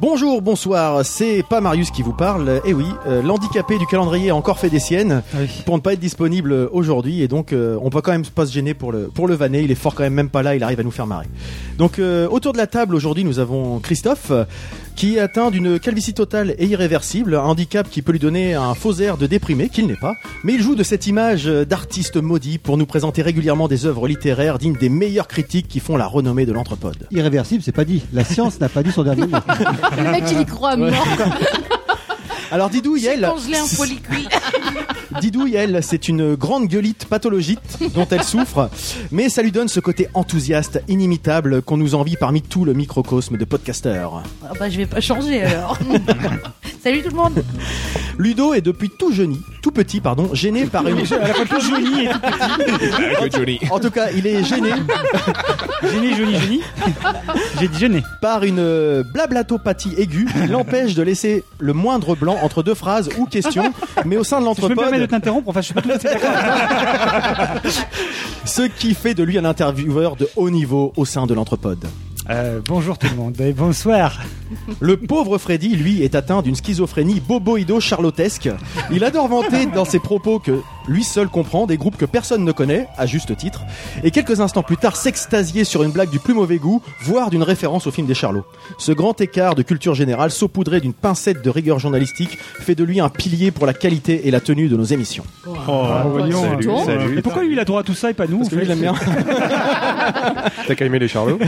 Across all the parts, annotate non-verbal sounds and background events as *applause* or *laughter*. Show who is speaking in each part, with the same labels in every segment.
Speaker 1: Bonjour, bonsoir, c'est pas Marius qui vous parle. Eh oui, euh, l'handicapé du calendrier a encore fait des siennes pour ne pas être disponible aujourd'hui et donc euh, on peut quand même pas se gêner pour le pour le vanner, il est fort quand même même pas là, il arrive à nous faire marrer. Donc euh, autour de la table aujourd'hui, nous avons Christophe euh, qui est atteint d'une calvitie totale et irréversible, un handicap qui peut lui donner un faux air de déprimé qu'il n'est pas, mais il joue de cette image euh, d'artiste maudit pour nous présenter régulièrement des œuvres littéraires dignes des meilleures critiques qui font la renommée de l'anthropode.
Speaker 2: Irréversible, c'est pas dit. La science n'a pas dit son dernier mot.
Speaker 3: *laughs*
Speaker 4: Le mec, il y croit
Speaker 1: Ouais.
Speaker 4: mort.
Speaker 1: Alors Didou Yel,
Speaker 4: Congelé en folie cuit.
Speaker 1: *laughs* Didou Yel, c'est une grande gueulite pathologite dont elle souffre, mais ça lui donne ce côté enthousiaste, inimitable qu'on nous envie parmi tout le microcosme de podcasteurs.
Speaker 4: Ah bah, je vais pas changer
Speaker 5: *laughs*
Speaker 4: alors. Salut tout le monde.
Speaker 1: Ludo est depuis tout jeune, tout petit pardon, gêné
Speaker 5: Ah *laughs*
Speaker 1: par une En tout cas, il est gêné.
Speaker 5: Génie, joli, génie. J'ai dit gêné.
Speaker 1: par une euh, blablatopathie aiguë
Speaker 5: *laughs*
Speaker 1: qui l'empêche de laisser le moindre blanc entre deux phrases ou questions, mais au sein de
Speaker 5: Si je peux me
Speaker 1: l'anthropode,
Speaker 5: permettre de t'interrompre, enfin, je suis pas tout à fait d'accord.
Speaker 1: ce qui fait de lui un intervieweur de haut niveau au sein de l'anthropode.
Speaker 6: Euh, bonjour tout le monde et bonsoir.
Speaker 1: Le pauvre Freddy, lui, est atteint d'une schizophrénie boboïdo-charlotesque. Il adore vanter dans ses propos que lui seul comprend des groupes que personne ne connaît, à juste titre, et quelques instants plus tard s'extasier sur une blague du plus mauvais goût, voire d'une référence au film des Charlots. Ce grand écart de culture générale, saupoudré d'une pincette de rigueur journalistique, fait de lui un pilier pour la qualité et la tenue de nos émissions.
Speaker 6: Ah,
Speaker 4: Salut,
Speaker 5: Oh, Et pourquoi lui, il a droit à tout ça et pas nous en fait
Speaker 7: T'as qu'à aimer les *laughs* charlots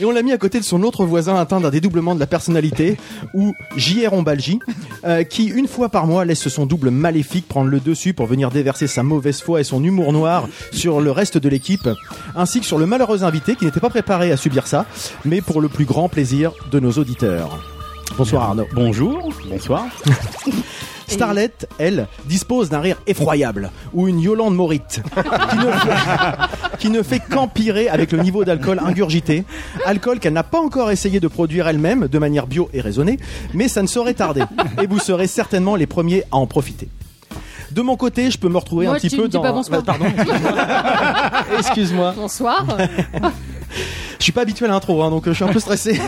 Speaker 1: Et on l'a mis à côté de son autre voisin atteint d'un dédoublement de la personnalité, ou J.R. Ombalji, euh, qui, une fois par mois, laisse son double maléfique prendre le dessus pour venir déverser sa mauvaise foi et son humour noir sur le reste de l'équipe, ainsi que sur le malheureux invité qui n'était pas préparé à subir ça, mais pour le plus grand plaisir de nos auditeurs. Bonsoir Arnaud.
Speaker 5: Bonjour, bonsoir.
Speaker 1: Starlet, elle, dispose d'un rire effroyable, ou une Yolande Morite, qui ne fait, qui ne fait qu'empirer avec le niveau d'alcool ingurgité, alcool qu'elle n'a pas encore essayé de produire elle-même de manière bio et raisonnée, mais ça ne saurait tarder, et vous serez certainement les premiers à en profiter. De mon côté, je peux me retrouver
Speaker 4: Moi,
Speaker 1: un petit
Speaker 4: tu
Speaker 1: peu
Speaker 4: me dis
Speaker 1: dans...
Speaker 4: pas bonsoir.
Speaker 1: Pardon,
Speaker 3: *laughs*
Speaker 1: excuse-moi.
Speaker 4: Bonsoir.
Speaker 1: Je suis pas habitué à l'intro, hein, donc euh, je suis un peu stressé.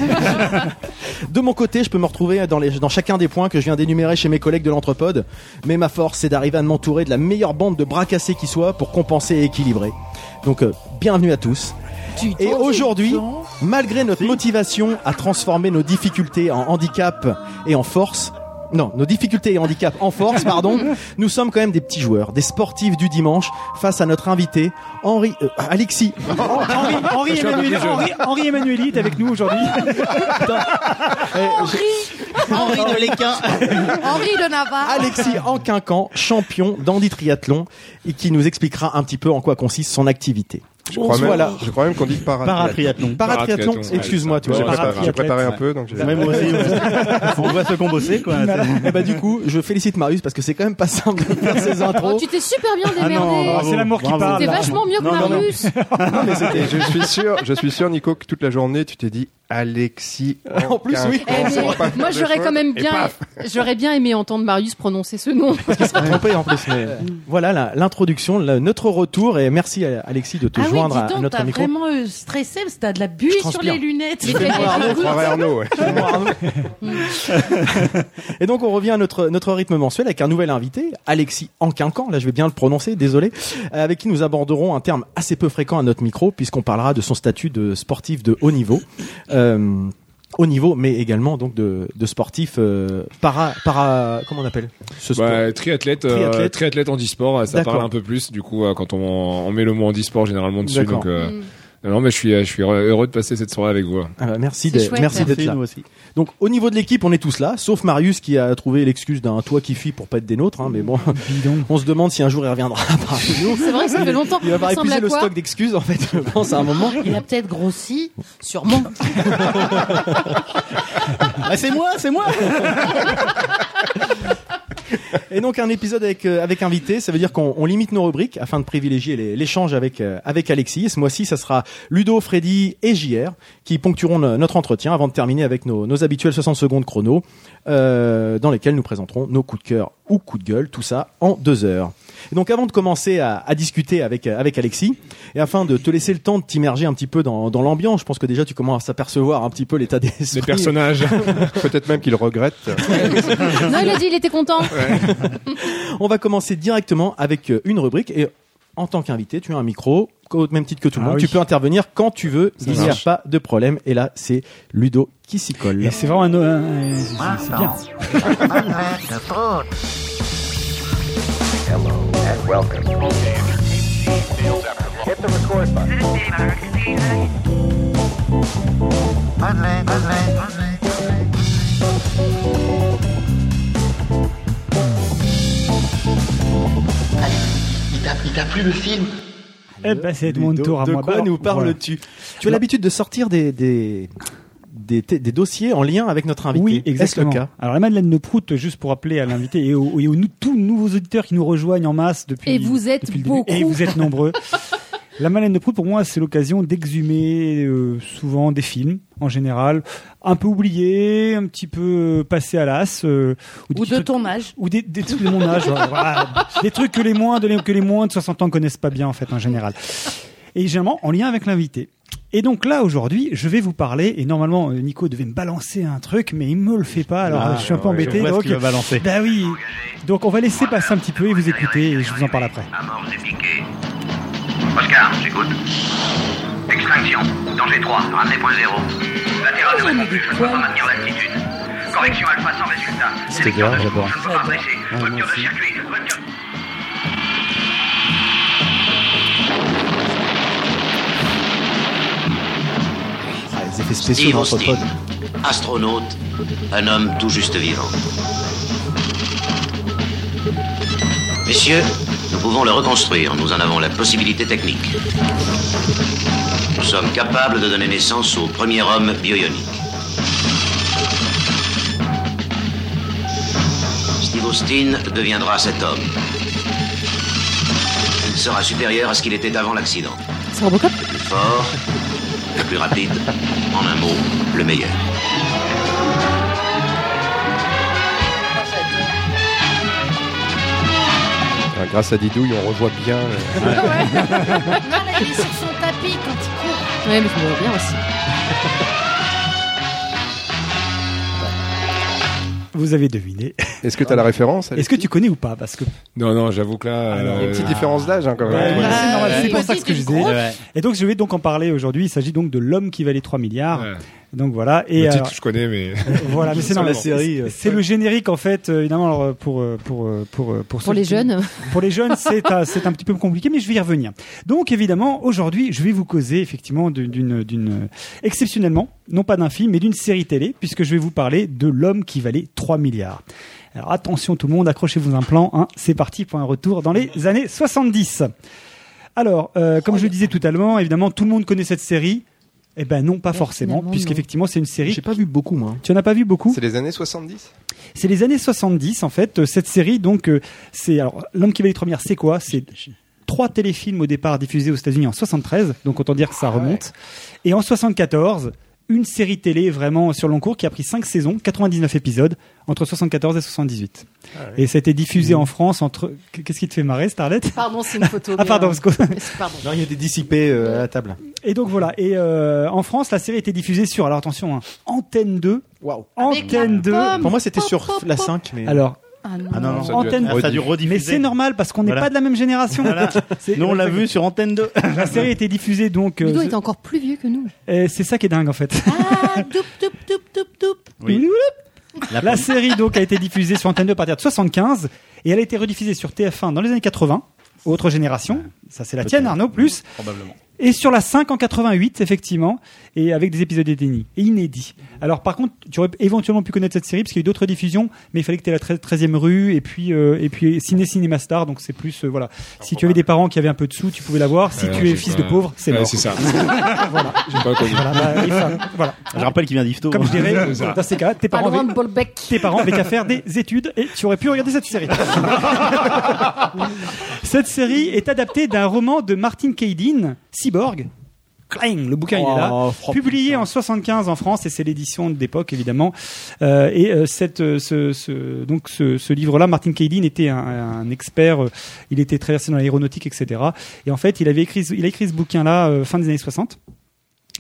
Speaker 1: de mon côté, je peux me retrouver dans, les, dans chacun des points que je viens d'énumérer chez mes collègues de l'anthropode, mais ma force, c'est d'arriver à m'entourer de la meilleure bande de bras cassés qui soit pour compenser et équilibrer. Donc, euh, bienvenue à tous.
Speaker 4: Tu
Speaker 1: Et
Speaker 4: t'en
Speaker 1: aujourd'hui,
Speaker 4: fais tant.
Speaker 1: malgré notre motivation à transformer nos difficultés en handicap et en force, non, nos difficultés et handicap en
Speaker 4: *laughs*
Speaker 1: force, pardon, nous sommes quand même des petits joueurs, des sportifs du dimanche face à notre invité, Henri, euh, Alexis,
Speaker 5: *laughs* Henri, Henri, Emmanuel, Henri, Henri Emmanueli est avec nous
Speaker 1: *laughs*
Speaker 5: aujourd'hui.
Speaker 1: Eh,
Speaker 8: Henri de Léquin.
Speaker 4: Henri de Navarre.
Speaker 1: Alexis
Speaker 9: Ah
Speaker 1: Anquincan, champion d'Andy Triathlon, et qui nous expliquera un petit peu en quoi consiste son activité.
Speaker 7: Je crois même,
Speaker 1: Voilà.
Speaker 7: je crois même qu'on dit
Speaker 6: Paratriathlon.
Speaker 7: paratriathlon.
Speaker 1: Paratriathlon,
Speaker 7: Paratriathlon, ouais,
Speaker 1: excuse-moi,
Speaker 7: c'est
Speaker 1: tu
Speaker 7: ça.
Speaker 1: vois.
Speaker 7: J'ai préparé- J'ai
Speaker 6: Paratriathlète,
Speaker 7: préparé un
Speaker 6: ouais.
Speaker 7: peu, donc j'ai-
Speaker 6: Ouais, moi
Speaker 7: *laughs*
Speaker 6: aussi, on voit ceux qu'on bossait quoi.
Speaker 1: Eh ben, du coup, je félicite Marius parce que c'est quand même pas simple de faire ses
Speaker 4: Oh,
Speaker 1: intros.
Speaker 4: tu t'es super bien
Speaker 6: Ah non,
Speaker 4: démerdé.
Speaker 6: bravo,
Speaker 5: C'est l'amour qui
Speaker 6: bravo.
Speaker 5: parle.
Speaker 4: T'es vachement mieux que
Speaker 6: Non, non, non.
Speaker 4: Marius.
Speaker 7: Et je suis sûr, je suis sûr, Nico, que toute la journée, tu t'es dit *laughs* Alexis.
Speaker 1: En plus,
Speaker 7: Anquin,
Speaker 1: oui.
Speaker 4: Eh, mais
Speaker 7: on saura pas
Speaker 4: moi
Speaker 7: faire
Speaker 4: j'aurais
Speaker 7: des
Speaker 4: quand même
Speaker 7: choses, et
Speaker 4: bien,
Speaker 7: paf.
Speaker 4: j'aurais bien aimé entendre Marius prononcer ce nom.
Speaker 1: Il se trompé en plus. mais- Voilà la- l'introduction, le- notre retour, et merci à Alexis de te
Speaker 9: ah
Speaker 1: joindre
Speaker 9: oui,
Speaker 1: à-
Speaker 9: dis
Speaker 1: à
Speaker 9: donc,
Speaker 1: notre
Speaker 9: t'as
Speaker 1: micro.
Speaker 9: vraiment euh, stressé parce que t'as de la buée sur
Speaker 1: transpire.
Speaker 9: les lunettes. *laughs*
Speaker 4: Il fait des
Speaker 7: Au
Speaker 4: écoutes.
Speaker 7: travail, Arnaud, ouais.
Speaker 1: *laughs* Et donc on revient à notre, notre rythme mensuel avec un nouvel invité, Alexis Anquincan, là je vais bien le prononcer, désolé, euh, avec qui nous aborderons un terme assez peu fréquent à notre micro puisqu'on parlera de son statut de sportif de haut niveau. Euh, haut niveau mais également donc de, de sportif euh, para para comment on appelle ce sport
Speaker 10: Bah, triathlète, euh,
Speaker 1: Triathlète.
Speaker 10: triathlète, handisport, ça
Speaker 1: D'accord.
Speaker 10: parle un peu plus du coup euh, quand on, on met le mot handisport généralement dessus.
Speaker 1: D'accord.
Speaker 10: Donc, euh, non, mais je suis, euh, je suis heureux de passer cette soirée avec vous.
Speaker 1: Ah bah, merci
Speaker 4: C'est
Speaker 1: d'être-
Speaker 4: chouette,
Speaker 1: merci
Speaker 4: hein.
Speaker 1: d'être là.
Speaker 2: nous aussi.
Speaker 1: Donc au niveau de l'équipe, on est tous là, sauf Marius qui a trouvé l'excuse d'un toit qui fuit pour pas être des nôtres. hein, mais bon,
Speaker 2: Mmh,
Speaker 1: *laughs* on se demande si un jour il reviendra *laughs* parmi nous.
Speaker 4: C'est vrai que ça fait longtemps.
Speaker 1: Il va avoir
Speaker 4: ressemble
Speaker 1: épuisé
Speaker 4: à
Speaker 1: le
Speaker 4: quoi
Speaker 1: stock d'excuses en fait. Je pense à un moment.
Speaker 9: Il a peut-être grossi,
Speaker 5: *laughs*
Speaker 9: sûrement.
Speaker 6: Ah, c'est moi, c'est moi.
Speaker 1: Et donc un épisode avec euh, avec invité, ça veut dire qu'on on limite nos rubriques afin de privilégier les- l'échange avec euh, avec Alexis. Et ce mois-ci, ça sera Ludo, Freddy et JR qui ponctueront no- notre entretien avant de terminer avec nos, nos habituels 60 secondes chrono, euh, dans lesquels nous présenterons nos coups de cœur ou coups de gueule, tout ça en deux heures. Et donc avant de commencer à, à discuter avec, euh, avec Alexis, et afin de te laisser le temps de t'immerger un petit peu dans, dans l'ambiance, je pense que déjà tu commences à percevoir un petit peu l'état des
Speaker 10: Les personnages.
Speaker 7: *laughs* Peut-être même qu'il regrette.
Speaker 3: Non, il a dit, il était content.
Speaker 1: On va commencer directement avec euh, une rubrique et en tant qu'invité, tu as un micro au même titre que tout le
Speaker 5: Ah
Speaker 1: monde.
Speaker 5: oui.
Speaker 1: Tu peux intervenir quand tu veux. il n'y a
Speaker 5: marche.
Speaker 1: pas de problème. Et là, c'est Ludo qui s'y colle.
Speaker 5: Et c'est vraiment un. un- un-
Speaker 11: Ah,
Speaker 5: c'est- c'est bien.
Speaker 11: Ah,
Speaker 8: Il t'a plu le film
Speaker 5: Eh ben, c'est mon
Speaker 1: De-
Speaker 5: tour à
Speaker 1: de
Speaker 5: moi.
Speaker 1: quoi
Speaker 5: Alors,
Speaker 1: nous parles-tu Tu as
Speaker 5: Alors-
Speaker 1: l'habitude de sortir des des, des t- des dossiers en lien avec notre invité.
Speaker 5: Oui, exactement.
Speaker 1: Est-ce le cas
Speaker 5: Alors la Madeleine de Prout, juste pour rappeler à l'invité et aux, et aux nou- tous nouveaux auditeurs qui nous rejoignent en masse depuis.
Speaker 3: Et vous êtes
Speaker 5: depuis le début.
Speaker 3: beaucoup.
Speaker 5: Et Eh, vous êtes nombreux. La Madeleine de Prout, pour moi, c'est l'occasion d'exhumer euh, souvent des films, en général, un peu oubliés, un petit peu passés à l'as, euh, ou, des
Speaker 9: Ou
Speaker 5: petits
Speaker 9: de
Speaker 5: trucs-
Speaker 9: ton âge.
Speaker 5: ou des, des trucs de mon âge,
Speaker 9: *laughs*
Speaker 5: voilà, voilà. des trucs que les moins de que les moins de 60 ans connaissent pas bien en fait en général. Et généralement en lien avec l'invité. Et donc là aujourd'hui, je vais vous parler et normalement euh, Nico devait me balancer un truc mais il me le fait pas alors
Speaker 6: Ah,
Speaker 5: euh, je suis un peu
Speaker 6: ouais, je
Speaker 5: embêté
Speaker 6: vois ce
Speaker 5: donc
Speaker 6: qu'il va balancer.
Speaker 5: Bah oui. Donc on va laisser passer un petit peu et vous écouter et je vous en parle après.
Speaker 11: À mort, c'est piqué. Oscar, j'écoute. Extinction. Danger 3, ramenez point 0. Latéral de réponse, je ne peux pas maintenir l'altitude. Correction alpha sans résultat.
Speaker 6: C'était
Speaker 11: Sélecteur
Speaker 6: bien,
Speaker 11: de
Speaker 6: j'adore.
Speaker 11: je ne peux pas presser. Rupture de circuit, rupture...
Speaker 1: Ah, les effets
Speaker 11: Steve
Speaker 1: spéciaux dans
Speaker 11: Austin, astronaute, un homme tout juste vivant. Messieurs, nous pouvons le reconstruire. Nous en avons la possibilité technique. Nous sommes capables de donner naissance au premier homme bioionique. Steve Austin deviendra cet homme. Il sera supérieur à ce qu'il était avant l'accident.
Speaker 3: C'est Robocop
Speaker 11: Le plus fort, le plus rapide, en un mot, le meilleur.
Speaker 7: Ah, Grâce à Didouille, on revoit bien. *laughs* euh,
Speaker 4: Non, là, il est sur son tapis quand il court.
Speaker 3: Ouais, mais je me vois bien aussi.
Speaker 5: Vous avez deviné.
Speaker 7: Est-ce que tu as la référence
Speaker 5: Est-ce que tu connais ou pas parce que
Speaker 10: Non, non, j'avoue que là.
Speaker 5: Alors,
Speaker 10: euh,
Speaker 7: Une petite différence d'âge hein, quand
Speaker 5: Ouais,
Speaker 7: même.
Speaker 5: ouais, c'est normal,
Speaker 9: ouais.
Speaker 5: c'est pour
Speaker 9: Vas-y,
Speaker 5: ça que ce que je
Speaker 9: c'est
Speaker 5: disais.
Speaker 9: gros.
Speaker 6: Ouais.
Speaker 5: Et donc je vais donc en parler aujourd'hui, il s'agit donc de l'homme qui valait 3 milliards.
Speaker 10: ouais.
Speaker 5: Donc voilà et
Speaker 10: Le
Speaker 5: alors-
Speaker 10: titre, je connais, mais.
Speaker 5: *laughs* voilà, mais c'est
Speaker 1: Sur
Speaker 5: normal.
Speaker 1: la série, euh,
Speaker 5: C'est le générique en fait, euh, évidemment alors, euh, pour euh, pour euh, pour euh,
Speaker 3: Pour
Speaker 5: ceux
Speaker 3: les
Speaker 5: qui-
Speaker 3: jeunes.
Speaker 5: Pour les jeunes, c'est un, c'est un petit peu compliqué, mais je vais y revenir. Donc évidemment, aujourd'hui, je vais vous causer effectivement d'une- d'une d'une exceptionnellement, non pas d'un film, mais d'une série télé, puisque je vais vous parler de l'homme qui valait 3 milliards. Alors attention tout le monde, accrochez-vous un plan, hein, c'est parti pour un retour dans les années 70. Alors, euh, comme je le disais tout à l'heure, évidemment, tout le monde connaît cette série. Eh ben non, pas forcément,
Speaker 3: finalement,
Speaker 5: puisqu'effectivement, c'est une série.
Speaker 1: J'ai pas vu beaucoup moi.
Speaker 5: Tu en as pas vu beaucoup
Speaker 7: C'est les années 70
Speaker 5: c'est les années 70 en fait. Euh, Cette série donc euh, c'est alors l'homme qui valait les trois milliards, c'est quoi C'est trois téléfilms au départ diffusés aux États-Unis en 73, donc autant dire que
Speaker 1: Ah
Speaker 5: ça remonte. Et en 74, une série télé vraiment sur long cours qui a pris cinq saisons, 99 épisodes entre 74 et 78.
Speaker 1: Ah
Speaker 5: Et ça a été
Speaker 1: Mmh.
Speaker 5: diffusé en France entre qu'est-ce qui te fait marrer Starlet
Speaker 9: Pardon, c'est une photo.
Speaker 5: Ah
Speaker 9: mais,
Speaker 5: pardon,
Speaker 9: euh,
Speaker 5: parce que- *laughs*
Speaker 9: mais c'est- pardon.
Speaker 1: Non, il y a des dissipés euh, à la table.
Speaker 5: Et donc voilà, et euh, en France, la série a été diffusée sur alors attention, hein, Antenne 2,
Speaker 1: Waouh.
Speaker 4: Avec la
Speaker 5: Antenne 2.
Speaker 4: pomme.
Speaker 1: Pour moi, c'était
Speaker 4: Pop,
Speaker 1: sur
Speaker 4: pop,
Speaker 1: la
Speaker 4: pop.
Speaker 1: 5 mais
Speaker 5: Alors,
Speaker 4: Ah non.
Speaker 6: Ah non, non.
Speaker 7: Ça a dû
Speaker 5: Antenne
Speaker 7: être
Speaker 6: Ah, ça a dû
Speaker 5: mais
Speaker 6: rediffuser.
Speaker 5: c'est normal parce qu'on n'est
Speaker 6: Voilà.
Speaker 5: pas de la même génération.
Speaker 6: Voilà.
Speaker 5: *laughs* C'est-
Speaker 6: Nous, on l'a vu sur Antenne 2.
Speaker 5: *laughs* La série a été diffusée donc. euh,
Speaker 3: Ludo était encore plus vieux que nous.
Speaker 5: euh, c'est ça qui est dingue en fait.
Speaker 4: Ah, doup, doup, doup, doup, doup.
Speaker 6: Oui.
Speaker 5: La, série donc a été diffusée sur Antenne 2 à partir de 75 et elle a été rediffusée sur TF1 dans les années 80. Autre génération, ça c'est la tienne hein. Arnaud plus.
Speaker 6: Probablement.
Speaker 5: Et sur la 5 en 88 effectivement et avec des épisodes inédits. et inédits. Alors par contre, tu aurais éventuellement pu connaître cette série parce qu'il y a eu d'autres diffusions, mais il fallait que tu aies la 13, 13e rue et puis euh, et puis Ciné Cinéma Star donc c'est plus euh, voilà. Si tu avais des parents qui avaient un peu de sous, tu pouvais la voir. Si
Speaker 10: Euh,
Speaker 5: tu es
Speaker 10: j'ai
Speaker 5: fils
Speaker 10: pas-
Speaker 5: de pauvre, c'est
Speaker 10: Ah, Ouais,
Speaker 5: mort.
Speaker 10: C'est ça.
Speaker 6: *laughs*
Speaker 10: J'ai pas connu.
Speaker 5: *laughs* Voilà, bah, et ça, voilà.
Speaker 6: Je rappelle qu'il vient d'Ifto.
Speaker 5: Comme
Speaker 6: *laughs*
Speaker 5: je *laughs* dirais, dans ces cas-là, tes
Speaker 4: Pas
Speaker 5: parents
Speaker 4: loin
Speaker 5: avaient,
Speaker 4: de Bolbec.
Speaker 5: tes parents avaient qu'à
Speaker 4: *laughs*
Speaker 5: faire des études et tu aurais pu regarder cette série. cette série est adaptée d'un roman de Martin Kaydin, Cyborg, Clang, le bouquin il est là.
Speaker 1: Oh,
Speaker 5: Publié en 75 en France et c'est l'édition d'époque évidemment. Euh, et euh, cette, euh, ce, ce- donc ce, ce livre-là, Martin Kaylin était un, un expert. euh, il était traversé dans l'aéronautique, etc. Et en fait, il avait écrit, ce- il a écrit ce bouquin-là euh, fin des années 60.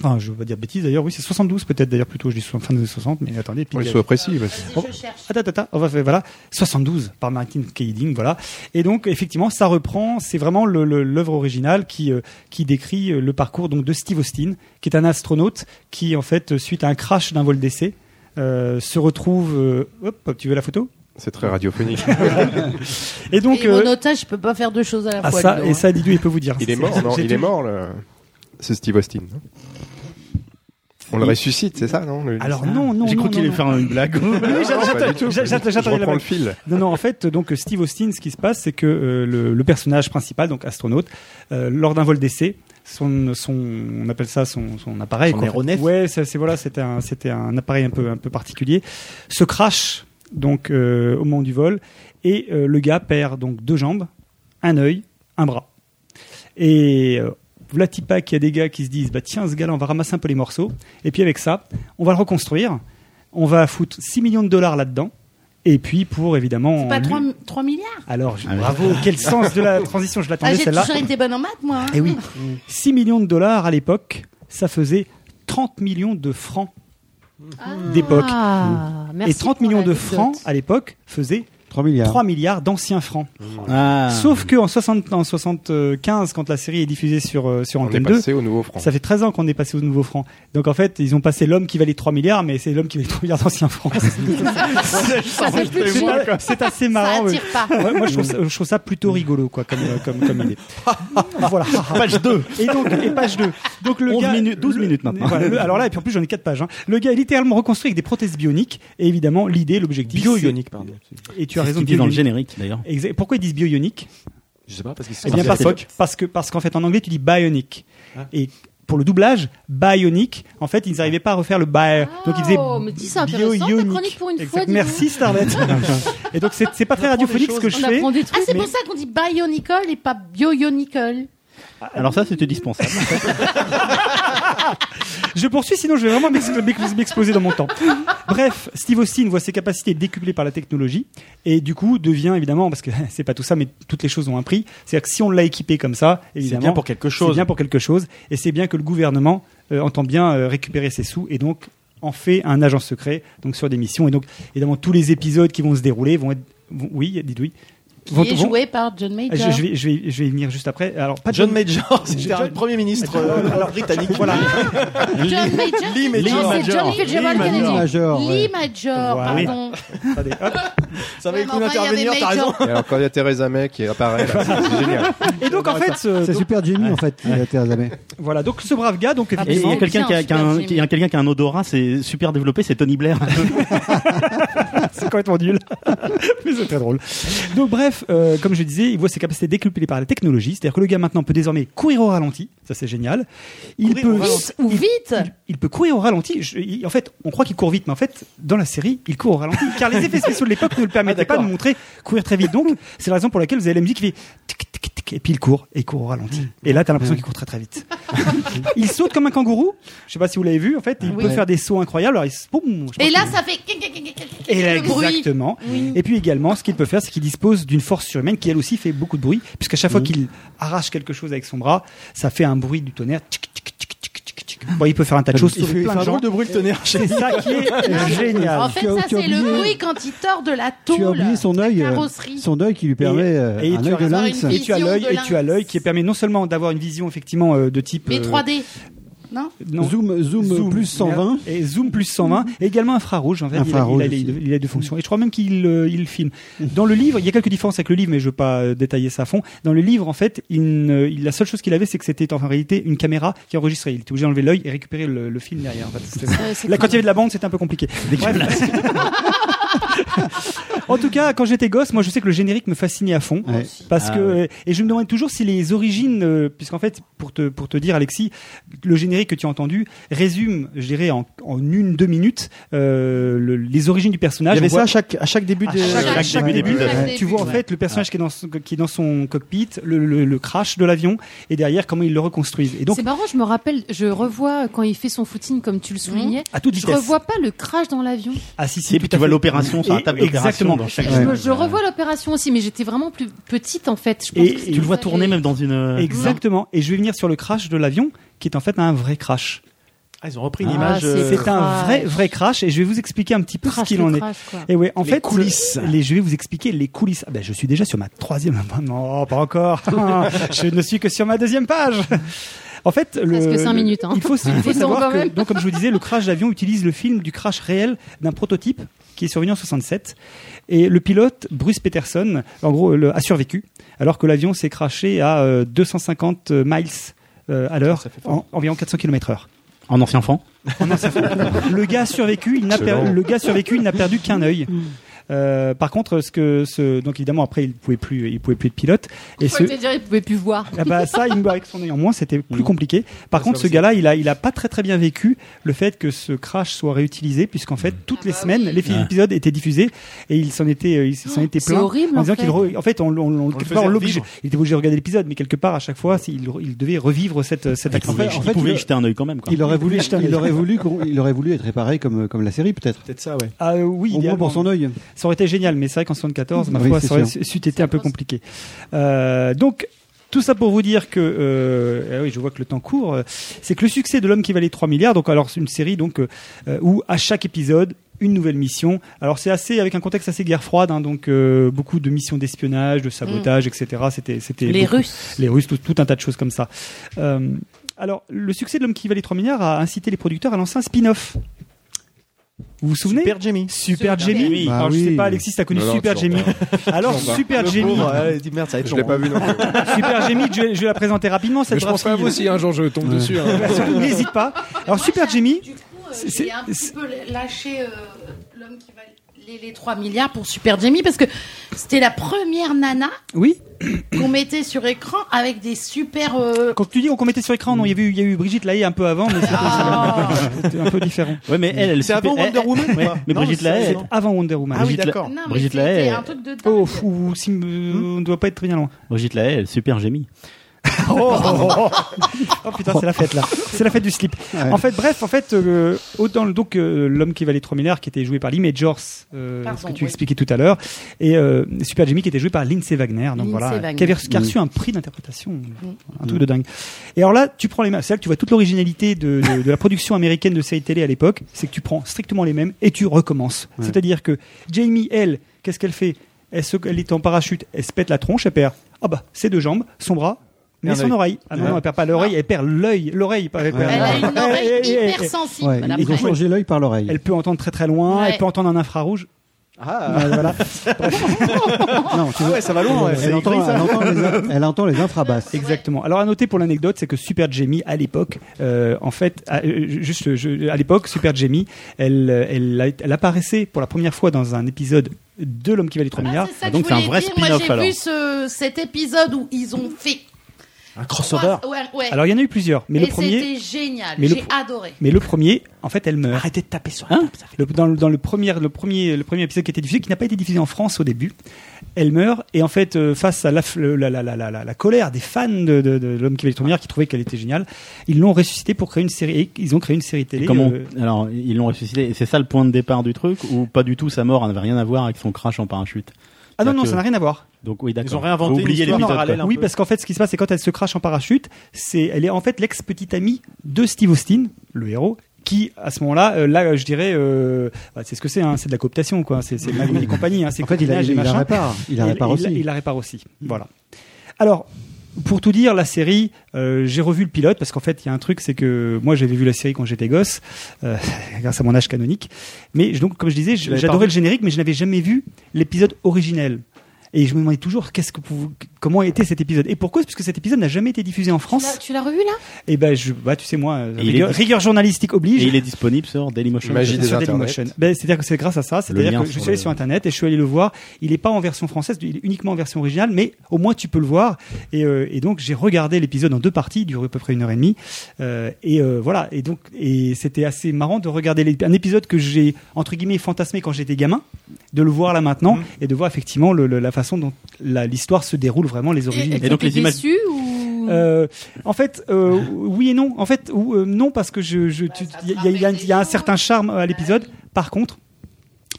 Speaker 5: Enfin, Ah, je vais pas dire bêtise d'ailleurs, oui, c'est 72 peut-être d'ailleurs plutôt, je dis so- fin des années 60, mais attendez.
Speaker 7: Oui, sois précis, vas-y.
Speaker 5: On- Oh, Attends, attends, attends, on va faire, voilà, 72 par Martin Kaling, voilà. Et donc, effectivement, ça reprend, c'est vraiment le- le- l'œuvre originale qui, euh, qui décrit euh, le parcours donc, de Steve Austin, qui est un astronaute qui, en fait, euh, suite à un crash d'un vol d'essai, euh, se retrouve. euh, hop, tu veux
Speaker 9: *laughs*
Speaker 5: la photo
Speaker 7: C'est très radiophonique. *laughs*
Speaker 5: Et donc.
Speaker 9: et
Speaker 5: euh,
Speaker 9: mon otage, je peux pas faire deux choses à la
Speaker 5: ah,
Speaker 9: fois.
Speaker 5: ça-
Speaker 9: dis donc,
Speaker 5: et
Speaker 9: hein.
Speaker 5: ça, Didou, il peut vous dire.
Speaker 7: Il est mort,
Speaker 5: C'est-
Speaker 7: non
Speaker 5: j'ai
Speaker 7: Il est
Speaker 5: tout-
Speaker 7: mort, le... ce Steve Austin. non On le
Speaker 5: Il-
Speaker 7: ressuscite, c'est ça, non le-
Speaker 5: Alors non, non.
Speaker 7: Ah, J'ai cru
Speaker 5: non,
Speaker 7: qu'il
Speaker 5: non,
Speaker 7: allait
Speaker 5: non.
Speaker 7: faire une blague.
Speaker 5: Oui, oui, j'a-
Speaker 7: Non,
Speaker 5: j'attends-
Speaker 7: pas du tout,
Speaker 5: j'a-
Speaker 7: pas du tout.
Speaker 5: j'attends-
Speaker 7: Je
Speaker 5: j'attends la
Speaker 7: reprends
Speaker 5: blague.
Speaker 7: le fil.
Speaker 5: Non, non. En fait, donc Steve Austin, ce qui se passe, c'est que euh, le, le personnage principal, donc astronaute, euh, lors d'un vol d'essai. Son, son, on appelle ça son, son appareil.
Speaker 1: Son
Speaker 5: quoi.
Speaker 1: aéronef.
Speaker 5: Ouais, ça, c'est voilà, c'était un, c'était un appareil un peu, un peu particulier. Se crash donc euh, au moment du vol et euh, le gars perd donc deux jambes, un œil, un bras. Et euh, voilà Tipa qu'il y a des gars qui se disent bah tiens ce gars-là on va ramasser un peu les morceaux et puis avec ça on va le reconstruire, on va foutre 6 millions de dollars là-dedans et puis pour évidemment
Speaker 9: C'est hein. pas 3,
Speaker 5: en-
Speaker 9: 3 milliards
Speaker 5: alors je-
Speaker 9: Ah, mais-
Speaker 5: bravo quel sens de la transition je
Speaker 9: Ah,
Speaker 5: l'attendais
Speaker 9: J'ai
Speaker 5: celle-là
Speaker 9: toujours été bonne en maths, moi. hein.
Speaker 5: et Eh oui
Speaker 3: Ah.
Speaker 5: 6 millions de dollars à l'époque ça faisait 30 millions de francs d'époque Mm.
Speaker 3: Ah, merci
Speaker 5: et 30
Speaker 3: pour
Speaker 5: millions de
Speaker 3: l'anecdote.
Speaker 5: francs à l'époque faisaient
Speaker 2: 3 milliards.
Speaker 5: 3 milliards d'anciens francs.
Speaker 2: Ah.
Speaker 5: Sauf que en 60 en 75 quand la série est diffusée sur euh, sur
Speaker 7: On est
Speaker 5: Antenne 2,
Speaker 7: passé au nouveau franc.
Speaker 5: ça fait 13 ans qu'on est passé au nouveau franc. Donc en fait, ils ont passé l'homme qui valait 3 milliards mais c'est l'homme qui valait 3 milliards
Speaker 3: *laughs*
Speaker 5: d'anciens francs.
Speaker 11: Ça fait plus
Speaker 5: C'est-
Speaker 11: chier.
Speaker 5: C'est assez marrant.
Speaker 11: attire
Speaker 5: ouais.
Speaker 11: pas.
Speaker 5: Ah Ouais, moi,
Speaker 6: *laughs*
Speaker 5: je trouve, ça, je trouve ça plutôt rigolo, quoi, comme, euh, comme, comme idée. voilà.
Speaker 6: Page 2.
Speaker 5: Et donc, et page 2. Donc, le
Speaker 6: 11
Speaker 5: gars,
Speaker 6: minutes- 12 minutes maintenant.
Speaker 5: voilà, le- alors là, et puis en plus, j'en ai 4 pages. hein. Le gars est littéralement reconstruit avec des prothèses bioniques. Et évidemment, l'idée, l'objectif. c'est-
Speaker 6: Bio-ionique,
Speaker 1: pardon.
Speaker 5: Et tu as
Speaker 6: C'est ce
Speaker 5: raison
Speaker 6: qu'il
Speaker 5: de
Speaker 6: dit dans le
Speaker 5: bionique.
Speaker 6: générique, d'ailleurs. Ah,
Speaker 5: Exact. Pourquoi ils disent bionique
Speaker 1: Je sais pas, parce qu'ils sont
Speaker 5: eh bien,
Speaker 1: sortis à
Speaker 5: parce,
Speaker 1: l'époque.
Speaker 5: parce que parce qu'en fait en anglais tu dis bionic
Speaker 6: Ah.
Speaker 5: et pour le doublage bionic en fait ils n'arrivaient pas à refaire le bi donc ils faisaient
Speaker 3: Oh, mais dis ça, intéressant, ta chronique pour une
Speaker 5: Exact.
Speaker 3: fois, dis
Speaker 5: merci Starlet
Speaker 9: *laughs*
Speaker 5: et donc c'est c'est pas très radiophonique ce que je
Speaker 3: On
Speaker 5: fais
Speaker 3: apprend des
Speaker 9: Ah,
Speaker 3: trucs.
Speaker 9: c'est
Speaker 5: Mais-
Speaker 9: pour ça qu'on dit bionicole et pas bioionicole.
Speaker 6: Alors ça, c'était dispensable.
Speaker 5: je poursuis, sinon je vais vraiment m'ex- m'ex- m'exploser dans mon temps. Bref, Steve Austin voit ses capacités décuplées par la technologie et du coup devient évidemment, parce que *laughs* c'est pas tout ça, mais toutes les choses ont un prix. C'est-à-dire que si on l'a équipé comme ça, évidemment,
Speaker 1: bien pour quelque chose.
Speaker 5: C'est bien pour quelque chose, et c'est bien que le gouvernement euh, entend bien euh, récupérer ses sous et donc en fait un agent secret, donc sur des missions. Et donc évidemment tous les épisodes qui vont se dérouler vont être, vont- oui, dites oui.
Speaker 9: Qui est joué par John Major.
Speaker 5: Ah, Je, je vais, je, vais, je vais y venir juste après. Alors, pas
Speaker 1: John Major, c'était
Speaker 5: John-
Speaker 1: un premier ministre euh, britannique.
Speaker 5: Voilà.
Speaker 9: John Major
Speaker 1: Lee Major.
Speaker 9: Non, c'est John Fitzgerald
Speaker 1: Lee
Speaker 9: Kennedy.
Speaker 2: Major,
Speaker 9: Lee
Speaker 2: ouais.
Speaker 9: Major,
Speaker 5: Voilà.
Speaker 9: pardon.
Speaker 5: Attendez, hop.
Speaker 1: Ça va
Speaker 9: Ouais,
Speaker 1: être
Speaker 9: mais
Speaker 1: cool
Speaker 9: enfin, il y avait
Speaker 1: d'intervenir, t'as
Speaker 9: Major.
Speaker 1: raison.
Speaker 7: Et alors, quand il y a Theresa May qui apparaît,
Speaker 5: *laughs*
Speaker 7: là, c'est c'est génial.
Speaker 5: Et donc en fait, euh,
Speaker 2: C'est
Speaker 5: donc,
Speaker 2: super Jimmy en fait, Theresa May.
Speaker 5: voilà, donc ce brave gars, donc
Speaker 6: Et Ah, il y
Speaker 5: effectivement,
Speaker 6: a quelqu'un qui a, qui a un- qui a quelqu'un qui a un odorat, c'est super développé, c'est Tony
Speaker 5: Ah
Speaker 6: Blair.
Speaker 5: c'est complètement
Speaker 9: *laughs*
Speaker 5: nul. Mais c'est très drôle. Donc, bref, euh, comme je disais, il voit ses capacités décuplées par la technologie. C'est-à-dire que le gars maintenant peut désormais courir au ralenti. Ça, c'est génial. Il
Speaker 1: Courir au
Speaker 5: peut.
Speaker 1: ralenti.
Speaker 9: Ou vite
Speaker 5: Il peut courir au ralenti. Je- il- en fait, on croit qu'il court vite, mais en fait, dans la série, il court au ralenti. Car les effets spéciaux de l'époque ne le permettaient
Speaker 1: Ah,
Speaker 5: pas
Speaker 1: d'accord.
Speaker 5: de montrer courir très vite. Donc, c'est la raison pour laquelle vous avez la musique qui fait tic, tic, tic, et puis il court, et il court au ralenti.
Speaker 1: Mmh.
Speaker 5: Et là, t'as l'impression qu'il court très très vite. il saute comme un kangourou. Je sais pas si vous l'avez vu, en fait.
Speaker 1: Ah,
Speaker 5: Il
Speaker 9: Oui.
Speaker 5: peut faire des sauts incroyables. Alors, il se- boum, je pense
Speaker 9: Et là,
Speaker 5: qu'il-
Speaker 9: ça fait et
Speaker 5: et là,
Speaker 9: le bruit.
Speaker 5: exactement. Et puis également, ce qu'il peut faire, c'est qu'il dispose d'une force surhumaine qui elle aussi fait beaucoup de bruit, puisqu'à chaque fois qu'il arrache quelque chose avec son bras, ça fait un bruit du tonnerre. Tchic, tchic, tchic, tchic, tchic, tchic. Bon, il peut faire un tas de choses,
Speaker 1: Il
Speaker 5: sauver
Speaker 1: fait
Speaker 5: plein de
Speaker 1: un
Speaker 5: gens.
Speaker 1: drôle de bruit le tonnerre.
Speaker 5: C'est ça qui
Speaker 2: *laughs*
Speaker 5: est
Speaker 9: En
Speaker 5: génial.
Speaker 9: fait,
Speaker 2: Tu as-
Speaker 9: ça,
Speaker 2: tu as
Speaker 9: c'est le
Speaker 2: oublié-
Speaker 9: bruit quand il tord de la tôle.
Speaker 2: Tu as oublié son
Speaker 9: La
Speaker 2: œil, euh,
Speaker 9: carrosserie.
Speaker 2: son œil qui lui permet euh,
Speaker 5: et
Speaker 2: un
Speaker 5: tu
Speaker 2: œil
Speaker 5: as-
Speaker 2: de
Speaker 9: Avoir
Speaker 2: lynx.
Speaker 9: une
Speaker 5: Et tu as
Speaker 9: Vision
Speaker 5: l'œil,
Speaker 9: de
Speaker 5: et tu as
Speaker 9: lynx.
Speaker 5: l'œil qui permet non seulement d'avoir une vision effectivement euh, de type
Speaker 9: Mais
Speaker 5: euh,
Speaker 9: 3D.
Speaker 2: *laughs*
Speaker 9: Non
Speaker 5: non,
Speaker 2: Zoom, zoom, plus 120.
Speaker 5: et zoom plus 120 et également infrarouge en fait
Speaker 2: Infrarouge
Speaker 5: il, a, il, a, les
Speaker 2: aussi. Mm-hmm.
Speaker 5: deux- il a les deux fonctions et je crois même qu'il euh, il filme dans le livre il y a quelques différences avec le livre mais je veux pas euh, détailler ça à fond dans le livre en fait il, ne- il- la seule chose qu'il avait c'est que c'était en réalité une caméra qui enregistrait il était obligé d'enlever l'œil et récupérer le, le film derrière en fait. C'était-
Speaker 3: Ouais, c'est
Speaker 5: Là,
Speaker 3: cool.
Speaker 5: quand il y avait de la bande, c'était un peu compliqué. Bref. En tout cas, quand j'étais gosse, moi je sais que le générique me fascinait à fond parce
Speaker 6: Ah
Speaker 5: que
Speaker 6: ouais.
Speaker 5: et je me demande toujours si les origines euh, puisqu'en fait pour te pour te dire Alexis, le générique que tu as entendu résume, je dirais en, en une deux minutes euh, le- les origines du personnage.
Speaker 1: Il y avait
Speaker 5: On
Speaker 1: ça
Speaker 5: voit-
Speaker 1: à chaque- à chaque début de-
Speaker 5: chaque,
Speaker 1: Chaque
Speaker 5: début,
Speaker 1: début
Speaker 5: début.
Speaker 1: d'épisode.
Speaker 5: Tu vois en
Speaker 1: Ouais.
Speaker 5: fait le personnage qui est dans son, qui est dans son cockpit, le, le- le crash de l'avion et derrière comment ils le reconstruisent. Et donc
Speaker 3: c'est marrant, je me rappelle, je revois quand il fait son footing, comme tu le soulignais.
Speaker 5: À toute
Speaker 3: je
Speaker 5: vitesse.
Speaker 3: revois pas le crash dans l'avion.
Speaker 5: Ah si, si,
Speaker 6: Et puis tu vois l'opération sur la
Speaker 5: Et-
Speaker 6: table d'opération
Speaker 5: Exactement.
Speaker 6: dans chaque
Speaker 3: Je, me- je revois l'opération aussi, mais j'étais vraiment plus petite en fait. Je pense que c'est pour ça que j'ai-
Speaker 1: euh,
Speaker 6: une.
Speaker 5: Exactement. Et je vais venir sur le crash de l'avion, qui est en fait un vrai crash.
Speaker 1: Ah, ils ont repris
Speaker 5: une
Speaker 1: une image. euh,
Speaker 5: C'est un vrai vrai crash et je vais vous expliquer un petit peu
Speaker 1: Crash
Speaker 5: ce qu'il
Speaker 1: le
Speaker 5: en est.
Speaker 1: crash, quoi.
Speaker 5: Et ouais, en
Speaker 1: Les
Speaker 5: fait,
Speaker 1: coulisses.
Speaker 5: euh, Les, je vais vous expliquer les coulisses. Ah, ben, je suis déjà sur ma troisième. *laughs* Non, pas
Speaker 1: *laughs*
Speaker 5: encore. je ne suis que sur ma deuxième page. En fait, le,
Speaker 3: Presque cinq
Speaker 5: le-
Speaker 3: minutes, hein.
Speaker 5: il faut, il faut
Speaker 3: Disons
Speaker 5: savoir
Speaker 3: quand
Speaker 5: que,
Speaker 3: même.
Speaker 5: donc, comme je vous disais, le crash d'avion utilise le film du crash réel d'un prototype qui est survenu en 67. Et le pilote, Bruce Peterson, en gros, le- a survécu, alors que l'avion s'est crashé à euh, 250 miles euh, à l'heure, en- environ 400 km heure.
Speaker 6: En ancien enfant.
Speaker 5: Le gars a survécu, il n'a per-
Speaker 6: Excellent.
Speaker 5: le gars a survécu, il n'a perdu qu'un œil.
Speaker 3: Mm.
Speaker 5: Euh, par contre, ce que ce donc évidemment après il pouvait plus, il pouvait plus de pilote. Et
Speaker 3: Faut
Speaker 5: ce,
Speaker 3: te dire, il pouvait plus voir.
Speaker 5: ah bah ça, il me- avec son œil en moins, c'était plus compliqué. Par
Speaker 6: Ça
Speaker 5: contre, ce
Speaker 6: aussi.
Speaker 5: gars-là, il a, il a pas très très bien vécu le fait que ce crash soit réutilisé, puisqu'en fait toutes les semaines, les
Speaker 6: Mm. Ouais.
Speaker 5: épisodes étaient diffusés et il s'en était, euh, il s'en était
Speaker 6: c'est
Speaker 5: plein.
Speaker 6: horrible,
Speaker 5: en
Speaker 6: en
Speaker 5: disant
Speaker 6: fait.
Speaker 5: qu'il, re- en fait, on, on- on- quelque part, on
Speaker 6: faisait
Speaker 5: l'obligeait.
Speaker 6: revivre.
Speaker 5: Il était obligé de regarder l'épisode, mais quelque part à chaque fois, il, il devait revivre cette cette action.
Speaker 6: pouvait- En fait, il il pouvait le- y jeter un œil quand même, quoi.
Speaker 2: Il aurait voulu,
Speaker 5: pouvait jeter un
Speaker 2: il
Speaker 5: œil.
Speaker 2: aurait voulu, qu'on- il aurait voulu être réparé comme, comme la série, peut-être.
Speaker 1: Peut-être ça, ouais.
Speaker 5: Ah euh, oui,
Speaker 2: Au moins pour son
Speaker 5: œil. Ça aurait été génial, mais c'est vrai qu'en 74, ma
Speaker 2: Oui,
Speaker 5: foi,
Speaker 2: c'est
Speaker 5: ça aurait
Speaker 2: sûr.
Speaker 5: su été un peu compliqué. Euh, donc. Tout ça pour vous dire que, euh, ah oui, je vois que le temps court, euh, c'est que le succès de l'homme qui valait 3 milliards, donc alors c'est une série donc euh, euh, où à chaque épisode une nouvelle mission. Alors c'est assez avec un contexte assez guerre froide, hein, donc euh, beaucoup de missions d'espionnage, de sabotage, etc. C'était c'était
Speaker 8: Mm. Les
Speaker 5: beaucoup-
Speaker 8: Russes.
Speaker 5: les Russes, tout, tout un tas de choses comme ça. Euh, alors le succès de l'homme qui valait 3 milliards a incité les producteurs à lancer un spin-off. Vous vous souvenez Super
Speaker 1: Jimmy.
Speaker 5: Super,
Speaker 1: Super
Speaker 5: Jimmy.
Speaker 1: Jimmy. Bah
Speaker 5: Alors, Je sais
Speaker 1: oui.
Speaker 5: pas, Alexis, t'as connu
Speaker 1: Non, non,
Speaker 5: Super
Speaker 1: toujours
Speaker 5: Jimmy. *laughs*
Speaker 1: pas.
Speaker 5: Alors,
Speaker 1: Toujours pas.
Speaker 5: Super
Speaker 1: Le
Speaker 5: Jimmy.
Speaker 1: pauvre, euh, dit, merde, ça va être
Speaker 7: Je l'ai
Speaker 1: long,
Speaker 7: pas
Speaker 1: hein.
Speaker 7: vu non plus.
Speaker 1: *laughs*
Speaker 5: Super Jimmy, je, vais- je vais la présenter rapidement. Cette
Speaker 10: Mais je pense
Speaker 5: brasserie.
Speaker 10: à vous aussi, hein, Jean, je tombe
Speaker 5: Ouais. *laughs* Bah,
Speaker 10: dessus, hein.
Speaker 5: Surtout, N'hésite pas. Alors, Super Jimmy.
Speaker 9: Euh, J'ai un petit peu lâché euh, l'homme qui valait les, les 3 milliards pour Super Jimmy parce que c'était la première nana
Speaker 5: Oui.
Speaker 9: *coughs* qu'on mettait sur écran avec des super. euh,
Speaker 5: Quand tu dis qu'on mettait sur écran, non, il y avait eu, il y a eu Brigitte Lahaye un peu avant, mais c'était Ah. c'était un peu différent.
Speaker 6: Ouais, mais elle, elle
Speaker 5: C'est
Speaker 6: s'est-
Speaker 5: avant
Speaker 6: elle-
Speaker 5: Wonder Woman,
Speaker 6: elle-
Speaker 5: ou
Speaker 6: ouais,
Speaker 5: pas
Speaker 6: Mais
Speaker 5: Non,
Speaker 6: Brigitte
Speaker 5: mais c'est-
Speaker 6: Lahaye.
Speaker 5: c'est avant Wonder Woman.
Speaker 6: Brigitte
Speaker 5: Ah oui,
Speaker 6: La-
Speaker 5: d'accord. Non, mais
Speaker 6: Brigitte
Speaker 5: c'était
Speaker 6: Lahaye.
Speaker 5: un
Speaker 9: truc de
Speaker 5: Oh, fou, si, euh, on doit pas être très bien loin.
Speaker 6: Brigitte Lahaye, elle, super gémie.
Speaker 5: Oh, *laughs* oh, oh. Oh, putain, c'est la fête là. C'est la fête du slip. En fait, bref, en fait, euh, autant le- donc euh, l'homme qui valait 3 milliards, qui était joué par Lee Majors, euh,
Speaker 6: Pardon,
Speaker 5: ce que tu
Speaker 6: oui.
Speaker 5: expliquais tout à l'heure, et euh, Super Jimmy qui était joué par Lindsay Wagner, donc
Speaker 6: Lindsay
Speaker 5: voilà,
Speaker 6: Wagner.
Speaker 5: qui avait reçu- qui a
Speaker 2: Mm.
Speaker 5: reçu un prix d'interprétation, un truc de dingue. Et alors là, tu prends les mêmes. C'est là que tu vois toute l'originalité de, de- de la production américaine de séries télé à l'époque, c'est que tu prends strictement les mêmes et tu recommences.
Speaker 2: Ouais.
Speaker 5: C'est-à-dire que Jamie, elle, qu'est-ce qu'elle fait elle, se- elle est en parachute, elle se pète la tronche, elle perd. Ah bah, ses deux jambes, son bras, mais
Speaker 2: Et un
Speaker 5: son
Speaker 2: œil.
Speaker 5: oreille. Ah non,
Speaker 2: Ouais.
Speaker 5: non, elle perd pas l'oreille, elle perd l'œil. L'oreille, pas elle perd
Speaker 2: Elle
Speaker 5: l'œil.
Speaker 2: a une oreille
Speaker 5: Eh, eh, eh, eh.
Speaker 2: hypersensible, Ouais, madame ils ont Brett. changé l'œil par l'oreille.
Speaker 5: Elle peut entendre très très loin,
Speaker 2: Ouais.
Speaker 5: elle peut entendre un infrarouge.
Speaker 1: Ah,
Speaker 5: Ouais, voilà. Ah
Speaker 2: Non, tu vois, Elle, elle entend, elle entend les,
Speaker 5: *laughs*
Speaker 2: in- elle entend les infrabasses.
Speaker 5: Exactement. Alors à noter pour l'anecdote, c'est que Super Jamie à l'époque, euh, en fait, à, euh, juste je- à l'époque, Super Jamie, elle, euh, elle, a- elle apparaissait pour la première fois dans un épisode de l'homme qui valait 3 milliards.
Speaker 9: Ah, ça que je voulais dire. Moi, j'ai vu ce- cet épisode où ils ont fait.
Speaker 5: Un
Speaker 9: crossover. Ouais, ouais.
Speaker 5: Alors il y en a eu plusieurs, mais
Speaker 9: et
Speaker 5: le premier.
Speaker 9: c'était génial.
Speaker 5: mais le
Speaker 9: J'ai
Speaker 5: pr-
Speaker 9: adoré.
Speaker 5: Mais le premier, en fait, elle meurt. Arrêtez de taper sur la table, ça fait- le, dans, le, dans le premier, le premier, le premier épisode qui a été diffusé, qui n'a pas été diffusé en France au début, elle meurt et en fait, euh, face à la, la, la, la, la, la, la colère des fans de, de, de l'homme qui valait ton qui trouvaient qu'elle était géniale, ils l'ont ressuscité pour créer une série. et Ils ont créé une série télé.
Speaker 6: Comment
Speaker 5: euh,
Speaker 6: Alors, ils l'ont ressuscité. Et c'est ça le point de départ du truc ou pas du tout Sa mort hein, n'avait rien à voir avec son crash en parachute.
Speaker 5: Ah non,
Speaker 6: C'est-à-dire
Speaker 5: non,
Speaker 6: que-
Speaker 5: ça n'a rien à voir.
Speaker 6: Donc oui, d'accord.
Speaker 5: Ils ont
Speaker 6: Faut oublier les
Speaker 5: Oui, parce qu'en fait, ce qui se passe, c'est quand elle se crache en parachute, c'est elle est en fait l'ex-petite amie de Steve Austin, le héros. Qui à ce moment-là, euh, là, euh, je dirais, euh, bah, c'est ce que c'est, hein, c'est de la cooptation, quoi.
Speaker 6: *laughs*
Speaker 5: C'est c'est Magnum et compagnie. Hein, c'est
Speaker 2: En fait, il la-
Speaker 5: copinage et
Speaker 2: il la
Speaker 5: machin.
Speaker 2: répare. Il la
Speaker 5: Et-
Speaker 2: répare
Speaker 5: et
Speaker 2: aussi. Mm.
Speaker 5: Il la répare aussi. Voilà. Alors, pour tout dire, la série, euh, j'ai revu le pilote parce qu'en fait, il y a un truc, c'est que moi, j'avais vu la série quand j'étais gosse, euh, *laughs* grâce à mon âge canonique. Mais je- donc, comme je disais,
Speaker 1: Tu
Speaker 5: je-
Speaker 1: l'avais pas
Speaker 5: j'adorais
Speaker 1: vu
Speaker 5: le générique, mais je n'avais jamais vu l'épisode originel. Et je me demandais toujours qu'est-ce que pou- comment était cet épisode. Et pour cause, puisque cet épisode n'a jamais été diffusé en France.
Speaker 3: *laughs* Tu l'as revu là
Speaker 5: Et ben, je, bah, tu sais, moi, euh,
Speaker 6: Et il
Speaker 5: rigueur,
Speaker 6: est-
Speaker 5: rigueur journalistique oblige.
Speaker 6: Et il est disponible sur Dailymotion.
Speaker 5: sur Dailymotion. Ben, c'est-à-dire que c'est grâce à ça. C'est-à-dire
Speaker 6: lien
Speaker 5: que je
Speaker 6: sur
Speaker 5: suis allé
Speaker 6: le-
Speaker 5: sur Internet et je suis allé le voir. Il n'est pas en version française, il est uniquement en version originale, mais au moins tu peux le voir. Et, euh, et donc j'ai regardé l'épisode en deux parties, il dure à peu près une heure et demie. Euh, et euh, voilà. Et donc et c'était assez marrant de regarder l'ép- un épisode que j'ai entre guillemets fantasmé quand j'étais gamin, de le voir là maintenant
Speaker 6: Mm.
Speaker 5: et de voir effectivement le- le- la façon dont la- l'histoire se déroule vraiment, les origines.
Speaker 3: déçu ou
Speaker 5: Euh, en fait, euh, oui et non. En fait, ou, euh, non parce que je, je- tu- il y, a- il y a- il y a un certain charme à l'épisode. Par contre,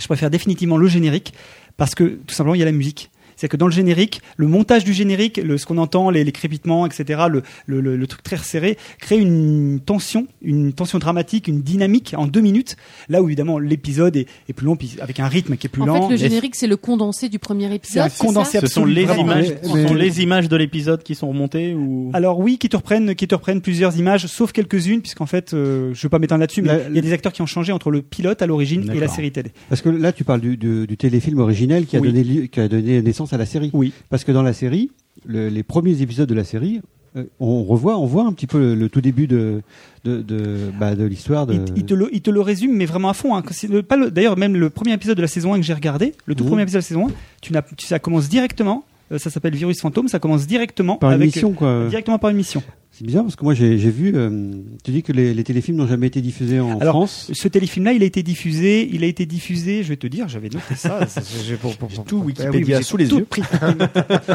Speaker 5: je préfère définitivement le générique parce que tout simplement il y a la musique. C'est que dans le générique, le montage du générique, le, ce qu'on entend, les, les crépitements, etc., le, le, le- le truc très resserré, crée une tension, une tension dramatique, une dynamique en deux minutes. Là où évidemment l'épisode est, est plus long, puis avec un rythme qui est plus
Speaker 3: En
Speaker 5: lent.
Speaker 3: fait, le générique, c'est le condensé du premier épisode.
Speaker 5: C'est un condensé
Speaker 3: ça
Speaker 5: absolu.
Speaker 6: Ce sont les
Speaker 5: Vraiment,
Speaker 6: images,
Speaker 5: mais-
Speaker 6: ce
Speaker 5: mais-
Speaker 6: sont les images de l'épisode qui sont remontées ou
Speaker 5: Alors oui, qui te reprennent, qui te reprennent plusieurs images, sauf quelques-unes, puisqu'en fait, euh, je ne vais pas m'étendre là-dessus, mais
Speaker 2: La-
Speaker 5: il y a des acteurs qui ont changé entre le pilote à l'origine et la
Speaker 2: D'accord.
Speaker 5: série télé.
Speaker 2: Parce que là, tu parles du, du- du téléfilm originel qui a,
Speaker 5: Oui.
Speaker 2: donné, lieu- qui a donné naissance à la série.
Speaker 5: Oui.
Speaker 2: Parce que dans la série, le- les premiers épisodes de la série, euh, on revoit, on voit un petit peu le, le tout début de, de, de, bah, de l'histoire. De...
Speaker 5: Il te, le, il te le résume, mais vraiment à fond. hein. Que c'est le- pas le- D'ailleurs, même le premier épisode de la saison 1 que j'ai regardé, le tout
Speaker 2: Mhm.
Speaker 5: premier épisode de la saison 1, tu n'as- tu- ça commence directement. euh, Ça s'appelle Virus Fantôme, ça commence directement
Speaker 2: Par une
Speaker 5: avec, euh,
Speaker 2: mission, quoi.
Speaker 5: Directement par une mission.
Speaker 2: C'est bizarre parce que moi, j'ai j'ai vu. euh, tu dis que les, les téléfilms n'ont jamais été diffusés en
Speaker 5: Alors,
Speaker 2: France.
Speaker 5: ce téléfilm-là, il a été diffusé, il a été diffusé, je vais te dire, j'avais noté ça. ça, j'ai- j'ai- pour- pour- pour-
Speaker 1: tout
Speaker 5: pour-
Speaker 1: Wikipédia
Speaker 5: Ah oui,
Speaker 1: sous les
Speaker 5: j'ai tout
Speaker 1: yeux.
Speaker 5: pris. *laughs*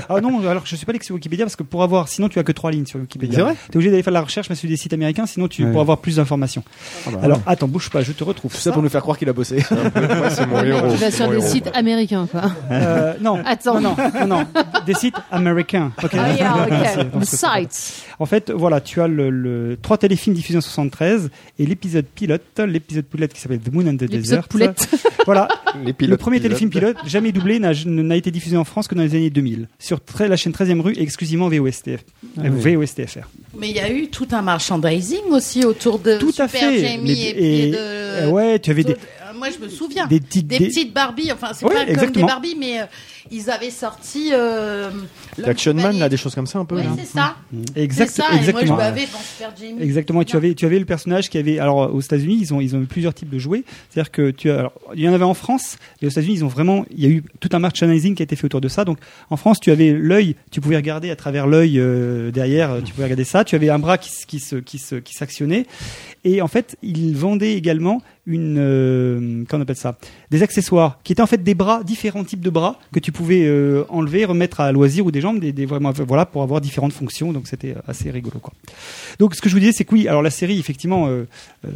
Speaker 5: ah non, alors je suis pas allé que sur Wikipédia parce que pour avoir, sinon tu as que trois lignes sur Wikipédia.
Speaker 1: C'est vrai
Speaker 5: T'es obligé d'aller faire la recherche, mais sur des sites américains, sinon tu
Speaker 1: Ouais.
Speaker 5: pour avoir plus d'informations.
Speaker 1: Ah bah,
Speaker 5: alors
Speaker 1: ouais.
Speaker 5: attends, bouge pas, je te retrouve.
Speaker 1: Tout ça pour nous faire croire qu'il a bossé. c'est
Speaker 3: *laughs*
Speaker 1: mon
Speaker 3: Ah Tu vas sur des sites américains, quoi.
Speaker 5: Euh, non.
Speaker 3: *laughs* Attends.
Speaker 5: Non, non, non, non. des sites américains. Ok.
Speaker 3: *laughs* Ah, yeah, ok.
Speaker 5: *laughs* C'est- donc,
Speaker 3: The
Speaker 5: c'est- c'est pas-
Speaker 3: sites.
Speaker 5: En fait, voilà, tu as le, le- trois téléfilms diffusés en 73 et l'épisode pilote, l'épisode poulette qui s'appelle The Moon and the
Speaker 3: L'épisode
Speaker 5: Desert.
Speaker 3: poulette.
Speaker 5: *laughs* Voilà.
Speaker 7: *laughs* Les pilotes
Speaker 5: le premier
Speaker 7: pilotes.
Speaker 5: téléfilm pilote jamais doublé n'a- n'a été diffusé en France que dans les années 2000 sur très- la chaîne 13e rue et exclusivement VOSTF,
Speaker 7: Ah
Speaker 5: euh,
Speaker 2: oui.
Speaker 5: VOSTFR.
Speaker 9: Mais il y a eu tout un merchandising aussi autour de
Speaker 5: Tout
Speaker 9: Super
Speaker 5: à fait.
Speaker 9: Jamie
Speaker 5: Les-
Speaker 9: et, puis
Speaker 5: et-
Speaker 9: de.
Speaker 5: et ouais, tu avais des-
Speaker 9: Euh, Moi, je me souviens.
Speaker 5: Des petites- des-
Speaker 9: petites Barbie. Enfin, c'est
Speaker 5: Ouais,
Speaker 9: pas comme des
Speaker 5: exactement.
Speaker 9: Barbie, mais euh, ils avaient sorti. euh, l'homme
Speaker 1: Action
Speaker 9: qui
Speaker 1: Man,
Speaker 9: valait-
Speaker 1: là, des choses comme ça un peu.
Speaker 9: Ouais,
Speaker 1: là.
Speaker 9: c'est ça.
Speaker 5: Mm. Exact-
Speaker 9: C'est ça. Et moi, je
Speaker 5: exactement.
Speaker 9: bavais dans Super Jamie.
Speaker 5: Exactement. Et tu avais, tu avais le personnage qui avait. Alors, aux États-Unis, ils ont, ils ont eu plusieurs types de jouets. C'est-à-dire que tu as. Alors, il y en avait en France, mais aux États-Unis, ils ont vraiment. Il y a eu tout un merchandising qui a été fait autour de ça. Donc, en France, tu avais l'œil. Tu pouvais regarder à travers l'œil euh, derrière. euh, Tu pouvais regarder ça. Tu avais un bras qui, se- qui se, qui se, qui s'actionnait. Et en fait, ils vendaient également une. euh, qu'on appelle ça Des accessoires qui étaient en fait des bras, différents types de bras que tu pouvais euh, enlever, remettre à loisir ou des jambes, des, des vraiment voilà pour avoir différentes fonctions. Donc, c'était euh, assez rigolo, quoi. Donc ce que je vous disais, c'est que oui, alors la série, effectivement, euh, euh,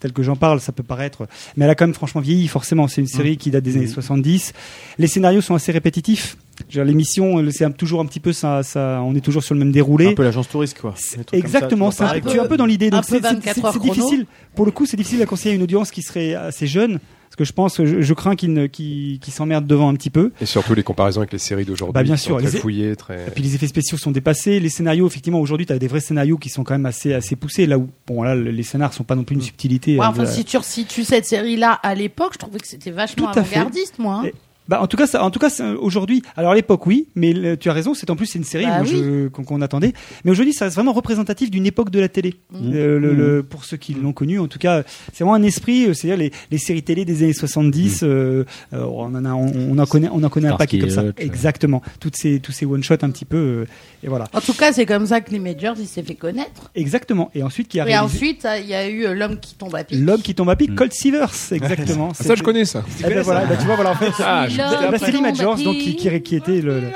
Speaker 5: telle que j'en parle, ça peut paraître, mais elle a quand même franchement vieilli, forcément. C'est une
Speaker 1: Mmh.
Speaker 5: série qui date des années 70. Les scénarios sont assez répétitifs. Genre, L'émission, euh, c'est un- toujours un petit peu ça, ça, on est toujours sur le même déroulé.
Speaker 1: Un peu l'agence touriste, quoi. Des trucs comme ça,
Speaker 5: Exactement,
Speaker 1: toujours
Speaker 5: c'est un,
Speaker 1: pareil,
Speaker 5: tu es
Speaker 1: quoi.
Speaker 5: un peu dans l'idée.
Speaker 1: Un
Speaker 5: Donc
Speaker 1: peu
Speaker 5: c'est- c'est
Speaker 1: 24
Speaker 5: c'est-
Speaker 1: heures
Speaker 5: c'est
Speaker 1: chrono.
Speaker 5: difficile. Pour le coup, c'est difficile à conseiller à une audience qui serait assez jeune, parce que je pense, je, je crains qu'ils ne- qu'ils qu'ils s'emmerdent devant un petit peu.
Speaker 7: Et surtout les comparaisons avec les séries d'aujourd'hui.
Speaker 5: Bah, bien
Speaker 7: qui sont
Speaker 5: sûr,
Speaker 7: Très
Speaker 5: les-
Speaker 7: fouillées, très.
Speaker 5: Et puis les effets spéciaux sont dépassés. Les scénarios, effectivement, aujourd'hui, tu as des vrais scénarios qui sont quand même assez, assez poussés. Là où, bon, là, le- les scénars sont pas non plus
Speaker 7: Mm.
Speaker 5: une subtilité.
Speaker 9: Ouais,
Speaker 5: euh,
Speaker 9: enfin,
Speaker 5: de-
Speaker 9: si tu resitues cette série-là à l'époque, je trouvais que c'était vachement
Speaker 5: Tout à fait.
Speaker 9: avant-gardiste, moi. hein.
Speaker 5: Bah, en tout cas, ça, en tout cas, c'est, euh, aujourd'hui. Alors à l'époque, oui, mais le- tu as raison. C'est en plus c'est une série
Speaker 9: Bah
Speaker 5: où je- qu'on, qu'on attendait. Mais aujourd'hui, ça reste vraiment représentatif d'une époque de la télé.
Speaker 9: Mmh.
Speaker 5: Euh, le- le- pour ceux qui l'ont connu, en tout cas, c'est vraiment un esprit. euh, C'est-à-dire les, les séries télé des années 70. euh, euh, on en a, on, on en connaît, on en connaît un
Speaker 6: Mmh. Starsky
Speaker 5: paquet comme ça.
Speaker 6: Hutch, euh.
Speaker 5: Exactement. Toutes ces, tous ces one shots un petit peu. euh, et voilà.
Speaker 9: En tout cas, c'est comme ça que les Majors, il s'est fait connaître.
Speaker 5: Exactement. Et ensuite, qui a
Speaker 9: Et
Speaker 5: réalisé-
Speaker 9: ensuite, il y a eu euh, l'homme qui tombe à pic.
Speaker 5: L'homme qui tombe à
Speaker 6: Mmh.
Speaker 5: pic, Cold Severs,
Speaker 10: Ah,
Speaker 5: exactement.
Speaker 10: *laughs* ça, je connais ça.
Speaker 5: Eh ben voilà, eh ben tu vois, voilà, en fait,
Speaker 10: Ah, je-
Speaker 5: Eh ben, c'est Lee Majors, donc, qui, qui, qui était le, le-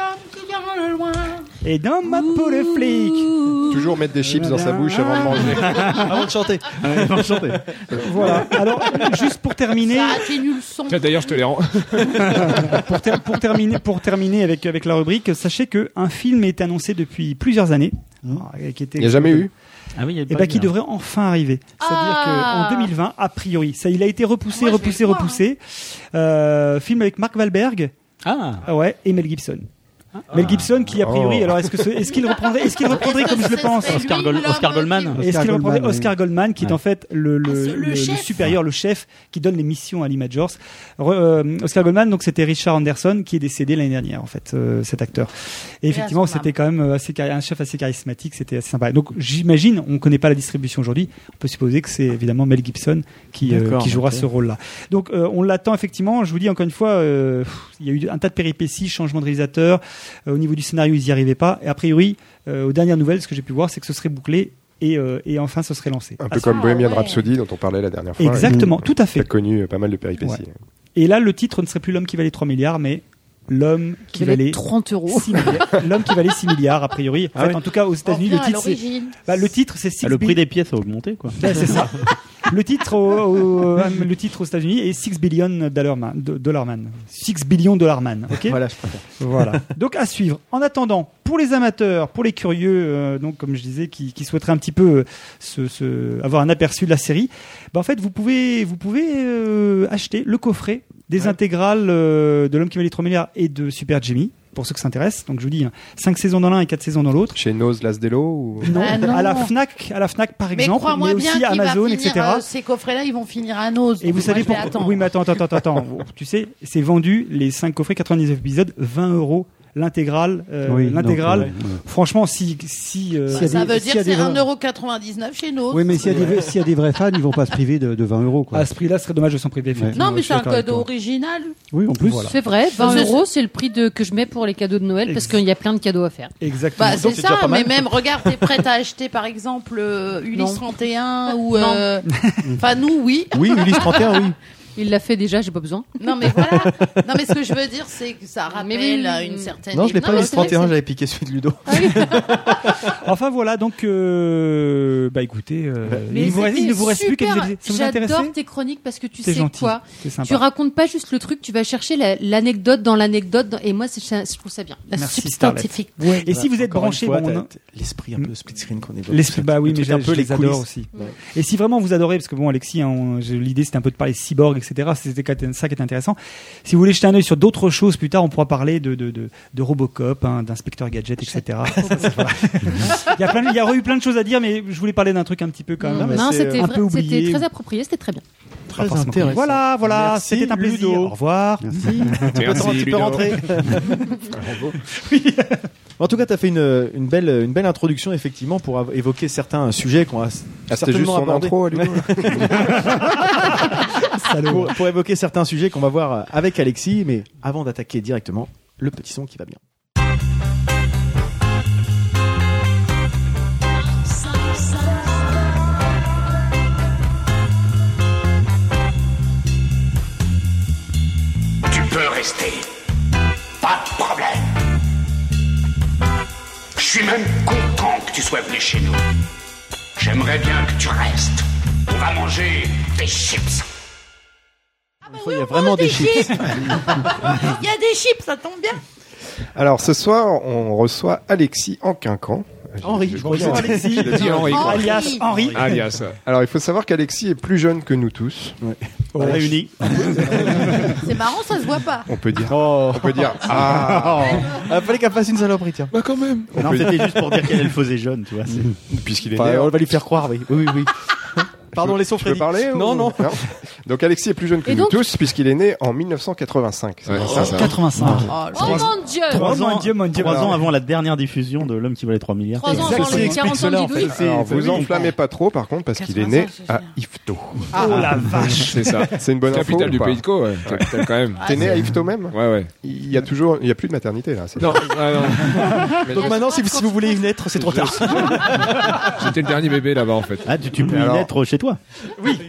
Speaker 5: Et dans ma peau le flic
Speaker 7: Toujours mettre des chips dans sa bouche avant de
Speaker 5: *laughs*
Speaker 7: manger.
Speaker 1: Avant
Speaker 7: *laughs*
Speaker 1: de chanter.
Speaker 6: Avant de chanter.
Speaker 5: Voilà, alors, juste pour terminer.
Speaker 9: atténue le son.
Speaker 10: Tiens, D'ailleurs, je te les rends.
Speaker 5: *laughs* pour, ter- pour terminer, pour terminer avec, avec la rubrique, sachez qu'un film est annoncé depuis plusieurs années. Ah, qui
Speaker 7: Mmh.
Speaker 5: était-
Speaker 7: Il n'y a jamais eu.
Speaker 6: Ah oui, il y a
Speaker 5: Et
Speaker 6: pas
Speaker 5: bah,
Speaker 6: eu,
Speaker 5: qui
Speaker 6: hein.
Speaker 5: devrait enfin arriver. C'est-à-dire
Speaker 6: Ah.
Speaker 5: qu'en 2020, a priori, ça, il a été repoussé, repoussé, repoussé. Euh, film avec Mark Wahlberg.
Speaker 6: Ah.
Speaker 5: ouais, et Mel Gibson.
Speaker 7: Ah.
Speaker 5: Mel Gibson
Speaker 7: Oh.
Speaker 5: qui a priori alors est-ce que ce- est-ce qu'il reprendrait est-ce qu'il reprendrait comme je le pense
Speaker 6: Oscar, Gol- Ah, Oscar Goldman
Speaker 5: Est-ce qu'il reprendrait Oscar Goldman, qui est en fait le, le- le- le
Speaker 6: chef.
Speaker 5: supérieur, le chef, qui donne les missions à Lee Majors Re- euh, Oscar Goldman, donc c'était Richard Anderson, qui est décédé l'année dernière, en fait, euh, cet acteur. Et effectivement,
Speaker 12: insoutenable.
Speaker 5: c'était quand même euh, assez, chari- un chef assez charismatique, c'était assez sympa. Donc j'imagine, on ne connaît pas la distribution aujourd'hui, on peut supposer que c'est évidemment Mel Gibson qui, euh,
Speaker 12: D'accord,
Speaker 5: qui jouera
Speaker 12: ok.
Speaker 5: ce rôle-là. Donc euh, on l'attend effectivement, je vous dis encore une fois, euh, pff, il y a eu un tas de péripéties, changement de réalisateur, Euh, au niveau du scénario ils n'y arrivaient pas, et a priori, euh, aux dernières nouvelles, ce que j'ai pu voir, c'est que ce serait bouclé et, euh, et enfin ce serait lancé.
Speaker 7: Un peu comme Bohemian Rhapsody dont on parlait la dernière fois.
Speaker 5: Ah, Exactement,
Speaker 7: et
Speaker 5: tout à fait.
Speaker 7: Qui a connu euh, pas mal de péripéties.
Speaker 5: Ouais.
Speaker 6: hein.
Speaker 5: Et là, le titre ne serait plus l'homme qui valait 3 milliards, mais l'homme qui,
Speaker 7: valait 30
Speaker 5: euros.
Speaker 3: *laughs*
Speaker 5: L'homme qui valait 6 milliards, a priori. En,
Speaker 6: Ah
Speaker 5: fait,
Speaker 6: ouais.
Speaker 5: en tout cas, aux États-Unis,
Speaker 6: On
Speaker 5: le
Speaker 6: revient à
Speaker 5: titre, c'est.
Speaker 6: l'origine.
Speaker 5: Bah, le titre, c'est
Speaker 6: Ah,
Speaker 5: Six
Speaker 6: Le prix
Speaker 5: Bill-
Speaker 6: des pièces a augmenté, quoi.
Speaker 5: Ouais, c'est ça. Le titre, au- au- euh, le titre aux États-Unis est 6 billion dollar man. do- dollar man. 6 billions dollar man. ok
Speaker 1: Voilà, je préfère.
Speaker 5: Voilà. Donc à suivre. En attendant, pour les amateurs, pour les curieux, euh, donc comme je disais, qui, qui souhaiteraient un petit peu euh, se- se- avoir un aperçu de la série, bah, en fait vous pouvez vous pouvez euh, acheter le coffret des intégrales euh, de l'homme qui valait 3 milliards et de Super Jimmy. Pour ceux que ça intéresse, donc je vous dis, 5 saisons dans l'un et 4 saisons dans l'autre.
Speaker 7: Chez Noz Lasdello ou...
Speaker 5: Non,
Speaker 9: Ah non.
Speaker 5: à la Fnac, à la Fnac par
Speaker 9: Mais
Speaker 5: exemple, mais,
Speaker 9: crois-moi bien
Speaker 5: aussi
Speaker 9: qu'il va
Speaker 5: Amazon,
Speaker 9: finir,
Speaker 5: etc.
Speaker 9: euh, ces coffrets-là, ils vont finir à nos.
Speaker 5: Et vous savez pourquoi Oui, mais attends, attends,
Speaker 9: *laughs*
Speaker 5: attends, attends. Oh, tu sais, c'est vendu les 5 coffrets, 99 épisodes, 20 euros l'intégrale. euh,
Speaker 2: Oui, non,
Speaker 5: l'intégrale.
Speaker 2: ouais, ouais.
Speaker 5: Franchement, si si euh,
Speaker 9: Ça, veut dire
Speaker 2: s'il y a
Speaker 9: c'est
Speaker 2: des-
Speaker 9: 1,99€ chez nous.
Speaker 2: Oui, mais s'il y, a des- s'il y a des vrais fans, ils vont pas se priver de, de 20 euros. Quoi.
Speaker 5: À ce prix-là, ce serait dommage de s'en priver.
Speaker 9: Non, mais c'est un cadeau original.
Speaker 2: Oui, en plus.
Speaker 3: C'est vrai, 20
Speaker 9: Ce-
Speaker 3: euros, c'est le prix de, que je mets pour les cadeaux de Noël parce qu'il y a plein de cadeaux à faire.
Speaker 5: Exactement.
Speaker 9: Bah, c'est ça, mais même, regarde, t'es prête à acheter par exemple euh, Ulysse 31 ou.
Speaker 3: Non.
Speaker 9: euh, Enfin, nous, oui.
Speaker 3: *laughs* Il l'a fait déjà, j'ai pas
Speaker 5: *laughs*
Speaker 3: besoin.
Speaker 9: Non, mais voilà. Non, mais ce que je veux dire, c'est que ça rappelle euh, une certaine.
Speaker 1: Non, je l'ai pas
Speaker 9: mais
Speaker 1: mis
Speaker 9: c'est Ah vrai que
Speaker 1: 31, j'avais piqué celui de Ludo.
Speaker 5: *laughs*
Speaker 9: *laughs*
Speaker 5: Enfin voilà, donc euh, bah écoutez, euh, il, vous reste- il ne vous reste plus qu'à
Speaker 3: super.
Speaker 5: vous Ça vous intéresse
Speaker 3: J'adore tes chroniques parce que tu
Speaker 5: T'es
Speaker 3: sais
Speaker 5: gentil,
Speaker 3: quoi
Speaker 5: t'es sympa.
Speaker 3: Tu racontes pas juste le truc, tu vas chercher la- l'anecdote dans l'anecdote dans- et moi c'est- ça- je trouve ça bien. La
Speaker 5: Merci,
Speaker 3: substantifique.
Speaker 5: Starlet. Ouais, Et si vous êtes
Speaker 1: Encore une
Speaker 5: branché,
Speaker 1: fois,
Speaker 5: bon,
Speaker 1: t'as-
Speaker 5: on-
Speaker 1: t'as l'esprit un peu split screen qu'on évoque.
Speaker 5: Les, Hmm. bah oui,
Speaker 1: Le
Speaker 5: mais
Speaker 1: truc
Speaker 5: j'ai- je les adore
Speaker 1: coulisses.
Speaker 5: aussi.
Speaker 1: Ouais.
Speaker 5: Et si vraiment vous adorez, parce que bon, Alexis, hein, on- j'ai- l'idée c'était un peu de parler cyborg, etc. C'était quand même ça qui est intéressant. Si vous voulez jeter un œil sur d'autres choses plus tard, on pourra parler de, de, de, de Robocop, hein, d'Inspecteur Gadget, etc.
Speaker 3: *laughs*
Speaker 5: Voilà. il, y a plein, de- il y aurait eu plein de choses à dire, mais je voulais parler d'un truc un petit peu quand même.
Speaker 3: Non, c'était
Speaker 5: un
Speaker 3: vrai-
Speaker 5: peu oublié.
Speaker 3: c'était très approprié, c'était très bien.
Speaker 5: Pas forcément connu. Voilà, voilà,
Speaker 1: Merci,
Speaker 5: c'était un plaisir.
Speaker 1: Ludo.
Speaker 5: Au revoir.
Speaker 1: Tu peux, tu peux rentrer.
Speaker 7: *laughs*
Speaker 1: En tout cas, tu as fait une, une belle, une belle introduction, effectivement, pour av- évoquer certains sujets qu'on a s-
Speaker 7: Ah, c'était
Speaker 1: certainement
Speaker 7: juste son
Speaker 1: abordés.
Speaker 7: intro,
Speaker 1: *laughs*
Speaker 7: Ludo
Speaker 1: pour, pour évoquer certains sujets qu'on va voir euh, avec Alexis, mais avant d'attaquer directement, le petit son qui va bien.
Speaker 11: Tu peux rester. Pas de problème. Je suis même content que tu sois venu chez nous. J'aimerais bien que tu restes. On va manger des chips.
Speaker 1: Il y a vraiment des chips.
Speaker 9: Il y a des chips, ça tombe bien.
Speaker 7: Alors ce soir, on reçoit Alexis en quinquant.
Speaker 1: Henri, bonjour Alexis.
Speaker 7: Je l'ai dit, Henri, quoi.
Speaker 5: Alias Henri.
Speaker 10: Alias.
Speaker 7: Alors il faut savoir qu'Alexis est plus jeune que nous tous.
Speaker 1: Réunis.
Speaker 9: C'est marrant, ça se voit pas.
Speaker 7: On peut dire.
Speaker 1: Oh.
Speaker 7: On peut
Speaker 1: *laughs*
Speaker 7: dire. Ah.
Speaker 5: *laughs*
Speaker 7: *laughs*
Speaker 1: Ah, fallait qu'elle fasse une saloperie, tiens.
Speaker 7: Bah quand même.
Speaker 6: Non, c'était juste pour dire qu'elle elle faisait jeune, tu vois. *laughs* c'est-
Speaker 7: Puisqu'il est
Speaker 1: Enfin,
Speaker 7: né.
Speaker 1: on va lui faire croire, oui. Oui, oui, oui. Pardon, laissons
Speaker 7: Tu veux parler
Speaker 1: Freddy.
Speaker 7: ou-
Speaker 1: Non, non.
Speaker 7: Donc Alexis est plus jeune que
Speaker 3: Et
Speaker 7: nous
Speaker 3: donc-
Speaker 7: tous puisqu'il est né en 1985. c'est bien ça
Speaker 5: 85.
Speaker 3: Oh mon dieu
Speaker 6: Trois ans, trois
Speaker 7: Alors-
Speaker 6: ans avant la dernière diffusion de L'homme qui valait 3 milliards.
Speaker 3: Trois ans avant les 40 ans de bidouille.
Speaker 7: Alors, vous
Speaker 6: en
Speaker 7: enflammez pas trop, par contre, parce qu'il est né à
Speaker 3: *laughs*
Speaker 7: Ifto.
Speaker 5: Ah, oh la vache
Speaker 10: C'est ça.
Speaker 7: C'est une bonne info.
Speaker 10: Capitale
Speaker 7: ou
Speaker 10: du
Speaker 7: pas
Speaker 10: pays de Co, ouais. Capitale quand même.
Speaker 1: Ah,
Speaker 7: T'es né à Ifto même
Speaker 10: Ouais, ouais.
Speaker 7: Il y a toujours, il y a plus de maternité là. c'est-
Speaker 10: Non, ah, non.
Speaker 1: Donc maintenant, si vous, si *laughs* vous voulez une lettre, c'est trop tard.
Speaker 10: j'étais le dernier bébé là-bas en fait.
Speaker 6: Ah, tu, tu peux
Speaker 7: Alors-
Speaker 6: y naître chez toi.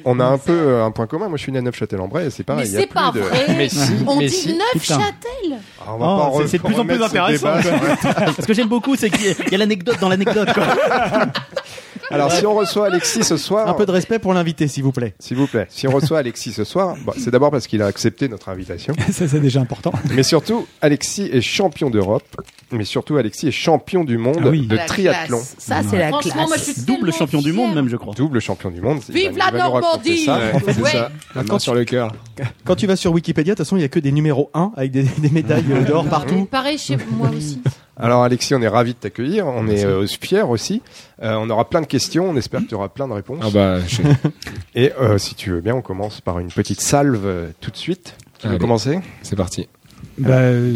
Speaker 7: On a un peu euh, un point commun. Moi, je suis né à Neufchâtel-en-Bray, et c'est pareil.
Speaker 9: Mais
Speaker 7: il y a
Speaker 9: c'est
Speaker 7: plus
Speaker 9: pas
Speaker 7: de-
Speaker 9: vrai.
Speaker 7: *laughs* Mais si,
Speaker 9: On
Speaker 7: mais
Speaker 9: dit
Speaker 7: si.
Speaker 9: Neufchâtel.
Speaker 7: Ah, on va pas
Speaker 6: Oh,
Speaker 7: re-
Speaker 6: c'est- c'est de plus en plus
Speaker 7: remettre ce
Speaker 6: intéressant.
Speaker 7: débat,
Speaker 6: quoi.
Speaker 7: c'est vrai.
Speaker 6: *laughs* Ce que j'aime beaucoup, c'est qu'il y a- il y a l'anecdote dans l'anecdote. quoi.
Speaker 7: Alors, si on reçoit Alexis ce soir,
Speaker 1: Un peu de respect pour l'invité, s'il vous plaît.
Speaker 7: s'il vous plaît, si on reçoit Alexis ce soir, bah, c'est d'abord
Speaker 6: *laughs*
Speaker 7: parce qu'il a accepté notre invitation.
Speaker 5: Ça, c'est déjà important.
Speaker 7: Mais surtout, Alexis est champion d'Europe, mais surtout Alexis est champion du monde
Speaker 6: Ah oui.
Speaker 7: de
Speaker 6: La
Speaker 7: triathlon.
Speaker 6: classe. Ça, c'est la Franchement, classe. moi, je suis Double tellement champion du fière. monde, même, je crois.
Speaker 7: Double champion du monde.
Speaker 6: Vive la Normandie
Speaker 7: Ouais.
Speaker 6: Ouais.
Speaker 1: Quand
Speaker 7: sur le cœur.
Speaker 1: Quand tu vas sur Wikipédia, de toute façon, il y a que des numéros 1 avec des, des médailles euh, d'or partout.
Speaker 3: Pareil chez
Speaker 5: *laughs*
Speaker 3: moi aussi.
Speaker 7: Alors Alexis, on est ravi de t'accueillir, on est euh, fiers aussi. Euh, on aura plein de questions, on espère que tu auras plein de réponses.
Speaker 10: Ah bah, je-
Speaker 7: *laughs* Et euh, si tu veux bien, on commence par une petite salve euh, tout de suite. Tu veux
Speaker 10: Allez.
Speaker 7: commencer
Speaker 10: C'est parti.
Speaker 5: Bah, *laughs* euh,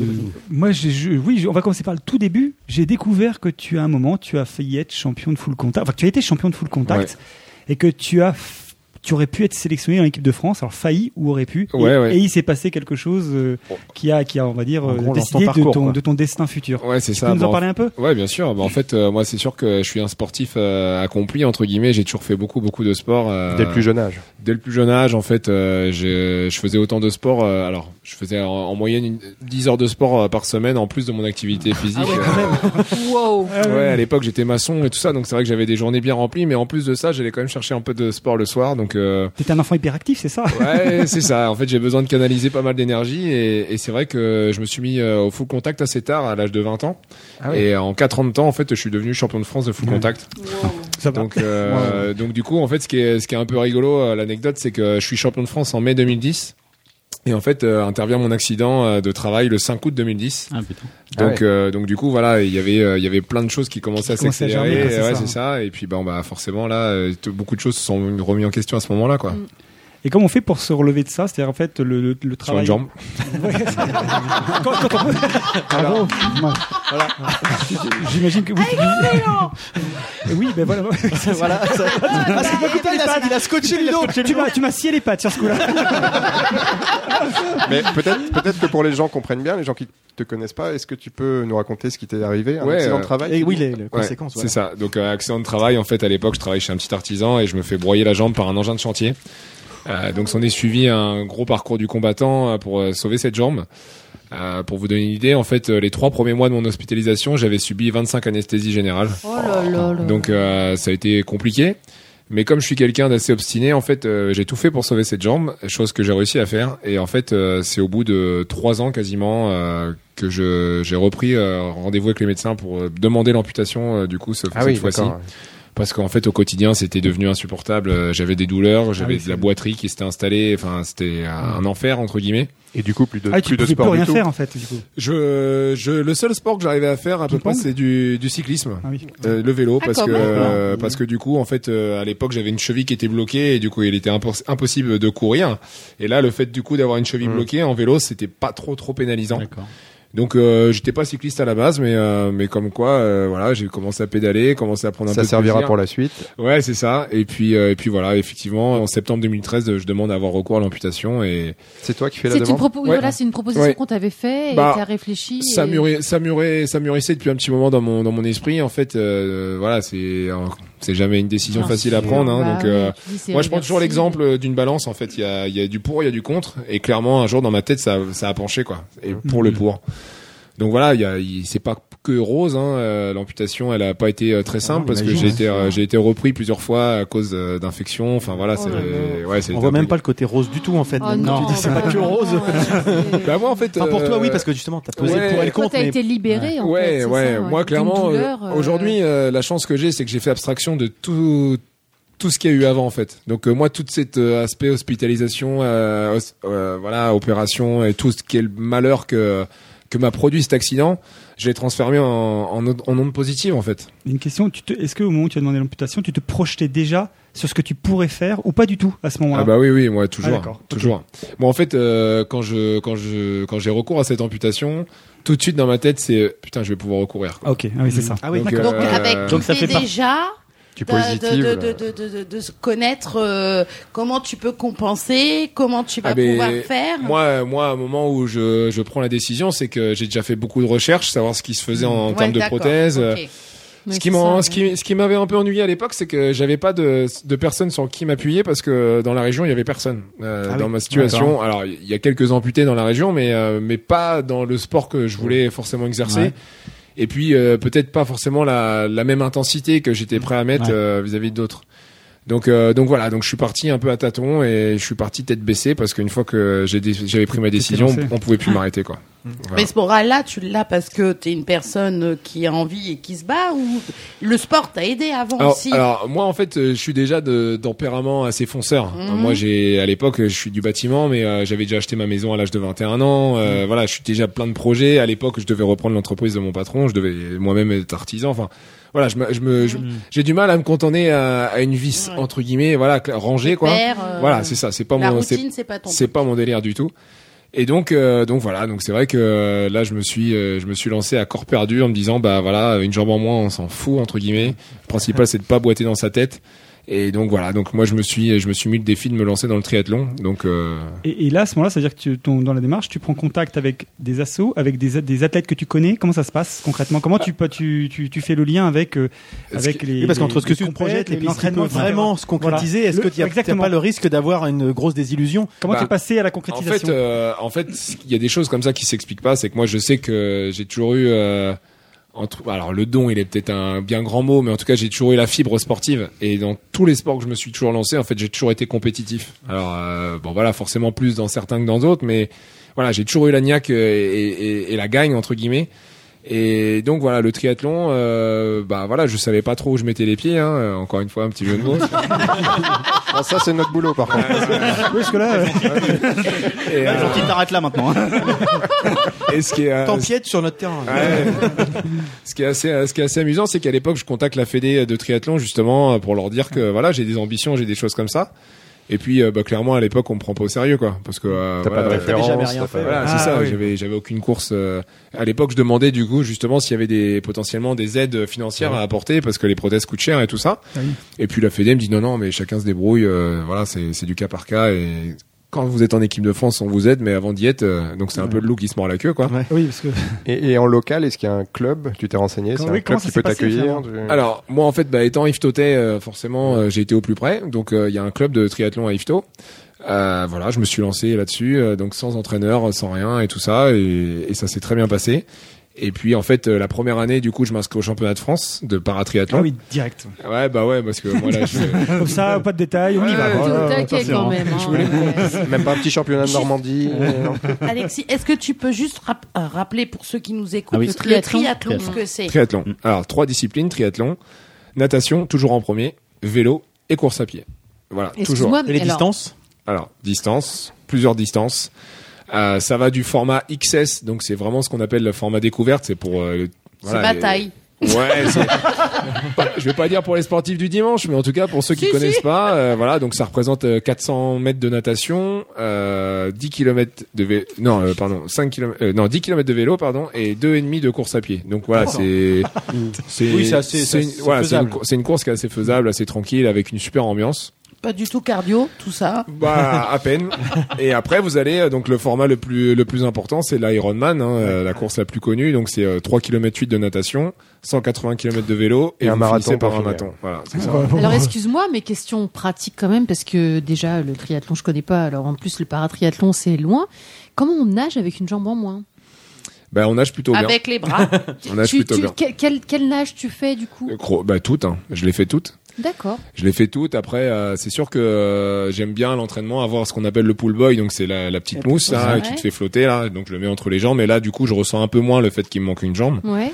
Speaker 5: moi, j'ai- je- oui, on va commencer par le tout début. J'ai découvert que tu, à un moment, tu as failli être champion de full contact. Enfin, que tu as été champion de full contact et que tu as, f- tu aurais pu être sélectionné dans l'équipe de France. Alors, failli ou aurait pu. Et-
Speaker 10: Ouais, ouais.
Speaker 5: et, il s'est passé quelque chose euh, qui a, qui a, on va dire,
Speaker 10: En
Speaker 5: euh,
Speaker 10: gros, dans ton
Speaker 5: décidé de,
Speaker 10: parcours,
Speaker 5: ton,
Speaker 10: quoi.
Speaker 5: de ton destin futur.
Speaker 10: Ouais, c'est
Speaker 5: Tu
Speaker 10: ça.
Speaker 5: peux nous en
Speaker 10: Bon,
Speaker 5: parler un peu
Speaker 10: Ouais, bien sûr. Bah, en fait, euh, moi, c'est sûr que je suis un sportif euh, accompli entre guillemets. J'ai toujours fait beaucoup, beaucoup de sport. euh,
Speaker 7: Dès le plus jeune âge.
Speaker 10: Dès le plus jeune âge, en fait, euh, je, je faisais autant de sport. euh, alors, je faisais en, en moyenne une- 10 heures de sport euh, par semaine en plus de mon
Speaker 5: Ah
Speaker 10: activité physique. *laughs*
Speaker 11: Wow.
Speaker 10: Euh, ouais, à l'époque, j'étais maçon et tout ça, donc c'est vrai que j'avais des journées bien remplies. Mais en plus de ça, j'allais quand même chercher un peu de sport le soir. Donc euh,
Speaker 5: T'étais un enfant hyperactif, c'est ça
Speaker 10: Ouais, c'est ça. En fait, j'ai besoin de canaliser pas mal d'énergie et, et c'est vrai que je me suis mis euh, au full contact assez tard, à l'âge de 20 ans.
Speaker 5: Ah oui.
Speaker 10: Et en 4 ans de temps, en fait, je suis devenu champion de France de full contact.
Speaker 5: Ça va.
Speaker 10: Donc, euh, donc du coup, en fait, ce qui est, ce qui est un peu rigolo, euh, l'anecdote, c'est que je suis champion de France en mai 2010. Et en fait, euh, intervient mon accident euh, de travail le 5 août 2010.
Speaker 6: Ah
Speaker 10: Donc,
Speaker 6: ouais.
Speaker 10: euh, donc du coup, voilà, il y avait, euh, il y avait plein de choses qui commençaient à
Speaker 6: commençaient à
Speaker 10: s'accélérer.
Speaker 6: germer,
Speaker 10: ouais,
Speaker 6: c'est
Speaker 10: c'est
Speaker 6: ça. hein.
Speaker 10: ça. Et puis, bon, bah, forcément, là, euh, t- beaucoup de choses se sont remises en question à ce moment-là,
Speaker 6: Mm.
Speaker 10: quoi.
Speaker 5: Et comment on fait pour se relever de ça C'est-à-dire, en fait, le, le, le
Speaker 10: Sur
Speaker 5: travail.
Speaker 10: une
Speaker 5: *laughs*
Speaker 10: jambe.
Speaker 5: Quand- quand on-
Speaker 7: Alors,
Speaker 5: voilà. J'imagine que vous. Oui, ben voilà.
Speaker 1: *laughs* Voilà, ça-
Speaker 5: *laughs*
Speaker 1: Ah, c'est pas coupé les pattes, il a scotché Ludo.
Speaker 5: Tu m'as, tu m'as scié les pattes sur ce coup-là.
Speaker 7: *laughs* Mais peut-être peut que pour les gens comprennent bien, les gens qui te connaissent pas, est-ce que tu peux nous raconter ce qui t'est arrivé Un
Speaker 10: Ouais,
Speaker 7: accident
Speaker 10: euh,
Speaker 7: de travail
Speaker 5: Eh
Speaker 10: et
Speaker 1: oui, les- les
Speaker 7: Ouais.
Speaker 1: conséquences,
Speaker 10: C'est ça. Donc euh, accident de travail. En fait, à l'époque, je travaillais chez un petit artisan et je me fais broyer la jambe par un engin de chantier. Euh, donc, s'en est suivi un gros parcours du combattant euh, pour euh, sauver cette jambe. Euh, pour vous donner une idée, en fait, euh, les trois premiers mois de mon hospitalisation, j'avais subi 25 anesthésies générales.
Speaker 3: Oh
Speaker 10: Donc, euh, ça a été compliqué. Mais comme je suis quelqu'un d'assez obstiné, en fait, euh, j'ai tout fait pour sauver cette jambe, chose que j'ai réussi à faire. Et en fait, euh, c'est au bout de trois ans quasiment euh, que je j'ai repris euh, rendez-vous avec les médecins pour euh, demander l'amputation euh, du coup ce-
Speaker 7: Ah
Speaker 10: cette
Speaker 7: oui,
Speaker 10: fois-ci.
Speaker 7: d'accord.
Speaker 10: Parce qu'en fait, au quotidien, c'était devenu insupportable. Euh, J'avais des
Speaker 5: Ah
Speaker 10: douleurs, j'avais de la boiterie qui s'était installée. Enfin, c'était un enfer entre guillemets.
Speaker 7: Et du coup, plus de
Speaker 5: Ah, tu
Speaker 10: plus de
Speaker 5: pouvais
Speaker 10: sport
Speaker 5: plus rien
Speaker 10: du tout.
Speaker 5: faire en fait. Du coup.
Speaker 10: Je, je, le seul sport que j'arrivais à faire à peu près, c'est du, du cyclisme, Euh, le vélo,
Speaker 5: Ah,
Speaker 10: parce
Speaker 5: quand
Speaker 10: que
Speaker 5: même.
Speaker 10: euh, parce que du coup, en fait, euh, à l'époque, j'avais une cheville qui était bloquée et du coup, il était impos- impossible de courir. Et là, le fait du coup d'avoir une cheville
Speaker 7: Mmh.
Speaker 10: bloquée en vélo, c'était pas trop trop pénalisant. Donc, euh, j'étais pas cycliste à la base, mais euh, mais comme quoi, euh, voilà, j'ai commencé à pédaler, commencé à prendre un
Speaker 7: Ça
Speaker 10: peu de
Speaker 7: servira
Speaker 10: plaisir.
Speaker 7: pour la suite.
Speaker 10: Ouais, c'est ça. Et puis euh, et puis voilà, effectivement, en septembre 2013, je demande à avoir recours à l'amputation et
Speaker 7: c'est toi qui fais
Speaker 3: C'est une, propo- voilà, c'est une proposition
Speaker 10: Ouais.
Speaker 3: qu'on t'avait fait et
Speaker 10: Bah,
Speaker 3: t'as réfléchi.
Speaker 10: ça,
Speaker 3: et-
Speaker 10: mûri- ça, mûri- ça mûrissait depuis un petit moment dans mon, dans mon esprit. En fait, euh, voilà, c'est alors, c'est jamais une décision
Speaker 6: Bien
Speaker 10: facile à
Speaker 6: sûr,
Speaker 10: prendre. hein.
Speaker 6: bah
Speaker 10: donc,
Speaker 6: oui,
Speaker 10: euh,
Speaker 6: tu dis, c'est
Speaker 10: moi, je prends toujours
Speaker 6: réversible.
Speaker 10: l'exemple euh, d'une balance. En fait, il y a, il y a du pour, il y a du contre. Et clairement, un jour, dans ma tête, ça, ça a penché, quoi. Et
Speaker 1: Mm-hmm.
Speaker 10: pour le pour. Donc voilà, il y a- il- c'est pas que rose. Hein, Euh, L'amputation, elle a pas été euh, très simple
Speaker 1: Ah,
Speaker 10: parce que
Speaker 1: j'imagine,
Speaker 10: j'ai été, euh, j'ai été repris plusieurs fois à cause euh, d'infections. Enfin voilà,
Speaker 1: Oh
Speaker 10: c'est-
Speaker 1: là
Speaker 10: ouais, c'est
Speaker 1: On voit même pas le côté rose du tout en fait.
Speaker 3: Oh
Speaker 1: Même quand
Speaker 3: non,
Speaker 1: tu dis c'est
Speaker 3: bah
Speaker 1: pas que
Speaker 3: non,
Speaker 1: rose.
Speaker 10: Bah moi en fait.
Speaker 1: Enfin, pour
Speaker 10: euh,
Speaker 1: toi oui parce que justement t'as pesé
Speaker 10: ouais.
Speaker 1: pour elle compte.
Speaker 3: Toi, t'as
Speaker 1: mais-
Speaker 3: été libéré en
Speaker 10: ouais,
Speaker 3: fait. c'est
Speaker 10: ouais.
Speaker 3: ça,
Speaker 10: Moi,
Speaker 3: d'une
Speaker 10: clairement,
Speaker 3: douleur,
Speaker 10: euh,
Speaker 3: euh,
Speaker 10: aujourd'hui, euh, la chance que j'ai, c'est que j'ai fait abstraction de tout tout ce qu'il y a eu avant en fait. Donc euh, moi, tout cet euh, aspect hospitalisation, euh, os- euh, voilà, opération et tout ce qui est le malheur que que m'a produit cet accident, je l'ai transformé en en, onde- en onde positive en fait.
Speaker 5: Une question. tu te- Est-ce que au moment où tu as demandé l'amputation, tu te projetais déjà sur ce que tu pourrais faire ou pas du tout à ce moment-là
Speaker 10: Ah bah oui oui moi
Speaker 5: Ah,
Speaker 10: toujours
Speaker 5: d'accord.
Speaker 10: toujours. Bon en fait euh, quand je quand je quand j'ai recours à cette amputation, tout de suite dans ma tête c'est euh, putain je vais pouvoir recourir.
Speaker 5: Ah, ok ah oui c'est ça.
Speaker 10: Ah oui,
Speaker 5: Donc,
Speaker 10: d'accord.
Speaker 9: Donc, avec
Speaker 10: Donc, ça
Speaker 9: l'idée
Speaker 10: fait pas-
Speaker 9: déjà
Speaker 10: Tu es
Speaker 9: de- de-
Speaker 10: positive,
Speaker 9: de,
Speaker 10: là.
Speaker 9: de, de, de, de, de se connaître euh, comment tu peux compenser, comment tu vas
Speaker 10: Ah ben,
Speaker 9: pouvoir faire.
Speaker 10: Moi, euh, moi, au moment où je, je prends la décision, c'est que j'ai déjà fait beaucoup de recherches, savoir ce qui se faisait en, en
Speaker 9: Mm, Ouais,
Speaker 10: termes de
Speaker 9: d'accord,
Speaker 10: prothèses.
Speaker 9: ok.
Speaker 10: euh,
Speaker 9: Mais
Speaker 10: Ce
Speaker 9: c'est
Speaker 10: qui, m'en-
Speaker 9: ça,
Speaker 10: ce qui, ce qui m'avait un peu ennuyé à l'époque, c'est que j'avais pas de, de personne sur qui m'appuyer parce que dans la région, il y avait personne. Euh,
Speaker 6: Ah
Speaker 10: dans
Speaker 6: oui,
Speaker 10: ma situation,
Speaker 6: d'accord.
Speaker 10: alors il y a quelques amputés dans la région, mais, euh, mais pas dans le sport que je voulais forcément exercer.
Speaker 6: Ouais.
Speaker 10: Et puis euh, peut-être pas forcément la, la même intensité que j'étais prêt à mettre
Speaker 6: Ouais.
Speaker 10: euh, vis-à-vis d'autres. Donc, euh, donc voilà, donc je suis parti un peu à tâtons et je suis parti tête baissée parce qu'une fois que j'ai dé- j'avais pris ma décision,
Speaker 5: lancé.
Speaker 6: Ah.
Speaker 10: on pouvait plus m'arrêter quoi.
Speaker 6: Mm.
Speaker 9: Mais ce moral-là, tu l'as parce que t'es une personne qui a envie et qui se bat ou le sport t'a aidé avant
Speaker 10: alors,
Speaker 9: aussi
Speaker 10: alors, moi en fait euh, je suis déjà de tempérament assez fonceur.
Speaker 9: Mhm.
Speaker 10: Moi j'ai à l'époque euh, je suis du bâtiment mais euh, j'avais déjà acheté ma maison à l'âge de 21 ans.
Speaker 9: Mhm.
Speaker 10: Euh, Voilà je suis déjà plein de projets. À l'époque je devais reprendre l'entreprise de mon patron. Je devais moi-même être artisan. Enfin voilà je me- je me- je-
Speaker 9: Mhm.
Speaker 10: j'ai du mal à me cantonner à, à une vie entre guillemets voilà cl- rangée quoi.
Speaker 9: père, euh,
Speaker 10: voilà c'est ça c'est pas
Speaker 9: la
Speaker 10: mon
Speaker 9: routine, c'est pas ton
Speaker 10: c'est pas mon délire du tout. Et donc, euh, donc voilà, donc c'est vrai que euh, là, je me suis, euh, je me suis lancé à corps perdu en me disant, bah voilà, une jambe en moins, on s'en fout entre guillemets.
Speaker 9: *laughs*
Speaker 10: Le principal, c'est de pas boiter dans sa tête. Et donc voilà, donc moi, je me suis, je me suis mis le défi de me lancer dans le triathlon. Donc euh,
Speaker 5: Et, et là, à ce moment-là, c'est-à-dire que tu, ton- dans la démarche, tu prends contact avec des assos, avec des, a- des athlètes que tu connais. Comment ça se passe concrètement Comment tu, peux- tu, tu, tu fais le lien avec, euh, avec les.
Speaker 1: Oui, parce qu'entre
Speaker 5: les-
Speaker 1: ce que
Speaker 5: les-
Speaker 1: tu
Speaker 5: ton
Speaker 1: te
Speaker 5: projet,
Speaker 1: projettes et puis ce qui
Speaker 5: l'entraînement,
Speaker 1: peut
Speaker 5: etc.
Speaker 1: vraiment se concrétiser,
Speaker 5: Voilà.
Speaker 1: est-ce que
Speaker 5: Le-
Speaker 1: tu n'as
Speaker 5: exactement.
Speaker 1: pas le risque d'avoir une grosse désillusion
Speaker 5: Comment
Speaker 10: Bah,
Speaker 5: tu es passé à la
Speaker 10: En
Speaker 5: concrétisation
Speaker 10: fait, euh, en fait, il y a des choses comme ça qui s'expliquent pas. C'est que moi, je sais que j'ai toujours eu euh, entre, alors le don, il est peut-être un bien grand mot, mais en tout cas, j'ai toujours eu la fibre sportive. Et dans tous les sports que je me suis toujours lancé, en fait, j'ai toujours été compétitif. Alors euh, bon, voilà, forcément plus dans certains que dans d'autres, mais voilà, j'ai toujours eu la niaque euh, et, et- et la gagne entre guillemets. Et donc voilà, le triathlon, euh, bah voilà, je savais pas trop où je mettais les pieds. hein. Euh, Encore une fois, un petit jeu de
Speaker 7: *laughs*
Speaker 10: mots.
Speaker 7: Ah, ça, c'est notre boulot, par contre.
Speaker 5: parce que là.
Speaker 10: Et, euh,
Speaker 6: Gentil, t'arrêtes là maintenant.
Speaker 10: *laughs* et ce qui est, euh,
Speaker 1: T'empiètes sur notre terrain.
Speaker 10: *laughs* ce qui est assez, euh, ce qui est assez amusant, c'est qu'à l'époque, je contacte la Fédé de triathlon justement euh, pour leur dire que voilà, j'ai des ambitions, j'ai des choses comme ça. Et puis, euh, bah, clairement, à l'époque, on me prend pas au sérieux, quoi, parce que euh,
Speaker 7: T'as pas de
Speaker 10: voilà,
Speaker 7: référence, T'avais jamais rien t'as fait. pas-
Speaker 10: Voilà,
Speaker 7: Ah,
Speaker 10: c'est ça.
Speaker 7: oui.
Speaker 10: J'avais, j'avais aucune course. euh, À l'époque, je demandais du coup justement s'il y avait des potentiellement des aides financières à apporter parce que les prothèses coûtent cher et tout ça.
Speaker 5: Ah
Speaker 10: Et puis la Fédé me dit non, non, mais chacun se débrouille. euh, voilà, c'est c'est du cas par cas. Et quand vous êtes en équipe de France, on vous aide, mais avant d'y être, euh, donc c'est un peu le loup qui se mord la queue, quoi.
Speaker 5: Oui, parce que.
Speaker 7: Et, et en local, est-ce qu'il y a un club Tu t'es renseigné C'est
Speaker 5: Comment-
Speaker 7: un
Speaker 5: oui,
Speaker 7: club
Speaker 5: comment
Speaker 7: qui
Speaker 5: ça
Speaker 7: peut
Speaker 5: s'est passé,
Speaker 7: t'accueillir
Speaker 5: finalement
Speaker 7: tu-
Speaker 10: Alors, moi, en fait, bah, étant Iftotais, euh, forcément, euh, j'ai été au plus près. Donc, euh, il y a un club de triathlon à Ifto. Euh, voilà, je me suis lancé là-dessus, euh, donc sans entraîneur, sans rien et tout ça, et, et ça s'est très bien passé. Et puis, en fait, euh, la première année, du coup, je m'inscris au championnat de France de paratriathlon.
Speaker 5: Ah oui, direct.
Speaker 10: Ouais, bah ouais, parce que moi, *laughs* là, je...
Speaker 5: Comme ça, pas de détails, on y
Speaker 3: Euh,
Speaker 5: va.
Speaker 7: Ouais,
Speaker 5: Voilà,
Speaker 7: tout
Speaker 9: taquet,
Speaker 5: attention,
Speaker 9: quand
Speaker 5: hein.
Speaker 9: même, hein.
Speaker 5: Je voulais-
Speaker 7: Même pas un petit championnat de
Speaker 3: *laughs*
Speaker 7: Normandie. euh, non.
Speaker 9: Alexis, est-ce que tu peux juste rap- euh, rappeler pour ceux qui nous écoutent
Speaker 10: Ah oui,
Speaker 9: le
Speaker 10: triathlon.
Speaker 9: triathlon,
Speaker 10: Triathlon.
Speaker 9: ce que c'est
Speaker 10: Triathlon. Alors, trois disciplines, triathlon, natation, toujours en premier, vélo et course à pied. Voilà, toujours.
Speaker 1: Excuse-moi, Et les alors- distances
Speaker 10: Alors, distance, plusieurs distances. Euh, ça va du format XS, donc c'est vraiment ce qu'on appelle le format découverte, c'est pour... euh, le- voilà, les-
Speaker 9: bataille.
Speaker 3: *laughs*
Speaker 10: Ouais, c'est- je vais *laughs* pas dire pour les sportifs du dimanche, mais en tout cas pour ceux qui
Speaker 9: Si,
Speaker 10: connaissent
Speaker 9: si.
Speaker 10: pas, euh, voilà, donc ça représente euh, 400 mètres de natation, euh, 10 km de vélo, non, euh, pardon, 5 km, non, 10 km de vélo, pardon, et deux et demi de course à pied. Donc voilà,
Speaker 1: Oh.
Speaker 10: c'est,
Speaker 1: Oui, c'est assez-
Speaker 10: c'est
Speaker 1: ça-
Speaker 10: une,
Speaker 1: c'est
Speaker 10: voilà, c'est une,
Speaker 1: faisable.
Speaker 10: cour- c'est une course qui est assez faisable, assez tranquille, avec une super ambiance.
Speaker 9: Pas du tout cardio, tout ça.
Speaker 10: Bah, à peine. Et après, vous allez euh, donc le format le plus le plus important, c'est l'Ironman, hein, euh, la course la plus connue. Donc c'est euh, 3 km 8 de natation, 180 km de vélo et,
Speaker 7: Et un
Speaker 10: vous
Speaker 7: marathon
Speaker 10: finissez par
Speaker 7: pour
Speaker 10: un
Speaker 7: finir.
Speaker 10: marathon. Voilà, c'est ça.
Speaker 3: Alors excuse-moi, mais question pratique quand même, parce que déjà le triathlon je connais pas, alors en plus le paratriathlon c'est loin. Comment on nage avec une jambe en moins
Speaker 10: Bah, on nage plutôt bien.
Speaker 3: Avec les bras.
Speaker 2: *laughs*
Speaker 10: *laughs* on nage
Speaker 3: Tu-
Speaker 10: plutôt
Speaker 3: tu-
Speaker 10: bien.
Speaker 3: quel, quel- quel nage tu fais du coup
Speaker 2: Euh,
Speaker 10: Le cro- Bah toutes, hein. je les fais toutes.
Speaker 3: D'accord.
Speaker 10: Je les fais toutes. Après, euh, c'est sûr que euh, j'aime bien l'entraînement, avoir ce qu'on appelle le pull boy, donc c'est la, la petite
Speaker 3: La
Speaker 10: mousse
Speaker 3: petite
Speaker 10: là,
Speaker 3: mousse,
Speaker 10: qui
Speaker 3: ouais.
Speaker 10: te fait flotter là. Donc je le mets entre les jambes, et là du coup je ressens un peu moins le fait qu'il me manque une jambe.
Speaker 3: Ouais.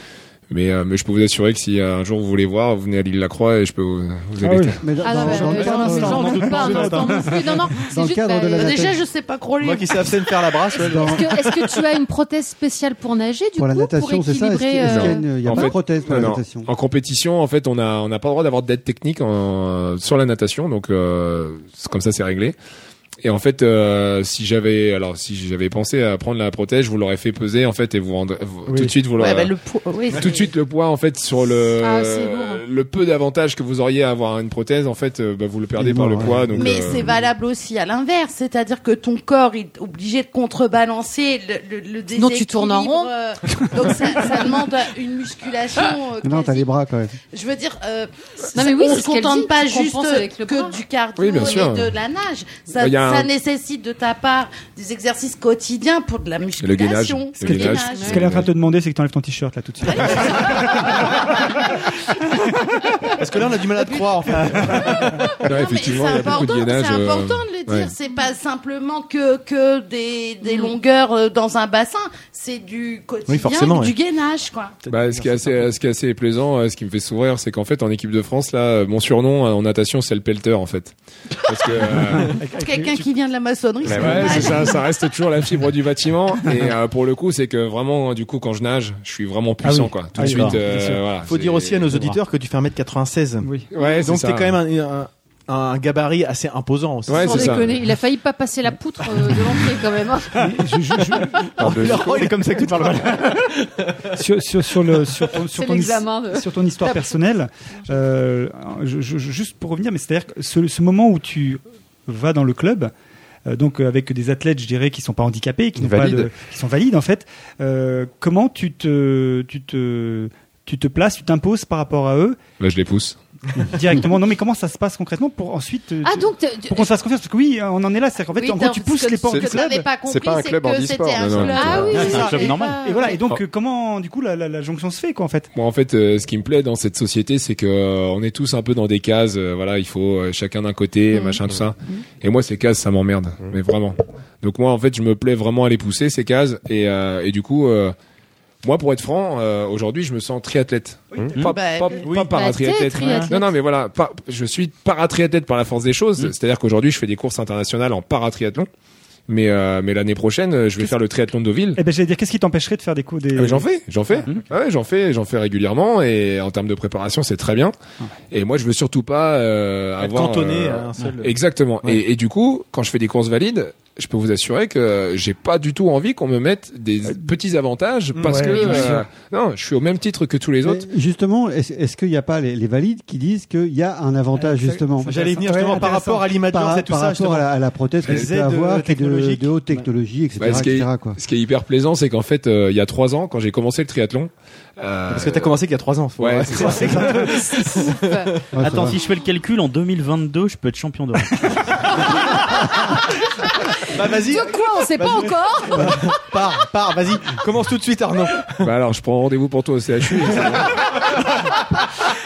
Speaker 10: Mais, euh, mais je peux vous assurer que si euh, un jour vous voulez voir, vous venez à l'île La Croix et je peux vous, vous
Speaker 2: Ah
Speaker 10: électer.
Speaker 2: oui, mais dans-
Speaker 3: Ah non,
Speaker 2: dans-
Speaker 3: mais,
Speaker 2: dans-
Speaker 3: euh,
Speaker 2: dans-
Speaker 3: non, mais
Speaker 2: dans-
Speaker 3: j'en
Speaker 2: dans-
Speaker 3: doute pas,
Speaker 2: dans-
Speaker 3: j'en doute pas. Non, non, c'est
Speaker 2: Dans le
Speaker 3: juste,
Speaker 2: cadre
Speaker 3: bah,
Speaker 2: de la
Speaker 3: euh,
Speaker 2: natation.
Speaker 9: Déjà, je sais pas crawler.
Speaker 1: Moi qui sais à peine faire la brasse, ouais,
Speaker 2: Dans-
Speaker 3: *laughs* Est-ce que, est-ce que tu as une prothèse spéciale pour nager du
Speaker 2: Pour
Speaker 3: coup
Speaker 2: la natation,
Speaker 3: pour
Speaker 2: c'est ça, est-ce qu'il-
Speaker 3: équilibrer
Speaker 2: est-ce qu'il y a
Speaker 3: euh,
Speaker 2: une- il y a
Speaker 10: En
Speaker 2: pas
Speaker 10: fait,
Speaker 2: de prothèse pour
Speaker 10: non,
Speaker 2: la
Speaker 10: non.
Speaker 2: natation
Speaker 10: En compétition, en fait, on a on n'a pas le droit d'avoir d'aide technique en- sur la natation, donc euh, c'est- comme ça c'est réglé. Et en fait, euh, si j'avais alors si j'avais pensé à prendre la prothèse, je vous l'aurais fait peser en fait et vous, rendrez- vous-
Speaker 9: Oui.
Speaker 10: tout de suite vous l'aurez-
Speaker 9: Ouais, bah, le *laughs* poids- oui,
Speaker 10: tout
Speaker 9: c'est-
Speaker 10: de suite le poids en fait sur le
Speaker 9: Ah, c'est lourd.
Speaker 10: le peu d'avantage que vous auriez à avoir une prothèse en fait, euh, bah, vous le perdez
Speaker 2: Il est
Speaker 10: par le
Speaker 2: mort,
Speaker 10: poids.
Speaker 2: ouais.
Speaker 10: Donc,
Speaker 9: Mais
Speaker 10: euh,
Speaker 9: c'est valable aussi à l'inverse, c'est-à-dire que ton corps est obligé de contrebalancer le, le, le
Speaker 3: Sinon, tu tournes en rond.
Speaker 9: déséquilibre, euh, donc ça,
Speaker 3: *laughs*
Speaker 9: ça demande une musculation. euh,
Speaker 2: Non, t'as les bras quand même.
Speaker 9: Je veux dire, euh,
Speaker 3: Non, mais oui,
Speaker 9: on
Speaker 3: c'est
Speaker 9: se
Speaker 3: ce qu'elle
Speaker 9: contente
Speaker 3: dit,
Speaker 9: pas
Speaker 3: tu
Speaker 9: juste
Speaker 3: compenses avec le
Speaker 9: que du cardio
Speaker 10: Oui, bien sûr. Bah,
Speaker 9: et de la nage. Ça,
Speaker 10: Il y a un-
Speaker 9: ça nécessite de ta part des exercices quotidiens pour de la musculation.
Speaker 5: Ce que-
Speaker 9: du gainage.
Speaker 5: Ce qu'elle est en train de te demander, c'est que tu enlèves ton t-shirt là tout de suite.
Speaker 1: Parce que là, on a du mal à te croire, en fait.
Speaker 10: effectivement, il y a
Speaker 9: C'est
Speaker 10: beaucoup de
Speaker 9: important,
Speaker 10: gainage.
Speaker 9: c'est
Speaker 10: euh,
Speaker 9: important de le dire,
Speaker 10: Ouais.
Speaker 9: c'est pas simplement que, que des, des longueurs euh, dans un bassin, c'est du quotidien,
Speaker 10: Oui, forcément,
Speaker 9: du
Speaker 10: ouais.
Speaker 9: gainage, quoi.
Speaker 10: Bah, ce qui est assez, ce qui est assez plaisant, euh, ce qui me fait sourire, c'est qu'en fait, en équipe de France, là, euh, mon surnom euh, en natation, c'est le pelteur, en fait. Parce
Speaker 9: *laughs*
Speaker 10: que, euh,
Speaker 9: Quelqu'un qui vient de la maçonnerie,
Speaker 10: Mais
Speaker 9: c'est
Speaker 10: ouais,
Speaker 9: normal.
Speaker 10: c'est ça, ça reste toujours la fibre du bâtiment.
Speaker 3: Ah
Speaker 10: Et euh, pour le coup, c'est que vraiment, du coup, quand je nage, je suis vraiment puissant,
Speaker 1: oui.
Speaker 10: quoi. Tout de
Speaker 1: Ah oui,
Speaker 10: suite,
Speaker 1: d'accord,
Speaker 10: euh,
Speaker 1: bien sûr.
Speaker 10: voilà.
Speaker 1: Faut
Speaker 10: c'est-
Speaker 1: dire aussi à nos
Speaker 10: c'est
Speaker 1: auditeurs que tu fais 1m96.
Speaker 10: Ouais, c'est
Speaker 1: Donc t'es
Speaker 10: ça.
Speaker 1: quand même un, un- un gabarit assez imposant aussi.
Speaker 3: Sans
Speaker 1: *laughs*
Speaker 3: déconner, il a failli pas passer la poutre euh, de l'entrée quand
Speaker 2: *laughs*
Speaker 3: même. hein.
Speaker 1: C'est comme ça que tu parles.
Speaker 5: sur, sur, sur le, sur, ton- sur
Speaker 3: C'est
Speaker 5: ton, his-
Speaker 3: l'examen de-
Speaker 5: sur ton histoire
Speaker 3: *laughs*
Speaker 5: personnelle, euh, je- je- je- juste pour revenir, mais c'est-à-dire que ce, ce moment où tu vas dans le club, euh, donc euh, avec des athlètes, je dirais, qui sont pas handicapés, qui, n'ont pas
Speaker 7: Valides.
Speaker 5: de- qui sont valides en fait, euh, comment tu te, tu te, tu te places, tu t'imposes par rapport à
Speaker 3: *laughs*
Speaker 5: eux
Speaker 10: Là, Bah, je les pousse.
Speaker 5: directement Non, mais comment ça se passe concrètement pour ensuite euh,
Speaker 3: Ah
Speaker 5: tu-
Speaker 3: donc t'es-
Speaker 5: pour qu'on se fasse confiance, parce que oui, on en est là, c'est qu'en fait,
Speaker 3: Oui,
Speaker 5: en gros, tu
Speaker 3: t'as-
Speaker 5: pousses
Speaker 3: ce que-
Speaker 5: les portes
Speaker 3: ce
Speaker 5: du
Speaker 3: que
Speaker 5: club.
Speaker 3: t'avais pas C'est pas compris, un c'est club que en e-sport, c'était un
Speaker 10: non, non, club-
Speaker 3: Ah oui, c'est ça. Et pas-
Speaker 5: Et voilà, et donc
Speaker 10: Oh.
Speaker 5: euh, comment, du coup, la, la- la jonction se fait, quoi, en fait
Speaker 10: Moi, en fait, euh, ce qui me plaît dans cette société, c'est que euh, on est tous un peu dans des cases. euh, voilà, il faut euh, chacun d'un côté, machin, tout ça. Et moi, ces cases, ça m'emmerde, mais vraiment. Donc moi, en fait, je me plais vraiment à les pousser ces cases. Et, euh, et du coup, euh, moi, pour être franc, euh, aujourd'hui, je me sens triathlète. Pas,
Speaker 11: Bah,
Speaker 10: pas- pas
Speaker 11: oui. Bah,
Speaker 10: paratriathlète.
Speaker 11: t'es triathlète.
Speaker 10: Non, non, mais voilà, pas- je suis paratriathlète par la force des
Speaker 5: Mm.
Speaker 10: choses. C'est-à-dire qu'aujourd'hui, je fais des courses internationales en paratriathlon. Mais euh, mais l'année prochaine, euh, je vais faire le triathlon de Deauville.
Speaker 5: Eh ben, j'allais dire, qu'est-ce qui t'empêcherait de faire des coups des.
Speaker 10: Ah, mais j'en fais, j'en fais. Ah ouais, j'en fais, j'en fais régulièrement et en termes de préparation, c'est très bien. Et moi, je veux surtout pas euh, avoir
Speaker 1: cantonné à un seul-
Speaker 5: euh,
Speaker 10: Exactement. Et, et du coup, quand je fais des courses valides, je peux vous assurer que j'ai pas du tout envie qu'on me mette des
Speaker 5: Euh,
Speaker 10: petits avantages parce
Speaker 2: ouais,
Speaker 10: que
Speaker 2: bien
Speaker 10: euh,
Speaker 2: sûr.
Speaker 10: non, je suis au même titre que tous les autres.
Speaker 2: Mais Justement, est-ce est-ce qu'il n'y a pas les, les valides qui disent qu'il y a un avantage,
Speaker 1: ça-
Speaker 2: justement
Speaker 1: ça- Euh, J'allais venir justement par
Speaker 2: intéressant.
Speaker 1: rapport à l'image
Speaker 2: Par,
Speaker 1: E et tout
Speaker 2: par
Speaker 1: ça,
Speaker 2: rapport à la, à la prothèse que
Speaker 10: Les
Speaker 2: tu peux
Speaker 10: aides,
Speaker 2: avoir,
Speaker 10: euh,
Speaker 2: qui est de,
Speaker 10: technologiques.
Speaker 2: de haute technologie, etc.
Speaker 10: Bah, ce, qui est,
Speaker 2: etc., quoi.
Speaker 10: ce qui est hyper plaisant, c'est qu'en fait, euh, il y a trois ans, quand j'ai commencé le triathlon, euh,
Speaker 1: Parce que t'as commencé qu'il y a trois ans. faut-
Speaker 10: Ouais, c'est ça.
Speaker 1: *laughs*
Speaker 6: Attends,
Speaker 1: va.
Speaker 6: si je fais le calcul, en 2022, je peux être champion *laughs* d'Europe.
Speaker 1: *laughs* Bah vas-y.
Speaker 3: De quoi On sait pas
Speaker 1: Vas-y.
Speaker 3: encore.
Speaker 1: Pars, pars, vas-y. Commence tout de suite, *laughs* Arnaud.
Speaker 10: Bah alors, je prends rendez-vous pour toi au CHU.
Speaker 1: hein. *laughs*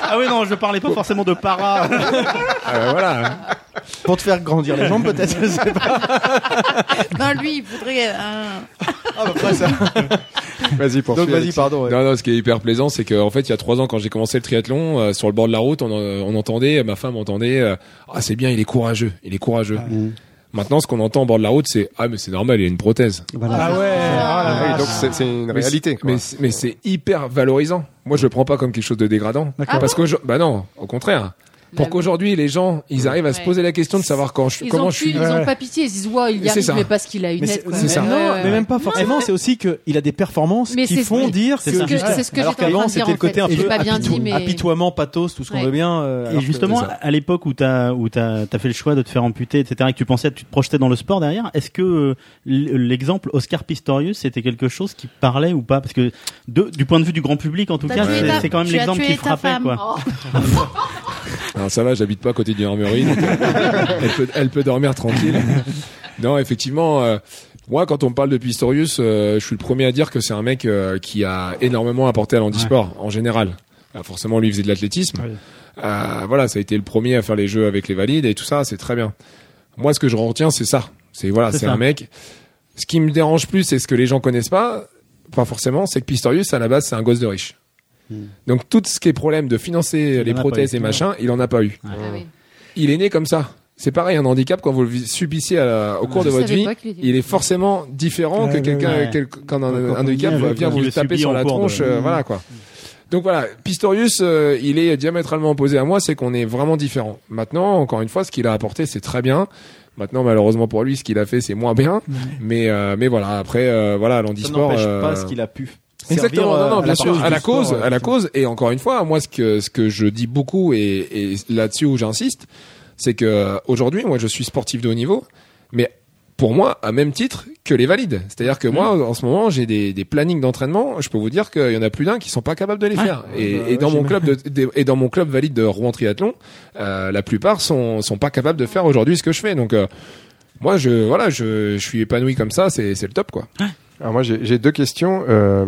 Speaker 6: ah oui, non, je parlais pas forcément de
Speaker 1: *laughs*
Speaker 6: para.
Speaker 1: Ah, bah,
Speaker 10: Euh, voilà.
Speaker 1: Pour te faire grandir les jambes, peut-être. *laughs* je sais pas.
Speaker 9: *laughs* Non, lui, il voudrait euh,
Speaker 10: Ah,
Speaker 9: un...
Speaker 10: bah, Vas-y, pour
Speaker 1: Donc, vas-y, pardon. ouais.
Speaker 10: Non, non, ce qui est hyper plaisant, c'est qu'en fait, il y a trois ans, quand j'ai commencé le triathlon, euh, sur le bord de la route, on, euh, on entendait, ma femme entendait, euh, ah, c'est bien, il est courageux, il est courageux. Maintenant, ce qu'on entend au bord de la route, c'est, ah, mais c'est normal, il a une prothèse.
Speaker 7: Ah ouais,
Speaker 10: Ah,
Speaker 7: donc c'est c'est une
Speaker 10: Mais
Speaker 7: réalité.
Speaker 10: c'est- Mais, c'est- mais c'est hyper valorisant. Moi, je le prends pas comme quelque chose de dégradant.
Speaker 7: D'accord.
Speaker 10: Parce que, bah non, au contraire. Pour qu'aujourd'hui, les gens, ils arrivent à se
Speaker 3: Ouais.
Speaker 10: poser la question de savoir quand je,
Speaker 3: Ils
Speaker 10: comment
Speaker 3: ont,
Speaker 10: je suis.
Speaker 3: plus- ils ont pas pitié, ils disent ouais, il y
Speaker 10: C'est
Speaker 3: arrive
Speaker 10: ça.
Speaker 3: mais parce qu'il a une
Speaker 1: Mais
Speaker 3: aide.
Speaker 1: c'est
Speaker 3: quoi.
Speaker 1: c'est ça.
Speaker 3: Ouais,
Speaker 1: Non,
Speaker 3: ouais,
Speaker 1: mais
Speaker 3: ouais.
Speaker 1: même pas forcément. C'est aussi qu'il a des performances
Speaker 3: Mais
Speaker 1: qui
Speaker 3: c'est-
Speaker 1: font
Speaker 3: oui.
Speaker 1: dire
Speaker 3: C'est
Speaker 1: que.
Speaker 3: ça. C'est ce que- c'est ce que
Speaker 1: Alors
Speaker 3: j'étais en
Speaker 1: qu'avant,
Speaker 3: train de dire, en
Speaker 1: c'était le
Speaker 3: fait.
Speaker 1: côté un
Speaker 3: Je l'ai
Speaker 1: peu
Speaker 3: pas bien
Speaker 1: apito-
Speaker 3: dit, mais-
Speaker 1: apitoiement, pathos, tout ce qu'on
Speaker 3: Ouais.
Speaker 1: veut bien. euh, alors
Speaker 6: Et
Speaker 1: que-
Speaker 6: justement,
Speaker 1: c'est ça.
Speaker 6: à l'époque où t'as où t'as t'as fait le choix de te faire amputer, etc., et que tu pensais, tu te projetais dans le sport derrière, est-ce que euh, l- l'exemple Oscar Pistorius c'était quelque chose qui parlait ou pas Parce que de- du point de vue du grand public, en tout
Speaker 9: T'as
Speaker 6: cas,
Speaker 9: tué
Speaker 6: c'est
Speaker 9: ta-
Speaker 6: c'est quand même
Speaker 9: tu as
Speaker 6: l'exemple
Speaker 9: tué
Speaker 6: qui
Speaker 9: ta
Speaker 6: frappait.
Speaker 9: femme. Oh.
Speaker 6: Quoi. *laughs*
Speaker 10: Alors ça va, j'habite pas à côté d'une armurerie.
Speaker 6: *laughs*
Speaker 10: donc, euh, elle, peut, elle peut dormir tranquille. Non, effectivement, euh, moi, quand on me parle de Pistorius, euh, je suis le premier à dire que c'est un mec euh, qui a énormément apporté à l'handisport en général. Bah, forcément, lui il faisait de l'athlétisme. Euh, voilà, ça a été le premier à faire les jeux avec les valides et tout ça, c'est très bien. Moi, ce que je retiens, c'est ça. C'est voilà,
Speaker 6: C'est
Speaker 10: c'est
Speaker 6: ça.
Speaker 10: un mec. Ce qui me dérange plus, c'est ce que les gens connaissent pas, pas forcément, c'est que Pistorius, à la base, c'est un gosse de riche. Donc tout ce qui est problème de financer les
Speaker 6: en a pas
Speaker 10: prothèses
Speaker 6: eu.
Speaker 10: et machin, il en a pas eu.
Speaker 3: Ah oui.
Speaker 10: euh, Il est né comme ça. C'est pareil, un handicap quand vous le vi- subissez à la- au cours
Speaker 3: Je
Speaker 10: de votre
Speaker 3: savais
Speaker 10: vie,
Speaker 3: pas qu'il était-
Speaker 10: il est forcément différent que
Speaker 2: Ouais, ouais,
Speaker 10: quelqu'un
Speaker 6: ouais.
Speaker 10: quel- quand un,
Speaker 2: Quand
Speaker 10: un
Speaker 2: on
Speaker 10: handicap
Speaker 2: vient avec-
Speaker 10: vient
Speaker 6: il
Speaker 10: vous
Speaker 6: le
Speaker 10: taper
Speaker 6: subit
Speaker 10: sur
Speaker 6: en
Speaker 10: la
Speaker 6: cours de-
Speaker 10: tronche, euh,
Speaker 6: Mhm.
Speaker 10: voilà quoi. Donc voilà, Pistorius, euh, il est diamétralement opposé à moi, c'est qu'on est vraiment différent. Maintenant, encore une fois, ce qu'il a apporté, c'est très bien. Maintenant, malheureusement pour lui, ce qu'il a fait, c'est moins bien. Mais euh, mais voilà, après, euh, voilà,
Speaker 1: Ça
Speaker 10: l'handisport.
Speaker 1: n'empêche
Speaker 10: euh,
Speaker 1: pas ce qu'il a pu. servir,
Speaker 10: Exactement, non,
Speaker 1: euh,
Speaker 10: non, bien
Speaker 1: cause
Speaker 10: sûr, à
Speaker 1: du
Speaker 10: la
Speaker 1: sport,
Speaker 10: cause,
Speaker 1: ouais.
Speaker 10: à la cause. Et encore une fois, moi, ce que ce que je dis beaucoup et, et là-dessus où j'insiste, c'est que aujourd'hui, moi, je suis sportif de haut niveau, mais pour moi, à même titre que les valides. C'est-à-dire que moi, en ce moment, j'ai des, des plannings d'entraînement. Je peux vous dire qu'il y en a plus d'un qui sont pas capables de les faire. Et, et dans mon club, de, de- et dans mon club valide de Rouen Triathlon, euh, la plupart sont sont pas capables de faire aujourd'hui ce que je fais. Donc euh, moi, je voilà, je, je suis épanoui comme ça. C'est c'est le top, quoi.
Speaker 7: Alors moi j'ai j'ai deux questions. Euh,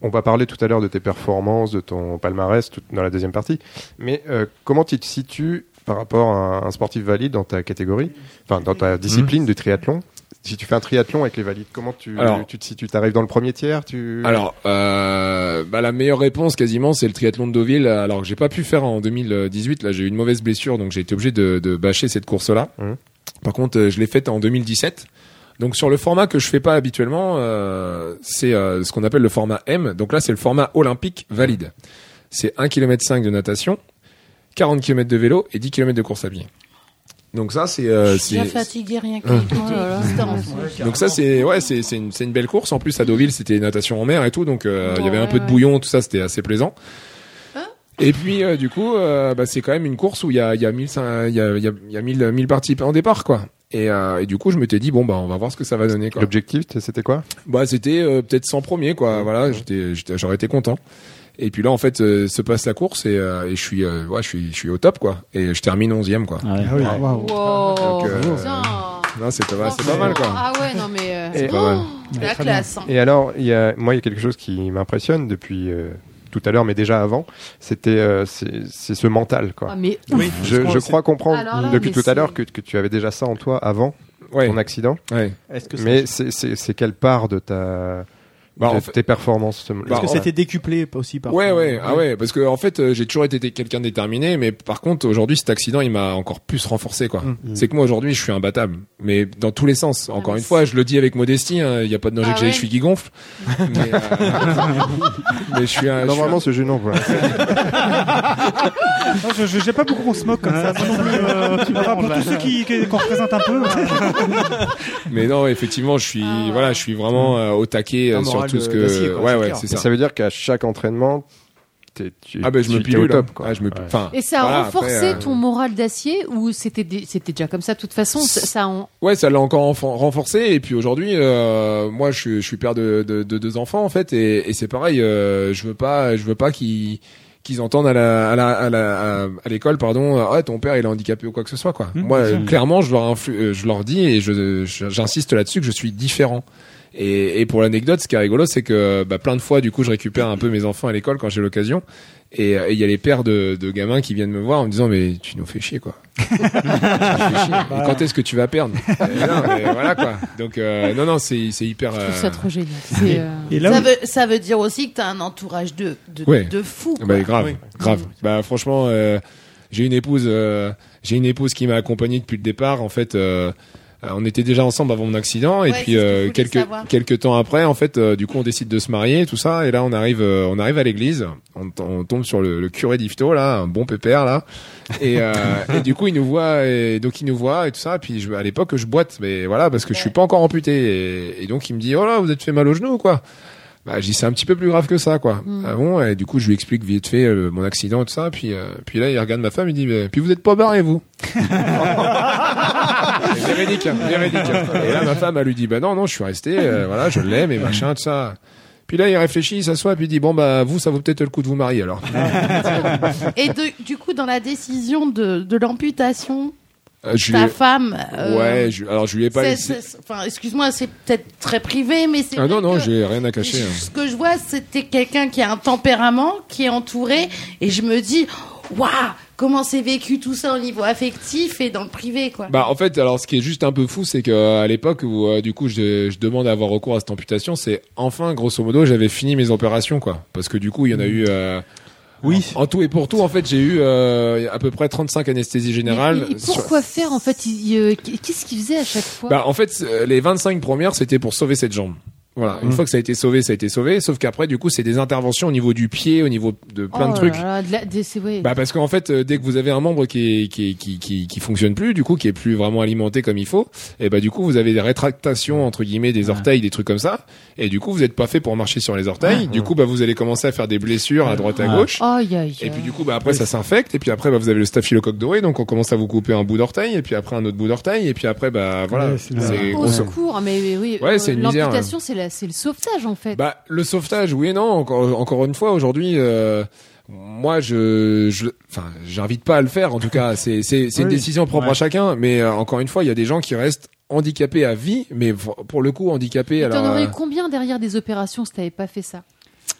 Speaker 7: on va parler tout à l'heure de tes performances, de ton palmarès tout- dans la deuxième partie. Mais euh, comment tu te situes par rapport à un sportif valide dans ta catégorie, enfin dans ta discipline du triathlon Si tu fais un triathlon avec les valides, comment tu,
Speaker 10: Mhm. Alors.
Speaker 7: tu te situes T'arrives dans le premier tiers tu...
Speaker 10: Alors, euh, bah, la meilleure réponse quasiment, c'est le triathlon de Deauville. Alors que j'ai pas pu faire en 2018. Là, j'ai eu une mauvaise blessure, donc j'ai été obligé de, de bâcher cette course-là. Par contre, euh, je l'ai faite en 2017. Donc sur le format que je fais pas habituellement, euh, c'est euh, ce qu'on appelle le format M. Donc là, c'est le format olympique valide. C'est 1 km 5 de natation, 40 km de vélo et 10 km de course à pied. Donc ça, c'est euh,
Speaker 9: Je suis déjà
Speaker 10: c'est- Ah.
Speaker 9: fatiguée rien que.
Speaker 10: Ouais.
Speaker 9: Oh là là, c'est un fou.
Speaker 10: donc ça c'est ouais c'est c'est une c'est une belle course en plus à Deauville c'était natation en mer et tout donc euh, il y avait un
Speaker 9: Ouais,
Speaker 10: peu de
Speaker 9: ouais.
Speaker 10: bouillon tout ça c'était assez plaisant. Et puis euh, du coup euh, bah, c'est quand même une course où il y a il y a 1500 il y a il y a il y a 1000 1000 participants au départ quoi. Et, euh, et du coup je m'étais dit bon bah on va voir ce que ça va donner quoi.
Speaker 7: L'objectif c'était quoi
Speaker 10: Bah c'était euh, peut-être 100 premiers quoi voilà j'étais j'étais- j'aurais été content. Et puis là en fait euh, se passe la course et, euh, et je suis euh, ouais je suis je suis au top quoi et je termine 11e quoi.
Speaker 7: Ah
Speaker 10: Donc, euh, non c'est pas, c'est pas mal quoi.
Speaker 3: Ah ouais, non mais. euh,
Speaker 7: Et-
Speaker 3: oh,
Speaker 7: Pas mal.
Speaker 3: la classe. hein.
Speaker 7: Et alors, il y a, moi, il y a quelque chose qui m'impressionne depuis euh, tout à l'heure, mais déjà avant, c'était euh, c'est c'est ce mental, quoi.
Speaker 3: Ah, mais
Speaker 7: je,
Speaker 3: Oui,
Speaker 7: je
Speaker 3: c'est-
Speaker 7: crois comprendre
Speaker 3: Alors là,
Speaker 7: depuis
Speaker 3: mais
Speaker 7: tout à
Speaker 3: c'est-
Speaker 7: l'heure que, que tu avais déjà ça en toi avant ton accident.
Speaker 1: Est-ce que ça-
Speaker 7: mais c'est- c'est c'est quelle part de ta
Speaker 10: Bah,
Speaker 7: de
Speaker 10: en fait- bah,
Speaker 7: tes performances ce-
Speaker 1: Parce que c'était décuplé aussi par.
Speaker 10: Ouais,
Speaker 7: euh,
Speaker 10: ouais, ah ouais, parce que en fait, euh, j'ai toujours été quelqu'un de déterminé, mais par contre, aujourd'hui, cet accident, il m'a encore plus renforcé, quoi.
Speaker 1: Mm.
Speaker 10: C'est que moi, aujourd'hui, je suis imbattable, mais dans tous les sens. Encore une fois, je le dis avec modestie, hein, il n'y a pas de danger
Speaker 7: Ah
Speaker 10: que j'ai les
Speaker 7: ouais.
Speaker 10: chevilles
Speaker 3: *laughs*
Speaker 10: qui gonflent. mais, euh, mais je suis un. je suis
Speaker 7: Normalement,
Speaker 10: un-
Speaker 7: c'est gênant. voilà.
Speaker 5: Non, Ah, je- je- J'aime pas beaucoup qu'on se moque comme ça. ça non plus,
Speaker 6: *laughs*
Speaker 12: me
Speaker 5: euh, enfin, pour
Speaker 12: déranges,
Speaker 5: tous ceux qui qui- qu'on représente un peu.
Speaker 10: *laughs* Mais non, effectivement, je suis,
Speaker 3: Ah.
Speaker 10: voilà, je suis vraiment euh, au taquet euh,
Speaker 7: Un
Speaker 10: sur
Speaker 7: moral
Speaker 10: tout ce
Speaker 7: Mm. de-
Speaker 10: que.
Speaker 7: d'acier, quoi,
Speaker 10: ouais,
Speaker 7: c'est
Speaker 10: ouais,
Speaker 7: clair.
Speaker 10: c'est
Speaker 7: Mais
Speaker 10: ça.
Speaker 7: ça veut dire qu'à chaque entraînement, t'es- tu
Speaker 10: Ah ben, je
Speaker 7: tu-
Speaker 10: me
Speaker 7: t'es au
Speaker 10: pilule.
Speaker 7: top,
Speaker 10: hein.
Speaker 7: quoi.
Speaker 10: Ah, je me. Enfin.
Speaker 3: Et ça a
Speaker 10: voilà, après,
Speaker 3: renforcé
Speaker 10: euh,
Speaker 3: ton moral d'acier ou c'était dé- c'était déjà comme ça de toute façon ça, ça en...
Speaker 10: Ouais, ça l'a encore enfan- renforcé. Et puis aujourd'hui, euh, moi, je, suis- je suis père de, de- de deux enfants en fait, et, et c'est pareil. euh, je veux pas, je veux pas qu'ils qu'ils entendent à la à la à la- à- à l'école pardon ah ton père il est handicapé ou quoi que ce soit quoi moi
Speaker 6: Mmh, bien sûr.
Speaker 10: euh, clairement je leur influ- euh, je leur dis et *laughs* je je- j'insiste là-dessus que je suis différent et, et pour l'anecdote ce qui est rigolo c'est que bah, plein de fois du coup je récupère un peu mes enfants à l'école quand j'ai l'occasion et euh, et il y a les pères de, de gamins qui viennent me voir en me disant mais tu nous fais
Speaker 6: *laughs*
Speaker 10: chier quoi *laughs* et quand est-ce que tu vas *laughs* perdre Euh, non, mais voilà quoi. Donc euh, non non, c'est c'est hyper.
Speaker 3: Je trouve
Speaker 10: euh,
Speaker 3: ça trop génial. C'est, euh,
Speaker 10: Et là
Speaker 9: ça,
Speaker 10: où-
Speaker 9: veut, ça veut dire aussi que t'as un entourage de, de,
Speaker 10: ouais.
Speaker 9: de fous.
Speaker 10: Bah,
Speaker 9: quoi.
Speaker 10: grave, grave. Bah franchement, euh, j'ai une épouse, euh, j'ai une épouse qui m'a accompagné depuis le départ. En fait, euh, euh, on était déjà ensemble avant mon accident et
Speaker 6: Ouais, c'est
Speaker 10: puis
Speaker 6: ce que je
Speaker 10: euh,
Speaker 6: voulais
Speaker 10: quelques
Speaker 6: savoir.
Speaker 10: quelques temps après, en fait, euh, du coup, on décide de se marier, tout ça. Et là, on arrive, euh, on arrive à l'église, on, t- on tombe sur le, le curé d'Ifto là, un bon pépère là. Et,
Speaker 9: *laughs*
Speaker 10: euh, et du coup, il nous voit, et donc il nous voit et tout ça. Puis je, à l'époque, je boite, mais voilà, parce que je suis pas encore amputé. Et, et donc, il me dit, oh là, vous êtes fait mal au genou ou quoi bah, j'ai dit, c'est un petit peu plus grave que ça, quoi.
Speaker 9: Hmm.
Speaker 6: Mm.
Speaker 10: Ah bon? Et du coup, je lui explique vite fait euh, mon accident et tout ça. Puis, euh, puis là, il regarde ma femme, il dit, mais, puis vous êtes pas
Speaker 9: *laughs*
Speaker 10: barré, vous? Et véridique, hein, véridique. Et là, ma femme, elle lui dit, bah non, non, je suis resté, euh, voilà, je l'aime
Speaker 9: Hmm.
Speaker 10: et machin, tout ça. Puis là, il réfléchit, il s'assoit, puis il dit, bon, bah, vous, ça vaut peut-être le coup de vous marier, alors.
Speaker 9: *laughs* Et de- du coup, dans la décision de, de l'amputation,
Speaker 10: Euh, je lui
Speaker 9: ta
Speaker 10: ai-
Speaker 9: femme. euh,
Speaker 10: Ouais, je- alors, je lui ai pas
Speaker 9: c'est-
Speaker 10: laissé-
Speaker 9: c'est- enfin, excuse-moi, c'est peut-être très privé, mais c'est
Speaker 10: Ah non,
Speaker 9: vrai
Speaker 10: non,
Speaker 9: que
Speaker 10: j'ai rien à cacher. hein.
Speaker 9: ce que je vois, c'était quelqu'un qui a un tempérament, qui est entouré, et je me dis, waouh, comment c'est vécu tout ça au niveau affectif et dans le privé, quoi.
Speaker 10: Bah en fait, alors ce qui est juste un peu fou, c'est que euh, à l'époque où euh, du coup je, je demande à avoir recours à cette amputation, c'est enfin grosso modo j'avais fini mes opérations quoi, parce que du coup il y en a eu. oui. En, en tout et pour tout, en fait, j'ai eu euh, à peu près 35 anesthésies générales.
Speaker 3: Et
Speaker 10: Ah, sur-
Speaker 3: pourquoi faire en fait il- il, euh, Qu'est-ce qu'il faisait à chaque fois
Speaker 10: bah, en fait, euh, les 25 premières, c'était pour sauver cette jambe. Voilà, une fois que ça a été sauvé, ça a été sauvé. Sauf qu'après, du coup, c'est des interventions au niveau du pied, au niveau de plein
Speaker 3: Oh
Speaker 10: de trucs.
Speaker 3: là là, de la- de- c'est- ouais.
Speaker 10: Bah parce qu'en fait, euh, dès que vous avez un membre qui, est, qui, est- qui, qui, qui fonctionne plus, du coup, qui est plus vraiment alimenté comme il faut, et bah du coup, vous avez des rétractations entre guillemets des orteils, des trucs comme ça, et du coup, vous n'êtes pas fait pour marcher sur les orteils. Du coup, bah vous allez commencer à faire des blessures à droite à gauche.
Speaker 3: Aïe, aïe,
Speaker 10: Et puis du coup, bah après, ça s'infecte, et puis après, bah vous avez le staphylocoque doré, donc on commence à vous couper un bout d'orteil, et puis après un autre bout d'orteil, et puis après, bah voilà,
Speaker 5: Ouais, c'est
Speaker 10: c'est
Speaker 3: Au
Speaker 10: grosso-
Speaker 3: secours, mais, mais oui.
Speaker 10: Ouais,
Speaker 3: euh,
Speaker 10: c'est une misère,
Speaker 3: L'amputation, c'est la- c'est le sauvetage en fait.
Speaker 10: Bah, le sauvetage, oui et non. Encore, euh, encore une fois, aujourd'hui, euh, moi, je, je, enfin, j'invite pas à le faire. En tout
Speaker 6: *laughs*
Speaker 10: cas, c'est, c'est, c'est une
Speaker 6: Oui.
Speaker 10: décision propre à
Speaker 6: Ouais.
Speaker 10: chacun. Mais euh, encore une fois, il y a des gens qui restent handicapés à vie, mais v- pour le coup, handicapés.
Speaker 3: T'en
Speaker 10: alors,
Speaker 3: aurais
Speaker 10: euh,
Speaker 3: eu combien derrière des opérations si t'avais pas fait ça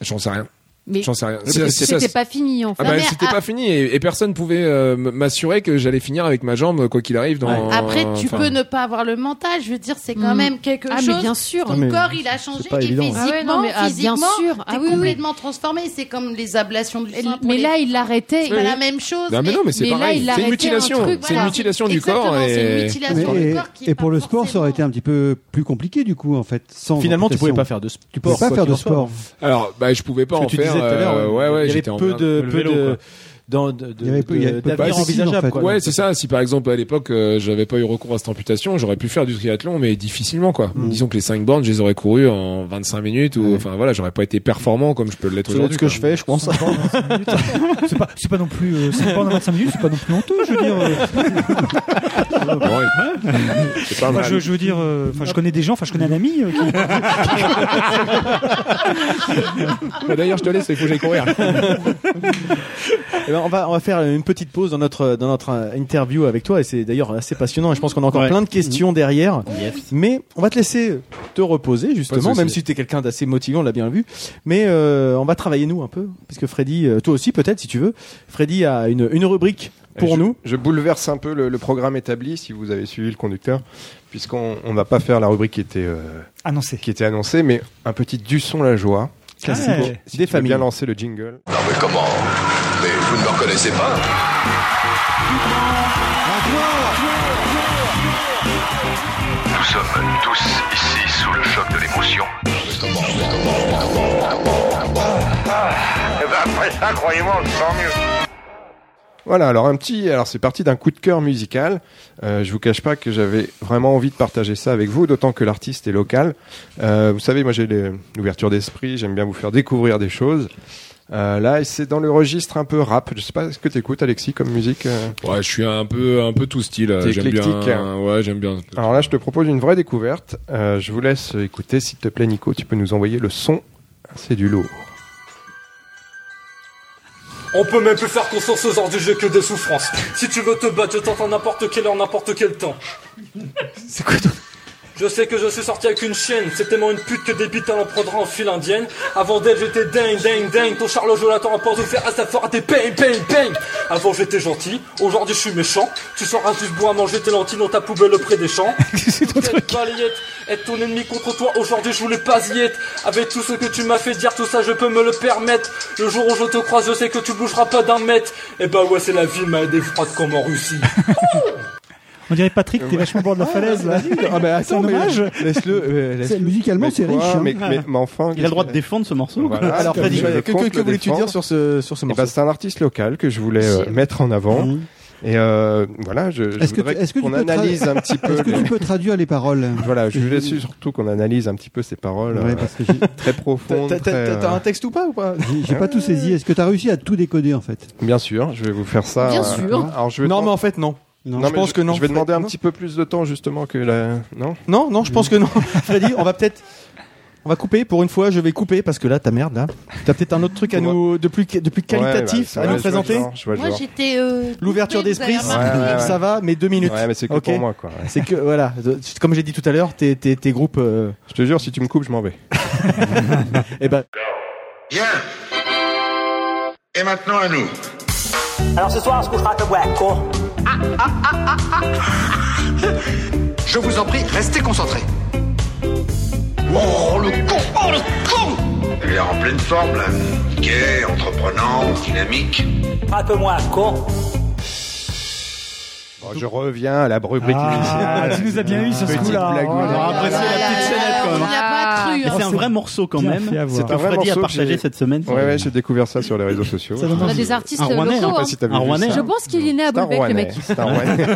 Speaker 10: j'en sais rien.
Speaker 3: Mais
Speaker 10: J'en sais rien.
Speaker 3: Parce que
Speaker 10: C'est- c'est
Speaker 3: c'était
Speaker 10: ça.
Speaker 3: pas fini en fait.
Speaker 10: Ah bah, c'était pas fini et, et personne pouvait euh, m- m'assurer que j'allais finir avec ma jambe quoi qu'il arrive dans
Speaker 9: Après, tu
Speaker 10: enfin,
Speaker 9: peux ne pas avoir le mental. Je veux dire, c'est quand
Speaker 3: Mm.
Speaker 9: même quelque
Speaker 3: Ah, mais
Speaker 9: chose.
Speaker 3: bien sûr.
Speaker 9: Ton
Speaker 3: Ah, mais
Speaker 9: corps, il a changé.
Speaker 1: c'est pas
Speaker 9: et
Speaker 1: évident.
Speaker 9: physiquement,
Speaker 3: Ah ouais, non, mais, ah, bien
Speaker 9: physiquement,
Speaker 3: sûr. Ah
Speaker 9: t'es
Speaker 3: oui, oui.
Speaker 9: complètement transformé. C'est comme les ablations du sang.
Speaker 3: Mais là, il l'arrêtait.
Speaker 9: c'est pas la même chose.
Speaker 10: Non, mais non, mais c'est
Speaker 3: là,
Speaker 10: pareil.
Speaker 3: il
Speaker 10: C'est
Speaker 3: arrêtait
Speaker 10: une
Speaker 3: un
Speaker 10: mutilation.
Speaker 3: truc,
Speaker 10: C'est une
Speaker 3: voilà.
Speaker 10: mutilation du
Speaker 9: Exactement,
Speaker 10: corps.
Speaker 9: c'est une
Speaker 10: Et...
Speaker 9: mutilation
Speaker 2: Mais-
Speaker 9: du
Speaker 2: et,
Speaker 9: corps qui est
Speaker 2: et pour le sport, ça aurait été un petit peu plus compliqué du coup en fait. Sans
Speaker 1: Finalement, tu
Speaker 2: amputation.
Speaker 1: pouvais pas faire de sport.
Speaker 2: Tu pouvais pas faire de sport.
Speaker 10: Alors, bah, je pouvais pas
Speaker 1: Parce
Speaker 10: en
Speaker 1: que tu
Speaker 10: faire.
Speaker 1: disais tout à l'heure,
Speaker 10: euh, ouais, ouais,
Speaker 1: il y avait
Speaker 10: j'étais en
Speaker 1: peu
Speaker 10: merde.
Speaker 1: de,
Speaker 10: Le
Speaker 1: peu
Speaker 10: vélo,
Speaker 1: de,
Speaker 10: quoi.
Speaker 1: Euh, dans, de, de-
Speaker 2: Il y avait peu- il y avait
Speaker 1: de-
Speaker 2: peu de
Speaker 1: d'avenir
Speaker 2: possible, en
Speaker 1: envisageable,
Speaker 2: fait.
Speaker 1: quoi.
Speaker 10: Ouais,
Speaker 1: Donc,
Speaker 10: c'est ça. Si par exemple à l'époque euh, j'avais pas eu recours à cette amputation, j'aurais pu faire du triathlon, mais difficilement quoi.
Speaker 2: Mm.
Speaker 10: Disons que les 5 bornes, je les aurais courues en 25 minutes ou enfin voilà, j'aurais pas été performant comme je peux l'être
Speaker 1: C'est
Speaker 10: aujourd'hui.
Speaker 1: ce que je fais, je pense.
Speaker 5: *laughs* C'est pas, c'est pas non plus. euh, c'est pas en 25 minutes, c'est pas non plus honteux, je veux dire. euh.
Speaker 10: quoi. Bon, ouais. C'est pas
Speaker 5: Enfin,
Speaker 10: mal.
Speaker 5: je, je veux dire, euh, enfin, je connais des gens, enfin, je connais un ami. euh, qui-
Speaker 10: *laughs* Bah, D'ailleurs, je te laisse, il faut que j'aille courir.
Speaker 1: *laughs* Eh ben, on va on va faire une petite pause dans notre dans notre euh, interview avec toi et c'est d'ailleurs assez passionnant et je pense qu'on a encore
Speaker 6: Ouais.
Speaker 1: plein de questions derrière. Mais on va te laisser te reposer
Speaker 10: Pas
Speaker 1: justement,
Speaker 10: de
Speaker 1: même
Speaker 10: souci.
Speaker 1: si tu es quelqu'un d'assez motivé, on l'a bien vu. Mais euh, on va travailler nous un peu parce que Freddy, euh, toi aussi peut-être si tu veux, Freddy a une Euh, une rubrique
Speaker 7: je,
Speaker 1: pour nous.
Speaker 7: Je bouleverse un peu le, le programme établi, si vous avez suivi le conducteur, puisqu'on on va pas faire la rubrique qui était, euh,
Speaker 5: Ah non, c'est.
Speaker 7: qui était annoncée, mais un petit du son la joie. Ah,
Speaker 1: Classique.
Speaker 5: Ouais.
Speaker 7: Si
Speaker 1: Des
Speaker 7: tu veux
Speaker 1: familles.
Speaker 7: bien lancer le jingle.
Speaker 11: Non mais comment Mais vous ne me reconnaissez pas Nous sommes tous ici sous le choc de l'émotion. Ah, Eh ben, après ça, croyez-moi, on sent mieux.
Speaker 7: Voilà, alors un petit, alors c'est parti d'un coup de cœur musical. Euh, je vous cache pas que j'avais vraiment envie de partager ça avec vous, d'autant que l'artiste est local. Euh, vous savez, moi j'ai les- l'ouverture d'esprit, j'aime bien vous faire découvrir des choses. Euh, là, et c'est dans le registre un peu rap. Je sais pas ce que t'écoutes, Alexis, comme musique. euh.
Speaker 10: Ouais, je suis un peu, un peu tout style.
Speaker 7: T'es
Speaker 10: J'aime bien.
Speaker 7: éclectique, hein.
Speaker 10: Ouais, j'aime bien.
Speaker 7: Alors là, je te propose une vraie découverte. Euh, je vous laisse écouter, s'il te plaît, Nico. Tu peux nous envoyer le son. C'est du lourd.
Speaker 12: On peut même plus faire conscience aux heures du jeu que des souffrances. Si tu veux te battre, je tente à n'importe quelle heure, n'importe quel temps.
Speaker 5: *laughs* C'est quoi ton-
Speaker 12: Je sais que je suis sorti avec une chienne, c'est tellement une pute que des bites à en prendra en file indienne. Avant d'elle, j'étais dingue, dingue, dingue. Ton Charles Jonathan en porte faire à sa force, t'es peigne, peigne, peigne. Avant, j'étais gentil, aujourd'hui, je suis méchant. Tu sors un juste bois à manger tes lentilles dans ta poubelle auprès des champs. *laughs* c'est ton truc. être ton ennemi contre toi, aujourd'hui, je voulais pas y être. Avec tout ce que tu m'as fait dire, tout ça, je peux me le permettre. Le jour où je te croise, je sais que tu bougeras pas d'un mètre. Et bah ouais, c'est la vie, ma des phrases comme en Russie.
Speaker 5: On dirait Patrick, t'es vachement au bord de la falaise là.
Speaker 1: Ah bah
Speaker 5: C'est dommage.
Speaker 1: laisse-le. euh, laisse-
Speaker 2: C'est- Musicalement,
Speaker 7: Mais
Speaker 2: c'est
Speaker 7: quoi,
Speaker 2: riche. hein.
Speaker 7: Mais, mais- mais enfin,
Speaker 6: Il a le droit de
Speaker 7: qu'est-ce que-
Speaker 6: défendre ce morceau. quoi.
Speaker 7: Voilà, *laughs*
Speaker 1: Alors
Speaker 7: c'est
Speaker 1: Freddy,
Speaker 7: comme je
Speaker 1: que,
Speaker 7: le
Speaker 1: que-
Speaker 7: compte,
Speaker 1: que
Speaker 7: le
Speaker 1: voulais-tu
Speaker 7: défendre.
Speaker 1: dire sur ce sur ce
Speaker 7: Eh ben,
Speaker 1: morceau
Speaker 7: c'est un artiste local que je voulais euh, mettre en avant. Et euh, voilà, je, je
Speaker 2: Est-ce que
Speaker 7: voudrais
Speaker 2: tu- est-ce que tu
Speaker 7: qu'on
Speaker 2: peux tra-
Speaker 7: analyse un petit peu.
Speaker 2: *laughs* Est-ce que
Speaker 7: les-
Speaker 2: tu peux traduire les paroles
Speaker 7: Voilà, je voulais surtout qu'on analyse un petit peu ces paroles
Speaker 2: Ouais,
Speaker 7: euh,
Speaker 2: parce que j'ai-
Speaker 7: très profondes.
Speaker 1: T'as-
Speaker 7: très,
Speaker 1: T'as
Speaker 7: euh,
Speaker 1: t'as un texte ou pas ou pas
Speaker 2: j'ai- j'ai pas
Speaker 9: Ah.
Speaker 2: tout saisi. Est-ce que t'as réussi à tout décoder en fait
Speaker 7: Bien sûr, je vais vous faire ça.
Speaker 3: Bien
Speaker 7: euh,
Speaker 3: sûr.
Speaker 7: Alors, je vais
Speaker 1: Non,
Speaker 7: demander-
Speaker 1: mais en fait non.
Speaker 2: Non,
Speaker 1: je
Speaker 7: mais
Speaker 1: pense que non.
Speaker 7: Je vais demander un
Speaker 1: Non.
Speaker 7: petit peu plus de temps justement que la. Euh, Non.
Speaker 1: Non, non, je pense que non. *laughs* Freddy, on va peut-être. On va couper pour une fois, je vais couper parce que là, ta merde, là. T'as peut-être un autre truc à
Speaker 7: Ouais.
Speaker 1: nous, de plus, de plus
Speaker 7: Ouais, bah,
Speaker 1: qualitatif
Speaker 7: ça
Speaker 1: à
Speaker 7: va,
Speaker 1: nous
Speaker 7: je vois le
Speaker 1: présenter.
Speaker 7: genre, Je vois le
Speaker 9: Moi,
Speaker 7: genre.
Speaker 9: j'étais. euh,
Speaker 1: L'ouverture
Speaker 9: coupée, vous avez
Speaker 1: d'esprit,
Speaker 9: remarqué.
Speaker 7: Ouais, ouais, ouais.
Speaker 1: ça va, mais deux minutes.
Speaker 7: Ouais, mais c'est que
Speaker 1: Ok.
Speaker 7: pour moi quoi. ouais.
Speaker 1: C'est que, voilà, de- comme j'ai dit tout à l'heure, tes, tes, tes groupes, euh,
Speaker 7: Je te jure, si tu me coupes, je m'en *laughs* vais.
Speaker 1: eh ben,
Speaker 11: Bien. Et maintenant à nous.
Speaker 12: Alors ce soir, on se couchera à Tobacco.
Speaker 11: Je vous en prie, restez concentrés. Oh le con Oh le con Il est en pleine forme là. Gay, entreprenant, dynamique.
Speaker 12: Frappe-moi, con.
Speaker 7: Bon, Oh, je reviens à la rubrique
Speaker 5: Ah,
Speaker 7: initiale.
Speaker 5: tu nous as bien eu sur ce
Speaker 7: Petite
Speaker 5: coup-là.
Speaker 7: blague
Speaker 5: Oh là
Speaker 7: nulle.
Speaker 5: là.
Speaker 6: Ah, appréciez la petite chaînette, quand
Speaker 9: on
Speaker 6: même.
Speaker 9: n'y
Speaker 7: Ah,
Speaker 9: a pas cru.
Speaker 6: Mais
Speaker 9: hein.
Speaker 6: c'est un vrai morceau quand
Speaker 5: bien
Speaker 6: même.
Speaker 5: fait à voir.
Speaker 6: C'est
Speaker 5: Un
Speaker 6: que
Speaker 7: vrai
Speaker 6: Freddy a
Speaker 7: morceau que j'ai-
Speaker 6: partagé cette semaine.
Speaker 7: Ouais, ouais, j'ai découvert ça sur les réseaux sociaux.
Speaker 5: Ça donne
Speaker 3: On a
Speaker 5: envie.
Speaker 3: des artistes
Speaker 6: Un Rouennais,
Speaker 3: locaux.
Speaker 6: hein.
Speaker 3: hein.
Speaker 7: si t'avais
Speaker 6: Un
Speaker 7: vu
Speaker 6: Rouennais,
Speaker 7: ça.
Speaker 3: Je pense qu'il est né à
Speaker 7: C'est un
Speaker 3: Bolbec, le
Speaker 7: Rouennais.
Speaker 3: mec.
Speaker 7: C'est un Rouennais.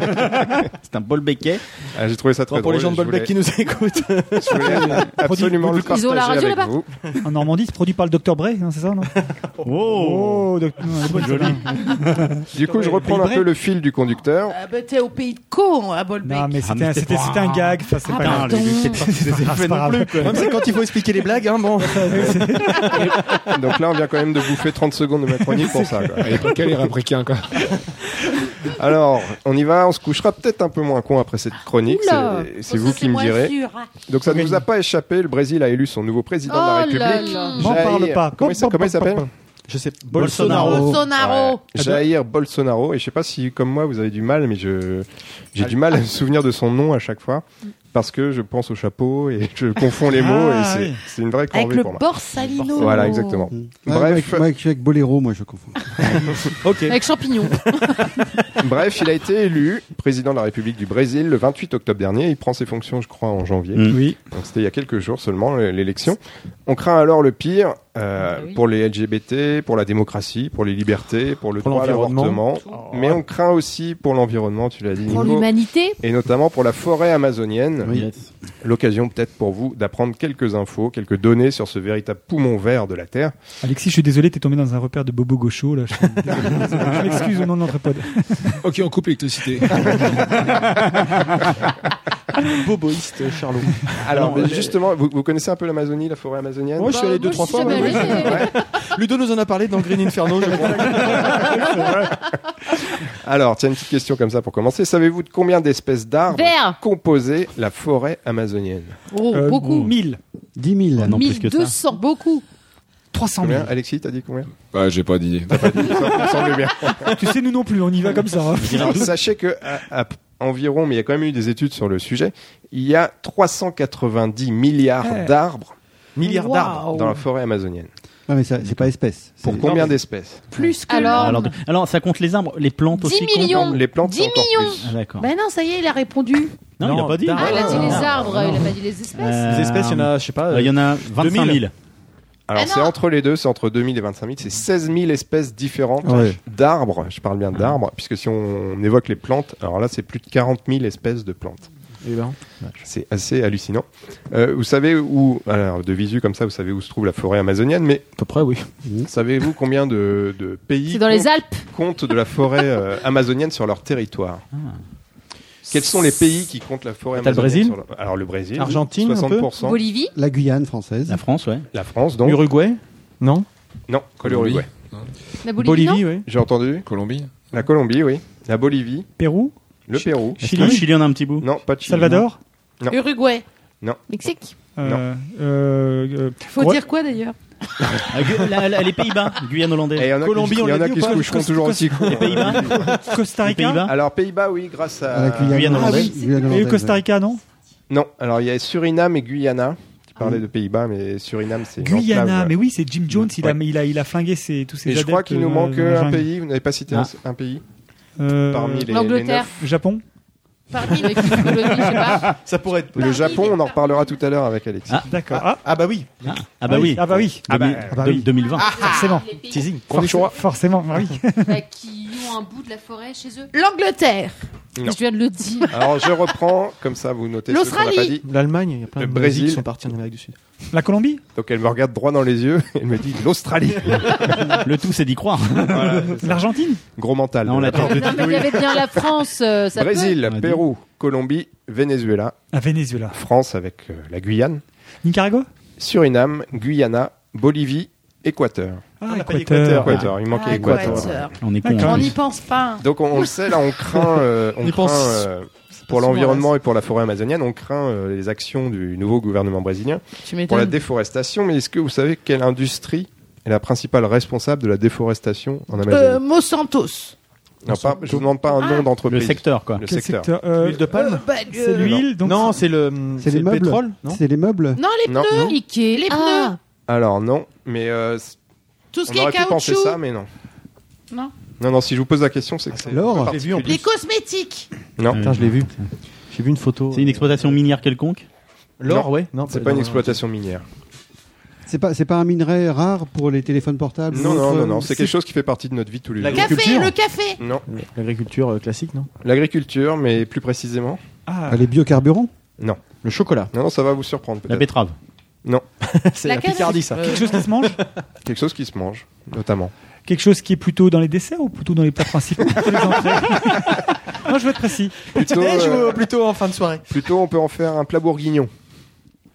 Speaker 6: *laughs* C'est un bol béquet.
Speaker 7: Ah, J'ai trouvé ça très
Speaker 1: pour les
Speaker 7: drôle,
Speaker 1: gens de
Speaker 7: je
Speaker 1: Bolbec qui
Speaker 7: voulais-
Speaker 1: nous écoutent.
Speaker 7: *laughs* je voulais absolument le
Speaker 3: Ils ont la radio
Speaker 7: partager avec
Speaker 3: là-bas
Speaker 7: vous.
Speaker 5: En Normandie, c'est produit par le Dr Bray, hein, c'est ça non
Speaker 6: Oh,
Speaker 5: doc- non, elle est bonne, celle-là.
Speaker 7: Du coup, je reprends un
Speaker 5: Bray.
Speaker 7: peu le fil du conducteur.
Speaker 9: Ah, bah, t'es au pays de Caux, à Bolbec.
Speaker 5: Non, mais
Speaker 6: Ah,
Speaker 5: c'était
Speaker 6: mais
Speaker 5: un-
Speaker 6: c'était
Speaker 5: c'était-
Speaker 6: pas-
Speaker 1: Ah,
Speaker 5: c'était un gag. Enfin, c'est pas
Speaker 6: Putain,
Speaker 7: *laughs*
Speaker 1: *laughs*
Speaker 5: grave.
Speaker 6: les- c'est pas- c'est pas grave.
Speaker 1: Même c'est quand quand il faut expliquer les blagues, hein, bon.
Speaker 7: *laughs* Donc là, on vient quand même de bouffer 30 secondes de ma chronique pour ça. Quoi.
Speaker 10: Et pour quel est quoi.
Speaker 7: *laughs* Alors, on y va, on se couchera peut-être un peu moins con après cette chronique,
Speaker 9: Oula,
Speaker 7: c'est-
Speaker 9: oh,
Speaker 7: c'est
Speaker 9: ça,
Speaker 7: vous
Speaker 9: c'est
Speaker 7: qui me
Speaker 9: moins
Speaker 7: direz.
Speaker 9: sûr.
Speaker 7: Donc ça ne nous a pas échappé, le Brésil a élu son nouveau président de la
Speaker 9: Oh là
Speaker 7: République.
Speaker 9: là.
Speaker 5: M'en
Speaker 7: Jair-
Speaker 5: parle pas.
Speaker 7: Comment il s'a-
Speaker 5: Pop,
Speaker 7: comment il
Speaker 5: pop, pop,
Speaker 7: s'appelle
Speaker 5: pop.
Speaker 1: Je sais
Speaker 7: Bolsonaro.
Speaker 9: Bolsonaro.
Speaker 7: Ouais. Jair Bolsonaro. Et je sais pas si, comme moi, vous avez du mal, mais je j'ai du mal à me souvenir de son nom à chaque fois parce que je pense au chapeau et je confonds les mots
Speaker 9: Ah,
Speaker 7: et c'est
Speaker 9: oui.
Speaker 7: c'est une vraie
Speaker 9: Avec
Speaker 7: corvée
Speaker 9: le
Speaker 7: pour moi.
Speaker 9: Borsalino.
Speaker 7: Voilà, exactement.
Speaker 6: Mm.
Speaker 2: Bref.
Speaker 7: Bref.
Speaker 2: Avec, avec, avec Boléro, moi, je confonds.
Speaker 7: *laughs*
Speaker 1: ok.
Speaker 3: Avec champignons.
Speaker 7: Bref, il a été élu président de la République du Brésil le 28 octobre dernier. Il prend ses fonctions, je crois, en janvier.
Speaker 6: Mm.
Speaker 5: Oui.
Speaker 7: Donc c'était il y a quelques jours seulement l- l'élection. On craint alors le pire
Speaker 3: Ah bah
Speaker 7: euh, pour les LGBT, pour la démocratie, pour les libertés, pour le
Speaker 1: Pour
Speaker 7: droit à
Speaker 1: l'environnement.
Speaker 7: l'avortement. Mais on craint aussi pour l'environnement, tu l'as dit.
Speaker 3: Oh. Pour
Speaker 7: Nico.
Speaker 3: l'humanité.
Speaker 7: Et notamment pour la forêt amazonienne.
Speaker 6: Oui.
Speaker 7: L'occasion peut-être pour vous d'apprendre quelques infos, quelques données sur ce véritable poumon vert de la Terre.
Speaker 5: Alexis, je suis désolé, t'es tombé dans un repère de Bobo Gaucho, là. Je,
Speaker 10: *laughs*
Speaker 5: je m'excuse au nom de l'entrepode.
Speaker 10: Ok, on
Speaker 9: *laughs*
Speaker 10: coupe l'électricité.
Speaker 1: *laughs* Boboïste
Speaker 7: *laughs*
Speaker 1: Charlot.
Speaker 7: Alors,
Speaker 1: Non,
Speaker 7: mais
Speaker 1: les-
Speaker 7: justement, vous, vous connaissez un peu l'Amazonie, la forêt amazonienne
Speaker 1: Moi, je suis allé
Speaker 3: Bah,
Speaker 1: deux, trois fois. ouais, ouais. Ludo nous en a parlé dans Green Inferno. je crois.
Speaker 7: *laughs* Alors, tiens, une petite question comme ça pour commencer. Savez-vous de combien d'espèces d'arbres
Speaker 3: Vert.
Speaker 7: composait la forêt amazonienne
Speaker 3: Oh,
Speaker 5: Euh,
Speaker 3: beaucoup.
Speaker 5: 1000.
Speaker 2: 10 000.
Speaker 6: Ah, non, plus que ça.
Speaker 3: 1200. Beaucoup.
Speaker 5: 300 000.
Speaker 7: Combien Alexis, t'as dit combien
Speaker 10: Bah, j'ai pas d'idée.
Speaker 7: Ça me semble
Speaker 1: *laughs*
Speaker 7: bien.
Speaker 5: tu sais, nous non plus, on y va comme ça. hein.
Speaker 7: Alors, sachez que à- à environ, mais il y a quand même eu des études sur le sujet, il y a 390 milliards
Speaker 5: Eh.
Speaker 7: d'arbres
Speaker 1: Milliard d'arbres.
Speaker 7: dans la forêt amazonienne.
Speaker 2: Non, mais ça, c'est pas espèce.
Speaker 7: Pour
Speaker 2: C'est-
Speaker 7: combien d'espèces
Speaker 9: Plus que
Speaker 3: Alors-
Speaker 6: Alors,
Speaker 9: l'homme.
Speaker 6: de- alors, ça compte les arbres, les plantes
Speaker 3: 10
Speaker 6: aussi. comptent
Speaker 3: millions.
Speaker 7: Les plantes, c'est
Speaker 3: 10
Speaker 7: encore
Speaker 3: millions.
Speaker 7: plus.
Speaker 6: Ah, d'accord.
Speaker 9: Ben non, ça y est, il a répondu.
Speaker 6: non, il a
Speaker 1: Non,
Speaker 6: pas dit.
Speaker 1: d'arbres.
Speaker 3: Ah, il a dit
Speaker 1: Ah,
Speaker 3: les arbres,
Speaker 1: non.
Speaker 3: il a pas dit les espèces.
Speaker 6: Euh,
Speaker 1: Les espèces, il y en a, je sais pas.
Speaker 6: euh, Il y en a 25 000.
Speaker 7: Alors,
Speaker 3: Ah non.
Speaker 7: c'est entre les deux, c'est entre 2000 et 25 000, c'est 16 000 espèces différentes
Speaker 2: Ouais.
Speaker 7: d'arbres. Je parle bien d'arbres, puisque si on évoque les plantes, alors là, c'est plus de 40 000 espèces de plantes.
Speaker 1: Eh ben.
Speaker 7: C'est assez hallucinant. Euh, vous savez où, alors de visu comme ça, vous savez où se trouve la forêt amazonienne, mais
Speaker 1: À peu près, oui.
Speaker 7: *laughs* savez-vous combien de, de pays
Speaker 3: C'est dans les
Speaker 7: comptent-
Speaker 3: Alpes.
Speaker 7: comptent de
Speaker 3: *laughs*
Speaker 7: la forêt euh, amazonienne sur leur territoire Quels sont les pays qui comptent la forêt
Speaker 1: Ah. T'as le
Speaker 7: amazonienne
Speaker 1: Brésil
Speaker 7: sur leur- Alors le Brésil,
Speaker 1: Argentine, un peu
Speaker 7: 60%,
Speaker 3: Bolivie.
Speaker 2: La Guyane française.
Speaker 6: La France, ouais.
Speaker 7: la France, donc
Speaker 1: Uruguay Non
Speaker 7: non, que l'Uruguay.
Speaker 3: La Bolivie. non
Speaker 1: oui.
Speaker 7: J'ai entendu
Speaker 10: Colombie.
Speaker 7: La Colombie, oui. La Bolivie,
Speaker 5: Pérou,
Speaker 7: le Pérou.
Speaker 6: Chili. Le Chili en a un petit bout.
Speaker 7: Non, pas de Chili.
Speaker 5: Salvador.
Speaker 7: Non.
Speaker 9: Uruguay.
Speaker 3: Mexique.
Speaker 5: euh, euh, euh,
Speaker 9: Faut
Speaker 5: Ouais.
Speaker 9: dire quoi d'ailleurs
Speaker 6: Ah, Gu- la- la- les
Speaker 5: *laughs*
Speaker 6: Pays-Bas, Guyane
Speaker 7: Et il
Speaker 6: hollandaise.
Speaker 7: y en a
Speaker 1: Colombie,
Speaker 7: qui,
Speaker 1: on
Speaker 7: il y en
Speaker 1: l'a
Speaker 7: a
Speaker 1: dit
Speaker 7: qui
Speaker 1: ou
Speaker 7: se
Speaker 1: pas
Speaker 7: coucheront
Speaker 5: Costa-
Speaker 7: toujours aussi con.
Speaker 6: Les Pays-Bas.
Speaker 5: Costa
Speaker 6: Les
Speaker 5: Rica.
Speaker 6: Pays-Bas.
Speaker 7: Alors Pays-Bas, oui, grâce à.
Speaker 2: Ah, la Guyane,
Speaker 6: Guyane
Speaker 2: française.
Speaker 6: hollandaise.
Speaker 2: Guyane
Speaker 5: Et
Speaker 2: hollandaise,
Speaker 5: Costa
Speaker 2: ouais.
Speaker 5: Rica, non
Speaker 7: Non, alors il y a Suriname et Guyana. Tu parlais de Pays-Bas, mais Suriname, c'est. une
Speaker 5: Guyana,
Speaker 7: enclave.
Speaker 5: mais oui, c'est Jim Jones, il, a,
Speaker 7: Ouais.
Speaker 5: il, a, il a flingué ses, tous ses
Speaker 7: Et je
Speaker 5: adeptes,
Speaker 7: crois qu'il nous
Speaker 5: euh,
Speaker 7: manque
Speaker 5: dans la
Speaker 7: un
Speaker 5: jungle.
Speaker 7: pays. Vous n'avez pas cité un- un pays
Speaker 5: Euh,
Speaker 7: parmi les. les
Speaker 3: L'Angleterre.
Speaker 7: neuf.
Speaker 5: Japon
Speaker 9: Parmi les colonies, je sais
Speaker 5: *laughs*
Speaker 9: pas.
Speaker 1: Ça pourrait être.
Speaker 7: Le Japon, on en reparlera tout à l'heure avec Alexis.
Speaker 6: Ah,
Speaker 5: D'accord. Ah,
Speaker 1: Ah bah oui,
Speaker 6: Ah, ah bah oui.
Speaker 5: Ah bah oui.
Speaker 6: Ah bah,
Speaker 5: Ah bah oui.
Speaker 6: 2020.
Speaker 5: Forcément.
Speaker 3: Les pays
Speaker 1: teasing.
Speaker 5: Forcément, forcément, bah oui. *laughs*
Speaker 3: bah, qui ont un bout de la forêt chez eux.
Speaker 9: L'Angleterre.
Speaker 7: Non. Ah,
Speaker 3: Je viens de le dire.
Speaker 7: *laughs* Alors je reprends, comme ça vous notez ce qu'on n'a pas
Speaker 9: L'Australie.
Speaker 7: dit.
Speaker 1: L'Allemagne, il y a plein
Speaker 7: Le
Speaker 1: de
Speaker 7: Brésil.
Speaker 1: Brésil qui sont partis en Amérique du Sud.
Speaker 5: La Colombie
Speaker 7: Donc elle me regarde droit dans les yeux et elle me dit l'Australie.
Speaker 6: Le tout, c'est d'y croire.
Speaker 7: Voilà,
Speaker 5: L'Argentine
Speaker 7: Gros mental.
Speaker 6: Non, on l'a dit.
Speaker 3: Non, mais il y avait bien la France. euh, ça peut-
Speaker 7: Brésil,
Speaker 6: On l'a dit.
Speaker 7: Pérou, Colombie, Venezuela,
Speaker 5: La Venezuela.
Speaker 7: France avec euh, la Guyane,
Speaker 5: Nicaragua
Speaker 7: Suriname, Guyana, Bolivie, Équateur.
Speaker 5: Ah,
Speaker 1: on a pas dit
Speaker 5: Équateur.
Speaker 7: Équateur, il manquait
Speaker 9: Ah,
Speaker 7: Équateur.
Speaker 9: Équateur.
Speaker 6: On est con.
Speaker 5: D'accord.
Speaker 9: On
Speaker 6: hein.
Speaker 9: n'y pense pas.
Speaker 7: Donc on, on le sait, là on craint, euh, on
Speaker 1: On y
Speaker 7: craint,
Speaker 1: pense
Speaker 7: euh, pour l'environnement et pour la forêt amazonienne, on craint euh, les actions du nouveau gouvernement brésilien
Speaker 9: Tu
Speaker 7: pour la
Speaker 9: m'étonnes.
Speaker 7: déforestation. Mais est-ce que vous savez quelle industrie est la principale responsable de la déforestation en Amazonie
Speaker 9: Euh, Monsantos.
Speaker 7: Non, pas- je ne demande pas un
Speaker 9: Ah.
Speaker 7: nom
Speaker 6: Le
Speaker 7: d'entreprise.
Speaker 6: secteur, quoi.
Speaker 7: Le
Speaker 5: Quel
Speaker 7: secteur.
Speaker 5: secteur Euh,
Speaker 1: L'huile de palme
Speaker 9: Bah, euh,
Speaker 5: *laughs* C'est l'huile, donc.
Speaker 1: Non, c'est le,
Speaker 2: C'est les
Speaker 1: le
Speaker 2: meubles.
Speaker 1: pétrole, non
Speaker 2: C'est les meubles.
Speaker 9: Non, les
Speaker 7: Non.
Speaker 9: pneus. Ikea, les pneus.
Speaker 3: Ah,
Speaker 7: Alors non, mais euh, c-
Speaker 9: Tout ce
Speaker 7: on
Speaker 9: qui est
Speaker 7: aurait pu penser
Speaker 9: caoutchouc.
Speaker 7: ça, mais non.
Speaker 9: Non.
Speaker 7: Non, non, si je vous pose la question, c'est que c'est
Speaker 2: alors
Speaker 7: un peu
Speaker 1: J'ai vu en
Speaker 7: particulier.
Speaker 9: Les cosmétiques.
Speaker 7: Non,
Speaker 6: Euh,
Speaker 1: Putain, je l'ai vu. J'ai vu une photo.
Speaker 6: C'est une exploitation minière quelconque
Speaker 1: L'or,
Speaker 7: Non.
Speaker 1: ouais. Non, bah,
Speaker 7: c'est pas une
Speaker 1: non,
Speaker 7: exploitation minière.
Speaker 2: C'est pas, c'est pas un minerai rare pour les téléphones portables
Speaker 7: Non,
Speaker 2: ou
Speaker 7: non,
Speaker 2: autre-
Speaker 7: non, non, c'est quelque chose qui fait partie de notre vie tous les
Speaker 1: La
Speaker 7: jours.
Speaker 1: café.
Speaker 9: Café,
Speaker 1: L'agriculture.
Speaker 9: le café.
Speaker 7: Non,
Speaker 1: non. L'agriculture euh, classique, non
Speaker 7: l'agriculture, mais plus précisément.
Speaker 5: Ah,
Speaker 2: Ah, Les biocarburants
Speaker 1: Le chocolat.
Speaker 7: Non, non, ça va vous surprendre
Speaker 6: La
Speaker 7: peut-être.
Speaker 6: betterave.
Speaker 1: *laughs* C'est
Speaker 9: La
Speaker 1: la,
Speaker 9: canne-
Speaker 1: Picardie, ça.
Speaker 5: quelque chose qui se mange
Speaker 7: *laughs* Quelque chose qui se mange, notamment.
Speaker 5: Quelque chose qui est plutôt dans les desserts ou plutôt dans les plats principaux plutôt les entrées Moi, je veux être précis.
Speaker 7: Plutôt,
Speaker 1: Plutôt,
Speaker 7: euh,
Speaker 1: plutôt en fin de soirée.
Speaker 7: plutôt, on peut en faire un plat bourguignon.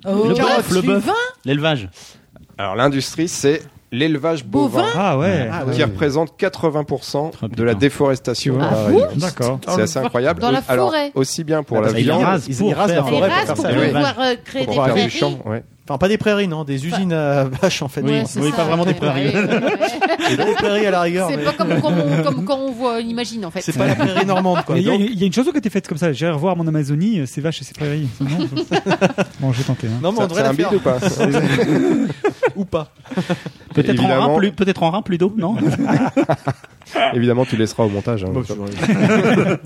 Speaker 9: Oh,
Speaker 6: le bœuf,
Speaker 9: tu
Speaker 6: le bœuf,
Speaker 9: vas
Speaker 6: l'élevage.
Speaker 7: Alors l'industrie, c'est l'élevage bovin,
Speaker 6: Bovin Ah ouais. Ah
Speaker 7: qui
Speaker 6: ouais.
Speaker 7: représente 80% de la déforestation.
Speaker 6: Ah
Speaker 7: dans la
Speaker 6: bon
Speaker 7: région.
Speaker 6: D'accord.
Speaker 7: C'est assez incroyable.
Speaker 9: Dans la
Speaker 7: Alors
Speaker 9: forêt.
Speaker 7: aussi bien pour
Speaker 1: Ah,
Speaker 7: la
Speaker 1: parce qu'ils
Speaker 7: viande,
Speaker 1: rasent Ils pour y rasent la faire- forêt pour
Speaker 9: Ils rasent
Speaker 1: faire
Speaker 9: pour
Speaker 1: ça, oui.
Speaker 9: pouvoir, euh, créer
Speaker 1: Pour
Speaker 9: des
Speaker 1: faire
Speaker 9: prairies.
Speaker 7: champs, ouais.
Speaker 1: Enfin, pas des prairies, non, des usines à vaches en fait.
Speaker 3: Oui, Ouais, c'est oui, ça, pas vraiment des ouais. prairies.
Speaker 1: *laughs* Et des prairies à la rigueur.
Speaker 3: C'est
Speaker 1: mais-
Speaker 3: pas comme, comme on, comme quand on voit, on imagine en fait.
Speaker 1: C'est pas la prairie normande quoi.
Speaker 5: Mais Il y, a
Speaker 1: Donc-
Speaker 5: une- il y a une chose qui a été faite comme ça. J'ai revoir mon Amazonie, euh, ses vaches et ses prairies.
Speaker 1: *laughs*
Speaker 5: bon, j'ai tenté. hein.
Speaker 1: Non, mais on devrait la faire. *laughs* Ou pas.
Speaker 6: *laughs* Peut-être en
Speaker 7: Évidemment.
Speaker 6: rein plus, peut-être en rein plus d'eau, non
Speaker 7: *laughs* Évidemment, tu laisseras au montage. hein. *laughs*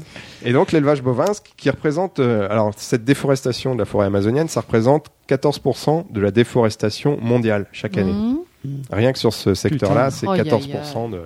Speaker 7: et donc, l'élevage bovin, ce qui représente, euh, alors cette déforestation de la forêt amazonienne, ça représente 14% de la déforestation mondiale chaque année.
Speaker 9: Mhm.
Speaker 7: Rien que sur ce secteur-là, c'est
Speaker 9: Oh, y a- y a-
Speaker 7: 14% de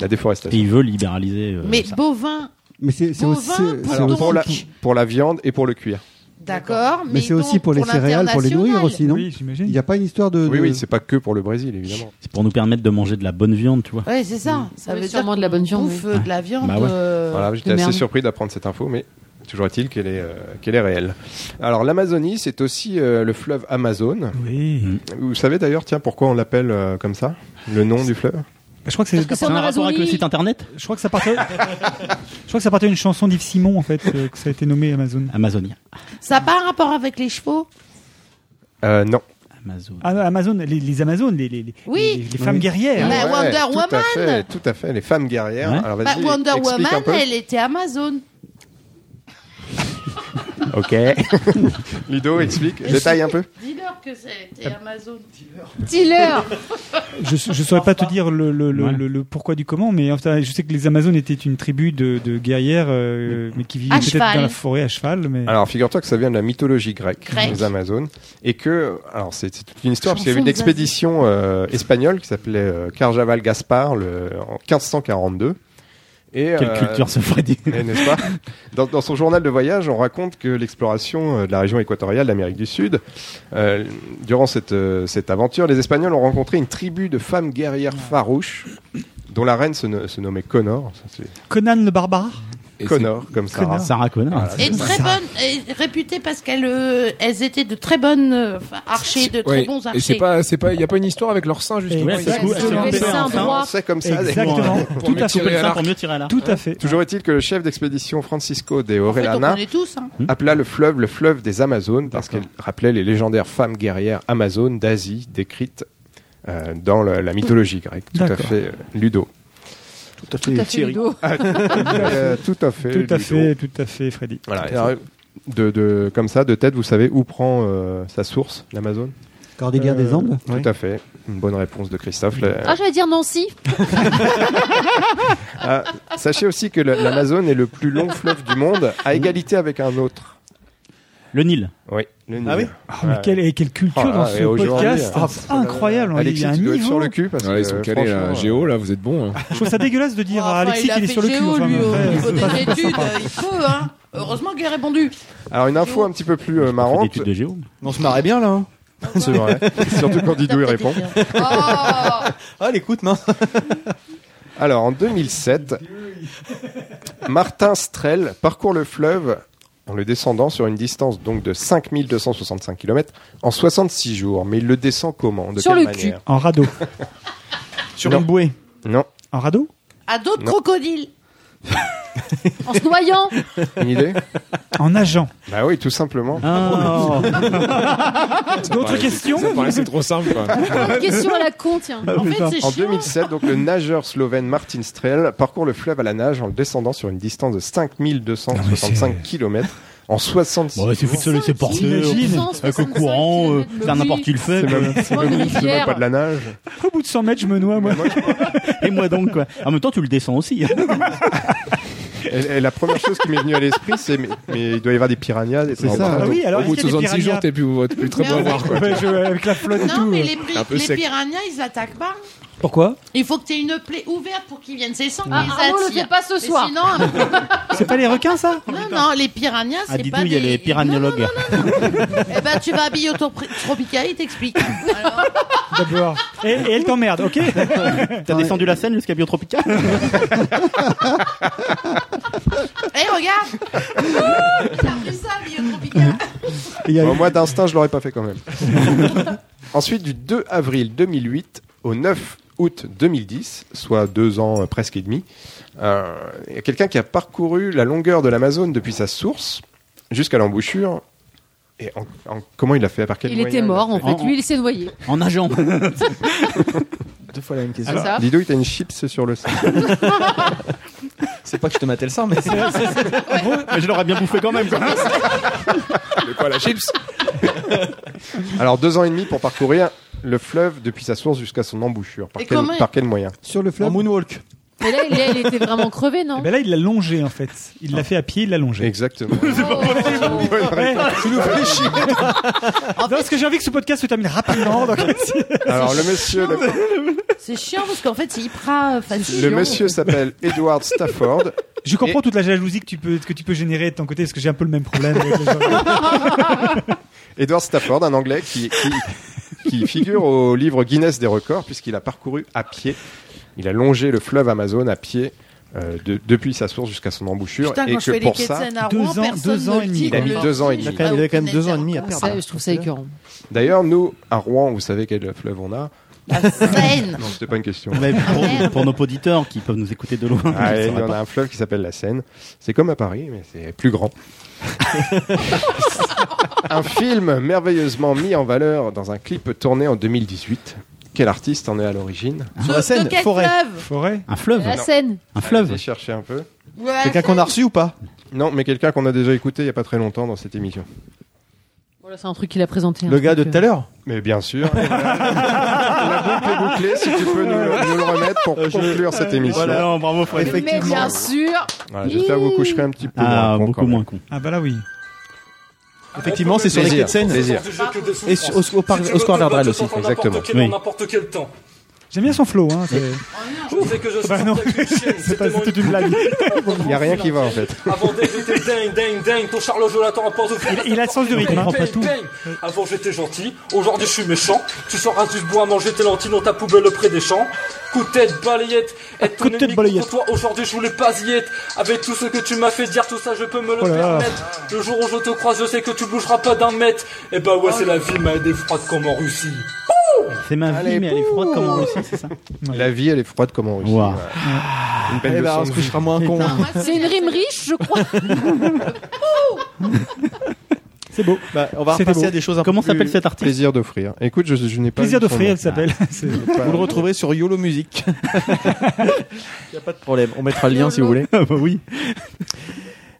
Speaker 7: la déforestation.
Speaker 6: Et il veut libéraliser.
Speaker 9: Oh.
Speaker 6: euh,
Speaker 9: Mais bovin,
Speaker 2: Mais c'est
Speaker 9: c'est aussi- Bovin pour
Speaker 7: Alors,
Speaker 9: donc-
Speaker 7: pour, la, pour la viande et pour le cuir.
Speaker 9: d'accord.
Speaker 2: Mais, c'est aussi
Speaker 9: donc,
Speaker 2: pour les céréales, pour les nourrir
Speaker 9: l'international.
Speaker 2: aussi, non
Speaker 5: Oui, j'imagine.
Speaker 2: Il n'y a pas une histoire de.
Speaker 6: Oui,
Speaker 2: de-
Speaker 6: oui,
Speaker 7: C'est pas que pour le Brésil, évidemment.
Speaker 6: C'est pour nous permettre de manger de la bonne viande, tu vois.
Speaker 9: Ouais, c'est ça. Ça
Speaker 3: Oui,
Speaker 9: veut
Speaker 3: sûrement
Speaker 9: dire
Speaker 3: de la bonne
Speaker 9: qu'on
Speaker 3: viande,
Speaker 9: bouffe,
Speaker 3: oui.
Speaker 9: euh, de la viande.
Speaker 6: Bah ouais.
Speaker 9: euh,
Speaker 7: Voilà,
Speaker 9: de
Speaker 7: j'étais assez
Speaker 9: merde.
Speaker 7: surpris d'apprendre cette info, mais toujours est-il qu'elle est, euh, qu'elle est réelle. Alors, l'Amazonie, c'est aussi euh, le fleuve Amazone.
Speaker 5: Oui.
Speaker 7: Vous savez d'ailleurs, tiens, pourquoi on l'appelle euh, comme ça Le nom du fleuve
Speaker 5: *laughs* Je crois que c'est.
Speaker 6: Parce que c'est en Ça a un rapport Amazonie. avec le site internet
Speaker 5: Je crois que
Speaker 6: *laughs*
Speaker 5: ça partait. Je crois que ça partait d'une chanson d'Yves Simon en fait, euh, que ça a été nommé Amazon.
Speaker 6: Amazonia.
Speaker 9: Ça n'a pas un rapport avec les chevaux
Speaker 7: Euh, non.
Speaker 6: Amazon.
Speaker 5: Ah, Amazon, les, les Amazones, les, les, les-
Speaker 9: Oui.
Speaker 5: les, les femmes guerrières.
Speaker 9: La
Speaker 7: Ouais,
Speaker 9: Wonder
Speaker 7: tout
Speaker 9: Woman.
Speaker 7: à fait, tout à fait, les femmes guerrières. Alors,
Speaker 9: Bah,
Speaker 7: vas-y,
Speaker 9: Wonder
Speaker 7: explique un
Speaker 9: Woman,
Speaker 7: peu.
Speaker 9: elle était Amazon.
Speaker 7: Ok. *laughs* Ludo, explique,
Speaker 9: Et
Speaker 7: détaille un peu.
Speaker 9: Dis-leur que c'était
Speaker 6: Ah.
Speaker 9: Amazon.
Speaker 3: Dis-leur.
Speaker 5: Je,
Speaker 9: *laughs*
Speaker 5: je saurais pas te dire le, le, le, le- le pourquoi du comment, mais enfin, je sais que les Amazones étaient une tribu de, de guerrières, euh, mais qui vivaient
Speaker 9: À
Speaker 5: peut-être
Speaker 9: cheval.
Speaker 5: dans la forêt à cheval. Mais...
Speaker 7: Alors, figure-toi que ça vient de la mythologie grecque,
Speaker 9: Grecque.
Speaker 7: les Amazones, et que, alors c'est c'est toute une histoire, parce qu'il y
Speaker 9: Chanson
Speaker 7: avait une
Speaker 9: de
Speaker 7: expédition euh, espagnole qui s'appelait euh, Carjaval Gaspar le, en 1542. Et, euh,
Speaker 6: Quelle culture se ferait dire.
Speaker 7: eh, N'est-ce pas dans, dans son journal de voyage, on raconte que l'exploration euh, de la région équatoriale d'Amérique du Sud, euh, durant cette, euh, cette aventure, les Espagnols ont rencontré une tribu de femmes guerrières
Speaker 9: Ah.
Speaker 7: farouches, dont la reine se, no- se nommait Connor. Ça, c'est-
Speaker 5: Conan le barbare.
Speaker 7: Connor, comme Sarah.
Speaker 6: Sarah Connor.
Speaker 9: Et très bonne, et réputée parce qu'elles euh, elles étaient de très bonnes euh, enfin, archers, de très
Speaker 10: Ouais.
Speaker 9: bons archers.
Speaker 10: Et c'est pas, c'est pas, il y a pas une histoire avec leur sein justement.
Speaker 6: Ouais,
Speaker 10: Ils
Speaker 6: c'est
Speaker 10: sont-
Speaker 6: cool.
Speaker 10: ils sont
Speaker 6: C'est
Speaker 10: coupés
Speaker 6: le sein
Speaker 10: en
Speaker 7: droit.
Speaker 10: fin.
Speaker 7: On sait comme ça, hein.
Speaker 5: Exactement.
Speaker 7: pour-
Speaker 5: Tout
Speaker 7: mieux
Speaker 5: à fait.
Speaker 7: tirer à l'arc.
Speaker 6: pour mieux tirer à l'arc.
Speaker 5: Tout à fait.
Speaker 7: Toujours est-il que le chef d'expédition Francisco de
Speaker 9: En fait, on
Speaker 7: Orellana
Speaker 9: connaît tous. hein.
Speaker 7: appela le fleuve le fleuve des Amazones parce qu'elle rappelait les légendaires femmes guerrières amazones d'Asie décrites euh, dans la, la mythologie grecque. Tout à
Speaker 5: D'accord.
Speaker 7: fait, euh, Ludo.
Speaker 1: Tout à
Speaker 3: Tout à fait Ludo.
Speaker 9: *laughs*
Speaker 7: Ah, euh, tout à fait.
Speaker 5: Tout
Speaker 7: Ludo.
Speaker 5: à
Speaker 7: Ah,
Speaker 5: fait, tout à fait, Freddy.
Speaker 7: Voilà. Alors, de, de- comme ça, de tête, vous savez où prend euh, sa source, l'Amazone
Speaker 2: Corps des guerres
Speaker 5: Euh,
Speaker 2: des Andes
Speaker 7: Tout à fait. Une bonne réponse de Christophe. La-
Speaker 3: Ah, j'allais dire Nancy.
Speaker 7: Ah, sachez aussi que le- l'Amazone est le plus long fleuve du monde, à égalité avec un autre.
Speaker 6: Le Nil.
Speaker 7: Oui, le Nil.
Speaker 1: Ah oui
Speaker 5: Oh, mais quelle, et quelle culture
Speaker 7: Oh là
Speaker 5: dans
Speaker 7: là, et
Speaker 5: ce
Speaker 7: aujourd'hui,
Speaker 5: podcast
Speaker 7: euh,
Speaker 5: C'est Incroyable, on- il y
Speaker 7: Alexis,
Speaker 5: a un
Speaker 7: tu dois être sur
Speaker 5: niveau.
Speaker 7: le cul parce
Speaker 10: Ouais,
Speaker 7: que
Speaker 10: ils sont calés là,
Speaker 7: franchement,
Speaker 10: Géo là, vous êtes bons. hein.
Speaker 5: Je trouve ça dégueulasse de dire
Speaker 9: Bon,
Speaker 5: à
Speaker 9: Oh, enfin,
Speaker 5: Alexis
Speaker 9: il a
Speaker 5: qu'il est
Speaker 9: fait
Speaker 5: sur le cul.
Speaker 9: géo,
Speaker 5: enfin,
Speaker 9: lui,
Speaker 5: bon,
Speaker 9: au
Speaker 5: après,
Speaker 9: niveau
Speaker 5: *laughs* c'est pas-
Speaker 9: des études, euh, il peut, hein. Heureusement qu'il a répondu.
Speaker 7: Alors une info un petit peu plus euh,
Speaker 6: Fait
Speaker 7: marrante,
Speaker 6: d'études de géo.
Speaker 1: On se marrait bien là. hein.
Speaker 7: *laughs* c'est vrai. Surtout quand Didou y répond.
Speaker 9: Oh
Speaker 1: Ah, l'écoute, mince.
Speaker 7: Alors en 2007, Martin Strel parcourt le fleuve en le descendant sur une distance donc de 5265 km en 66 jours. Mais il le descend comment De
Speaker 3: Sur
Speaker 7: quelle
Speaker 3: le cul.
Speaker 7: manière *laughs*
Speaker 5: En radeau.
Speaker 1: Sur
Speaker 7: Non.
Speaker 1: une bouée.
Speaker 7: Non,
Speaker 5: En radeau
Speaker 9: À d'autres
Speaker 10: *laughs*
Speaker 7: Non.
Speaker 9: crocodiles.
Speaker 3: En se noyant.
Speaker 7: une idée
Speaker 5: *laughs* En nageant.
Speaker 7: Bah oui, tout simplement. *laughs*
Speaker 6: Ah,
Speaker 5: D'autres questions
Speaker 10: Ça paraissait trop simple. quoi.
Speaker 3: Une question à la con, tiens.
Speaker 9: En fait,
Speaker 5: putain.
Speaker 9: c'est
Speaker 7: Ah, En
Speaker 9: chiant.
Speaker 7: 2007, donc le nageur slovène Martin Strel parcourt le fleuve à la nage en le descendant sur une distance de 5265 km en 66
Speaker 6: Bon, ouais, c'est fou de se laisser porter. euh, Avec le courant, euh, faire n'importe qui le fait.
Speaker 7: C'est
Speaker 6: quoi.
Speaker 7: même, c'est même-
Speaker 3: une
Speaker 7: c'est même
Speaker 3: rivière.
Speaker 7: pas de la nage.
Speaker 5: Au bout de 100 mètres, je me noie, moi.
Speaker 6: Et moi donc, quoi. En même temps, tu le descends
Speaker 5: *laughs*
Speaker 6: aussi.
Speaker 7: Et, et la première chose qui m'est venue à l'esprit, c'est mais, mais il doit y avoir des piranhas, des
Speaker 2: C'est
Speaker 7: trucs
Speaker 2: ça.
Speaker 7: comme
Speaker 5: Ah oui, alors
Speaker 10: Au bout
Speaker 5: est-ce
Speaker 10: de
Speaker 5: qu'il y a des
Speaker 10: 66 jours,
Speaker 5: piranhas
Speaker 10: t'es plus, t'es plus très
Speaker 9: Mais
Speaker 10: beau à
Speaker 9: ouais.
Speaker 10: voir. Quoi.
Speaker 5: Ouais, je- Avec la flotte et
Speaker 9: Non,
Speaker 5: tout.
Speaker 9: mais
Speaker 5: euh.
Speaker 9: les, pri-
Speaker 10: Un peu
Speaker 9: les
Speaker 10: sec.
Speaker 9: piranhas, ils attaquent pas.
Speaker 5: Pourquoi
Speaker 9: Il faut que tu aies une plaie ouverte pour qu'ils viennent. C'est ça qui
Speaker 3: Ah, Arnaud
Speaker 9: les
Speaker 3: le
Speaker 9: attire.
Speaker 3: fait pas ce
Speaker 9: Mais
Speaker 3: soir.
Speaker 9: Sinon,
Speaker 3: *laughs*
Speaker 9: euh,
Speaker 5: C'est pas les requins, ça
Speaker 9: non, non, les piranhas,
Speaker 6: À
Speaker 9: c'est
Speaker 6: Didou,
Speaker 9: pas
Speaker 6: Ah, il y a
Speaker 9: des-
Speaker 6: les piranologues.
Speaker 9: Non, Eh ben, tu vas habiller au Tropri- Tropicalia, ils t'expliquent. Alors,
Speaker 6: *laughs*
Speaker 5: D'abord. Et, et elle t'emmerde, *laughs* ok
Speaker 6: T'as descendu la Seine jusqu'à
Speaker 5: *laughs*
Speaker 6: Biotropica
Speaker 1: *laughs*
Speaker 9: Eh, regarde T'as vu ça, habiller au Tropicalia
Speaker 5: Il y a
Speaker 7: Bon,
Speaker 5: eu-
Speaker 7: Moi, d'instinct, je l'aurais pas fait quand même. Ensuite, du 2 avril 2008 au 9 août 2010, soit deux ans euh, presque et demi, euh, il y a quelqu'un qui a parcouru la longueur de l'Amazone depuis sa source jusqu'à l'embouchure. Et en- en- comment il a fait Par quel
Speaker 3: Il
Speaker 7: moyen
Speaker 3: était
Speaker 7: a
Speaker 3: mort, en
Speaker 7: fait
Speaker 3: fait. Lui, il s'est noyé.
Speaker 6: En nageant.
Speaker 1: *laughs* Deux fois la même question.
Speaker 3: C'est ça.
Speaker 7: Didou, il t'a une chips sur le sein.
Speaker 1: *laughs* c'est pas que je te matais le sang, mais
Speaker 10: *laughs*
Speaker 6: Mais je l'aurais bien bouffé quand même. quoi.
Speaker 7: Mais pas la chips Alors, deux ans et demi pour parcourir le fleuve depuis sa source jusqu'à son embouchure. Par,
Speaker 3: Et
Speaker 7: quel,
Speaker 3: comment-
Speaker 7: par quel moyen
Speaker 2: Sur le fleuve.
Speaker 1: En moonwalk.
Speaker 3: Mais là, il, il était vraiment crevé, non
Speaker 5: Ben là, il l'a longé en fait. Il l'a fait à pied, il l'a longé.
Speaker 7: Ah. Exactement.
Speaker 6: Eh,
Speaker 5: Tu nous fais chier. Non, parce que j'ai envie que ce podcast se termine rapidement.
Speaker 9: *laughs*
Speaker 5: donc-
Speaker 7: Alors, le monsieur, le-
Speaker 9: C'est chiant parce qu'en fait, c'est hyper euh, facile.
Speaker 7: Le monsieur s'appelle Edward Stafford.
Speaker 5: Je comprends toute la jalousie que tu peux que tu peux générer de ton côté, parce que j'ai un peu le même problème.
Speaker 1: *laughs*
Speaker 5: avec les gens.
Speaker 7: Edward Stafford, un Anglais qui, qui, qui figure au livre Guinness des records puisqu'il a parcouru à pied. Il a longé le fleuve Amazon à pied euh, de- depuis sa source jusqu'à son embouchure
Speaker 9: Putain,
Speaker 7: et
Speaker 9: quand je fais
Speaker 7: que
Speaker 9: les
Speaker 7: pour
Speaker 9: quais de
Speaker 7: ça,
Speaker 9: Seine à Rouen, Deux ans- personne deux ans ne et le demi, dit,
Speaker 7: Il a
Speaker 9: quoi.
Speaker 7: mis
Speaker 9: Ouais.
Speaker 7: deux ans et
Speaker 9: Il a
Speaker 7: demi.
Speaker 9: quand même- il avait quand même deux ans et demi à
Speaker 3: Ça,
Speaker 9: perdre.
Speaker 3: Je trouve ça écœurant.
Speaker 7: D'ailleurs, nous à Rouen, vous savez quel fleuve on a
Speaker 9: Seine.
Speaker 7: Non, c'était pas une question.
Speaker 6: Mais pour, pour nos auditeurs qui peuvent nous écouter de loin.
Speaker 7: Ah,
Speaker 6: je
Speaker 7: et
Speaker 6: saurais
Speaker 7: on
Speaker 6: pas.
Speaker 7: a un fleuve qui s'appelle la Seine. C'est comme à Paris, mais c'est
Speaker 9: *laughs*
Speaker 7: plus grand. un film merveilleusement mis en valeur dans un clip tourné en 2018. Quel artiste en est à l'origine
Speaker 6: Ah.
Speaker 1: Sur la Seine,
Speaker 9: quel
Speaker 1: forêt.
Speaker 9: fleuve
Speaker 5: Forêt
Speaker 6: Un fleuve
Speaker 3: La Seine.
Speaker 6: Un fleuve
Speaker 7: Allez chercher un peu.
Speaker 9: Ouais,
Speaker 1: Quelqu'un qu'on a reçu ou pas
Speaker 7: Non, mais quelqu'un qu'on a déjà écouté il n'y a pas très longtemps dans cette émission.
Speaker 3: Voilà, c'est un truc qu'il a présenté. un
Speaker 1: Le gars de
Speaker 3: truc,
Speaker 1: tout à l'heure
Speaker 7: Mais
Speaker 9: *laughs*
Speaker 7: bien sûr. Et voilà. La boucle est bouclée, si tu peux nous, le- nous le remettre pour conclure cette émission.
Speaker 6: Voilà, non, bravo,
Speaker 3: euh,
Speaker 6: Fred.
Speaker 3: Mais bien sûr.
Speaker 7: Voilà, J'espère que vous coucherez un petit peu
Speaker 6: Ah,
Speaker 7: moins con
Speaker 6: beaucoup
Speaker 7: quand même.
Speaker 6: moins con.
Speaker 5: Ah bah là oui.
Speaker 1: Effectivement, c'est sur les quais de Seine.
Speaker 7: Plaisir.
Speaker 1: Et sur- au- au parc-
Speaker 12: Si tu
Speaker 1: au
Speaker 12: veux,
Speaker 1: square
Speaker 12: te battre
Speaker 1: Verdrel aussi,
Speaker 12: contre n'importe
Speaker 7: exactement.
Speaker 12: quel
Speaker 6: Oui.
Speaker 12: en N'importe quel temps.
Speaker 5: J'aime bien son flow. Hein, c'est-
Speaker 12: Je sais que je suis
Speaker 5: Bah Oh non,
Speaker 12: sorti avec une
Speaker 5: *laughs*
Speaker 12: chienne,
Speaker 5: c'est pas-
Speaker 12: c'était
Speaker 5: c'est toute une blague.
Speaker 7: Il n'y a rien qui va en fait.
Speaker 12: Avant d'être j'étais dingue, dingue, dingue, ton Charles Jonathan apporte au
Speaker 5: Il- il a le sens du rythme, hein.
Speaker 12: Bang, bang. Avant j'étais gentil, aujourd'hui je suis méchant. Tu sors un bois à manger tes lentilles dans ta poubelle auprès des champs. Coup de tête, balayette, être ton
Speaker 5: Coup de tête,
Speaker 12: ennemi
Speaker 5: balayette.
Speaker 12: contre toi. Aujourd'hui je voulais pas y être. Avec tout ce que tu m'as fait dire, tout ça je peux me le
Speaker 5: Oh là là.
Speaker 12: permettre. Le jour où je te croise, je sais que tu bougeras pas d'un mètre. Et bah ouais, c'est la vie, mais elle est froide comme en Russie.
Speaker 6: C'est ma vie,
Speaker 7: Allez,
Speaker 6: mais elle est froide comme en Russie, c'est ça
Speaker 7: La vie, elle est froide comme en Russie.
Speaker 6: Wow.
Speaker 7: Voilà. Une belle
Speaker 1: Eh ben,
Speaker 7: leçon
Speaker 1: on
Speaker 7: de
Speaker 1: se
Speaker 7: vie.
Speaker 1: couchera moins con.
Speaker 3: C'est une rime riche, je
Speaker 10: *laughs*
Speaker 3: crois.
Speaker 5: C'est beau.
Speaker 1: Bah, on va
Speaker 5: C'était
Speaker 1: repasser
Speaker 5: beau.
Speaker 1: à des choses un peu
Speaker 6: Comment s'appelle
Speaker 1: plus-
Speaker 6: cet artiste
Speaker 7: Plaisir d'offrir. Écoute, je, je n'ai pas.
Speaker 5: Plaisir
Speaker 7: vu son
Speaker 5: d'offrir,
Speaker 7: nom. *laughs*
Speaker 5: elle s'appelle.
Speaker 1: Ah,
Speaker 5: C'est-
Speaker 1: Vous le retrouverez sur YOLO Music. *laughs* Il a pas de problème. On mettra le lien si vous voulez.
Speaker 6: Ah bah oui.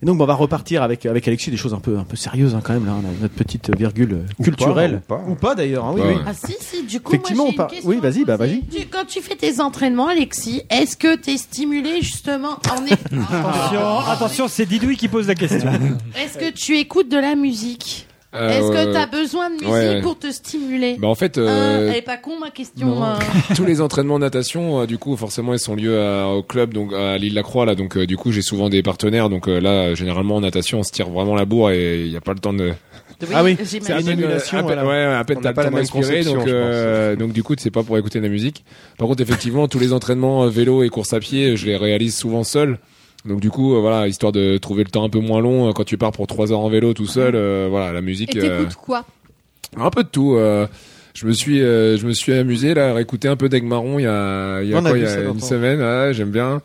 Speaker 1: Et donc, bon, on va repartir avec, avec Alexis des choses un peu, un peu sérieuses hein, quand même. Là, on a notre petite virgule euh,
Speaker 7: Ou
Speaker 1: culturelle.
Speaker 7: pas, ou pas.
Speaker 1: d'ailleurs. hein, oui,
Speaker 10: Ouais.
Speaker 1: oui.
Speaker 9: Ah si, si, du coup,
Speaker 1: Effectivement,
Speaker 9: moi,
Speaker 1: on
Speaker 9: j'ai
Speaker 1: par-
Speaker 9: une question
Speaker 1: oui, vas-y,
Speaker 9: à
Speaker 1: bah,
Speaker 9: poser.
Speaker 1: vas-y.
Speaker 9: Tu- Quand tu fais tes entraînements, Alexis, est-ce que t'es stimulé justement en
Speaker 5: *laughs*
Speaker 9: é-
Speaker 5: *laughs* Attention, attention, c'est Didouille qui pose la question.
Speaker 10: *laughs*
Speaker 9: Est-ce que tu écoutes de la musique
Speaker 10: Euh,
Speaker 9: Est-ce que
Speaker 10: ouais.
Speaker 9: t'as besoin de musique
Speaker 10: ouais.
Speaker 9: pour te stimuler
Speaker 10: Bah en fait,
Speaker 9: Hein,
Speaker 10: euh,
Speaker 9: Elle est pas con ma question.
Speaker 10: non.
Speaker 9: hein.
Speaker 10: *laughs* tous les entraînements de natation, euh, du coup, forcément, ils sont lieux à- au club, donc à l'île de la Croix, là. Donc, euh, du coup, j'ai souvent des partenaires. Donc euh, là, euh, généralement, en natation, on se tire vraiment la bourre et il n'y a pas le temps de.
Speaker 1: Ah oui,
Speaker 9: j'imagine.
Speaker 1: c'est un
Speaker 10: Euh,
Speaker 1: émulation.
Speaker 10: à
Speaker 7: Ah,
Speaker 10: peine-
Speaker 1: voilà.
Speaker 10: Ouais, ouais, à peine
Speaker 7: On
Speaker 10: t'as
Speaker 7: n'a
Speaker 10: le
Speaker 7: pas
Speaker 10: temps
Speaker 7: la
Speaker 10: de
Speaker 7: même
Speaker 10: respirer,
Speaker 7: conception,
Speaker 10: donc,
Speaker 7: je pense.
Speaker 10: euh, *laughs* donc du coup, c'est pas pour écouter de la musique. Par contre, effectivement, tous les entraînements euh, vélo et course à pied, euh, je les réalise souvent seul. Donc du coup, euh, voilà, histoire de trouver le temps un peu moins long euh, quand tu pars pour trois heures en vélo tout seul, euh, voilà, la
Speaker 3: Et
Speaker 10: musique. euh,
Speaker 3: t'écoutes quoi
Speaker 10: un peu de tout. euh, je me suis, euh, je me suis amusé là, à réécouter un peu d'Aigmaron il y a, il y a,
Speaker 1: On a
Speaker 10: quoi, il
Speaker 1: vu
Speaker 10: y
Speaker 1: ça
Speaker 10: a une
Speaker 1: longtemps.
Speaker 10: semaine. ouais, J'aime bien.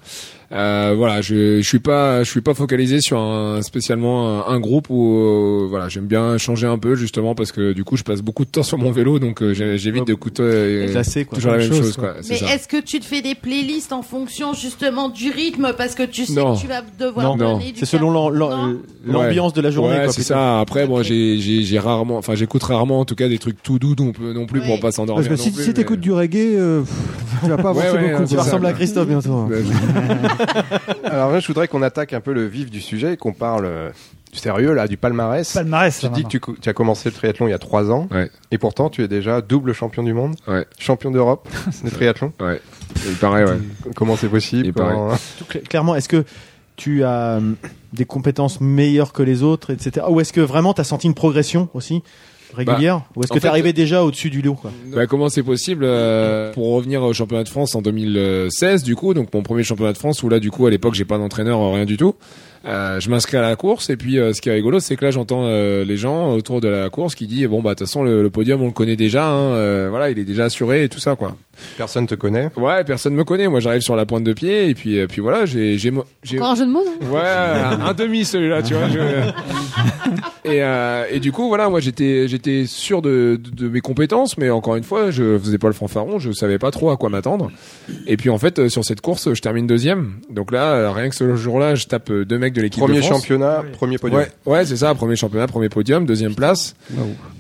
Speaker 10: Euh, voilà, je, je suis pas, je suis pas focalisé sur un spécialement un, un groupe où euh, voilà, j'aime bien changer un peu justement parce que du coup, je passe beaucoup de temps sur mon vélo, donc euh, j'ai- j'évite de coûter euh,
Speaker 1: Classer, quoi.
Speaker 10: toujours la même
Speaker 5: Chose,
Speaker 10: chose.
Speaker 5: quoi.
Speaker 10: Quoi. c'est
Speaker 9: Mais
Speaker 10: ça.
Speaker 9: est-ce que tu te fais des playlists en fonction justement du rythme parce que tu sais
Speaker 10: Non.
Speaker 9: que tu vas
Speaker 1: Non,
Speaker 9: devoir
Speaker 10: non.
Speaker 9: donner du
Speaker 1: C'est selon l'am-
Speaker 9: Non.
Speaker 1: l'am- l'ambiance de la journée.
Speaker 10: Ouais,
Speaker 1: quoi,
Speaker 10: c'est
Speaker 1: plutôt.
Speaker 10: ça. Après, moi,
Speaker 9: Ok.
Speaker 10: j'ai, j'ai, j'ai rarement, enfin, j'écoute rarement en tout cas des trucs tout doux non plus, non plus
Speaker 9: Ouais.
Speaker 10: pour pas
Speaker 2: Parce
Speaker 10: s'endormir.
Speaker 2: que si,
Speaker 10: non plus,
Speaker 2: si t'écoutes
Speaker 10: mais-
Speaker 2: du reggae, euh, pff, tu vas pas
Speaker 10: Ouais,
Speaker 2: avancer
Speaker 10: ouais,
Speaker 2: beaucoup.
Speaker 10: c'est
Speaker 1: Tu
Speaker 2: quoi.
Speaker 10: ça.
Speaker 1: ressembles à Christophe bientôt. hein.
Speaker 7: Alors là, je voudrais qu'on attaque un peu le vif du sujet et qu'on parle euh, du sérieux là, du palmarès.
Speaker 5: Palmarès.
Speaker 7: tu
Speaker 5: ça,
Speaker 7: dis que tu, co- tu as commencé le triathlon il y a trois ans
Speaker 10: Ouais.
Speaker 7: et pourtant tu es déjà double champion du monde,
Speaker 10: Ouais.
Speaker 7: champion d'Europe
Speaker 10: *laughs*
Speaker 7: de triathlon.
Speaker 10: Ouais. Il paraît, ouais.
Speaker 7: Comment c'est possible
Speaker 10: Il paraît.
Speaker 7: Comment-
Speaker 1: euh, Tout cla- Clairement, est-ce que tu as euh, hum, des compétences meilleures que les autres, etc. Ou est-ce que vraiment tu as senti une progression aussi régulière
Speaker 10: Bah,
Speaker 1: Ou est-ce
Speaker 10: en
Speaker 1: que
Speaker 10: fait,
Speaker 1: t'es arrivé déjà au-dessus du lot quoi
Speaker 10: Bah, comment c'est possible euh, Pour revenir au championnat de France en 2016, du coup, donc mon premier championnat de France où là, du coup, à l'époque, j'ai pas d'entraîneur, euh, rien du tout. Euh, je m'inscris à la course et puis euh, ce qui est rigolo, c'est que là, j'entends euh, les gens autour de la course qui disent bon bah de toute façon le, le podium on le connaît déjà, hein, euh, voilà, il est déjà assuré et tout ça quoi.
Speaker 7: Personne te connaît
Speaker 10: Ouais, personne me connaît. Moi, j'arrive sur la pointe de pied et puis euh, puis voilà, j'ai j'ai mo- j'ai-
Speaker 3: Encore un jeu de mots, non
Speaker 10: Ouais, un, un demi celui-là, tu vois. je- Et, euh, et du coup, voilà, moi j'étais j'étais sûr de, de, de mes compétences, mais encore une fois, je faisais pas le fanfaron, je savais pas trop à quoi m'attendre. Et puis en fait, euh, sur cette course, je termine deuxième. Donc là, euh, rien que ce jour-là, je tape euh, deux mecs de l'équipe.
Speaker 7: Premier
Speaker 10: de France.
Speaker 7: championnat, premier podium.
Speaker 10: Ouais, ouais, c'est ça, premier championnat, premier podium, deuxième place.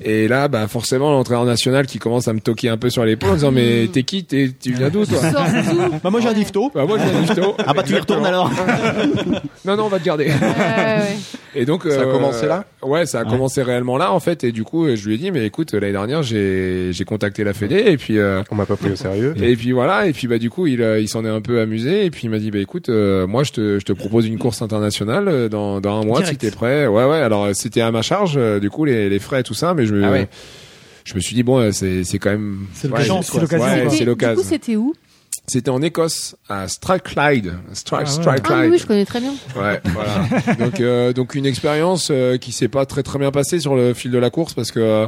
Speaker 10: Et là, bah forcément, l'entraîneur national qui commence à me toquer un peu sur l'épaule en disant mais t'es qui, t'es, tu viens d'où toi
Speaker 1: Bah moi j'ai un difto.
Speaker 10: Bah moi j'ai un difto.
Speaker 6: Ah bah tu y retournes alors.
Speaker 10: *laughs* Non, non, on va te garder.
Speaker 12: Euh.
Speaker 10: *laughs* Et donc euh,
Speaker 7: Ça a commencé là
Speaker 10: Ouais, ça a
Speaker 7: Ouais.
Speaker 10: commencé réellement là en fait. Et du coup, euh, je lui ai dit, mais écoute, l'année dernière, j'ai j'ai contacté la Fédé et puis euh,
Speaker 7: on m'a pas pris au sérieux.
Speaker 10: *laughs* Et puis voilà, et puis bah du coup, il euh, il s'en est un peu amusé et puis il m'a dit, bah écoute, euh, moi je te je te propose une course internationale euh, dans dans un mois
Speaker 7: Direct.
Speaker 10: si t'es prêt. Ouais, ouais. Alors euh, c'était à ma charge, euh, du coup les les frais et tout ça, mais je me
Speaker 7: Ah ouais.
Speaker 10: je me suis dit bon, euh, c'est c'est quand même
Speaker 1: c'est
Speaker 10: ouais,
Speaker 1: l'occasion, quoi.
Speaker 10: c'est ouais,
Speaker 3: C'était-
Speaker 10: c'est
Speaker 3: Du coup,
Speaker 10: l'occasion.
Speaker 3: c'était où
Speaker 10: C'était en Écosse à Strathclyde, Stra- Strathclyde.
Speaker 3: Ah oui, oui, je connais très bien.
Speaker 10: Ouais,
Speaker 6: *laughs*
Speaker 10: voilà. Donc, euh, donc une expérience euh, qui s'est pas très très bien passée sur le fil de la course parce que euh,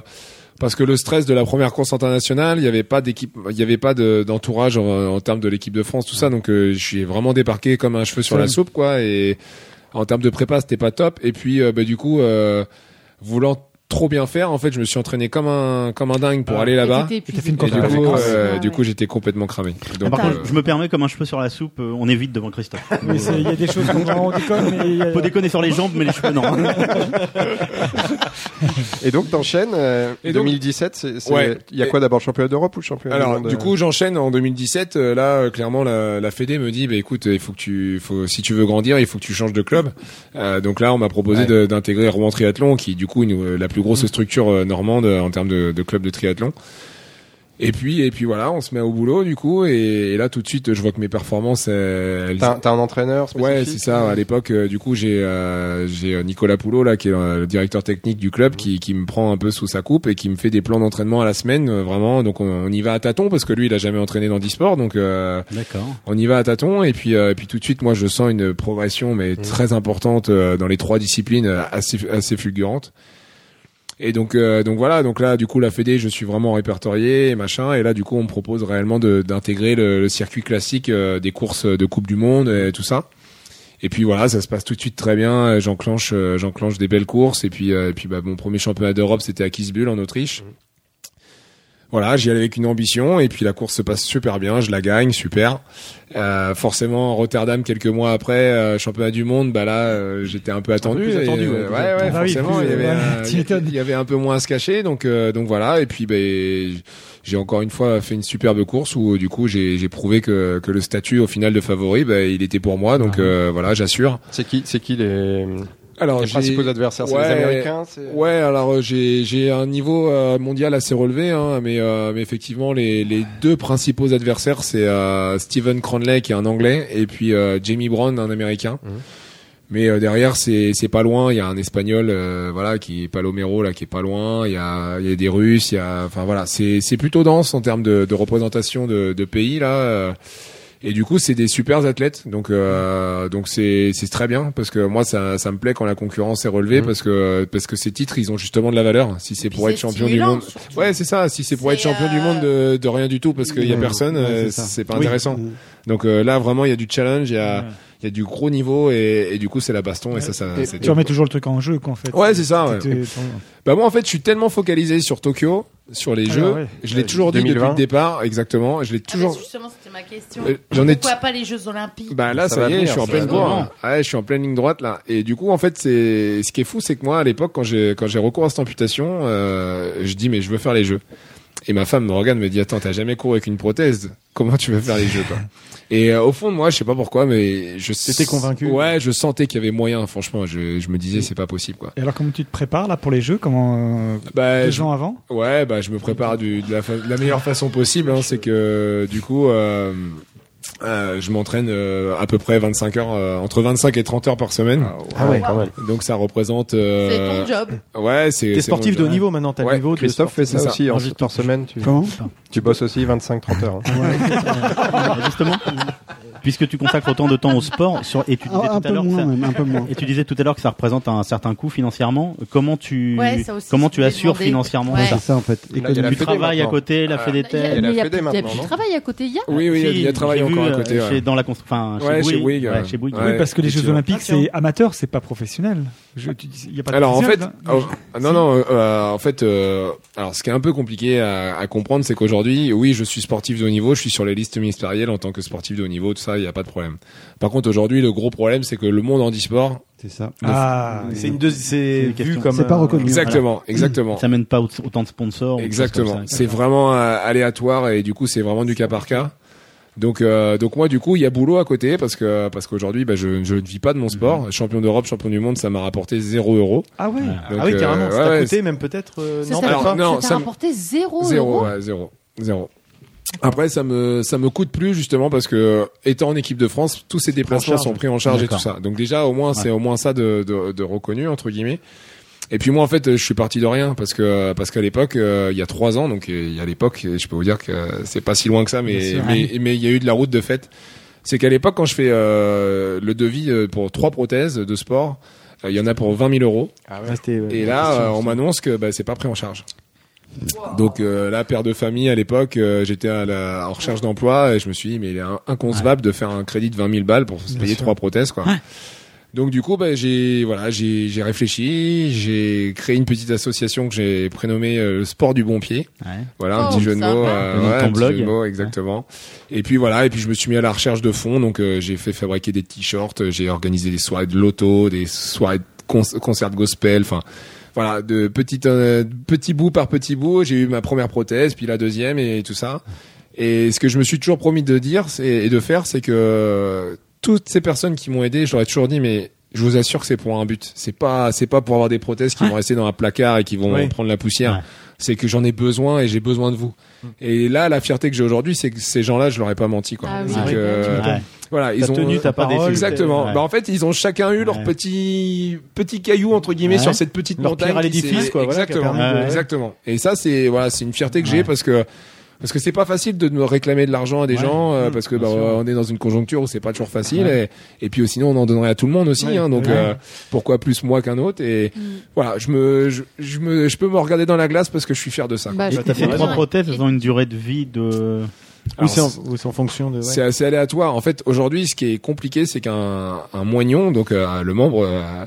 Speaker 10: parce que le stress de la première course internationale, il n'y avait pas d'équipe, il n'y avait pas de- d'entourage en, en termes de l'équipe de France, tout ça. Donc, euh, je suis vraiment débarqué comme un cheveu sur la
Speaker 7: Seul.
Speaker 10: soupe, quoi. Et en termes de prépa, c'était pas top. Et puis, euh, bah, du coup, euh, voulant trop bien faire, en fait, je me suis entraîné comme un comme un dingue pour
Speaker 6: Ah.
Speaker 10: aller
Speaker 6: Et
Speaker 10: là-bas.
Speaker 6: t'étais épuisé.
Speaker 10: Et
Speaker 6: T'as fait une
Speaker 10: du
Speaker 6: campagne.
Speaker 10: coup,
Speaker 6: Ah,
Speaker 10: euh,
Speaker 6: ouais.
Speaker 10: du coup, j'étais complètement cramé. Donc,
Speaker 6: Par
Speaker 10: euh,
Speaker 6: contre, je me permets comme un cheveu sur la soupe, euh, on est vite devant Christophe.
Speaker 5: Oui, c'est- il y a des choses qu'on
Speaker 6: *laughs*
Speaker 5: on déconne, mais il y a-
Speaker 6: Faut déconner sur les jambes, mais les
Speaker 5: *laughs*
Speaker 6: cheveux non.
Speaker 7: Et donc t'enchaînes euh,
Speaker 10: Et donc-
Speaker 7: 2017, c'est- c'est- il
Speaker 10: Ouais.
Speaker 7: y a quoi d'abord le championnat d'Europe ou le championnat du
Speaker 10: Alors,
Speaker 7: monde,
Speaker 10: du
Speaker 7: euh,
Speaker 10: coup, j'enchaîne en 2017. euh, là, euh, clairement, la, la Fédé me dit, bah, écoute, il faut que tu, faut, si tu veux grandir, il faut que tu changes de club. Euh, donc là, on m'a proposé
Speaker 7: Ouais.
Speaker 10: de- d'intégrer Rouen Triathlon, qui est du coup une- la plus
Speaker 7: Mm.
Speaker 10: grosse structure euh, normande euh, en termes de, de club de triathlon. Et puis, et puis voilà, on se met au boulot du coup, et, et là tout de suite, je vois que mes performances. euh, Elles...
Speaker 7: T'as- t'as un entraîneur spécifique
Speaker 10: Ouais, c'est ça. À l'époque, euh, du coup, j'ai euh, j'ai euh, Nicolas Poulot là, qui est euh, le directeur technique du club, qui qui me prend un peu sous sa coupe et qui me fait des plans d'entraînement à la semaine, euh, vraiment. Donc on, on y va à tâtons parce que lui, il a jamais entraîné dans d'e-sport, donc euh,
Speaker 6: D'accord.
Speaker 10: on y va à tâtons. Et puis euh, et puis tout de suite, moi, je sens une progression mais très importante euh, dans les trois disciplines, euh, assez assez fulgurante. Et donc, euh, donc voilà, donc là, du coup, la Fédé, je suis vraiment répertorié, et machin, et là, du coup, on me propose réellement de- d'intégrer le, le circuit classique euh, des courses de Coupe du Monde et tout ça. Et puis voilà, ça se passe tout de suite très bien. euh, J'enclenche, euh, j'enclenche des belles courses, et puis, euh, et puis, bah, mon premier championnat d'Europe, c'était à Kitzbühel en
Speaker 7: Mmh.
Speaker 10: Autriche. Voilà, j'y allais avec une ambition, et puis la course se passe super bien, je la gagne, super. Euh, forcément, Rotterdam quelques mois après, euh, championnat du monde, bah là, euh, j'étais un peu attendu.
Speaker 7: plus
Speaker 10: et,
Speaker 7: attendu, ouais,
Speaker 10: euh,
Speaker 7: plus
Speaker 10: ouais, ouais,
Speaker 7: attendu. Bah oui,
Speaker 10: forcément,
Speaker 7: plus,
Speaker 10: il y avait,
Speaker 7: euh,
Speaker 10: euh,
Speaker 7: tu
Speaker 10: il y- il y avait un peu moins à se cacher, donc euh, donc voilà. Et puis ben j'ai encore une fois fait une superbe course où du coup j'ai j'ai prouvé que que le statut au final de favori, ben il était pour moi, donc euh, voilà, j'assure.
Speaker 7: C'est qui, c'est qui les,
Speaker 10: Alors,
Speaker 7: les
Speaker 10: j'ai-
Speaker 7: principaux adversaires C'est
Speaker 10: Ouais,
Speaker 7: les Américains c'est-
Speaker 10: Ouais, alors euh, j'ai j'ai un niveau euh, mondial assez relevé, hein, mais euh, mais effectivement les les deux principaux adversaires c'est euh, Steven Cronley qui est un Anglais et puis euh, Jamie Brown un Américain.
Speaker 7: Mmh.
Speaker 10: Mais euh, derrière c'est c'est pas loin, il y a un Espagnol euh, voilà qui est Palomero là qui est pas loin, il y a il y a des Russes, il y a enfin voilà c'est c'est plutôt dense en termes de, de représentation de, de pays là. euh, et du coup, c'est des super athlètes, donc euh, donc c'est c'est très bien parce que moi ça ça me plaît quand la concurrence est relevée parce que parce que ces titres ils ont justement de la valeur. Si c'est pour
Speaker 7: Mmh. c'est
Speaker 10: être champion du
Speaker 7: stimulant,
Speaker 10: monde, ouais c'est ça. Si c'est pour être champion du monde de, de rien du tout parce qu'il y a
Speaker 7: Mmh.
Speaker 10: personne,
Speaker 7: Ouais,
Speaker 10: euh,
Speaker 7: c'est ça.
Speaker 10: c'est pas
Speaker 7: Oui. Mmh.
Speaker 10: intéressant. Donc euh, là vraiment il y a du challenge, il y a il y a du gros niveau et, et du coup c'est la baston et ça ça.
Speaker 5: Et
Speaker 10: c'est
Speaker 5: tu
Speaker 10: top.
Speaker 5: remets toujours le truc en jeu, quoi, en fait.
Speaker 10: Ouais, c'est ça, ouais.
Speaker 5: T'étais-
Speaker 10: Bah moi en fait je suis tellement focalisé sur Tokyo, sur les
Speaker 5: Ah,
Speaker 10: jeux,
Speaker 5: ouais.
Speaker 10: je l'ai toujours dit
Speaker 7: Euh, 2020.
Speaker 10: depuis le départ exactement, je l'ai toujours.
Speaker 9: Ah, Justement, c'était ma question.
Speaker 10: Euh, j'en ai-
Speaker 9: Pourquoi pas les Jeux
Speaker 10: *laughs*
Speaker 9: Olympiques
Speaker 10: Bah là,
Speaker 7: Ça
Speaker 10: ça,
Speaker 7: va
Speaker 10: y est,
Speaker 7: venir,
Speaker 10: je suis en
Speaker 7: ça
Speaker 10: pleine
Speaker 7: va venir.
Speaker 10: droite. là. Ouais, je suis en pleine ligne droite là. Et du coup, en fait, c'est ce qui est fou, c'est que moi, à l'époque, quand j'ai quand j'ai recours à cette amputation, euh, je dis mais je veux faire les jeux. Et ma femme me regarde, me dit attends, t'as jamais couru avec une prothèse Comment tu veux faire les
Speaker 7: *laughs*
Speaker 10: jeux quoi Et euh, au fond de moi, je sais pas pourquoi, mais je
Speaker 1: T'étais convaincu
Speaker 10: Ouais, je sentais qu'il y avait moyen. Franchement, je je me disais c'est pas possible quoi.
Speaker 5: Et alors, comment tu te prépares, là, pour les jeux Comment. euh,
Speaker 10: Bah,
Speaker 5: deux
Speaker 10: je-
Speaker 5: ans avant
Speaker 10: Ouais, bah je me prépare du, de, la fa- de la meilleure façon possible. Hein, c'est que du coup, euh, Euh, je m'entraîne euh, à peu près 25 heures, euh, entre 25 et 30 heures par semaine.
Speaker 1: Ah ouais, quand même.
Speaker 10: Donc ça représente. euh,
Speaker 1: C'est ton job.
Speaker 10: Ouais, c'est.
Speaker 1: T'es
Speaker 10: c'est
Speaker 1: sportif
Speaker 10: mon
Speaker 1: de haut
Speaker 10: job.
Speaker 1: niveau maintenant, t'as le
Speaker 10: Ouais,
Speaker 1: niveau de
Speaker 7: Christophe fait
Speaker 1: sportif.
Speaker 7: ça
Speaker 1: C'est
Speaker 7: aussi
Speaker 10: hein.
Speaker 1: ça.
Speaker 7: en
Speaker 1: Moi, j'ai
Speaker 7: par semaine. Tu,
Speaker 1: Comment
Speaker 7: tu bosses aussi 25-30 heures. hein.
Speaker 6: Justement, puisque tu consacres autant de temps au sport, sur, et tu disais
Speaker 2: Ah, un
Speaker 6: tout à
Speaker 2: peu
Speaker 6: l'heure que
Speaker 2: moins
Speaker 6: ça-
Speaker 2: même, un peu moins.
Speaker 6: et tu disais tout à l'heure que ça représente un certain coût financièrement. Comment tu
Speaker 2: Ouais, ça aussi,
Speaker 6: comment
Speaker 2: je
Speaker 6: tu
Speaker 2: voulais
Speaker 6: assures
Speaker 2: demander.
Speaker 6: financièrement
Speaker 2: Ouais.
Speaker 6: ça
Speaker 2: C'est ça, en fait.
Speaker 6: Là, il y a
Speaker 2: Économie.
Speaker 6: la
Speaker 2: Tu
Speaker 6: Fédé
Speaker 2: travailles à
Speaker 6: maintenant.
Speaker 2: côté, la
Speaker 6: Ah,
Speaker 2: Fédé
Speaker 6: il y a-
Speaker 2: telle.
Speaker 6: il y a-
Speaker 3: Mais il y a,
Speaker 6: Fédé
Speaker 3: plus- il y a plus de
Speaker 6: maintenant,
Speaker 3: travail à côté, il y a
Speaker 10: Oui, oui, il y a-
Speaker 6: Si,
Speaker 10: il y a travail
Speaker 6: j'ai
Speaker 10: encore
Speaker 6: vu,
Speaker 10: à côté.
Speaker 6: euh,
Speaker 10: ouais.
Speaker 6: chez- dans la constru- enfin, chez
Speaker 10: Ouais, chez
Speaker 6: Bouygues.
Speaker 10: Bouygues,
Speaker 6: Ouais,
Speaker 10: ouais.
Speaker 6: chez Bouygues.
Speaker 10: Ouais,
Speaker 5: oui, parce que les Jeux
Speaker 10: effectivement.
Speaker 5: Olympiques, c'est amateur, c'est pas professionnel. Je, tu- il y a pas de
Speaker 10: alors en fait,
Speaker 5: professionnel, hein.
Speaker 10: oh, non non, euh, euh, en fait, euh, alors ce qui est un peu compliqué à, à comprendre, c'est qu'aujourd'hui, oui, je suis sportif de haut niveau, je suis sur les listes ministérielles en tant que sportif de haut niveau, tout ça, il n'y a pas de problème. Par contre, aujourd'hui, le gros problème, c'est que le monde handisport,
Speaker 2: c'est ça.
Speaker 10: Ne-
Speaker 1: Ah, c'est une deuxi- c'est vu comme euh,
Speaker 10: C'est pas
Speaker 1: un-
Speaker 10: reconnu. Exactement, exactement.
Speaker 6: euh, Ça mène pas aut- autant de sponsors. ou des choses
Speaker 10: Exactement.
Speaker 6: comme ça.
Speaker 10: C'est vraiment euh, aléatoire et du coup c'est vraiment du cas par cas. Donc euh, donc moi du coup il y a boulot à côté parce que parce qu'aujourd'hui bah, je je ne vis pas de mon
Speaker 6: Mhm.
Speaker 10: sport. Champion d'Europe, champion du monde, ça m'a rapporté zéro euro.
Speaker 5: Ah ouais.
Speaker 1: ah
Speaker 10: euh,
Speaker 1: oui, carrément, c'est à côté, même peut-être. euh,
Speaker 3: Ça,
Speaker 1: non,
Speaker 3: ça
Speaker 10: alors,
Speaker 3: t'a-
Speaker 10: non,
Speaker 3: ça
Speaker 10: ça
Speaker 3: t'a
Speaker 10: me-
Speaker 3: rapporté zéro,
Speaker 10: Zéro,
Speaker 3: euro.
Speaker 10: ouais, zéro, zéro. Après, ça me ça me coûte plus justement parce que euh, étant en équipe de France, tous ces déplacements
Speaker 6: charge.
Speaker 10: sont pris en charge et tout
Speaker 6: D'accord.
Speaker 10: ça. Donc déjà, au moins, c'est
Speaker 6: Ouais.
Speaker 10: au moins ça de, de, de reconnu entre guillemets. Et puis moi, en fait, je suis parti de rien parce que parce qu'à l'époque, euh, il y a trois ans, donc euh, il y a l'époque, et je peux vous dire que c'est pas si loin que ça, mais
Speaker 6: Bien sûr,
Speaker 10: mais
Speaker 6: ouais.
Speaker 10: mais il y a eu de la route de fait. C'est qu'à l'époque, quand je fais euh, le devis euh, pour trois prothèses de sport, euh, il y en a pour 20 000 euros.
Speaker 1: Ah, c'était, ouais,
Speaker 10: Et
Speaker 1: la
Speaker 10: là,
Speaker 1: question,
Speaker 10: euh, on m'annonce que bah, c'est pas pris en charge. Donc euh, là, père de famille à l'époque, euh, j'étais à la, en recherche d'emploi et je me suis dit mais il est in- inconcevable de faire un crédit de 20 000 balles pour se
Speaker 6: Bien
Speaker 10: payer
Speaker 6: sûr.
Speaker 10: trois prothèses quoi.
Speaker 6: Ouais.
Speaker 10: Donc du coup, bah, j'ai voilà, j'ai j'ai réfléchi, j'ai créé une petite association que j'ai prénommée euh, le sport du bon pied. Voilà, un
Speaker 6: Oh,
Speaker 10: petit jeu de
Speaker 6: sympa.
Speaker 10: mots, euh,
Speaker 6: Dans
Speaker 10: ouais,
Speaker 6: ton
Speaker 10: un petit
Speaker 6: blog.
Speaker 10: jeu de mots, exactement. Et puis voilà, et puis je me suis mis à la recherche de fonds, donc euh, j'ai fait fabriquer des t-shirts, j'ai organisé des soirées de loto, des soirées de con- concerts de gospel, enfin voilà, de petit euh, petit bout par petit bout, j'ai eu ma première prothèse, puis la deuxième et tout ça. Et ce que je me suis toujours promis de dire c'est- et de faire, c'est que euh, toutes ces personnes qui m'ont aidé, je leur ai toujours dit mais je vous assure que c'est pour un but. C'est pas c'est pas pour avoir des prothèses qui vont rester dans un placard et qui vont
Speaker 6: Ouais.
Speaker 10: prendre la poussière. C'est que j'en ai besoin et j'ai besoin de vous. Et là, la fierté que j'ai aujourd'hui, c'est que ces gens-là, je leur ai pas menti, quoi.
Speaker 6: Ah oui.
Speaker 10: C'est
Speaker 6: Ah oui,
Speaker 10: que-
Speaker 6: tu m'étonnes. Ouais.
Speaker 10: euh, Voilà, ils
Speaker 6: T'as
Speaker 10: ont
Speaker 6: tenu ta
Speaker 10: euh,
Speaker 6: parole,
Speaker 10: parole,
Speaker 6: t'es-
Speaker 10: Exactement.
Speaker 6: ouais.
Speaker 10: Bah, en fait, ils ont chacun eu leur petit petit caillou entre guillemets
Speaker 6: Ouais.
Speaker 10: sur cette petite
Speaker 6: Leur
Speaker 10: montagne.
Speaker 6: pierre à
Speaker 10: qui s'est-
Speaker 6: l'édifice, quoi, voilà, qui a
Speaker 10: Exactement.
Speaker 6: permis de-
Speaker 10: Exactement. Et ça, c'est voilà, c'est une fierté que j'ai parce que. Parce que c'est pas facile de me réclamer de l'argent à des gens euh, parce que bah, on est dans une conjoncture où c'est pas toujours facile
Speaker 6: Mm. Ouais.
Speaker 10: et, et puis oh, sinon on en donnerait à tout le monde aussi
Speaker 6: Ouais.
Speaker 10: hein, donc
Speaker 6: Ouais.
Speaker 10: euh, pourquoi plus moi qu'un autre
Speaker 6: Mm.
Speaker 10: et voilà je me je, je me je peux me regarder dans la glace parce que je suis fier de ça.
Speaker 9: Ah,
Speaker 10: quoi.
Speaker 6: Et t'as fait trois prothèses, elles ont une durée de vie de.
Speaker 10: Ou c'est en-
Speaker 1: fonction de. ouais.
Speaker 10: C'est assez aléatoire. En fait, aujourd'hui, ce qui est compliqué, c'est qu'un un moignon, donc euh, le membre, euh,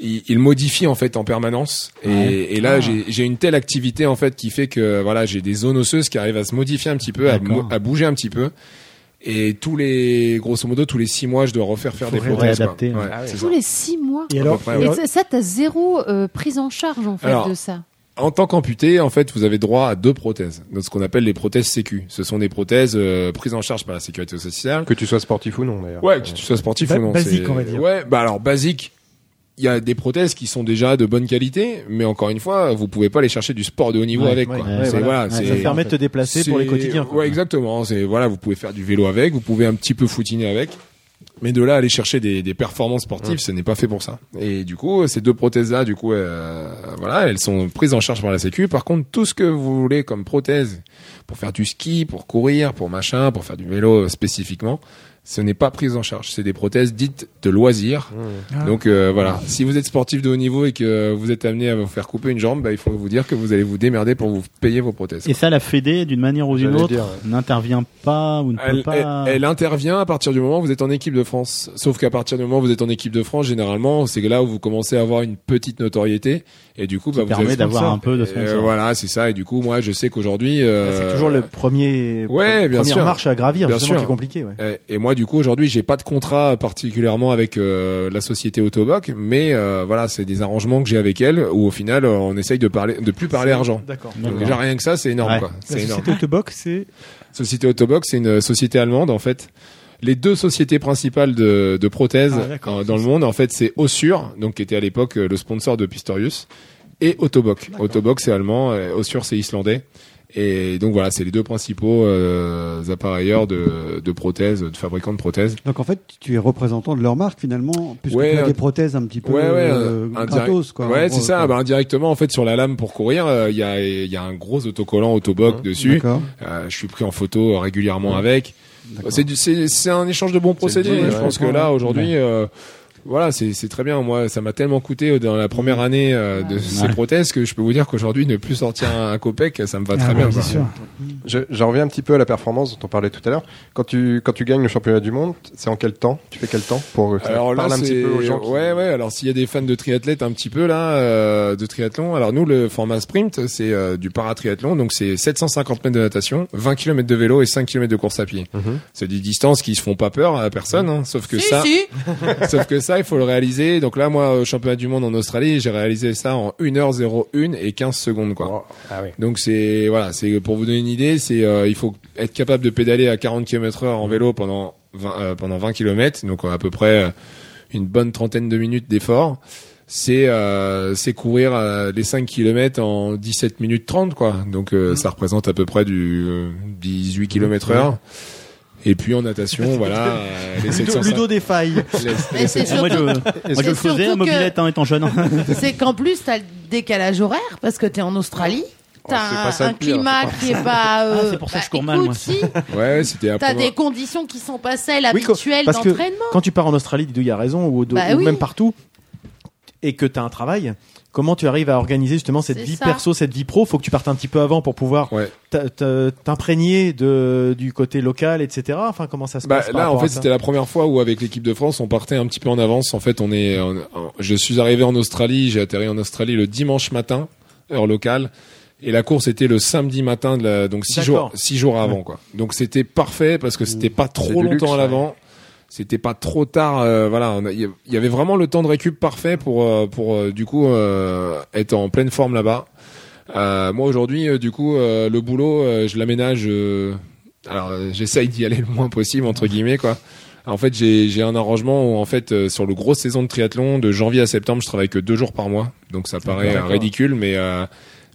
Speaker 10: il, il modifie en fait en permanence. Et,
Speaker 6: Ouais.
Speaker 10: et là,
Speaker 6: Ah.
Speaker 10: j'ai j'ai une telle activité en fait qui fait que voilà, j'ai des zones osseuses qui arrivent à se modifier un petit peu, à,
Speaker 6: D'accord.
Speaker 10: mo- à bouger un petit peu. Et tous les, grosso modo, tous les six mois, je dois refaire faire des prothèses. quoi.
Speaker 6: réadapter,
Speaker 10: Ouais, c'est
Speaker 3: Tous
Speaker 10: ça.
Speaker 3: les six mois.
Speaker 10: Et alors- À peu près,
Speaker 3: Et
Speaker 10: ouais.
Speaker 3: ça- ça, t'as zéro euh, prise en charge en fait
Speaker 10: Alors,
Speaker 3: de ça.
Speaker 10: En tant qu'amputé, en fait, vous avez droit à deux prothèses, donc ce qu'on appelle les prothèses sécu. Ce sont des prothèses euh, prises en charge par la sécurité sociale.
Speaker 7: Que tu sois sportif ou non, d'ailleurs.
Speaker 10: Ouais, que tu sois sportif
Speaker 7: Ba-
Speaker 10: ou non.
Speaker 7: basique,
Speaker 10: c'est-
Speaker 7: on va dire.
Speaker 10: Ouais, bah alors basique. Il y a des prothèses qui sont déjà de bonne qualité, mais encore une fois, vous pouvez pas aller chercher du sport de haut niveau
Speaker 1: Ouais,
Speaker 10: avec.
Speaker 1: ouais,
Speaker 10: quoi.
Speaker 1: ouais,
Speaker 10: C'est-
Speaker 1: voilà.
Speaker 10: voilà,
Speaker 1: Ouais,
Speaker 10: c'est-
Speaker 1: ça te permet de te déplacer pour
Speaker 10: c'est-
Speaker 1: les quotidiens, quoi.
Speaker 10: Ouais, exactement. C'est voilà, vous pouvez faire du vélo avec, vous pouvez un petit peu footiner avec, mais de là à aller chercher des, des performances sportives,
Speaker 7: Mm.
Speaker 6: Ouais.
Speaker 10: ce n'est pas fait pour ça. Et du coup, euh, ces deux prothèses-là, du coup, euh, voilà, elles sont prises en charge par la Sécu. Par contre, tout ce que vous voulez comme prothèse pour faire du ski, pour courir, pour machin, pour faire du vélo euh, spécifiquement, ce n'est pas prise en charge. C'est des prothèses dites de loisirs.
Speaker 6: Ah.
Speaker 10: Donc euh, voilà, si vous êtes sportif de haut niveau et que vous êtes amené à vous faire couper une jambe, bah, il faut vous dire que vous allez vous démerder pour vous payer vos prothèses.
Speaker 6: Et ça, la Fédé, d'une manière ou d'une
Speaker 10: J'allais
Speaker 6: autre,
Speaker 10: dire, ouais.
Speaker 6: n'intervient pas ou ne peut
Speaker 10: Elle,
Speaker 6: pas.
Speaker 10: elle- elle intervient à partir du moment où vous êtes en équipe de France. Sauf qu'à partir du moment où vous êtes en équipe de France, généralement, c'est que là où vous commencez à avoir une petite notoriété et du coup,
Speaker 6: Qui
Speaker 10: bah, vous
Speaker 6: permet
Speaker 10: avez-
Speaker 6: d'avoir un peu de Ah,
Speaker 10: Euh,
Speaker 6: sponsor.
Speaker 10: voilà, c'est ça. Et du coup, moi, je sais qu'aujourd'hui, euh,
Speaker 1: C'est toujours le premier.
Speaker 10: Ouais, bien
Speaker 1: première
Speaker 10: sûr.
Speaker 1: marche à gravir,
Speaker 10: Bien sûr.
Speaker 1: justement, qui est compliqué. Ouais.
Speaker 10: Euh, Et, moi, du coup, aujourd'hui, j'ai pas de contrat particulièrement avec euh, la société Autoboc, mais euh, voilà, c'est des arrangements que j'ai avec elle où au final, euh, on essaye de parler, de plus parler argent.
Speaker 1: D'accord.
Speaker 10: Donc, Déjà rien que ça, c'est énorme.
Speaker 6: Ouais.
Speaker 10: Quoi.
Speaker 6: La
Speaker 10: C'est énorme.
Speaker 5: Société Autobox, c'est
Speaker 10: Société Autobox, c'est une société allemande en fait. Les deux sociétés principales de, de prothèses
Speaker 6: Ah, d'accord.
Speaker 10: euh, dans le monde, en fait, c'est Ossure, donc qui était à l'époque euh, le sponsor de Pistorius, et Autoboc. Autoboc, c'est allemand, euh, Ossure, c'est islandais. Et donc voilà, c'est les deux principaux euh, appareilleurs de, de prothèses, de fabricants de prothèses.
Speaker 2: Donc en fait, tu es représentant de leur marque finalement, puisque
Speaker 10: Ouais,
Speaker 2: tu as
Speaker 10: un-
Speaker 2: des prothèses un petit peu
Speaker 10: ouais, ouais,
Speaker 2: euh,
Speaker 10: un- un
Speaker 2: gratos,
Speaker 10: direct-
Speaker 2: quoi.
Speaker 10: Ouais,
Speaker 2: en
Speaker 10: c'est
Speaker 2: gros,
Speaker 10: ça.
Speaker 2: quoi.
Speaker 10: Bah, indirectement, en fait, sur la lame pour courir, euh, il y, a, il y a un gros autocollant autoboc dessus.
Speaker 2: Hein, d'accord.
Speaker 10: Euh, je suis pris en photo euh, régulièrement avec. C'est du- C'est c'est un échange de bons procédés.
Speaker 7: deal,
Speaker 10: je
Speaker 7: ouais.
Speaker 10: pense que
Speaker 7: Ouais.
Speaker 10: là, aujourd'hui. euh, voilà, c'est c'est très bien. Moi, ça m'a tellement coûté euh, dans la première année euh, de ces prothèses que je peux vous dire qu'aujourd'hui, ne plus sortir un, un copec, ça me va
Speaker 7: Ah
Speaker 10: très
Speaker 7: bah,
Speaker 10: bien.
Speaker 7: bien
Speaker 10: quoi.
Speaker 7: sûr. Je, j'en reviens un petit peu à la performance dont on parlait tout à l'heure. Quand tu, quand tu gagnes le championnat du monde, c'est en quel temps Tu fais quel temps pour que ça
Speaker 10: Alors là,
Speaker 7: euh, parle un
Speaker 10: c'est-
Speaker 7: petit peu aux gens qui-
Speaker 10: ouais, ouais. Alors s'il y a des fans de triathlètes un petit peu là, euh, de triathlon. Alors nous, le format sprint, c'est euh, du paratriathlon, donc c'est 750 mètres de natation, 20 km de vélo et 5 km de course à pied.
Speaker 7: Mhm.
Speaker 10: C'est des distances qui se font pas peur à personne, hein, sauf que
Speaker 11: Si,
Speaker 10: ça,
Speaker 11: si.
Speaker 10: *laughs* sauf que ça, il faut le réaliser. Donc là, moi, au championnat du monde en Australie, j'ai réalisé ça en 1h01 et 15 secondes, quoi. Donc c'est voilà, c'est pour vous donner une idée, c'est euh, il faut être capable de pédaler à 40 km/h en vélo pendant 20, euh, pendant 20 km, donc euh, à peu près euh, une bonne trentaine de minutes d'effort. C'est euh, c'est courir euh, les 5 km en 17 minutes 30 quoi. Donc euh, ça représente à peu près du euh, 18 km/h. Et puis en natation, voilà,
Speaker 1: *laughs*
Speaker 10: euh, les
Speaker 1: Ludo,
Speaker 10: 750
Speaker 1: Ludo des failles.
Speaker 9: Mais c'est
Speaker 6: Moi, je,
Speaker 9: surtout-
Speaker 6: *laughs* moi,
Speaker 9: Et
Speaker 6: je le
Speaker 9: c'est
Speaker 6: faisais à
Speaker 9: surtout que-
Speaker 6: mobilette hein, étant
Speaker 10: *laughs*
Speaker 6: jeune.
Speaker 9: C'est qu'en plus, t'as le décalage horaire parce que t'es en Australie. T'as
Speaker 10: Oh, c'est
Speaker 9: un,
Speaker 10: pas ça
Speaker 9: un
Speaker 10: le pire,
Speaker 9: climat
Speaker 10: c'est pas
Speaker 9: qui est
Speaker 10: ça.
Speaker 9: pas. euh,
Speaker 6: Ah, c'est pour ça que je
Speaker 9: bah,
Speaker 6: cours mal,
Speaker 9: écoute,
Speaker 6: moi.
Speaker 9: si,
Speaker 10: Ouais, c'était après.
Speaker 9: t'as des conditions qui sont pas celles
Speaker 1: Oui, co-
Speaker 9: habituelles
Speaker 1: parce que
Speaker 9: d'entraînement.
Speaker 1: quand tu pars en Australie, Didou, il y a raison, ou, au-
Speaker 9: Bah
Speaker 1: ou
Speaker 9: oui.
Speaker 1: même partout, et que tu as un travail, comment tu arrives à organiser justement cette
Speaker 9: C'est
Speaker 1: vie
Speaker 9: ça.
Speaker 1: perso, cette vie pro Faut que tu partes un petit peu avant pour pouvoir t'a- t'a- t'imprégner de du côté local, etc. Enfin, comment ça se
Speaker 10: Bah,
Speaker 1: passe par
Speaker 10: là, en
Speaker 1: rapport à
Speaker 10: fait,
Speaker 1: ça
Speaker 10: c'était la première fois où, avec l'équipe de France, on partait un petit peu en avance. En fait, on est, on- on- je suis arrivé en Australie, j'ai atterri en Australie le dimanche matin, heure locale, et la course était le samedi matin, de la- donc six
Speaker 1: D'accord.
Speaker 10: jours, six jours avant, quoi. Donc c'était parfait parce que c'était pas
Speaker 7: C'est
Speaker 10: trop
Speaker 7: du
Speaker 10: longtemps
Speaker 7: luxe,
Speaker 10: à l'avant. C'était pas trop tard, euh, voilà. on a- Il y avait vraiment le temps de récup parfait pour euh, pour euh, du coup euh, être en pleine forme là-bas. Euh, moi aujourd'hui, euh, du coup, euh, le boulot, euh, je l'aménage. euh, alors, euh, j'essaye d'y aller *laughs* le moins possible entre guillemets, quoi. En fait, j'ai j'ai un arrangement où en fait euh, sur le gros saison de triathlon de janvier à septembre, je travaille que deux jours par mois, donc ça paraît euh,
Speaker 7: D'accord.
Speaker 10: ridicule, mais euh,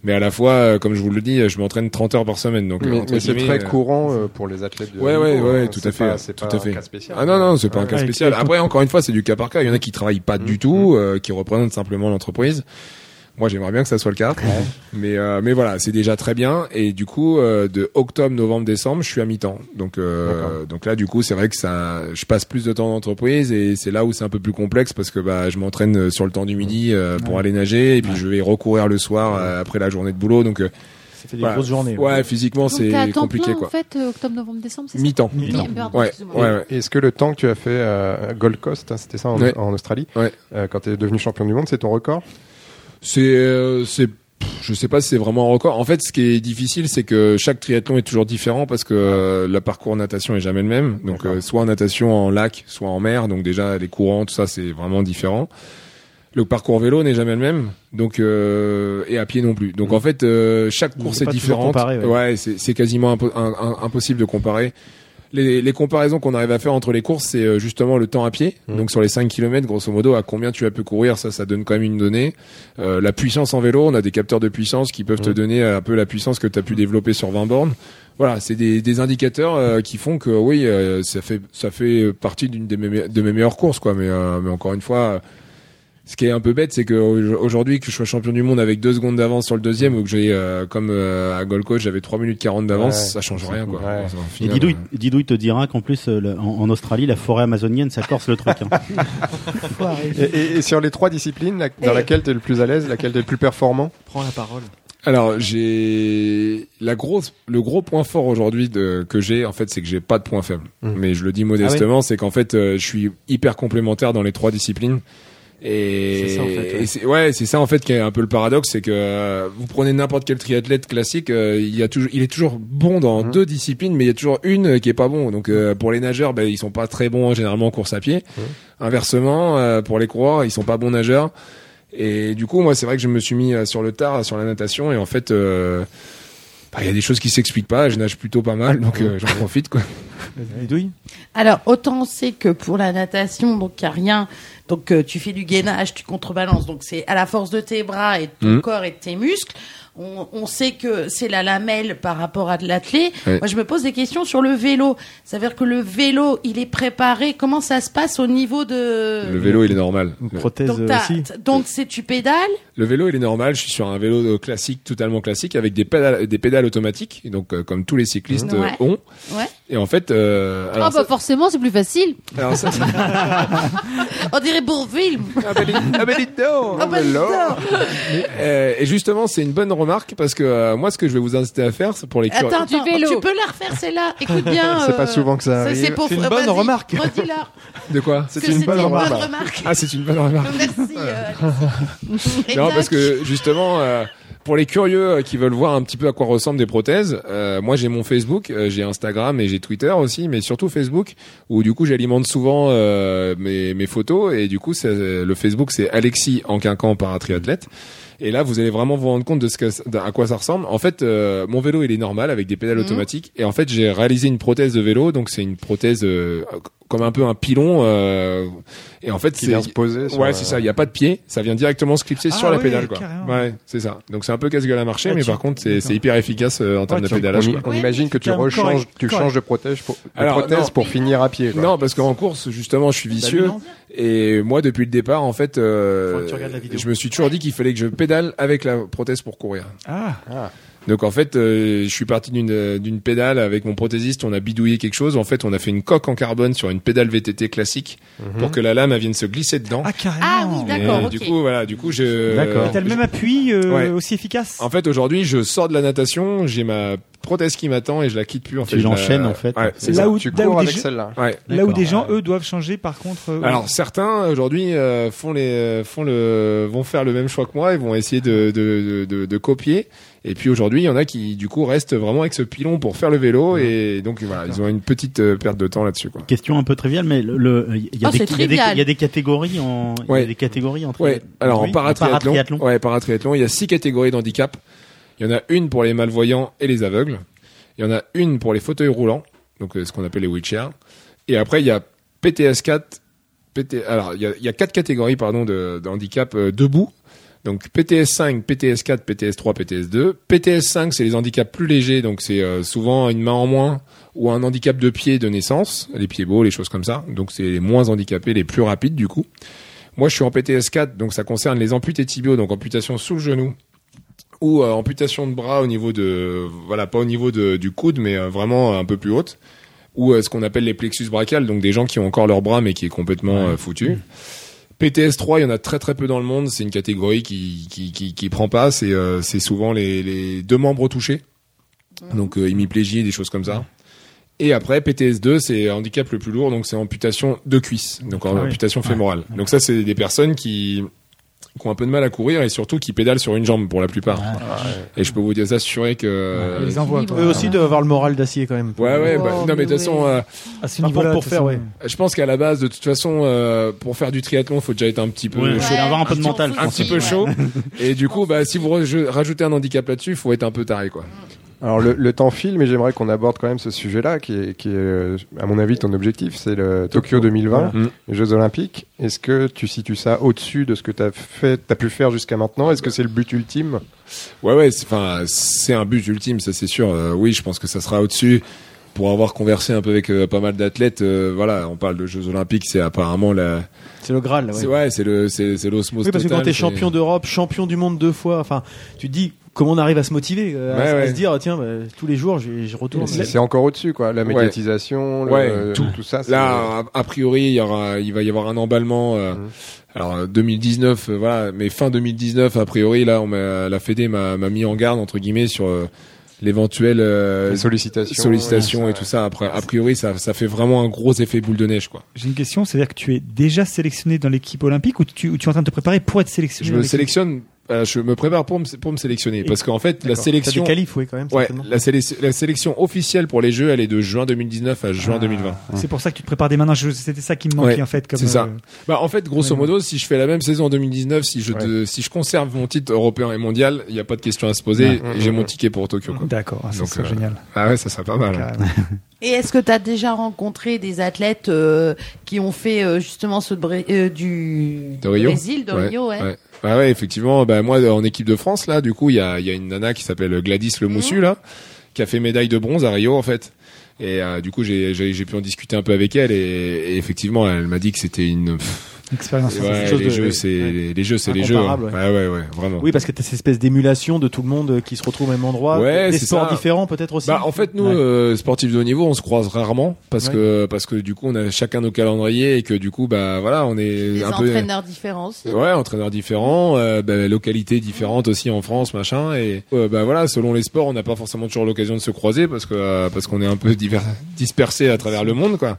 Speaker 10: mais à la fois, euh, comme je vous le dis, je m'entraîne 30 heures par semaine, donc euh,
Speaker 7: Mais,
Speaker 10: entre
Speaker 7: mais c'est
Speaker 10: guillemets,
Speaker 7: très
Speaker 10: euh,
Speaker 7: courant euh, pour les athlètes de
Speaker 10: Ouais,
Speaker 7: haut
Speaker 10: ouais,
Speaker 7: niveau,
Speaker 10: ouais,
Speaker 7: hein.
Speaker 10: tout
Speaker 7: C'est
Speaker 10: à fait.
Speaker 7: pas- C'est
Speaker 10: tout
Speaker 7: pas
Speaker 10: à fait.
Speaker 7: un cas spécial.
Speaker 10: Ah non, non, c'est pas un cas
Speaker 7: Ouais.
Speaker 10: spécial. Après, encore une fois, c'est du cas par cas. Il y en a qui travaillent pas
Speaker 7: Mm,
Speaker 10: du tout, euh, qui représentent simplement l'entreprise. Moi, j'aimerais bien que ça soit le cas. Mais, euh, mais voilà, c'est déjà très bien. Et du coup, euh, de octobre, novembre, décembre, je suis à mi-temps. Donc, euh, donc là, du coup, c'est vrai que ça, je passe plus de temps en entreprise et c'est là où c'est un peu plus complexe parce que bah, je m'entraîne sur le temps du
Speaker 7: Mm.
Speaker 10: midi euh, pour aller nager et puis je vais recourir le soir euh, après la journée de boulot. Donc, euh,
Speaker 1: fait des grosses journées, ouais.
Speaker 10: Ouais, physiquement,
Speaker 3: Donc,
Speaker 10: c'est
Speaker 3: t'es à temps
Speaker 10: compliqué,
Speaker 3: plein,
Speaker 10: quoi.
Speaker 3: En fait, euh, octobre, novembre, décembre, c'est ça
Speaker 10: Mi-temps.
Speaker 3: Mi-temps. Pardon,
Speaker 7: Ouais,
Speaker 3: excuse-moi.
Speaker 7: ouais, ouais. Est-ce que le temps que tu as fait euh, à Gold Coast, hein, c'était ça en,
Speaker 10: Ouais.
Speaker 7: en Australie,
Speaker 10: Ouais.
Speaker 7: euh, quand tu es devenu champion du monde, c'est ton record
Speaker 10: C'est, euh, c'est, pff, je sais pas si c'est vraiment un record. En fait, ce qui est difficile, c'est que chaque triathlon est toujours différent parce que euh, le parcours en natation est jamais le même. Donc, euh, soit en natation en lac, soit en mer. Donc déjà, les courants, tout ça, c'est vraiment différent. Le parcours vélo n'est jamais le même, donc euh, et à pied non plus. Donc en fait, euh, chaque
Speaker 1: On
Speaker 10: course
Speaker 1: peut
Speaker 10: est
Speaker 1: pas toujours
Speaker 10: différente.
Speaker 1: comparer, ouais.
Speaker 10: Ouais, c'est c'est quasiment impo- un- un- impossible de comparer. Les, les comparaisons qu'on arrive à faire entre les courses, c'est euh, justement le temps à pied. Donc sur les 5 km, grosso modo, à combien tu as pu courir, ça, ça donne quand même une donnée. Euh, la puissance en vélo, on a des capteurs de puissance qui peuvent te donner euh, un peu la puissance que tu as pu développer sur 20 bornes. Voilà, c'est des, des indicateurs euh, qui font que oui, euh, ça fait ça fait partie d'une de mes, me- de mes meilleures courses, quoi. Mais, euh, mais encore une fois. euh, ce qui est un peu bête, c'est que au- aujourd'hui que je sois champion du monde avec deux secondes d'avance sur le deuxième ou que j'ai euh, comme euh, à Gold Coast j'avais 3 minutes 40 d'avance,
Speaker 7: Ouais.
Speaker 10: ça change rien quoi. Enfin, au
Speaker 6: Et
Speaker 10: final,
Speaker 6: Didou,
Speaker 10: euh,
Speaker 6: il- Didou, il te dira qu'en plus, euh, le- en, en Australie, la forêt amazonienne, ça corse le truc. hein.
Speaker 7: et, et- et sur les trois disciplines, la- dans
Speaker 10: Et-
Speaker 7: laquelle tu es le plus à l'aise, laquelle tu es le plus performant
Speaker 1: Prends la parole.
Speaker 10: Alors j'ai la grosse, le gros point fort aujourd'hui de- que j'ai en fait, c'est que j'ai pas de point faible. Mais je le dis modestement, c'est qu'en fait, euh, je suis hyper complémentaire dans les trois disciplines. Et
Speaker 7: C'est ça, en fait, ouais.
Speaker 10: et c'est- ouais, c'est ça en fait qui est un peu le paradoxe, c'est que euh, vous prenez n'importe quel triathlète classique, euh, il y a toujours, il est toujours bon dans
Speaker 7: Mhm.
Speaker 10: deux disciplines, mais il y a toujours une qui est pas bon. Donc euh, pour les nageurs, ben, ils sont pas très bons généralement en course à pied.
Speaker 7: Mhm.
Speaker 10: Inversement, euh, pour les coureurs, ils sont pas bons nageurs. Et du coup, moi, c'est vrai que je me suis mis euh, sur le tard, sur la natation, et
Speaker 7: Ah *laughs*
Speaker 10: en fait, euh, bah, il y a des choses qui s'expliquent pas. Je nage plutôt pas mal, donc euh, j'en profite, quoi.
Speaker 1: bidouille
Speaker 9: Alors, autant on sait que pour la natation, donc il n'y a rien. Donc, euh, tu fais du gainage, tu contrebalances. Donc, c'est à la force de tes bras et de ton
Speaker 10: Mmh.
Speaker 11: Mhm.
Speaker 9: corps et de tes muscles. On, on sait que c'est la lamelle par rapport à de l'athlé.
Speaker 11: Ouais.
Speaker 9: Moi, je me pose des questions sur le vélo. Ça veut dire que le vélo, il est préparé. Comment ça se passe au niveau de.
Speaker 10: Le vélo, il est normal.
Speaker 1: prothèse
Speaker 9: Donc,
Speaker 3: Euh,
Speaker 9: t'as- t- donc c'est tu pédales.
Speaker 10: Le vélo, il est normal. Je suis sur un vélo euh, classique, totalement classique, avec des pédales, des pédales automatiques, donc euh, comme tous les cyclistes euh,
Speaker 3: Ouais.
Speaker 10: ont.
Speaker 9: Ouais.
Speaker 10: Et en fait, euh, alors
Speaker 3: ah bah forcément, c'est plus facile.
Speaker 10: Alors ça,
Speaker 9: On dirait Bourville.
Speaker 3: bah,
Speaker 10: Ah,
Speaker 9: bah, dis donc.
Speaker 10: *laughs* euh, et justement, c'est une bonne remarque parce que euh, moi, ce que je vais vous inciter à faire, c'est pour les curieux.
Speaker 9: Attends, attends, tu peux la refaire celle-là. Écoute bien.
Speaker 10: *laughs*
Speaker 9: euh,
Speaker 10: C'est pas souvent que ça
Speaker 9: C'est
Speaker 10: arrive.
Speaker 9: pour
Speaker 10: C'est une
Speaker 9: euh,
Speaker 10: bonne
Speaker 9: vas-y,
Speaker 10: remarque.
Speaker 9: Redis-la.
Speaker 10: De quoi
Speaker 9: Que c'était une bonne remarque.
Speaker 10: Ah, c'est une bonne remarque.
Speaker 9: Merci.
Speaker 10: *laughs* non, parce que justement, euh, pour les curieux euh, qui veulent voir un petit peu à quoi ressemblent des prothèses, euh, moi j'ai mon Facebook, euh, j'ai Instagram et j'ai Twitter aussi, mais surtout Facebook, où du coup j'alimente souvent euh, mes, mes photos et du coup c'est, euh, le Facebook c'est Alexis en quinquant paratriathlète. Et là, vous allez vraiment vous rendre compte de ce que, de- à quoi ça ressemble. En fait, euh, mon vélo, il est normal avec des pédales
Speaker 7: Mhm.
Speaker 10: automatiques. Et en fait, j'ai réalisé une prothèse de vélo. Donc, c'est une prothèse euh, comme un peu un pilon. euh, et en fait,
Speaker 7: Qui
Speaker 10: c'est
Speaker 7: vient se poser sur
Speaker 10: Ouais,
Speaker 7: la-
Speaker 10: c'est ça. Il n'y a pas de pied. Ça vient directement se clipser
Speaker 7: Ah
Speaker 10: sur la
Speaker 7: ouais,
Speaker 10: pédale. Quoi.
Speaker 7: carrément.
Speaker 10: Ouais, c'est ça. Donc, c'est un peu casse-gueule à marcher,
Speaker 7: Ah,
Speaker 10: mais
Speaker 7: tu-
Speaker 10: par contre, c'est c'est hyper efficace euh, en termes de
Speaker 7: tu-
Speaker 10: pédalage.
Speaker 7: on,
Speaker 10: quoi.
Speaker 7: on imagine que tu
Speaker 10: Correct,
Speaker 7: rechanges, tu
Speaker 10: correct.
Speaker 7: changes de prothèse pour, de
Speaker 10: Alors,
Speaker 7: prothèse
Speaker 10: non.
Speaker 7: pour finir à pied. quoi.
Speaker 10: Non, parce qu'en course, justement,
Speaker 7: Bah,
Speaker 10: je suis vicieux. Et moi, depuis le départ, en fait, euh,
Speaker 7: que tu regardes la vidéo.
Speaker 10: je me suis toujours dit qu'il fallait que je pédale avec la prothèse pour courir.
Speaker 5: Ah.
Speaker 10: Donc en fait, euh, je suis parti d'une euh, d'une pédale avec mon prothésiste, on a bidouillé quelque chose. En fait, on a fait une coque en carbone sur une pédale VTT classique
Speaker 7: Mhm.
Speaker 10: pour que la lame elle vienne se glisser dedans.
Speaker 5: Ah oui,
Speaker 10: Et, Du coup, voilà, du coup, je.
Speaker 5: Et T'as le même appui euh,
Speaker 10: Ouais.
Speaker 5: aussi efficace.
Speaker 10: En fait, aujourd'hui, je sors de la natation, j'ai ma prothèse qui m'attend et je la quitte plus. En
Speaker 6: Tu
Speaker 10: fait, je la-
Speaker 6: l'enchaînes, en fait.
Speaker 10: Ouais, c'est
Speaker 5: Là
Speaker 10: ça.
Speaker 5: où- là où des gens-
Speaker 10: Ouais.
Speaker 5: Là où des gens, eux, doivent changer, par contre. euh,
Speaker 10: Alors certains aujourd'hui euh, font les font le vont faire le même choix que moi et vont essayer de de, de, de- de copier. Et puis aujourd'hui, il y en a qui du coup restent vraiment avec ce pilon pour faire le vélo et donc voilà, ils ont une petite euh, perte de temps là-dessus quoi.
Speaker 6: Question un peu triviale, mais le- le- il y, a
Speaker 10: Oh,
Speaker 6: des-
Speaker 10: c'est
Speaker 6: il y a des-
Speaker 10: trivial.
Speaker 6: il y a des catégories en, il y a
Speaker 10: Ouais.
Speaker 6: des catégories entre.
Speaker 10: Ouais, alors en paratriathlon,
Speaker 6: paratriathlon.
Speaker 10: ouais, paratriathlon, il y a six catégories d'handicap. Il y en a une pour les malvoyants et les aveugles. Il y en a une pour les fauteuils roulants, donc euh, ce qu'on appelle les wheelchairs. Et après, il y a PTS 4. PT... Alors, il y, a, il y a quatre catégories pardon de, de handicap euh, debout. Donc PTS 5, PTS 4, PTS 3, PTS 2. PTS 5, c'est les handicaps plus légers, donc c'est euh, souvent une main en moins ou un handicap de pied de naissance, les pieds beaux, les choses comme ça. Donc c'est les moins handicapés, les plus rapides du coup. Moi, je suis en PTS 4, donc ça concerne les amputés tibiaux, donc amputation sous le genou ou euh, amputation de bras au niveau de voilà pas au niveau de, du coude mais euh, vraiment euh, un peu plus haute ou euh, ce qu'on appelle les plexus brachiales donc des gens qui ont encore leur bras mais qui est complètement euh, foutu PTS 3 il y en a très très peu dans le monde c'est une catégorie qui qui qui, qui prend pas c'est euh, c'est souvent les, les deux membres touchés donc euh, hémiplégie des choses comme ça et après PTS 2 c'est handicap le plus lourd donc c'est amputation de cuisse donc
Speaker 6: Ah oui.
Speaker 10: amputation
Speaker 6: Ouais.
Speaker 10: fémorale donc ça c'est des personnes qui qui ont un peu de mal à courir et surtout qui pédalent sur une jambe pour la plupart.
Speaker 6: Ah,
Speaker 10: Et je peux vous dire ça, assurer que.
Speaker 1: Ils envoient, Eux aussi doivent avoir le moral d'acier quand même.
Speaker 10: Ouais, ouais,
Speaker 6: Oh,
Speaker 9: Oh,
Speaker 10: bah, non, mais de toute façon. euh,
Speaker 1: À ce
Speaker 10: par
Speaker 1: niveau-là,
Speaker 10: contre, pour
Speaker 1: de toute
Speaker 10: faire,
Speaker 1: façon,
Speaker 10: ouais. Je pense qu'à la base, de toute façon, euh, pour faire du triathlon, faut déjà être un petit peu
Speaker 6: Ouais,
Speaker 10: chaud.
Speaker 6: faut avoir un peu de mental, je
Speaker 10: Un
Speaker 6: pense
Speaker 10: petit
Speaker 6: aussi,
Speaker 10: peu
Speaker 6: ouais. *laughs*
Speaker 10: chaud. Et du coup, bah, si vous re- rajoutez un handicap là-dessus, faut être un peu taré, quoi.
Speaker 7: Alors le, le temps file, mais j'aimerais qu'on aborde quand même ce sujet-là, qui est, qui est, euh, à mon avis, ton objectif, c'est le Tokyo 2020,
Speaker 10: Voilà. Mm.
Speaker 7: les Jeux Olympiques. Est-ce que tu situes ça au-dessus de ce que tu as fait, t'as pu faire jusqu'à maintenant Est-ce que c'est le but ultime
Speaker 10: Ouais, ouais, c'est, enfin, c'est un but ultime, ça c'est sûr. Euh, oui, je pense que ça sera au-dessus. Pour avoir conversé un peu avec euh, pas mal d'athlètes, euh, voilà, on parle de Jeux Olympiques, c'est apparemment la.
Speaker 1: C'est le Graal, ouais.
Speaker 10: C'est, ouais, c'est le, c'est, c'est l'osmose
Speaker 1: Oui, parce que
Speaker 10: totale,
Speaker 1: quand t'es
Speaker 10: c'est-
Speaker 1: champion d'Europe, champion du monde deux fois, enfin, tu te dis comment on arrive à se motiver, euh, à,
Speaker 10: Ouais,
Speaker 1: à
Speaker 10: ouais.
Speaker 1: se dire tiens, bah, tous les jours, je, je retourne.
Speaker 7: C'est c'est encore au-dessus, quoi. La
Speaker 10: Ouais.
Speaker 7: médiatisation, le-
Speaker 10: Ouais,
Speaker 7: le- tout. ça. c'est-
Speaker 10: Là, a, a priori, il y aura, il va y avoir un emballement. euh, Alors euh, 2019, euh, voilà, mais fin 2019, a priori, là, on m'a- la Fédé m'a m'a mis en garde entre guillemets sur euh, l'éventuelle euh,
Speaker 7: Les sollicitations.
Speaker 10: sollicitations
Speaker 7: Ouais,
Speaker 10: et tout ça. Après, a priori, ça, ça fait vraiment un gros effet boule de neige, quoi.
Speaker 5: J'ai une question, c'est-à-dire que tu es déjà sélectionné dans l'équipe olympique ou tu, ou tu es en train de te préparer pour être sélectionné
Speaker 10: Je
Speaker 5: dans
Speaker 10: me
Speaker 5: l'équipe
Speaker 10: sélectionne. euh, je me prépare pour me, pour me sélectionner parce qu'en fait la
Speaker 1: D'accord.
Speaker 10: sélection
Speaker 1: T'as des qualifs, oui, quand même,
Speaker 10: Ouais,
Speaker 1: certainement.
Speaker 10: la, séle- la sélection officielle pour les jeux elle est de juin 2019 à
Speaker 1: Ah,
Speaker 10: juin 2020
Speaker 5: Ah. C'est pour ça que tu te prépares dès maintenant. Je- C'était ça qui me manquait
Speaker 10: Ouais,
Speaker 5: en fait. comme,
Speaker 10: C'est ça.
Speaker 5: euh,
Speaker 10: Bah, en fait, grosso
Speaker 5: ouais.
Speaker 10: modo, si je fais la même saison en 2019, si je, te- si je conserve mon titre européen et mondial, il n'y a pas de question à se poser.
Speaker 5: Ouais.
Speaker 10: J'ai mon ticket pour Tokyo. quoi.
Speaker 5: D'accord, ah, ça
Speaker 10: Donc,
Speaker 5: serait
Speaker 10: euh,
Speaker 5: génial.
Speaker 10: Ah ouais, ça serait pas mal. hein.
Speaker 9: *laughs* Et est-ce que tu as déjà rencontré des athlètes euh, qui ont fait euh, justement ce de Bré- euh, du
Speaker 10: de Rio.
Speaker 9: Brésil, de Rio, ouais.
Speaker 10: Ah ouais, effectivement, bah moi en équipe de France là, du coup, il y a, il y a une nana qui s'appelle Gladys Le
Speaker 9: Mhm.
Speaker 10: Moussu là, qui a fait médaille de bronze à Rio en fait. Et euh, du coup, j'ai j'ai j'ai pu en discuter un peu avec elle et, et effectivement, elle m'a dit que c'était une pff,
Speaker 5: Expérience.
Speaker 10: ouais,
Speaker 1: quelque chose
Speaker 10: les,
Speaker 1: de-
Speaker 10: jeux, c'est les, les jeux, c'est les jeux. hein.
Speaker 1: Incomparable,
Speaker 10: Ouais, ouais, ouais, vraiment.
Speaker 1: Oui, parce que t'as cette espèce d'émulation de tout le monde euh, qui se retrouve au même endroit.
Speaker 10: Ouais,
Speaker 1: des
Speaker 10: c'est
Speaker 1: sports
Speaker 10: ça.
Speaker 1: différents peut-être aussi.
Speaker 10: Bah, en fait, nous, euh, sportifs de haut niveau, on se croise rarement parce
Speaker 1: Ouais.
Speaker 10: que parce que du coup, on a chacun nos calendriers et que du coup, bah voilà, on est
Speaker 9: Des
Speaker 10: un peu
Speaker 9: entraîneurs différents aussi.
Speaker 10: Ouais, entraîneurs différents, euh, bah, localités différentes aussi en France, machin. Et euh, bah voilà, selon les sports, on n'a pas forcément toujours l'occasion de se croiser parce que euh, parce qu'on est un peu divers, dispersés à travers le monde, quoi.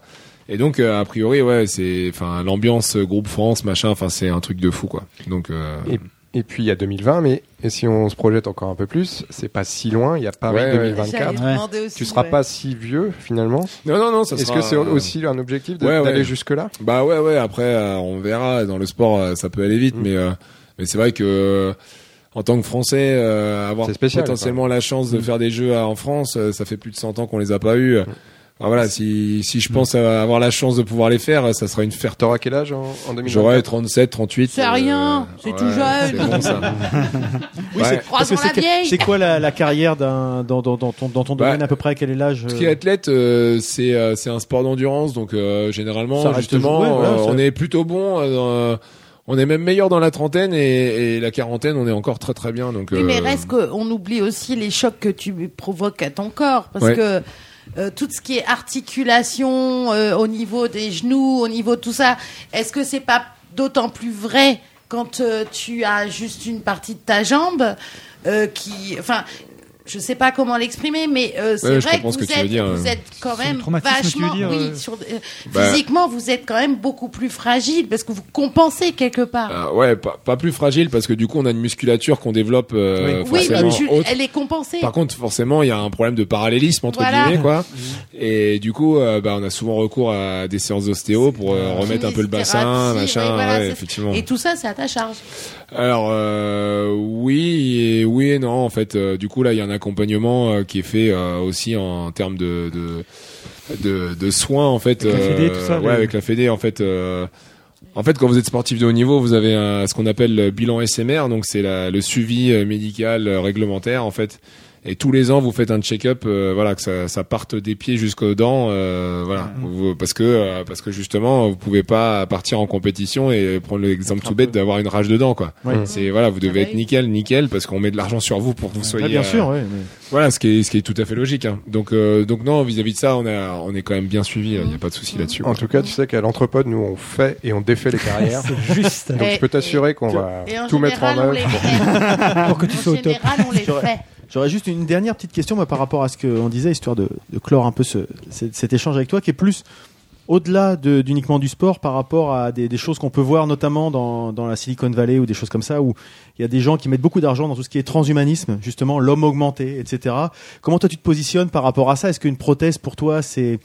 Speaker 10: Et donc euh, a priori, ouais, c'est enfin l'ambiance euh, groupe France, machin. Enfin, c'est un truc de fou, quoi. Donc euh,
Speaker 7: Et, et puis il y a 2020, mais et si on se projette encore un peu plus, c'est pas si loin, il y a Paris
Speaker 10: Ouais, ouais. J'allais
Speaker 7: 2024.
Speaker 10: te demander aussi,
Speaker 7: tu seras
Speaker 10: ouais.
Speaker 7: pas si vieux finalement.
Speaker 10: Non, non, non. ça
Speaker 7: Est-ce
Speaker 10: sera-
Speaker 7: que c'est aussi un objectif de-
Speaker 10: Ouais,
Speaker 7: d'aller
Speaker 10: ouais.
Speaker 7: jusque-là
Speaker 10: Bah ouais, ouais. Après, euh, on verra. Dans le sport, euh, ça peut aller
Speaker 7: Mm.
Speaker 10: vite, mais euh, mais c'est vrai que euh, en tant que Français, euh, avoir
Speaker 7: C'est spécial, Mm.
Speaker 10: potentiellement la chance de faire des jeux à- en France, euh, ça fait plus de 100 ans qu'on les a pas eu. Alors voilà, si si je pense à avoir la chance de pouvoir les faire, euh, ça sera une fierté.
Speaker 7: Mm. T'auras quel âge en, en 2024
Speaker 10: J'aurai 37, 38.
Speaker 9: C'est rien, c'est tout jeune.
Speaker 10: c'est bon,
Speaker 7: *laughs*
Speaker 10: ça. Ouais.
Speaker 1: Oui, c'est- parce que
Speaker 9: Croisons la
Speaker 1: c'est-
Speaker 9: vieille.
Speaker 1: C'est
Speaker 11: *laughs*
Speaker 1: quoi la, la carrière d'un dans, dans, dans ton, dans ton domaine à peu près à quel est l'âge
Speaker 10: Bah, Ce qui est athlète, euh, c'est euh, c'est un sport d'endurance, donc euh, généralement,
Speaker 1: Ça reste
Speaker 10: justement,
Speaker 1: joué, voilà,
Speaker 10: euh,
Speaker 1: ça-
Speaker 10: on est plutôt bon. euh, dans- on est même meilleur dans la trentaine et, et la quarantaine, on est encore très très bien. Donc,
Speaker 9: Oui, mais
Speaker 10: euh,
Speaker 9: reste qu'on oublie aussi les chocs que tu provoques à ton corps. Parce
Speaker 10: Ouais.
Speaker 9: que euh, tout ce qui est articulation euh, au niveau des genoux, au niveau de tout ça, est-ce que c'est pas d'autant plus vrai quand euh, tu as juste une partie de ta jambe euh, qui. Enfin. Je sais pas comment l'exprimer, mais euh, c'est
Speaker 10: Ouais, je
Speaker 9: vrai que
Speaker 10: comprends
Speaker 9: vous,
Speaker 10: ce que tu
Speaker 9: êtes,
Speaker 10: veux dire,
Speaker 9: vous
Speaker 10: euh.
Speaker 9: êtes quand
Speaker 10: Sur le
Speaker 9: même
Speaker 10: traumatisme, tu veux
Speaker 9: vachement,
Speaker 10: dire,
Speaker 9: oui,
Speaker 10: euh.
Speaker 9: sur- euh,
Speaker 10: Bah.
Speaker 9: physiquement vous êtes quand même beaucoup plus fragile parce que vous compensez quelque part.
Speaker 10: Ah ouais, pas, pas plus fragile parce que du coup on a une musculature qu'on développe euh,
Speaker 9: oui, bah, mais
Speaker 10: forcément
Speaker 9: tu-
Speaker 10: haute.
Speaker 9: elle est compensée.
Speaker 10: Par contre, forcément, il y a un problème de parallélisme entre
Speaker 9: Voilà.
Speaker 10: guillemets,
Speaker 1: *laughs*
Speaker 10: quoi. Et du coup, euh, bah, on a souvent recours à des séances d'ostéo pour euh, remettre un peu le bassin,
Speaker 9: Kinésithérapie,
Speaker 10: machin.
Speaker 9: ouais, voilà,
Speaker 10: ouais,
Speaker 9: c'est-
Speaker 10: effectivement.
Speaker 9: Et tout ça, c'est à ta charge.
Speaker 10: Alors euh, oui, et, oui et non en fait. Euh, du coup là, il y a un accompagnement euh, qui est fait euh, aussi en termes de de, de de soins en fait. euh,
Speaker 5: Avec la Fédé, tout ça,
Speaker 10: ouais,
Speaker 5: le-
Speaker 10: avec la Fédé en fait. euh, en fait, quand vous êtes sportif de haut niveau, vous avez un- ce qu'on appelle le bilan SMR, donc c'est la- le suivi euh, médical euh, réglementaire en fait. Et tous les ans, vous faites un check-up, euh, voilà, que ça, ça parte des pieds jusqu'aux dents, euh, voilà,
Speaker 1: Mmh.
Speaker 10: Vous- parce que euh, parce que justement, vous pouvez pas partir en compétition et prendre l'exemple tout bête d'avoir une rage de dents, quoi.
Speaker 1: Ouais.
Speaker 10: C'est voilà, vous devez
Speaker 1: Mmh. Ah bah
Speaker 10: être nickel, nickel, parce qu'on met de l'argent sur vous pour que vous soyez.
Speaker 1: bien
Speaker 10: euh,
Speaker 1: sûr, ouais,
Speaker 10: *laughs* Voilà, ce qui est ce qui est tout à fait logique. hein. Donc euh, donc non, vis-à-vis de ça, on a on est quand même bien suivi. Il n'y a pas de souci là-dessus.
Speaker 7: En tout cas, tu sais qu'à l'entrepode, nous on fait et on défait les *laughs* carrières.
Speaker 5: C'est juste.
Speaker 7: Donc
Speaker 9: Et-
Speaker 7: je peux t'assurer qu'on
Speaker 1: et-
Speaker 7: va
Speaker 9: et en
Speaker 7: tout mettre en
Speaker 9: général, on les
Speaker 7: œuvre.
Speaker 9: fait.
Speaker 1: Pour que
Speaker 9: tu En sois au top. général, on les
Speaker 1: J'aurais-
Speaker 9: fait.
Speaker 1: J'aurais juste une dernière petite question moi, par rapport à ce qu'on disait, histoire de, de clore un peu ce, cet, cet échange avec toi, qui est plus au-delà de- d'uniquement du sport par rapport à des, des choses qu'on peut voir notamment dans, dans la Silicon Valley ou des choses comme ça, où il y a des gens qui mettent beaucoup d'argent dans tout ce qui est transhumanisme, justement l'homme augmenté, etc. Comment toi tu te positionnes par rapport à ça Est-ce qu'une prothèse pour toi c'est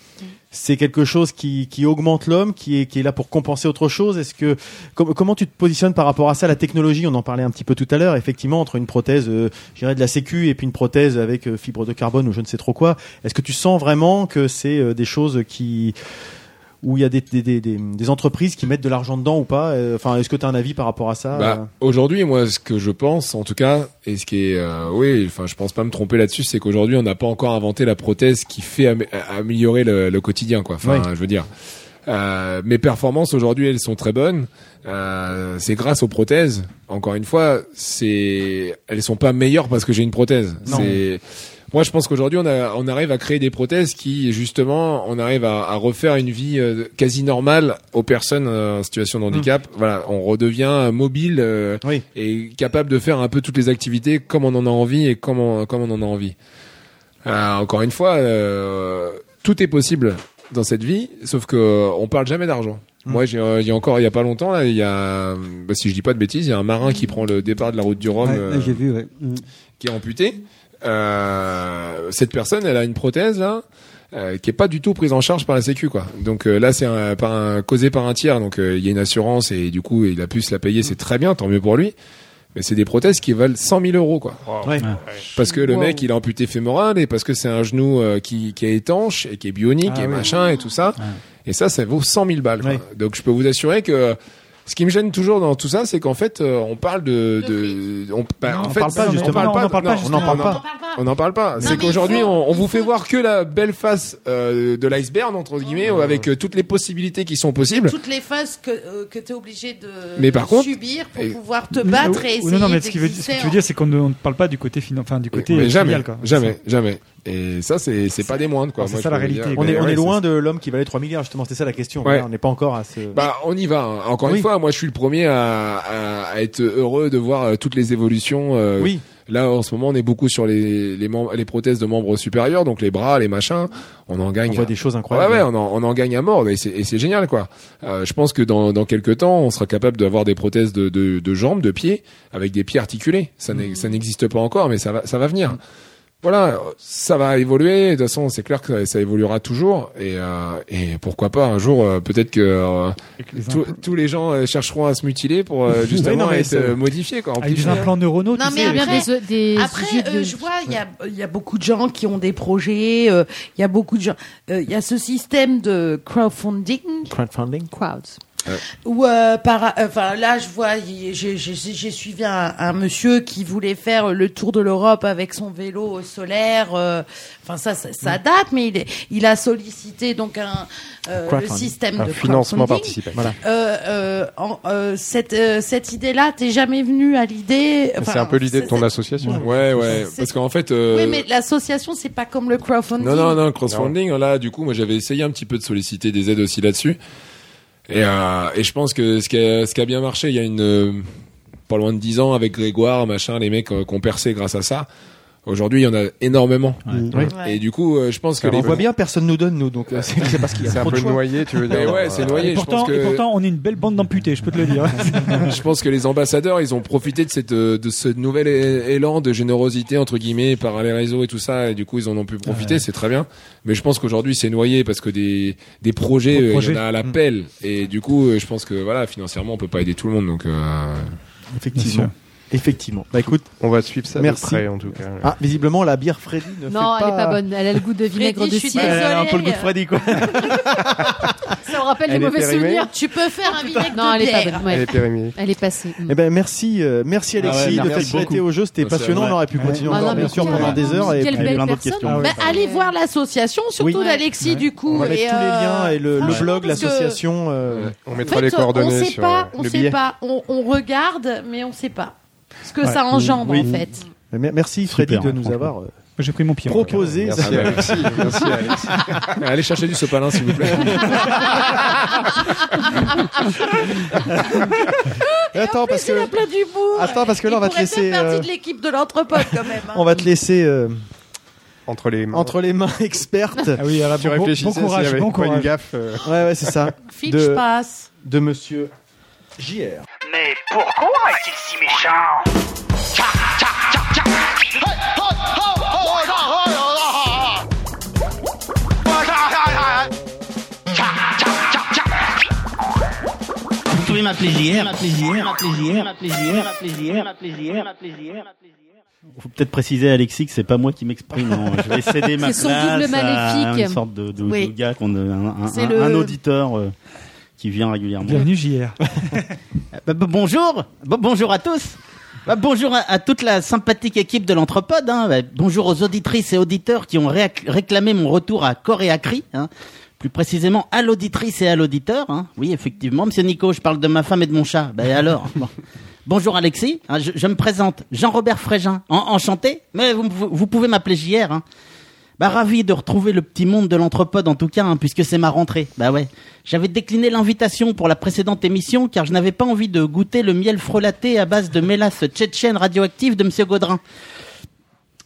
Speaker 1: c'est quelque chose qui, qui augmente l'homme, qui est, qui est là pour compenser autre chose. Est-ce que com- comment tu te positionnes par rapport à ça, la technologie On en parlait un petit peu tout à l'heure. Effectivement, entre une prothèse, euh, je dirais de la sécu, et puis une prothèse avec euh, fibre de carbone ou je ne sais trop quoi. Est-ce que tu sens vraiment que c'est euh, des choses qui où il y a des, des, des, des- des entreprises qui mettent de l'argent dedans ou pas Euh, Enfin, est-ce que tu as un avis par rapport à ça Euh,
Speaker 10: Bah, aujourd'hui, moi, ce que je pense, en tout cas, et ce qui est, euh, oui, enfin, je pense pas me tromper là-dessus, c'est qu'aujourd'hui, on n'a pas encore inventé la prothèse qui fait am- améliorer le, le quotidien, quoi. Enfin,
Speaker 1: Oui.
Speaker 10: je veux dire. Euh, mes performances aujourd'hui, elles sont très bonnes. Euh, c'est grâce aux prothèses. Encore une fois, c'est, elles sont pas meilleures parce que j'ai une prothèse.
Speaker 1: Non.
Speaker 10: C'est, moi, je pense qu'aujourd'hui, on, a- on arrive à créer des prothèses qui, justement, on arrive à, à refaire une vie euh, quasi normale aux personnes euh, en situation de handicap. Voilà, on redevient mobile euh, et capable de faire un peu toutes les activités comme on en a envie et comme on, comme on en a envie. Euh, encore une fois, euh, tout est possible dans cette vie, sauf que euh, on parle jamais d'argent. Moi, j'ai, euh, il y a encore, il y a pas longtemps, là, il y a, euh, bah, si je dis pas de bêtises, il y a un marin qui prend le départ de la route du Rhum.
Speaker 2: Ouais,
Speaker 10: euh,
Speaker 2: J'ai vu, ouais. Mm.
Speaker 10: qui est amputée. Euh, cette personne, elle a une prothèse là, euh, qui est pas du tout prise en charge par la Sécu quoi. Donc euh, là, c'est un, par un- causé par un tiers, donc euh, il y a une assurance et du coup, il a pu se la payer, c'est très bien, tant mieux pour lui. Mais c'est des prothèses qui valent 100 000 euros, quoi.
Speaker 1: Ouais.
Speaker 10: Parce que le
Speaker 1: Wow.
Speaker 10: mec, il a amputé fémoral et parce que c'est un genou euh, qui, qui est étanche et qui est bionique et
Speaker 1: Ah ouais.
Speaker 10: machin et tout ça. Et ça, ça vaut 100 000 balles. quoi. Donc je peux vous assurer que euh, ce qui me gêne toujours dans tout ça, c'est qu'en fait, euh, on parle de, de- on, bah,
Speaker 1: Non,
Speaker 10: en
Speaker 1: on
Speaker 10: fait,
Speaker 1: parle pas,
Speaker 10: non,
Speaker 1: justement.
Speaker 10: on parle
Speaker 1: Non, on
Speaker 10: pas,
Speaker 1: en parle pas,
Speaker 10: non, on en parle
Speaker 1: justement.
Speaker 10: pas. On n'en parle pas. C'est qu'aujourd'hui, on, on vous fait voir que la belle face euh, de l'iceberg entre guillemets,
Speaker 1: Ah.
Speaker 10: avec euh, toutes les possibilités qui sont possibles.
Speaker 9: Toutes les phases que, euh, que tu es obligé de
Speaker 10: Mais par contre-
Speaker 9: subir pour
Speaker 10: et-
Speaker 9: pouvoir te battre et
Speaker 5: Ou- ou
Speaker 9: essayer
Speaker 5: non, non, mais ce, qui veut- ce que tu veux dire, c'est qu'on ne on ne parle pas du côté finan- enfin du côté
Speaker 10: Mais
Speaker 5: euh,
Speaker 10: jamais,
Speaker 5: trivial, quoi.
Speaker 10: jamais, jamais. Et ça, c'est c'est pas des moindres quoi.
Speaker 5: c'est
Speaker 10: bah, Moi,
Speaker 5: ça,
Speaker 10: je
Speaker 5: la
Speaker 10: peux vous dire.
Speaker 1: On est, on
Speaker 10: Ouais,
Speaker 1: est
Speaker 10: ça,
Speaker 1: loin de l'homme qui valait 3 milliards, justement, c'est ça la question.
Speaker 10: Ouais.
Speaker 1: On n'est pas encore à ce.
Speaker 10: Bah, on y va. hein. Encore
Speaker 1: Oui.
Speaker 10: une fois, moi, je suis le premier à, à- à être heureux de voir euh, toutes les évolutions. euh,
Speaker 1: Oui.
Speaker 10: Là, en ce moment, on est beaucoup sur les les, mem- les prothèses de membres supérieurs, donc les bras, les machins. On en gagne.
Speaker 1: On voit des choses incroyables.
Speaker 10: Ouais, ouais, on en, on en gagne à mort, et c'est- et c'est génial, quoi. Euh, je pense que dans, dans quelques temps, on sera capable d'avoir des prothèses de, de, de jambes, de pieds, avec des pieds articulés. Ça
Speaker 5: Mmh.
Speaker 10: n'est- ça n'existe pas encore, mais ça va, ça va venir. Voilà, ça va évoluer. De toute façon, c'est clair que ça, ça évoluera toujours. Et, euh, et pourquoi pas un jour, euh, peut-être que euh, tous- tous les gens euh, chercheront à se mutiler pour euh,
Speaker 5: *laughs* Oui, non,
Speaker 10: justement
Speaker 5: mais
Speaker 10: être
Speaker 5: c'est-
Speaker 10: euh, modifiés. Quoi. En
Speaker 5: Avec
Speaker 10: plus,
Speaker 5: des implants neuronaux,
Speaker 9: Non,
Speaker 5: tu
Speaker 9: mais
Speaker 5: sais.
Speaker 9: après,
Speaker 3: Bien des- des
Speaker 9: après,
Speaker 3: yeux de-
Speaker 9: euh, je vois, il y a, il y a beaucoup de gens qui ont des projets, euh, il y a beaucoup de gens. euh, Il y a ce système de crowdfunding
Speaker 1: Crowdfunding.
Speaker 3: Crowds.
Speaker 9: où, euh, par, enfin, là, je vois, il- j'ai j'ai- j'ai suivi un, un monsieur qui voulait faire le tour de l'Europe avec son vélo solaire. euh, Enfin, ça, ça, ça
Speaker 7: Hmm.
Speaker 9: date, mais il, est- il a sollicité donc un euh, le
Speaker 7: Crowdfunding.
Speaker 9: système
Speaker 7: Un
Speaker 9: de
Speaker 7: financement
Speaker 9: crowdfunding.
Speaker 7: participatif.
Speaker 9: Voilà. Euh, euh, en- euh, cette euh, cette idée-là, t'es jamais venu à l'idée.
Speaker 7: c'est
Speaker 9: enfin,
Speaker 7: un peu l'idée de ton association.
Speaker 10: Ouais, ouais. Parce qu'en fait, euh,
Speaker 9: Oui, mais l'association, c'est pas comme le crowdfunding.
Speaker 10: Non, non, non, crowdfunding, là, du coup, moi, j'avais essayé un petit peu de solliciter des aides aussi là-dessus. Et, euh, et je pense que ce qui, a, ce qui a bien marché, il y a une, euh, pas loin de 10 ans, avec Grégoire, machin, les mecs euh, qu'on percé grâce à ça. Aujourd'hui, il y en a énormément.
Speaker 1: Ouais.
Speaker 10: Et du coup, euh, je pense que
Speaker 1: on
Speaker 10: les... *laughs*
Speaker 1: voit bien, personne nous donne, nous, donc euh, c'est c'est parce qu'il y a
Speaker 10: C'est un
Speaker 1: trop de
Speaker 10: peu
Speaker 1: choix.
Speaker 10: noyé, tu veux dire. Mais ouais, c'est noyé,
Speaker 5: Et
Speaker 10: je
Speaker 5: pourtant,
Speaker 10: pense que-
Speaker 5: et pourtant, on est une belle bande d'amputés, je peux te le
Speaker 10: *laughs*
Speaker 5: dire.
Speaker 10: je pense que les ambassadeurs, ils ont profité de cette euh, de ce nouvel é- élan de générosité entre guillemets par les réseaux et tout ça, et du coup ils en ont pu profiter,
Speaker 1: Ouais.
Speaker 10: c'est très bien. Mais je pense qu'aujourd'hui c'est noyé parce que des des projets,
Speaker 1: Trop de
Speaker 10: euh, il
Speaker 1: projets. Mm.
Speaker 10: y en a à la pelle, et du coup euh, je pense que voilà financièrement on peut pas aider tout le monde, donc euh,
Speaker 1: Effectivement. Effectivement. Bah écoute,
Speaker 7: on va suivre ça de
Speaker 1: merci.
Speaker 7: près, en tout cas.
Speaker 1: Ah, visiblement la bière Freddy ne fait
Speaker 3: Non,
Speaker 1: pas.
Speaker 3: elle est pas bonne. Elle a le goût de vinaigre
Speaker 9: Freddy,
Speaker 3: de
Speaker 9: je suis
Speaker 3: cidre.
Speaker 9: désolée. Elle a un peu le goût de
Speaker 1: Freddy, quoi.
Speaker 3: Ça me rappelle
Speaker 1: Elle
Speaker 3: les
Speaker 1: est
Speaker 3: mauvais
Speaker 1: périmée
Speaker 3: souvenirs.
Speaker 9: Tu peux faire un vinaigre
Speaker 3: Non,
Speaker 9: de
Speaker 3: elle est pas
Speaker 9: bière.
Speaker 3: bonne. ouais.
Speaker 7: Elle est périmée.
Speaker 3: Elle est passée. Mm.
Speaker 1: Eh ben merci, euh, merci
Speaker 6: Ah ouais,
Speaker 1: Alexis de
Speaker 6: merci
Speaker 1: t'être prêté
Speaker 6: beaucoup.
Speaker 1: au jeu. C'était
Speaker 6: Ah, c'est
Speaker 1: passionnant.
Speaker 6: vrai.
Speaker 1: On aurait pu
Speaker 6: Ouais.
Speaker 1: continuer
Speaker 6: Ah
Speaker 1: encore,
Speaker 6: non, mais
Speaker 1: bien sûr,
Speaker 6: quelle-
Speaker 1: pendant des heures. Et
Speaker 3: quelle
Speaker 1: puis-
Speaker 3: belle
Speaker 6: plein d'autres
Speaker 3: personne.
Speaker 6: questions.
Speaker 1: Ah ouais.
Speaker 9: Bah, allez voir l'association, surtout
Speaker 1: Oui.
Speaker 9: d'Alexis du coup.
Speaker 1: On va mettre
Speaker 9: et,
Speaker 1: tous les
Speaker 9: euh,
Speaker 1: liens et le, le
Speaker 9: franchement,
Speaker 1: blog,
Speaker 9: parce que-
Speaker 1: l'association. euh,
Speaker 7: On
Speaker 9: En
Speaker 7: mettra
Speaker 9: fait,
Speaker 7: les coordonnées
Speaker 9: on sait
Speaker 7: sur
Speaker 9: pas,
Speaker 7: euh,
Speaker 9: on
Speaker 7: le
Speaker 9: sait
Speaker 7: billet. *laughs*
Speaker 9: pas, on, on regarde, mais on sait pas ce que
Speaker 1: Ouais.
Speaker 9: ça engendre
Speaker 1: Oui.
Speaker 9: en fait.
Speaker 1: mer- Bah, Merci Freddy
Speaker 5: Super,
Speaker 1: de nous avoir euh,
Speaker 5: J'ai pris mon pied.
Speaker 1: proposé.
Speaker 7: Merci
Speaker 1: ça.
Speaker 7: Alexis,
Speaker 1: *laughs*
Speaker 7: merci Alexis.
Speaker 10: allez chercher du sopalin s'il vous plaît.
Speaker 1: Attends parce que
Speaker 9: Il a plein du bout.
Speaker 1: Attends, parce que là,
Speaker 9: Il
Speaker 1: on va te
Speaker 9: pourrait
Speaker 1: laisser,
Speaker 9: faire partie
Speaker 1: euh,
Speaker 9: de l'équipe de l'entrepôt quand même. hein.
Speaker 1: on va te laisser euh,
Speaker 7: Entre les mains.
Speaker 1: entre les mains expertes.
Speaker 5: Ah oui, à la
Speaker 7: Tu
Speaker 5: bon, bon
Speaker 7: réfléchissais s'il y
Speaker 5: courage,
Speaker 7: avait
Speaker 5: bon
Speaker 7: pas une
Speaker 5: courage.
Speaker 7: gaffe. euh,
Speaker 1: Ouais ouais c'est ça.
Speaker 9: Fitch
Speaker 1: De,
Speaker 9: passe.
Speaker 1: de *laughs* Monsieur JR.
Speaker 11: Mais pourquoi est-il si méchant *laughs* Tcha, tcha, tcha, tcha. Hey, ho, ho, ho, ho, da, ho, ho, da, ha, ha. Ho, da, ha, ha, ha. Tcha, tcha, tcha, tcha.
Speaker 8: Vous pouvez m'appeler JR, m'appeler JR, m'appeler JR, m'appeler JR, m'appeler JR, m'appeler JR, m'appeler JR.
Speaker 6: Faut peut-être préciser à Alexis que c'est pas moi qui m'exprime. hein. Je vais céder ma
Speaker 3: *laughs* C'est son
Speaker 6: place
Speaker 3: double
Speaker 6: à
Speaker 3: maléfique.
Speaker 6: une sorte de, de- de
Speaker 3: Oui.
Speaker 6: gars qu'on un, un-
Speaker 3: C'est
Speaker 6: un-
Speaker 3: le-
Speaker 6: un auditeur euh, qui vient régulièrement.
Speaker 5: Bienvenue JR.
Speaker 8: Bah, bah, bonjour, Bah, bonjour à tous. Bah, bonjour à, à toute la sympathique équipe de l'Entrepode. hein. Bah, bonjour aux auditrices et auditeurs qui ont réac- réclamé mon retour à corps et à cri. hein. Plus précisément à l'auditrice et à l'auditeur. hein. Oui, effectivement, Monsieur Nico, je parle de ma femme et de mon chat. Bah, alors. bon. Bonjour Alexis, Hein, je, je me présente, Jean-Robert Frégin, En- enchanté, mais vous, vous- vous pouvez m'appeler JR. hein. Bah, ravi de retrouver le petit monde de l'entrepode en tout cas, hein, puisque c'est ma rentrée. Bah ouais. J'avais décliné l'invitation pour la précédente émission car je n'avais pas envie de goûter le miel frelaté à base de mélasse tchétchène radioactive de Monsieur Gaudrin.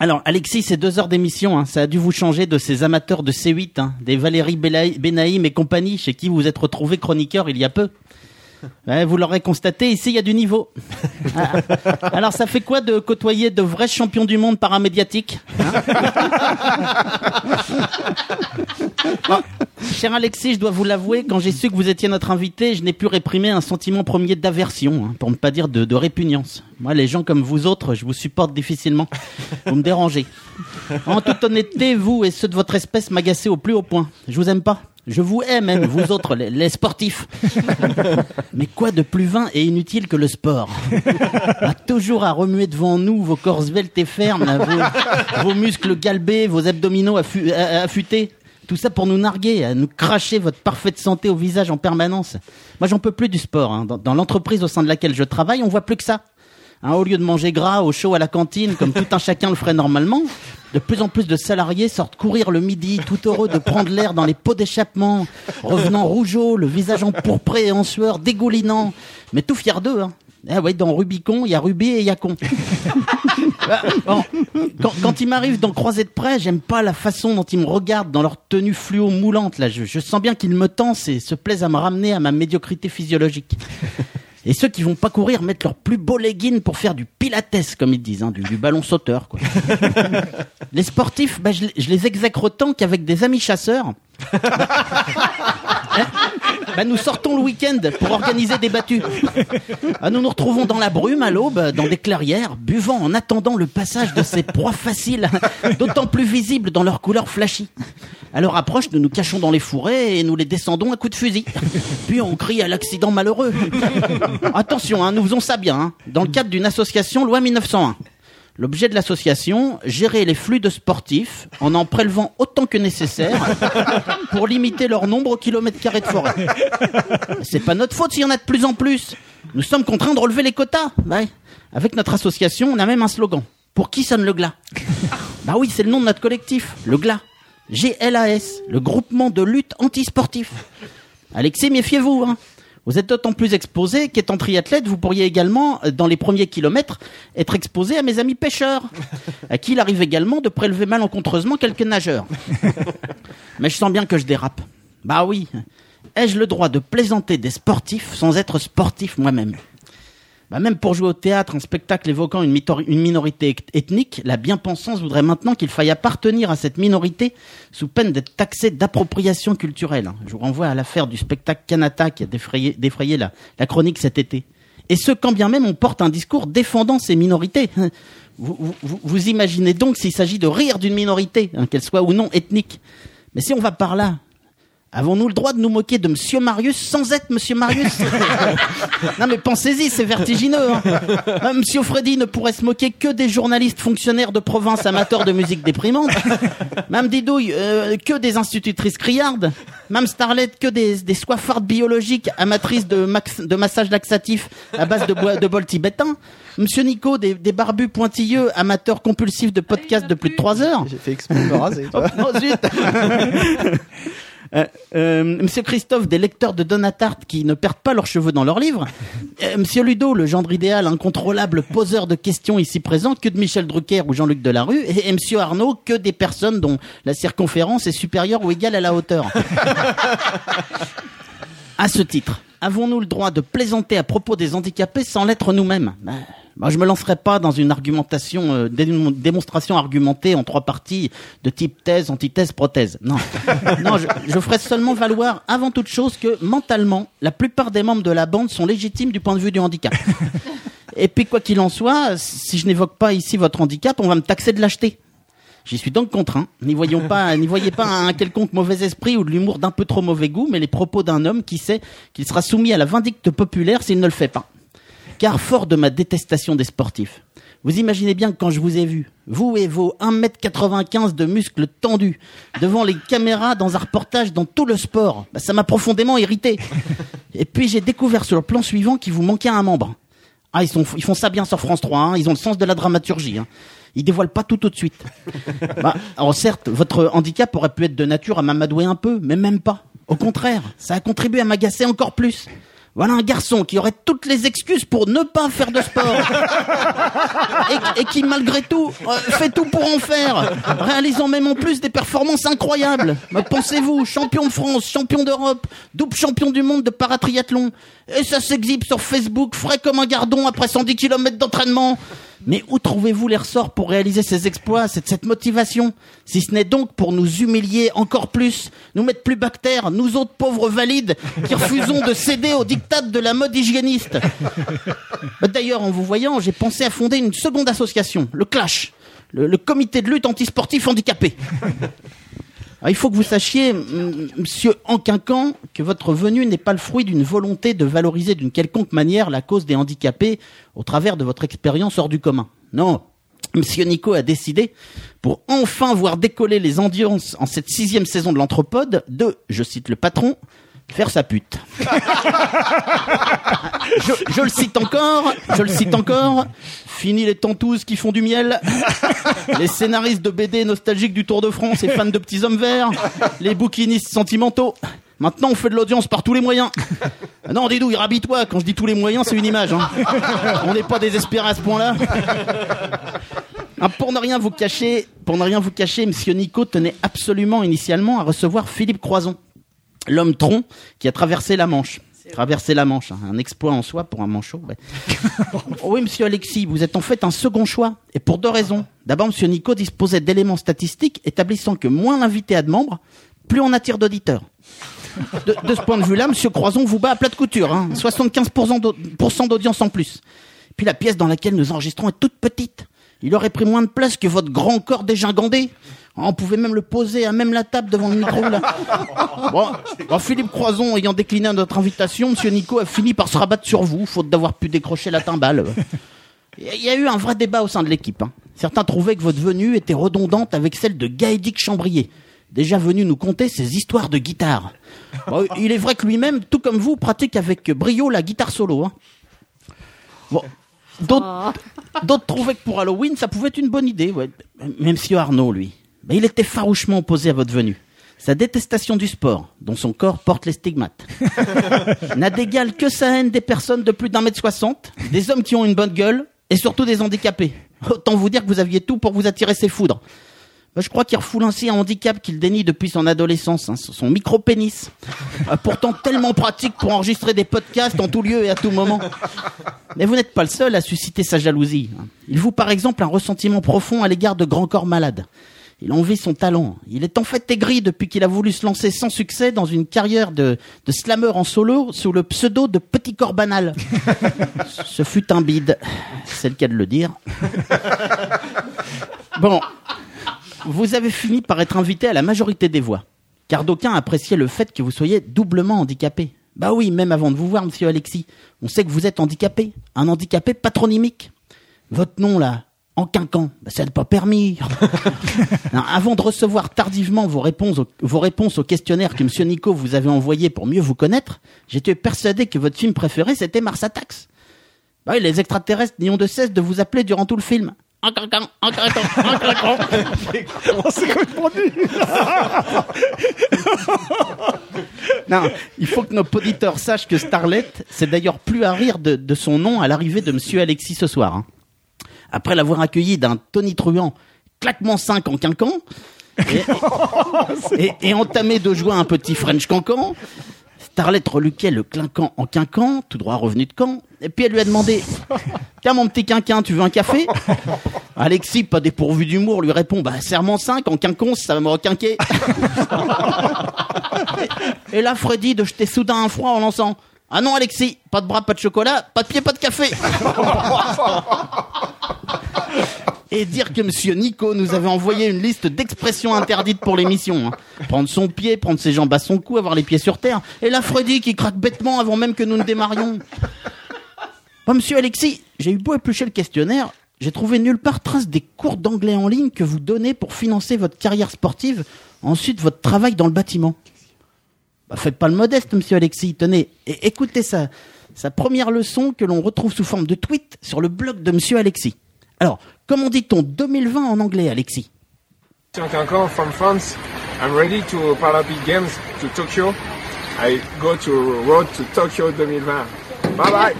Speaker 8: Alors, Alexis, c'est deux heures d'émission, hein. ça a dû vous changer de ces amateurs de C8, hein, des Valérie Belaï- Benaïm et compagnie, chez qui vous êtes retrouvé chroniqueur il y a peu. Ouais, vous l'aurez constaté, ici, il y a du niveau. Ah. Alors, ça fait quoi de côtoyer de vrais champions du monde paramédiatiques hein Bon, Cher Alexis, je dois vous l'avouer, quand j'ai su que vous étiez notre invité, je n'ai pu réprimer un sentiment premier d'aversion, hein, pour ne pas dire de, de répugnance. Moi, les gens comme vous autres, je vous supporte difficilement. Vous me dérangez. En toute honnêteté, vous et ceux de votre espèce m'agacez au plus haut point. Je vous aime pas. Je vous aime, même, vous autres, les, les sportifs. Mais quoi de plus vain et inutile que le sport Ah, Toujours à remuer devant nous vos corps sveltes et fermes, là, vos, vos muscles galbés, vos abdominaux affu- a- affûtés. Tout ça pour nous narguer, à nous cracher votre parfaite santé au visage en permanence. Moi, j'en peux plus du sport. hein. Dans, dans l'entreprise au sein de laquelle je travaille, on voit plus que ça. Hein, au lieu de manger gras au chaud à la cantine, comme tout un chacun le ferait normalement, de plus en plus de salariés sortent courir le midi, tout heureux de prendre l'air dans les pots d'échappement, revenant rougeaux, le visage empourpré et en sueur, dégoulinant, mais tout fiers d'eux. Hein. Ah ouais, dans Rubicon, il y a Ruby et il y a con. *laughs* Ah, bon, quand, quand il m'arrive d'en croiser de près, j'aime pas la façon dont ils me regardent dans leur tenue fluo moulante. Là, je, je sens bien qu'ils me tensent et se plaisent à me ramener à ma médiocrité physiologique. Et ceux qui vont pas courir mettent leur plus beau legging pour faire du pilates, comme ils disent, hein, du, du ballon sauteur. Quoi. les sportifs, bah, je, les- je les exècre autant qu'avec des amis chasseurs. Hein Bah, nous sortons le week-end pour organiser des battues. Ah, nous nous retrouvons dans la brume à l'aube, dans des clairières, buvant en attendant le passage de ces proies faciles, *laughs* d'autant plus visibles dans leurs couleurs flashy. À leur approche, nous nous cachons dans les fourrés et nous les descendons à coups de fusil. Puis on crie à l'accident malheureux. *laughs* Attention, hein, nous faisons ça bien, hein, dans le cadre d'une association loi 1901. L'objet de l'association, gérer les flux de sportifs en en prélevant autant que nécessaire pour limiter leur nombre au kilomètre carré de forêt. C'est pas notre faute s'il y en a de plus en plus. Nous sommes contraints de relever les quotas. Ouais. Avec notre association, on a même un slogan. Pour qui sonne le glas Bah oui, c'est le nom de notre collectif, le GLAS. G-L-A-S, le groupement de lutte antisportif. Alexis, méfiez-vous. hein. Vous êtes d'autant plus exposé qu'étant triathlète, vous pourriez également, euh, dans les premiers kilomètres, être exposé à mes amis pêcheurs, à qui il arrive également de prélever malencontreusement quelques nageurs. Mais je sens bien que je dérape. Bah oui. Ai-je le droit de plaisanter des sportifs sans être sportif moi-même bah même pour jouer au théâtre, un spectacle évoquant une, mitori- une minorité ec- ethnique, la bien-pensance voudrait maintenant qu'il faille appartenir à cette minorité sous peine d'être taxé d'appropriation culturelle. Je vous renvoie à l'affaire du spectacle Kanata qui a défrayé, défrayé la, la chronique cet été. Et ce, quand bien même on porte un discours défendant ces minorités. *laughs* Vous, vous- vous- vous imaginez donc s'il s'agit de rire d'une minorité, hein, qu'elle soit ou non ethnique. Mais si on va par là, Avons-nous le droit de nous moquer de Monsieur Marius sans être Monsieur
Speaker 1: *laughs*
Speaker 8: Marius Non mais pensez-y, c'est vertigineux. hein. Euh, Monsieur Freddy ne pourrait se moquer que des journalistes fonctionnaires de province amateurs de musique déprimante. Mme Didouille, euh, que des institutrices criardes. Mme Starlet, que des, des soifardes biologiques amatrices de, max- de massage laxatif à base de, bois- de bol tibétain. Monsieur Nico, des, des barbus pointilleux amateurs compulsifs de podcasts de plus de 3 heures.
Speaker 1: J'ai fait exprès de me raser, tu vois.
Speaker 8: Oh, zut Euh, euh, Monsieur Christophe, des lecteurs de Donatarte qui ne perdent pas leurs cheveux dans leurs livres. Euh, Monsieur Ludo, le gendre idéal, incontrôlable, poseur de questions ici présent, que de Michel Drucker ou Jean-Luc Delarue. Et, et Monsieur Arnaud, que des personnes dont la circonférence est supérieure ou égale à la hauteur. À ce titre, avons-nous le droit de plaisanter à propos des handicapés sans l'être nous-mêmes Bah, Moi, je me lancerai pas dans une argumentation, euh, démon- démonstration argumentée en trois parties de type thèse, antithèse, prothèse. Non, non, je, je ferai seulement valoir avant toute chose que mentalement, la plupart des membres de la bande sont légitimes du point de vue du handicap. Et puis quoi qu'il en soit, si je n'évoque pas ici votre handicap, on va me taxer de lâcheté. J'y suis donc contraint. N'y voyons pas, *laughs* n'y voyez pas un quelconque mauvais esprit ou de l'humour d'un peu trop mauvais goût, mais les propos d'un homme qui sait qu'il sera soumis à la vindicte populaire s'il ne le fait pas. Car fort de ma détestation des sportifs, vous imaginez bien que quand je vous ai vu, vous et vos 1m95 de muscles tendus, devant les caméras dans un reportage dans tout le sport, bah, ça m'a profondément irrité. Et puis j'ai découvert sur le plan suivant qu'il vous manquait un membre. Ah, ils, sont, ils font ça bien sur France 3, hein, ils ont le sens de la dramaturgie. Hein. Ils dévoilent pas tout tout de suite. *laughs* Bah, alors certes, votre handicap aurait pu être de nature à m'amadouer un peu, mais même pas. Au contraire, ça a contribué à m'agacer encore plus. Voilà un garçon qui aurait toutes les excuses pour ne pas faire de sport. Et, et qui, malgré tout, euh, fait tout pour en faire. Réalisant même en plus des performances incroyables. Mais Pensez-vous, champion de France, champion d'Europe, double champion du monde de paratriathlon. Et ça s'exhibe sur Facebook, frais comme un gardon après 110 km d'entraînement. Mais où trouvez-vous les ressorts pour réaliser ces exploits, cette, cette motivation Si ce n'est donc pour nous humilier encore plus, nous mettre plus bactères, nous autres pauvres valides qui refusons de céder au diktat de la mode hygiéniste. Bah, D'ailleurs, en vous voyant, j'ai pensé à fonder une seconde association, le Clash, le, le comité de lutte antisportif handicapé. Ah, il faut que vous sachiez, m- monsieur Anquincan, que votre venue n'est pas le fruit d'une volonté de valoriser d'une quelconque manière la cause des handicapés au travers de votre expérience hors du commun. Non. Monsieur Nico a décidé, pour enfin voir décoller les ambiances en cette sixième saison de l'Anthropode, de, je cite le patron, faire sa pute. je, je le cite encore, je le cite encore. Fini les tantouses qui font du miel. Les scénaristes de BD nostalgiques du Tour de France et fans de petits hommes verts. Les bouquinistes sentimentaux. Maintenant, on fait de l'audience par tous les moyens. Ah Non, Didou, rabis-toi. Quand je dis tous les moyens, c'est une image. hein. On n'est pas désespéré à ce point-là. Ah, pour ne rien vous cacher, pour ne rien vous cacher, Monsieur Nico tenait absolument initialement à recevoir Philippe Croison, l'homme tronc qui a traversé la Manche. Traverser la Manche, hein, un exploit en soi pour un manchot. ouais. Oh oui, monsieur Alexis, vous êtes en fait un second choix, et pour deux raisons. D'abord, monsieur Nico disposait d'éléments statistiques établissant que moins l'invité a de membres, plus on attire d'auditeurs. De, de ce point de vue-là, monsieur Croison vous bat à plat de couture, hein, 75% d'au- pour cent d'audience en plus. Puis la pièce dans laquelle nous enregistrons est toute petite. Il aurait pris moins de place que votre grand corps dégingandé. On pouvait même le poser à même la table devant le micro. Là. Bon, bon, Philippe Croison ayant décliné notre invitation, Monsieur Nico a fini par se rabattre sur vous, faute d'avoir pu décrocher la timbale. Il y a- il y a eu un vrai débat au sein de l'équipe. hein. Certains trouvaient que votre venue était redondante avec celle de Gaëdic Chambrier, déjà venu nous conter ses histoires de guitare. Bon, *laughs* il est vrai que lui-même, tout comme vous, pratique avec brio la guitare solo. hein. Bon, D'autres d'autres trouvaient que pour Halloween, ça pouvait être une bonne idée. ouais. Même si Arnaud, lui, bah, il était farouchement opposé à votre venue. Sa détestation du sport, dont son corps porte les stigmates, n'a d'égal que sa haine des personnes de plus d'un mètre soixante, des hommes qui ont une bonne gueule, et surtout des handicapés. Autant vous dire que vous aviez tout pour vous attirer ses foudres. Bah, Je crois qu'il refoule ainsi un handicap qu'il dénie depuis son adolescence, hein, son micro-pénis. Euh, pourtant tellement pratique pour enregistrer des podcasts en tout lieu et à tout moment. Mais vous n'êtes pas le seul à susciter sa jalousie. hein. Il vous par exemple un ressentiment profond à l'égard de Grand Corps Malade. Il envie son talent. Il est en fait aigri depuis qu'il a voulu se lancer sans succès dans une carrière de, de slammer en solo sous le pseudo de Petit Corps Banal. Ce fut un bide. C'est le cas de le dire. Bon, vous avez fini par être invité à la majorité des voix, car d'aucuns appréciaient le fait que vous soyez doublement handicapé. Bah oui, même avant de vous voir, monsieur Alexis, on sait que vous êtes handicapé, un handicapé patronymique. Votre nom là, en quinquant, bah, ça n'est pas permis. Non, avant de recevoir tardivement vos réponses, au, vos réponses au questionnaire que monsieur Nico vous avait envoyé pour mieux vous connaître, j'étais persuadé que votre film préféré c'était Mars Attacks. Bah oui, les extraterrestres n'y ont de cesse de vous appeler durant tout le film. En quinquant, en quinquant, en quinquant. *laughs*
Speaker 11: On s'est complètement
Speaker 8: Non, il faut que nos auditeurs sachent que Starlet, c'est d'ailleurs plus à rire de, de son nom à l'arrivée de Monsieur Alexis ce soir. hein. Après l'avoir accueilli d'un tonitruant claquement 5 en quinquant, et, et entamé de joie un petit French cancan, Starlet reluquait le clinquant en quinquant, tout droit revenu de Caen, et puis elle lui a demandé « Tiens mon petit quinquin, tu veux un café ?» Alexis, pas dépourvu d'humour, lui répond « Bah serment 5, en quinconce, ça va me requinquer !» Et là, Freddy de jeter soudain un froid en lançant Ah non, Alexis, pas de bras, pas de chocolat, pas de pied, pas de café Et dire que monsieur Nico nous avait envoyé une liste d'expressions interdites pour l'émission. hein. Prendre son pied, prendre ses jambes à son cou, avoir les pieds sur terre. Et là, Freddy qui craque bêtement avant même que nous ne démarrions. Bon, monsieur Alexis, j'ai eu beau éplucher le questionnaire, j'ai trouvé nulle part trace des cours d'anglais en ligne que vous donnez pour financer votre carrière sportive, ensuite votre travail dans le bâtiment. Bah, faites pas le modeste, monsieur Alexis. Tenez, é- écoutez ça. Sa première leçon que l'on retrouve sous forme de tweet sur le blog de monsieur Alexis. Alors, comment dit-on 2020 en anglais, Alexis
Speaker 13: *laughs* Tiens, Quincan from France. I'm ready to Paralympic Games to Tokyo. I go to road to Tokyo 2020. Bye bye.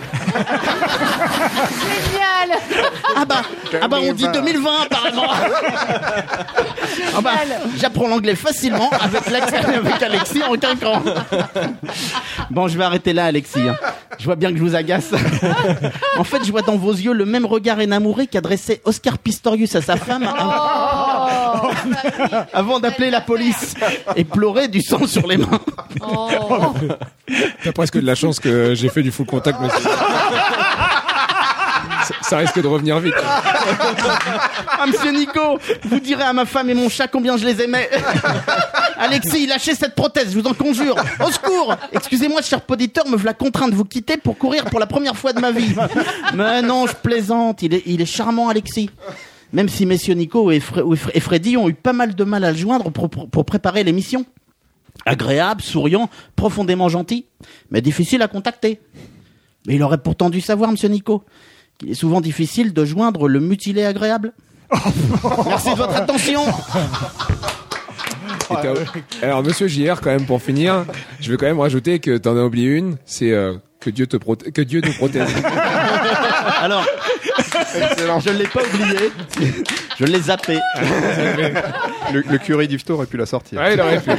Speaker 11: Génial
Speaker 8: Ah bah, ah bah on dit 2020 apparemment. Ah bah, J'apprends l'anglais facilement avec, l'accent- avec Alexis en craquant. Bon, je vais arrêter là, Alexis. hein. Je vois bien que je vous agace. En fait, je vois dans vos yeux le même regard énamouré qu'adressait Oscar Pistorius à sa femme Oh. av- avant d'appeler la police et pleurer du sang sur les mains.
Speaker 10: T'as presque de la chance que j'ai fait du full contact, mais ça, ça risque de revenir vite.
Speaker 8: Ah, monsieur Nico, vous direz à ma femme et mon chat combien je les aimais. Alexis, lâchez cette prothèse, je vous en conjure. Au secours Excusez-moi, cher poditeur, me voilà contraint de vous quitter pour courir pour la première fois de ma vie. Mais non, je plaisante, il est, il est charmant, Alexis. Même si messieurs Nico et, Fre- ou Fre- et Freddy ont eu pas mal de mal à le joindre pour- pour- pour préparer l'émission. Agréable, souriant, profondément gentil, mais difficile à contacter. Mais il aurait pourtant dû savoir, monsieur Nico, qu'il est souvent difficile de joindre le mutilé agréable. Merci de votre attention.
Speaker 10: Et t'as- Alors, monsieur JR, quand même, pour finir, je vais quand même rajouter que t'en as oublié une, c'est euh, que Dieu te proté- que Dieu nous protège.
Speaker 8: Alors, je ne l'ai pas oublié. Je l'ai
Speaker 9: *laughs*
Speaker 8: zappé.
Speaker 7: le, le curé d'Yvetot aurait pu la sortir.
Speaker 10: Ouais, il aurait
Speaker 7: *laughs*
Speaker 10: pu.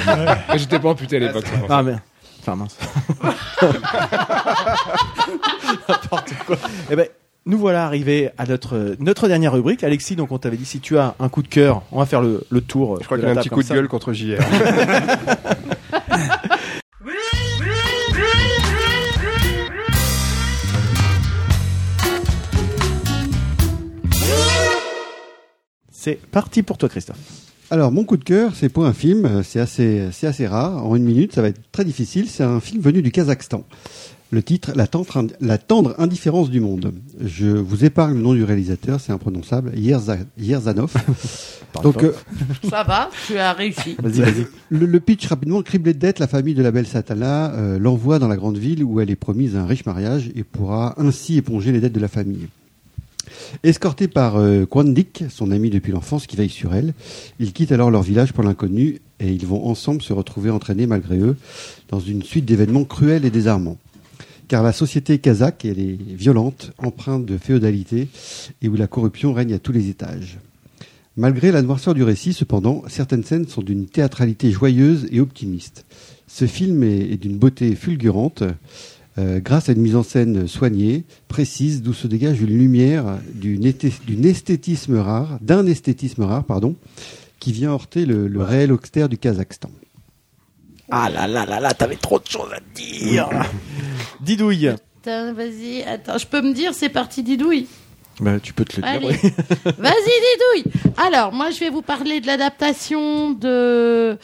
Speaker 10: Mais J'étais pas amputé à l'époque. c'est pour ça.
Speaker 1: Ah, mais.
Speaker 10: *laughs*
Speaker 1: Enfin, mince. N'importe quoi. Eh ben, nous voilà arrivés à notre, notre dernière rubrique. Alexis, donc on t'avait dit si tu as un coup de cœur, on va faire le, le tour. euh,
Speaker 7: Je crois qu'il a un petit coup de gueule contre JR.
Speaker 1: *laughs* C'est parti pour toi, Christophe.
Speaker 2: Alors, mon coup de cœur, c'est pour un film, euh, c'est assez, c'est assez rare. En une minute, ça va être très difficile. C'est un film venu du Kazakhstan. Le titre, La tendre, ind- La tendre indifférence du monde. Je vous épargne le nom du réalisateur, c'est imprononçable, Yerza- Yerzanov. Donc, euh,
Speaker 9: hein.
Speaker 1: *laughs*
Speaker 9: Ça va, tu as réussi.
Speaker 2: Le, le pitch rapidement, criblé de dettes, la famille de la belle Satala euh, l'envoie dans la grande ville où elle est promise un riche mariage et pourra ainsi éponger les dettes de la famille. Escorté par euh, Kwandik, son ami depuis l'enfance qui veille sur elle, ils quittent alors leur village pour l'inconnu et ils vont ensemble se retrouver entraînés malgré eux dans une suite d'événements cruels et désarmants. Car la société kazakh, elle est violente, empreinte de féodalité et où la corruption règne à tous les étages. Malgré la noirceur du récit, cependant, certaines scènes sont d'une théâtralité joyeuse et optimiste. Ce film est, est d'une beauté fulgurante, euh, grâce à une mise en scène soignée, précise, d'où se dégage une lumière d'une esthé- d'une esthétisme rare, d'un esthétisme rare, pardon, qui vient heurter le, le réel austère du Kazakhstan.
Speaker 8: Ah là là là là, t'avais trop de choses à dire.
Speaker 1: Didouille.
Speaker 9: Putain, vas-y, attends, je peux me dire, c'est parti, Didouille.
Speaker 1: Bah, tu peux te le dire.
Speaker 9: Allez.
Speaker 1: oui. *laughs*
Speaker 9: Vas-y, didouille Alors, moi, je vais vous parler de l'adaptation de,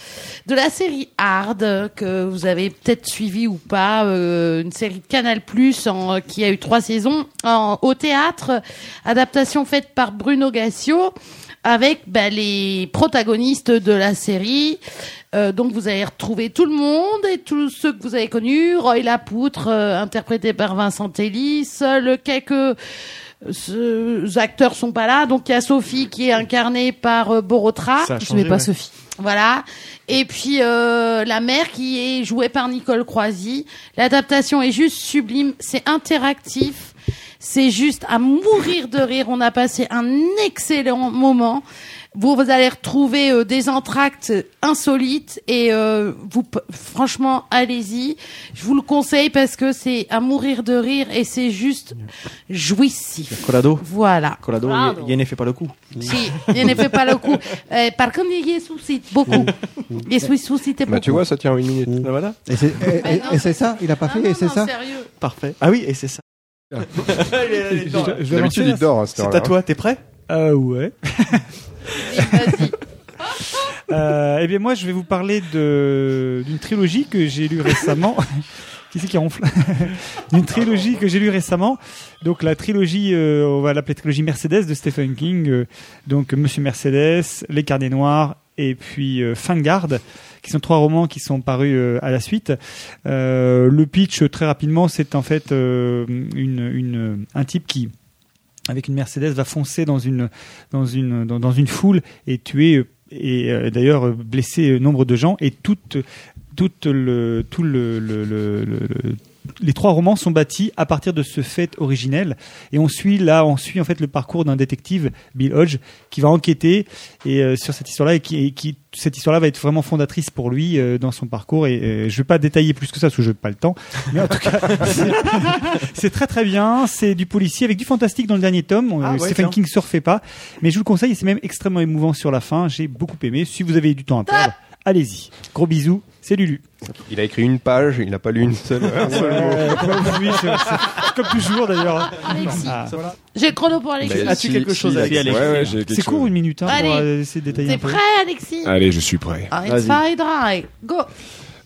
Speaker 9: de la série Hard, que vous avez peut-être suivi ou pas, euh, une série de Canal+, en, qui a eu trois saisons, en, au théâtre, adaptation faite par Bruno Gassio, avec bah, les protagonistes de la série. Euh, donc, vous allez retrouver tout le monde et tous ceux que vous avez connus. Roy Lapoutre, euh, interprété par Vincent Tellis, le quelques ces acteurs sont pas là. Donc il y a Sophie qui est incarnée par euh, Borotra.
Speaker 3: Ça a Je changé, n'ai pas ouais. Sophie.
Speaker 9: Voilà. Et puis euh, la mère qui est jouée par Nicole Croisi. L'adaptation est juste sublime. C'est interactif. C'est juste à mourir de rire. On a passé un excellent moment. Vous, vous allez retrouver euh, des entractes insolites et euh, vous, p- franchement, allez-y. Je vous le conseille parce que c'est à mourir de rire et c'est juste jouissif.
Speaker 1: Colado.
Speaker 9: Voilà.
Speaker 1: Colado,
Speaker 9: Colado.
Speaker 1: Yé- Yéné fait pas le coup.
Speaker 9: Si, il ne fait pas le coup. Euh, par contre, il y suscite beaucoup. Il sou- suscite beaucoup.
Speaker 7: Bah, tu vois, ça tient une minute.
Speaker 1: Bah, voilà.
Speaker 2: Et c'est et- et- et Eh, c'est ça, il a pas fait, et c'est ça.
Speaker 9: Sérieux.
Speaker 1: Parfait. Ah oui, et c'est ça. *laughs*
Speaker 7: D'habitude, il dort à cette
Speaker 1: C'est
Speaker 7: heure-là, hein.
Speaker 1: à toi, t'es prêt
Speaker 5: Euh, ouais. *laughs* Euh, eh bien, moi, je vais vous parler de- d'une trilogie que j'ai lue récemment. *laughs* qui c'est qui ronfle *laughs* D'une trilogie que j'ai lue récemment. Donc, la trilogie, euh, on va l'appeler trilogie Mercedes de Stephen King. Euh, donc, Monsieur Mercedes, Les Carnets Noirs et puis euh, Fingarde, qui sont trois romans qui sont parus euh, à la suite. Euh, le pitch, euh, très rapidement, c'est en fait euh, une, une- un type qui avec une Mercedes va foncer dans une dans une dans, dans une foule et tuer euh, et euh, d'ailleurs euh, blesser euh, nombre de gens et toute toute le tout le, le- le- le- le- les trois romans sont bâtis à partir de ce fait originel. Et on suit là, on suit en fait le parcours d'un détective, Bill Hodge, qui va enquêter et euh, sur cette histoire-là et qui, et qui- cette histoire-là va être vraiment fondatrice pour lui euh, dans son parcours. Et euh, je vais pas détailler plus que ça parce que je n'ai pas le temps. Mais en tout cas, *laughs* c'est- c'est très très bien. C'est du policier avec du fantastique dans le dernier tome.
Speaker 1: Ah
Speaker 5: Euh,
Speaker 1: ouais,
Speaker 5: Stephen
Speaker 1: tiens.
Speaker 5: King surfait pas, mais je vous le conseille. et C'est même extrêmement émouvant sur la fin. J'ai beaucoup aimé. Si vous avez du temps à perdre, allez-y. Gros bisous. C'est Lulu.
Speaker 7: Il a écrit une page, il n'a pas lu une seule. un seul mot.
Speaker 5: oui, c'est- c'est comme toujours d'ailleurs.
Speaker 9: Alexis.
Speaker 5: Ah.
Speaker 9: J'ai le chrono pour Alexis.
Speaker 8: Bah,
Speaker 7: Mais si- si, Alexis. Ouais, ouais, j'ai quelque
Speaker 5: C'est court
Speaker 7: chose.
Speaker 5: une minute hein, pour
Speaker 9: Allez.
Speaker 5: euh, essayer de détailler.
Speaker 9: T'es
Speaker 5: un peu.
Speaker 9: prêt, Alexis
Speaker 10: Allez, je suis prêt.
Speaker 9: Ah, It's fine, dry. Go.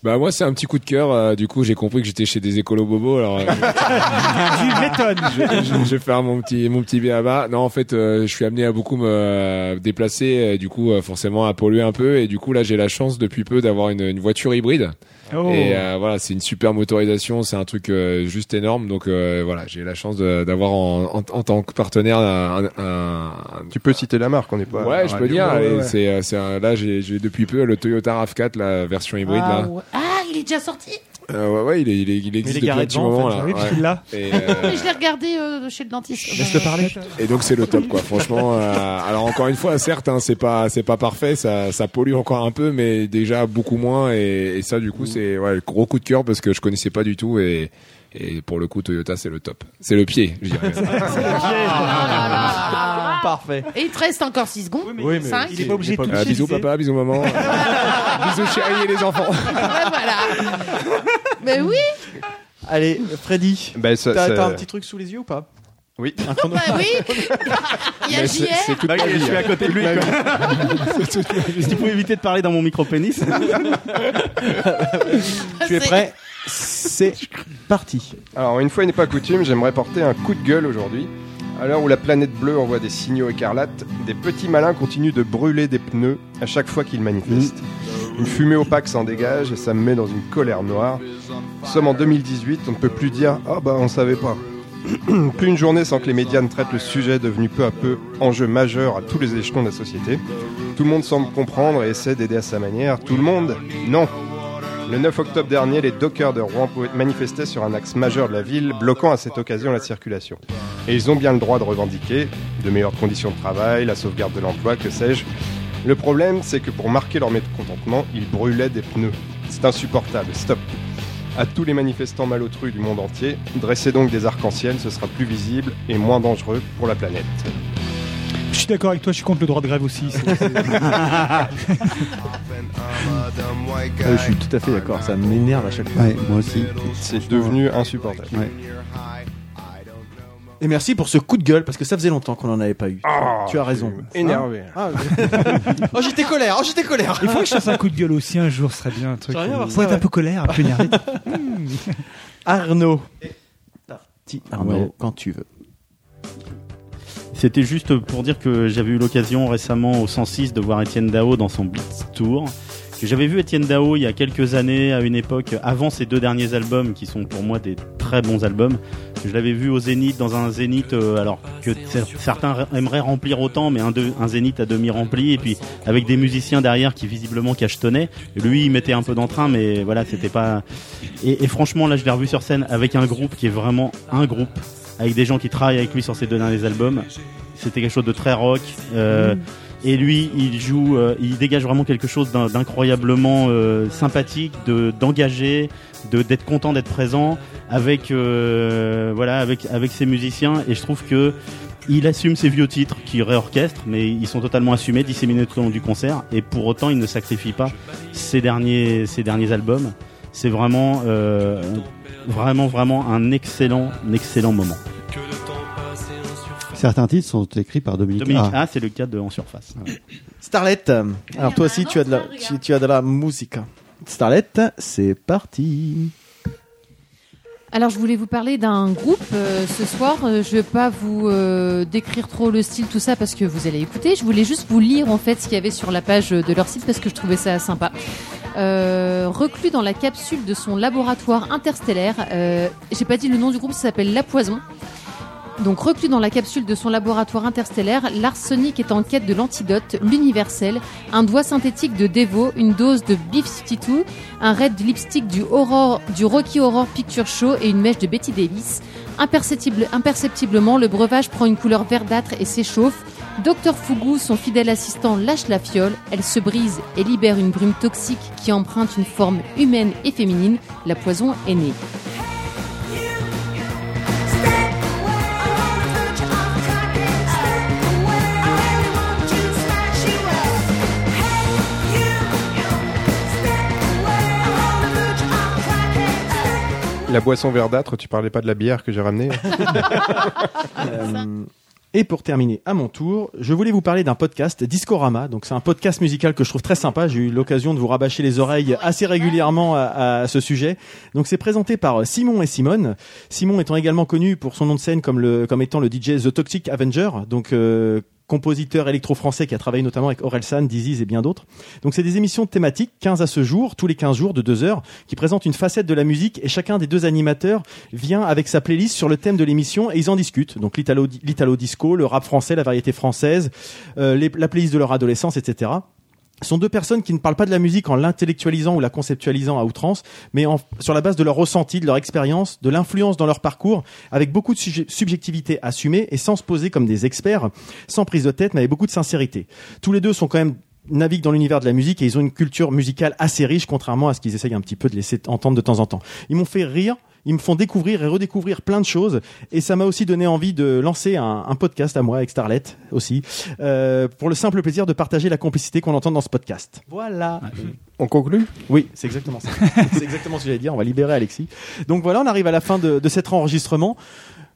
Speaker 10: Bah moi c'est un petit coup de cœur. euh, du coup j'ai compris que j'étais chez des écolos bobos. Alors euh,
Speaker 5: tu m'étonnes.
Speaker 10: je, je- je vais faire mon petit mon petit bas. Non en fait euh, je suis amené à beaucoup me euh, déplacer. Et du coup euh, forcément à polluer un peu. Et du coup là j'ai la chance depuis peu d'avoir une, une voiture hybride.
Speaker 5: Oh.
Speaker 10: Et euh, voilà c'est une super motorisation. C'est un truc euh, juste énorme. Donc euh, voilà j'ai la chance de- d'avoir en, en, en tant que partenaire un,
Speaker 7: Euh, Tu peux citer la marque, on n'est pas.
Speaker 10: Ouais, je peux dire.
Speaker 7: Ouais,
Speaker 10: allez,
Speaker 7: ouais.
Speaker 10: C'est, euh, c'est un- là, j'ai, j'ai depuis peu le Toyota RAV4, la version hybride.
Speaker 9: Ah,
Speaker 10: là.
Speaker 9: ouais. Ah, il est déjà sorti.
Speaker 10: Euh, ouais, ouais, il, est- il, est- il existe
Speaker 5: il est
Speaker 10: depuis
Speaker 5: garé
Speaker 10: un petit
Speaker 5: devant,
Speaker 10: moment
Speaker 5: en fait,
Speaker 10: là.
Speaker 5: oui, parce qu'il l'a.
Speaker 10: Et, euh,
Speaker 5: *laughs*
Speaker 9: Mais je l'ai regardé euh, chez le dentiste.
Speaker 10: Et donc c'est le top quoi. Franchement, euh, alors encore une fois, certes, hein, c'est pas c'est pas parfait, ça ça pollue encore un peu, mais déjà beaucoup moins. Et, et ça, du
Speaker 5: Mmh.
Speaker 10: coup, c'est ouais, le gros coup de cœur parce que je connaissais pas du tout et et pour le coup, Toyota, c'est le top. C'est le pied, je dirais.
Speaker 5: *laughs*
Speaker 9: Ah,
Speaker 10: *laughs*
Speaker 1: Parfait.
Speaker 9: Et il te reste encore 6 secondes.
Speaker 10: Oui, mais
Speaker 9: Cinq.
Speaker 10: il est pas obligé de toucher, bisous tu sais. papa, bisous *laughs* maman.
Speaker 9: Ah.
Speaker 10: bisous chérie et les enfants.
Speaker 9: Mais oui.
Speaker 1: Allez, Freddy,
Speaker 7: Ben, ça-
Speaker 1: t'as
Speaker 7: ça-
Speaker 1: t'as un petit truc sous les yeux ou pas
Speaker 7: Oui.
Speaker 1: Un chrono.
Speaker 9: Bah oui.
Speaker 8: Ah.
Speaker 5: *laughs*
Speaker 9: Il y a
Speaker 7: Mais
Speaker 9: JR.
Speaker 7: c'est- c'est
Speaker 1: Ah,
Speaker 7: toute ma vie, hein.
Speaker 6: quoi.
Speaker 7: Ma vie.
Speaker 6: Si tu pouvais éviter de parler dans mon micro-pénis.
Speaker 1: *laughs* Tu es prêt C'est parti.
Speaker 7: Alors, une fois n'est pas coutume, j'aimerais porter un coup de gueule aujourd'hui. À l'heure où la planète bleue envoie des signaux écarlates, des petits malins continuent de brûler des pneus à chaque fois qu'ils manifestent.
Speaker 1: Mm.
Speaker 7: Une fumée opaque s'en dégage et ça me met dans une colère noire. Nous sommes en 2018, on ne peut plus dire Ah bah on savait pas. *clears throat* plus une journée sans que les médias ne traitent le sujet devenu peu à peu enjeu majeur à tous les échelons de la société. Tout le monde semble comprendre et essaie d'aider à sa manière. Tout le monde Non le 9 octobre dernier, les dockers de Rouen pou- manifestaient sur un axe majeur de la ville, bloquant à cette occasion la circulation. Et ils ont bien le droit de revendiquer de meilleures conditions de travail, la sauvegarde de l'emploi, que sais-je. Le problème, c'est que pour marquer leur mécontentement, ils brûlaient des pneus. C'est insupportable, stop. À tous les manifestants malotrus du monde entier, dressez donc des arcs-en-ciel, ce sera plus visible et moins dangereux pour la planète.
Speaker 5: Je suis d'accord avec toi, je suis contre le droit de grève aussi. c'est- c'est-
Speaker 1: Ah,
Speaker 7: Euh,
Speaker 1: je suis tout à fait d'accord, ça m'énerve à chaque fois.
Speaker 2: Ouais, moi aussi.
Speaker 7: C'est devenu insupportable.
Speaker 1: Et merci pour ce coup de gueule parce que ça faisait longtemps qu'on n'en avait pas eu.
Speaker 7: Ah,
Speaker 1: tu as raison.
Speaker 7: Énervé.
Speaker 1: Ah, *laughs* *laughs* oh, j'étais colère, oh, j'étais colère.
Speaker 5: Il faut que je fasse un coup de gueule aussi un jour, ce serait bien un truc.
Speaker 1: J'aimerais bien voir
Speaker 5: Faut
Speaker 1: ça,
Speaker 5: être un
Speaker 1: ouais.
Speaker 5: peu colère, un peu énervé.
Speaker 1: *laughs* Arnaud. Parti, *laughs* Arnaud,
Speaker 6: Ouais.
Speaker 1: quand tu veux.
Speaker 6: C'était juste pour dire que j'avais eu l'occasion récemment au 106 de voir Étienne Dao dans son Blitz Tour. Que J'avais vu Étienne Dao il y a quelques années, à une époque, avant ses deux derniers albums, qui sont pour moi des très bons albums. Je l'avais vu au Zénith, dans un Zénith, euh, alors que cer- certains ra- aimeraient remplir autant, mais un, de- un Zénith à demi rempli, et puis avec des musiciens derrière qui visiblement cachetonnaient. Lui, il mettait un peu d'entrain, mais voilà, c'était pas... Et, et franchement, là, je l'ai revu sur scène avec un groupe qui est vraiment un groupe avec des gens qui travaillent avec lui sur ses deux derniers albums. C'était quelque chose de très rock. euh, Et lui, il joue, euh, il dégage vraiment quelque chose d'in- d'incroyablement euh, sympathique, de d'engagé, de d'être content d'être présent avec euh, voilà avec avec ses musiciens. Et je trouve que il assume ses vieux titres qu'il réorchestre, mais ils sont totalement assumés, disséminés tout au long du concert. Et pour autant, il ne sacrifie pas ses derniers ses derniers albums. C'est vraiment euh, vraiment vraiment un excellent excellent moment.
Speaker 2: Certains titres sont écrits par Dominique, Ah.
Speaker 6: Dominique
Speaker 2: A.
Speaker 1: Ah.
Speaker 6: A, c'est le cas de En Surface.
Speaker 1: Starlet. euh, Alors toi aussi, tu as de la, tu, tu as de la musique. Starlet, c'est parti.
Speaker 3: Alors, je voulais vous parler d'un groupe euh, ce soir. Euh, je vais pas vous euh, décrire trop le style, tout ça, parce que vous allez écouter. Je voulais juste vous lire en fait ce qu'il y avait sur la page euh, de leur site parce que je trouvais ça sympa. Euh, reclus dans la capsule de son laboratoire interstellaire, euh, j'ai pas dit le nom du groupe, ça s'appelle La Poison. Donc reclus dans la capsule de son laboratoire interstellaire, l'arsenic est en quête de l'antidote, l'universel, un doigt synthétique de Devo, une dose de Beef 52, un raid de lipstick du, Horror- du Rocky Horror Picture Show et une mèche de Betty Davis. Imperceptible- imperceptiblement, le breuvage prend une couleur verdâtre et s'échauffe. Docteur Fougou, son fidèle assistant, lâche la fiole, elle se brise et libère une brume toxique qui emprunte une forme humaine et féminine. La poison est née.
Speaker 7: La boisson verdâtre, tu parlais pas de la bière que j'ai ramenée
Speaker 1: Euh, et pour terminer à mon tour, je voulais vous parler d'un podcast Discorama. Donc c'est un podcast musical que je trouve très sympa. J'ai eu l'occasion de vous rabâcher les oreilles assez régulièrement à, à ce sujet. Donc c'est présenté par Simon et Simone. Simon étant également connu pour son nom de scène comme le comme étant le DJ The Toxic Avenger. Donc euh, compositeur électro-français qui a travaillé notamment avec Orelsan, Diziz et bien d'autres. Donc c'est des émissions thématiques, 15 à ce jour, tous les 15 jours de 2 heures, qui présentent une facette de la musique et chacun des deux animateurs vient avec sa playlist sur le thème de l'émission et ils en discutent. Donc l'italo l'italo disco, le rap français, la variété française, euh, les- la playlist de leur adolescence, etc sont deux personnes qui ne parlent pas de la musique en l'intellectualisant ou la conceptualisant à outrance, mais en- sur la base de leur ressenti, de leur expérience, de l'influence dans leur parcours, avec beaucoup de suje- subjectivité assumée et sans se poser comme des experts, sans prise de tête, mais avec beaucoup de sincérité. Tous les deux sont quand même naviguent dans l'univers de la musique et ils ont une culture musicale assez riche, contrairement à ce qu'ils essayent un petit peu de laisser entendre de temps en temps. Ils m'ont fait rire. Ils me font découvrir et redécouvrir plein de choses et ça m'a aussi donné envie de lancer un, un podcast à moi avec Starlet aussi euh, pour le simple plaisir de partager la complicité qu'on entend dans ce podcast. Voilà.
Speaker 6: Ah,
Speaker 7: On conclut
Speaker 1: Oui, c'est exactement ça. *laughs* c'est exactement ce que j'allais dire. On va libérer Alexis. Donc voilà, on arrive à la fin de, de cet enregistrement.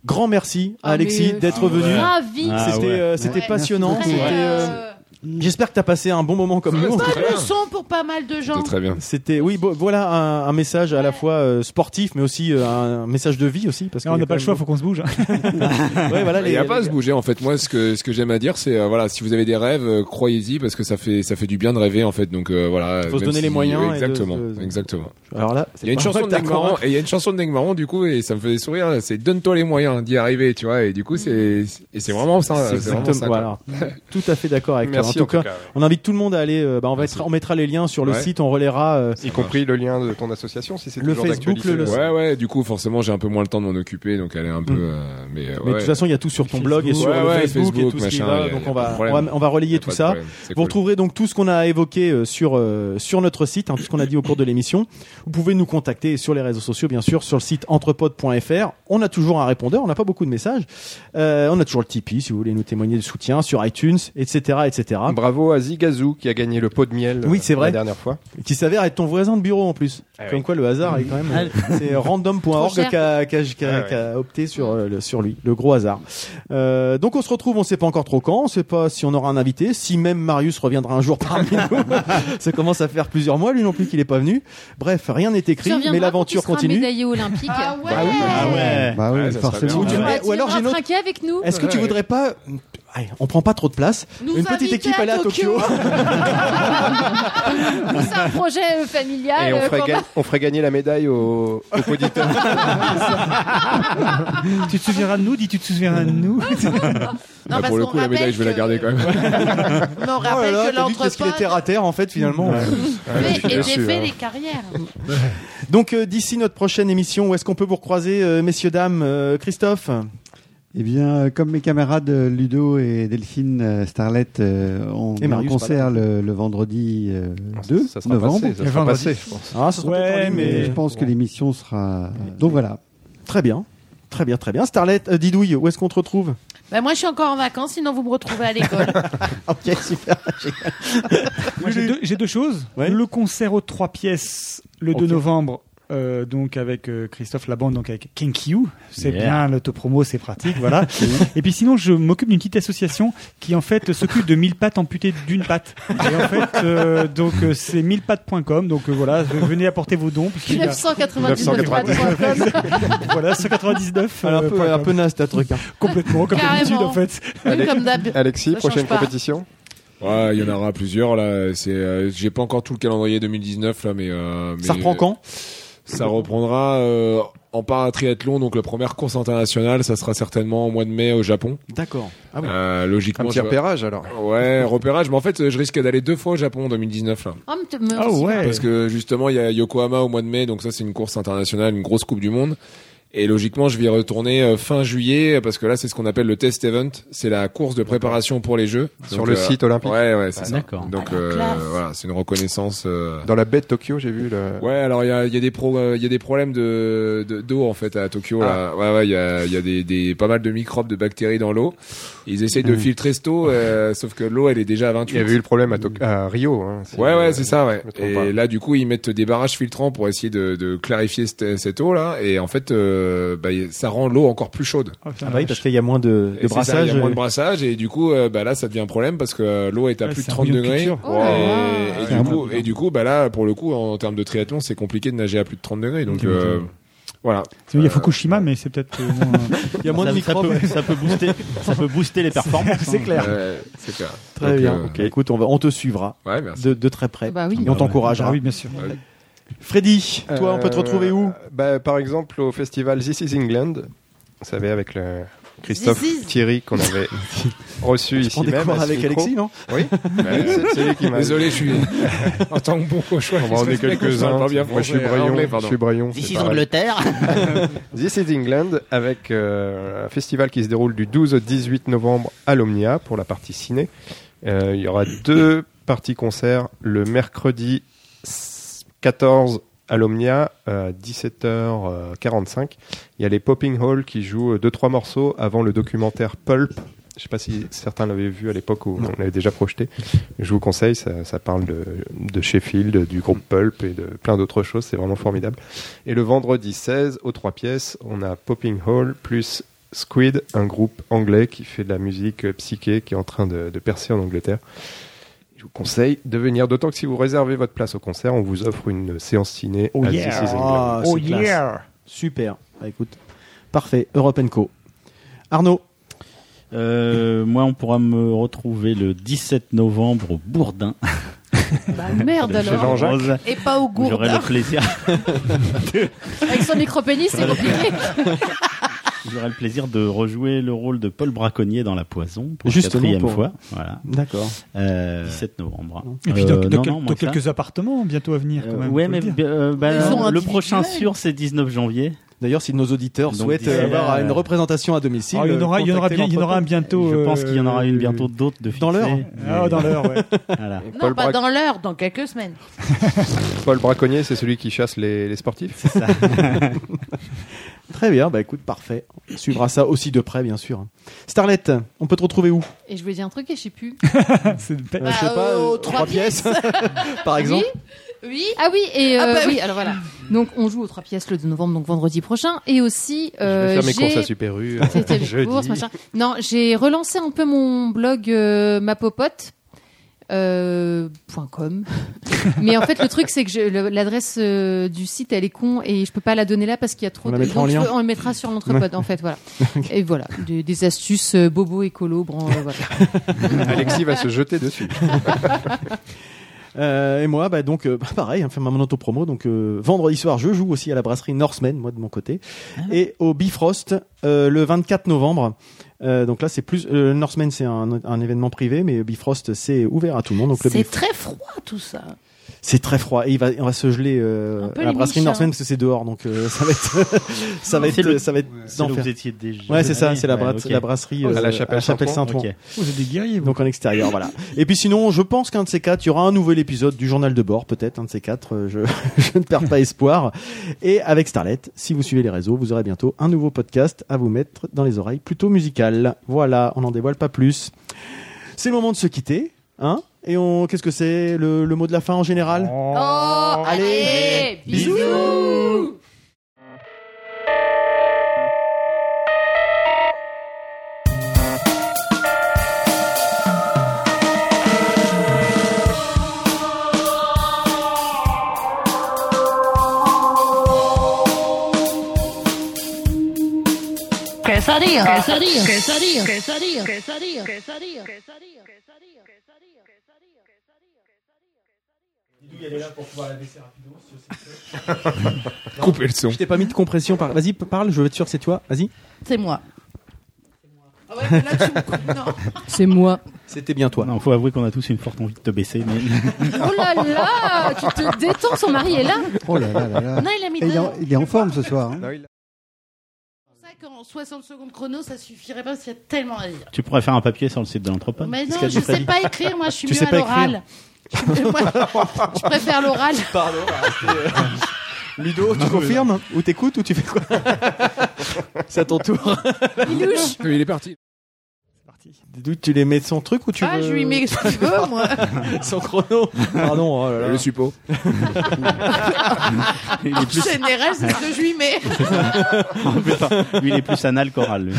Speaker 1: Grand merci à
Speaker 3: Ah, mais,
Speaker 1: Alexis
Speaker 3: euh,
Speaker 1: d'être
Speaker 3: je suis
Speaker 1: venu.
Speaker 3: ravie. Ah,
Speaker 1: C'était
Speaker 3: ouais.
Speaker 1: euh, c'était
Speaker 3: Ouais.
Speaker 1: passionnant.
Speaker 3: Merci
Speaker 1: C'était,
Speaker 3: beaucoup.
Speaker 1: euh, J'espère que t'as passé un bon moment comme nous.
Speaker 9: Bonne leçon pour pas mal de gens.
Speaker 1: bien. C'était oui, bo- voilà un, un message à la fois euh, sportif, mais aussi euh, un message de vie aussi parce
Speaker 5: on n'a pas le choix, faut qu'on se bouge. hein.
Speaker 1: Ouais, voilà,
Speaker 10: il n'y a
Speaker 1: les-
Speaker 10: pas à se bouger en fait. Moi, ce que ce que j'aime à dire, c'est euh, voilà, si vous avez des rêves, euh, croyez-y parce que ça fait ça fait du bien de rêver en fait. Donc euh, voilà.
Speaker 1: Faut se
Speaker 10: même
Speaker 1: donner les
Speaker 10: si-
Speaker 1: moyens et de-
Speaker 10: Exactement,
Speaker 1: de-
Speaker 10: exactement.
Speaker 1: Alors là,
Speaker 10: il y a une
Speaker 1: pas
Speaker 10: chanson
Speaker 1: vrai
Speaker 10: de
Speaker 1: que t'as
Speaker 10: Neg Marron
Speaker 1: convaincu.
Speaker 10: et il y a une chanson de Neg Marron du coup et ça me faisait sourire. là, C'est donne-toi les moyens d'y arriver, tu vois. Et du coup, c'est et c'est vraiment ça.
Speaker 7: euh,
Speaker 1: C'est
Speaker 10: c'est vraiment
Speaker 1: exactement-
Speaker 10: ça, quoi.
Speaker 1: voilà. *laughs* tout à fait d'accord avec
Speaker 10: Merci,
Speaker 1: toi. En
Speaker 10: en
Speaker 1: tout
Speaker 10: tout
Speaker 1: cas,
Speaker 10: cas, ouais.
Speaker 1: on invite tout le monde à aller. euh, bah, on, va être- on mettra les liens sur le
Speaker 10: Ouais.
Speaker 1: site, on relaiera. euh,
Speaker 7: Y compris le lien de ton association, si c'est
Speaker 1: Le
Speaker 7: toujours
Speaker 1: Facebook,
Speaker 7: d'actualité.
Speaker 1: le- le-
Speaker 10: Ouais, ouais. Du coup, forcément, j'ai un peu moins le temps de m'en occuper, donc elle est un peu. euh, mais, euh,
Speaker 1: Mais de
Speaker 10: ouais.
Speaker 1: toute façon, il y a tout sur ton blog et sur
Speaker 10: Ouais,
Speaker 1: le
Speaker 10: ouais,
Speaker 1: Facebook, et tout ce qui
Speaker 10: machin,
Speaker 1: va.
Speaker 10: y a-
Speaker 1: donc
Speaker 10: y a
Speaker 1: on
Speaker 10: pas de
Speaker 1: va, on
Speaker 10: problème.
Speaker 1: va, on va
Speaker 10: Y
Speaker 1: relayer
Speaker 10: a
Speaker 1: tout
Speaker 10: pas de
Speaker 1: ça.
Speaker 10: problème, c'est
Speaker 1: Vous
Speaker 10: cool.
Speaker 1: retrouverez donc tout ce qu'on a évoqué euh, sur euh, sur notre site, hein, tout ce qu'on a dit au cours de l'émission. Vous pouvez nous contacter sur les réseaux sociaux, bien sûr, sur le site entrepod.fr. On a toujours un répondeur, on n'a pas beaucoup de messages. Euh, on a toujours le Tipeee si vous voulez nous témoigner de soutien sur iTunes, etc., etc.
Speaker 7: Bravo à Zigazou qui a gagné le pot de miel
Speaker 1: Oui,
Speaker 7: euh,
Speaker 1: c'est vrai.
Speaker 7: la dernière fois.
Speaker 1: Qui s'avère être ton voisin de bureau en plus. Comme quoi le hasard est quand même. euh,
Speaker 3: Ah,
Speaker 1: C'est random.org
Speaker 7: Trop cher.
Speaker 1: qui a, qui a- qui a-
Speaker 7: Ah ouais.
Speaker 1: qui a opté sur, euh, le, sur lui, le gros hasard. Euh, donc on se retrouve, on sait pas encore trop quand, on sait pas si on aura un invité, si même Marius reviendra un jour parmi nous.
Speaker 3: *laughs*
Speaker 1: Ça commence à faire plusieurs mois lui non plus qu'il est pas venu. Bref, rien n'est écrit,
Speaker 3: Tu reviendras
Speaker 1: mais
Speaker 3: quand
Speaker 1: l'aventure
Speaker 3: tu seras
Speaker 1: continue. Bah
Speaker 3: médaillé olympique. Ah ouais.
Speaker 2: Bah oui, forcément.
Speaker 1: Ou, tu-
Speaker 3: Bah,
Speaker 1: Eh, ou alors j'ai une autre-
Speaker 3: trinquer avec nous.
Speaker 1: Est-ce que tu voudrais pas Allez, on prend pas trop de place.
Speaker 3: Nous
Speaker 1: une petite
Speaker 3: inviter
Speaker 1: équipe
Speaker 3: à
Speaker 1: aller à Tokyo.
Speaker 3: C'est un projet euh, familial.
Speaker 7: Et on
Speaker 3: euh,
Speaker 7: ferait,
Speaker 3: quand
Speaker 7: ga-
Speaker 3: même.
Speaker 7: on ferait gagner la médaille au, au poditeur.
Speaker 1: *laughs*
Speaker 5: tu te souviendras de nous, dis tu te souviendras de
Speaker 1: *laughs*
Speaker 5: nous.
Speaker 10: Ah, pour le coup, la médaille, je vais la garder quand même.
Speaker 9: *laughs* Non, on rappelle
Speaker 1: Oh là là,
Speaker 9: que
Speaker 1: t'as vu qu'est-ce qu'il
Speaker 9: l'entrepôt
Speaker 1: était à terre en fait finalement.
Speaker 9: fait et défait les carrières.
Speaker 1: Donc euh, d'ici notre prochaine émission, où est-ce qu'on peut vous recroiser, euh, messieurs dames, euh, Christophe
Speaker 2: Eh bien, euh, comme mes camarades euh, Ludo et Delphine euh, Starlet, euh, on
Speaker 1: Et
Speaker 2: est en
Speaker 1: Marius,
Speaker 2: concert le, le vendredi euh, 2
Speaker 7: Ah, ça sera
Speaker 2: novembre.
Speaker 7: passé, ça sera Vendredi. passé, je pense.
Speaker 1: Ah, ça sera
Speaker 5: Ouais,
Speaker 1: peut-être en ligne, mais-
Speaker 2: Je pense que l'émission sera. Donc voilà.
Speaker 1: Très bien, très bien, très bien. Starlet, euh, Didouille, où est-ce qu'on te retrouve
Speaker 9: Bah, moi, je suis encore en vacances, sinon vous me retrouvez à l'école.
Speaker 1: *laughs* Ok, super.
Speaker 5: Moi, j'ai deux, j'ai deux choses. Le concert aux trois pièces le 2
Speaker 1: Ok.
Speaker 5: novembre. euh, donc avec euh, Christophe Labande, donc avec Kenkyu, c'est
Speaker 6: Yeah.
Speaker 5: bien l'autopromo, c'est pratique,
Speaker 1: *laughs*
Speaker 5: voilà. Et puis sinon, je m'occupe d'une petite association qui en fait s'occupe de 1000 pattes amputées d'une patte. Et en fait, euh, donc euh, c'est 1000pattes.com, donc euh, voilà, venez apporter vos dons. puisqu'il y a-
Speaker 3: 999 pattes.
Speaker 5: *laughs* voilà, 199.
Speaker 1: Alors, un peu- un peu naze, ta truc. hein.
Speaker 5: Complètement, comme
Speaker 9: Carrément.
Speaker 5: d'habitude en fait.
Speaker 9: Oui, comme d'hab.
Speaker 7: Alexis,
Speaker 9: Ça change
Speaker 7: prochaine
Speaker 9: pas.
Speaker 7: compétition
Speaker 10: Ouais, il y en aura plusieurs là. C'est, euh, j'ai pas encore tout le calendrier 2019 là, mais, euh, mais
Speaker 1: Ça reprend quand
Speaker 10: Ça reprendra euh, en paratriathlon, donc la première course internationale, ça sera certainement au mois de mai au Japon.
Speaker 1: D'accord.
Speaker 10: Euh, logiquement.
Speaker 7: Un petit
Speaker 10: je-
Speaker 7: repérage, alors.
Speaker 10: Ouais, repérage. Mais en fait, euh, je risque d'aller deux fois au Japon en 2019 là.
Speaker 3: Ah, mais t- mais aussi,
Speaker 10: Parce que justement, il y a Yokohama au mois de mai, donc ça c'est une course internationale, une grosse Coupe du Monde. Et logiquement, je vais y retourner euh, fin juillet parce que là, c'est ce qu'on appelle le test event. C'est la course de préparation pour les Jeux euh,
Speaker 7: Sur le site olympique.
Speaker 10: Ouais, ouais, c'est
Speaker 7: Ah,
Speaker 10: ça.
Speaker 7: d'accord.
Speaker 10: Donc euh,
Speaker 7: classe.
Speaker 10: voilà, c'est une reconnaissance. euh,
Speaker 7: Dans la baie de Tokyo, j'ai vu le.
Speaker 10: Ouais, alors il y a, il y a des pro, euh, il y a des problèmes de de- d'eau en fait à Tokyo.
Speaker 7: Ah.
Speaker 10: Là. Ouais, ouais, il y a, il y a des, des pas mal de microbes, de bactéries dans l'eau. Ils essayent de
Speaker 7: Mm.
Speaker 10: filtrer cette eau, euh, sauf que l'eau elle est déjà à 28.
Speaker 7: Il y avait eu le problème à, Tok- à Rio. hein. C'est-
Speaker 10: Ouais, ouais, c'est ça, ouais.
Speaker 7: je me trompe
Speaker 10: Et
Speaker 7: pas.
Speaker 10: là, du coup, ils mettent des barrages filtrants pour essayer de, de clarifier cette, cette eau là, et en fait, euh, bah, ça rend l'eau encore plus chaude.
Speaker 1: Ah bah oui, parce qu'il y a moins de,
Speaker 10: Et c'est
Speaker 1: de
Speaker 10: ça,
Speaker 1: brassage. euh.
Speaker 10: il y a moins de brassage et du coup euh, bah là ça devient un problème parce que euh, l'eau est à
Speaker 1: Ouais,
Speaker 10: plus de
Speaker 1: c'est un
Speaker 10: 30
Speaker 1: bouillon de
Speaker 10: degrés
Speaker 1: culture.
Speaker 10: Et-
Speaker 1: Oh là
Speaker 10: et,
Speaker 1: là.
Speaker 10: du coup, et du coup bah là pour le coup en, termes de triathlon c'est compliqué de nager à plus de 30 degrés donc
Speaker 5: Tu m'étonnes.
Speaker 10: euh, voilà
Speaker 5: Il
Speaker 6: Euh,
Speaker 5: y a Fukushima, mais c'est peut-être.
Speaker 6: *laughs*
Speaker 5: euh, moins-
Speaker 1: Il y a moins
Speaker 6: ça,
Speaker 1: de
Speaker 6: ça
Speaker 1: microbes.
Speaker 6: peut, ça peut booster, ça peut booster
Speaker 5: *laughs*
Speaker 6: les performances. hein. Euh,
Speaker 1: C'est clair.
Speaker 10: Ouais, c'est clair
Speaker 1: Très
Speaker 10: Donc,
Speaker 1: bien.
Speaker 10: euh,
Speaker 1: Ok, écoute, on, va, on te suivra
Speaker 10: Ouais, merci.
Speaker 1: de, de très près.
Speaker 3: Bah oui.
Speaker 1: Et on t'encouragera.
Speaker 5: Bah oui, bien sûr.
Speaker 1: Freddy, toi, on peut te
Speaker 7: Euh,
Speaker 1: retrouver où
Speaker 7: bah, Par exemple, au festival This is England. Vous savez, avec le Christophe
Speaker 1: This is-
Speaker 7: Thierry qu'on
Speaker 1: *laughs*
Speaker 7: avait reçu
Speaker 1: Tu
Speaker 7: ici
Speaker 1: prends des
Speaker 7: même.
Speaker 1: cours
Speaker 7: à ce
Speaker 1: avec
Speaker 7: micro.
Speaker 1: Alexis, non *laughs*
Speaker 7: Oui. Bah, C'est- c'est lui qui m'a-
Speaker 10: désolé je suis en tant que bon cochon
Speaker 7: On va en est quelques-uns.
Speaker 10: pas bien
Speaker 7: Moi, je suis
Speaker 10: français,
Speaker 7: Braillon.
Speaker 10: hein, anglais,
Speaker 7: je suis Braillon.
Speaker 8: This
Speaker 7: c'est
Speaker 8: is
Speaker 7: pareil.
Speaker 8: Angleterre.
Speaker 7: *laughs* This is England avec euh, un festival qui se déroule du 12 au 18 novembre à l'Omnia pour la partie ciné. Euh, il y aura deux parties concerts le mercredi 14 à l'Omnia euh, à 17h45. Il y a les Popping Hall qui jouent 2-3 morceaux avant le documentaire Pulp. Je ne sais pas si certains l'avaient vu à l'époque où on l'avait déjà projeté. Je vous conseille, ça, ça parle de, de Sheffield, du groupe Pulp et de plein d'autres choses. C'est vraiment formidable. Et le vendredi 16, aux trois pièces, on a Popping Hall plus Squid, un groupe anglais qui fait de la musique euh, psyché, qui est en train de, de percer en Angleterre. Je vous conseille de venir, d'autant que si vous réservez votre place au concert, on vous offre une séance ciné
Speaker 5: Oh
Speaker 7: à This Is England.
Speaker 1: Ah,
Speaker 10: Oh,
Speaker 1: c'est classe. Super. Bah, écoute, parfait. Europe Co. Arnaud
Speaker 6: Euh, moi, on pourra me retrouver le 17 novembre au Bourdin.
Speaker 3: *laughs* Bah merde
Speaker 6: Chez
Speaker 3: alors.
Speaker 6: Jean-Jacques. Rose.
Speaker 4: Et pas au gourdin.
Speaker 6: J'aurai le plaisir. *laughs*
Speaker 3: Avec son micro-pénis, c'est compliqué.
Speaker 6: J'aurai le plaisir de rejouer le rôle de Paul Braconnier dans La Poison pour la
Speaker 1: Justement,
Speaker 6: quatrième
Speaker 1: pour-
Speaker 6: fois. Voilà.
Speaker 1: D'accord.
Speaker 6: Euh, 17 novembre.
Speaker 5: Et puis,
Speaker 6: Euh,
Speaker 5: dans,
Speaker 6: non,
Speaker 5: dans quel-
Speaker 6: non,
Speaker 5: dans
Speaker 6: moi, ça-
Speaker 5: quelques appartements hein, bientôt à venir, quand même.
Speaker 6: ouais,
Speaker 5: faut le
Speaker 6: mais
Speaker 5: dire.
Speaker 6: euh, bah,
Speaker 5: Ils sont
Speaker 6: le
Speaker 5: individuels.
Speaker 6: prochain sûr, c'est 19 janvier.
Speaker 1: D'ailleurs, si nos auditeurs
Speaker 6: Donc,
Speaker 1: souhaitent
Speaker 6: d'ici
Speaker 1: euh, avoir
Speaker 6: là,
Speaker 1: une
Speaker 6: euh,
Speaker 1: représentation à domicile,
Speaker 5: Ah, il y en
Speaker 2: euh,
Speaker 5: aura- il y en aura
Speaker 1: contactez
Speaker 5: bien- il y en aura un
Speaker 1: l'entrepôt.
Speaker 5: bientôt,
Speaker 6: Je pense
Speaker 5: euh,
Speaker 6: qu'il y en aura une bientôt d'autres de
Speaker 1: Dans l'heure
Speaker 6: fixer.
Speaker 5: Ah, dans l'heure,
Speaker 4: *laughs*
Speaker 2: *laughs*
Speaker 5: ouais.
Speaker 6: Voilà.
Speaker 7: Et
Speaker 4: Non,
Speaker 7: Paul,
Speaker 4: pas
Speaker 7: Brac-
Speaker 4: dans l'heure, dans quelques semaines.
Speaker 7: Paul Braconnier, c'est celui qui chasse les, les sportifs C'est
Speaker 6: ça.
Speaker 1: *laughs* Très bien, bah écoute, parfait. On suivra ça aussi de près, bien sûr. Starlette, on peut te
Speaker 5: *laughs*
Speaker 1: retrouver où
Speaker 3: Et je voulais dire un truc et je sais plus.
Speaker 1: Euh, Je sais
Speaker 4: Bah,
Speaker 1: pas,
Speaker 4: aux
Speaker 1: euh,
Speaker 4: trois
Speaker 1: trois pièces, *laughs*
Speaker 4: *laughs*
Speaker 1: par exemple.
Speaker 4: Oui, oui.
Speaker 3: Ah oui, et
Speaker 4: Ah
Speaker 3: euh,
Speaker 4: bah
Speaker 3: oui.
Speaker 4: oui.
Speaker 3: alors voilà. Donc on joue aux trois pièces le 2 novembre, donc vendredi prochain. Et aussi, euh,
Speaker 7: Je vais faire mes
Speaker 3: j'ai-
Speaker 7: courses à Super U. euh,
Speaker 3: *laughs* C'était les
Speaker 7: *laughs* jeudi.
Speaker 3: courses, machin. Non, j'ai relancé un peu mon blog euh, ma popote. euh, point .com mais en fait le truc c'est que je- le- l'adresse euh, du site elle est con et je peux pas la donner là parce qu'il y a trop
Speaker 1: On la
Speaker 3: de
Speaker 1: mettra en
Speaker 3: donc, je
Speaker 1: lien.
Speaker 3: peux- on le mettra sur l'entrepôt en fait
Speaker 1: *laughs*
Speaker 3: voilà et voilà des, des astuces euh, bobo écolo bran euh,
Speaker 1: *laughs*
Speaker 3: voilà.
Speaker 7: Alexis va se jeter dessus.
Speaker 1: Euh, et moi, bah, donc, euh, *laughs* bah, pareil, hein, faire ma- mon autopromo. Donc, euh, vendredi soir, je joue aussi à la brasserie Norseman, moi de mon côté,
Speaker 4: Ah
Speaker 1: et au Bifrost euh, le 24 novembre. Euh, donc là, c'est plus euh, Norseman, c'est un, un événement privé, mais Bifrost, c'est ouvert à tout le monde. Donc le
Speaker 4: C'est
Speaker 1: Bifrost,
Speaker 4: très froid tout ça.
Speaker 1: c'est très froid et il va, on va se geler euh,
Speaker 4: Un peu
Speaker 1: à la
Speaker 4: les hein.
Speaker 1: brasserie
Speaker 4: Michelin.
Speaker 1: Norseman parce que c'est dehors, donc euh, *laughs* ça va être, ça va
Speaker 6: C'est
Speaker 1: être,
Speaker 6: le-
Speaker 1: ça va être
Speaker 6: C'est là où
Speaker 1: d'enfer.
Speaker 6: vous étiez déjà.
Speaker 1: Ouais, c'est ça, c'est la,
Speaker 6: Ouais,
Speaker 1: bra-
Speaker 6: ok.
Speaker 1: la brasserie euh,
Speaker 7: À la chapelle
Speaker 1: Saint-Ouen.
Speaker 6: Ok.
Speaker 5: Vous êtes des guerriers, vous.
Speaker 1: Donc en extérieur, voilà. Et puis sinon, je pense qu'un de ces quatre, il y aura un nouvel épisode du journal de bord, peut-être, un de ces quatre. euh, Je, *laughs* je ne perds pas espoir. Et avec Starlet, si vous suivez les réseaux, vous aurez bientôt un nouveau podcast à vous mettre dans les oreilles, plutôt musical. Voilà, on n'en dévoile pas plus. C'est le moment de se quitter, hein Et on, qu'est-ce que c'est le, le mot de la fin en général
Speaker 4: Oh, allez, bisous. Quesadilla. Quesadilla. Quesadilla. Quesadilla. Quesadilla. Quesadilla. Quesadilla.
Speaker 1: elle est là pour pouvoir la baisser rapidement.
Speaker 5: *laughs*
Speaker 10: Coupez le son.
Speaker 1: Je t'ai pas mis de compression. Par... Vas-y, parle, je veux être sûr que c'est toi. Vas-y.
Speaker 9: C'est moi.
Speaker 3: C'est moi.
Speaker 1: C'était bien toi.
Speaker 6: Non, faut avouer qu'on a tous une forte envie de te baisser. Mais...
Speaker 3: Oh là là, tu te détends, son mari est là.
Speaker 2: Oh là là là là.
Speaker 9: Non, il a mis
Speaker 2: Et il, est
Speaker 9: dedans.
Speaker 2: en, il est en forme ce soir. hein.
Speaker 9: C'est pour ça qu'en 60 secondes chrono, ça suffirait pas parce qu'il y a tellement à dire.
Speaker 6: Tu pourrais faire un papier sur le site Oh, de l'anthropode.
Speaker 9: Mais
Speaker 6: Qu'est-ce
Speaker 9: non,
Speaker 6: qu'elle
Speaker 9: je
Speaker 6: dit, ta
Speaker 9: sais
Speaker 6: vie
Speaker 9: pas écrire, moi je suis
Speaker 6: Tu
Speaker 9: mieux
Speaker 6: sais
Speaker 9: à
Speaker 6: pas écrire.
Speaker 9: l'oral. Moi, je préfère l'oral.
Speaker 1: Pardon. Ludo, tu confirmes Ou t'écoutes ou tu fais quoi C'est à ton tour.
Speaker 9: Milouche.
Speaker 10: Il est parti.
Speaker 1: Doudou, tu les mets de son truc ou tu
Speaker 9: Ah,
Speaker 6: Euh,
Speaker 1: veux...
Speaker 9: je lui
Speaker 1: *laughs*
Speaker 9: mets ce qu'il veut, moi.
Speaker 1: Son chrono. Pardon, oh là là.
Speaker 10: Le suppôt.
Speaker 6: *laughs* Il est
Speaker 9: En
Speaker 6: plus-
Speaker 9: général, c'est ce que je
Speaker 6: *laughs*
Speaker 9: lui mets.
Speaker 6: Oh, putain. Lui, il est plus anal qu'oral.
Speaker 9: *laughs*
Speaker 6: lui.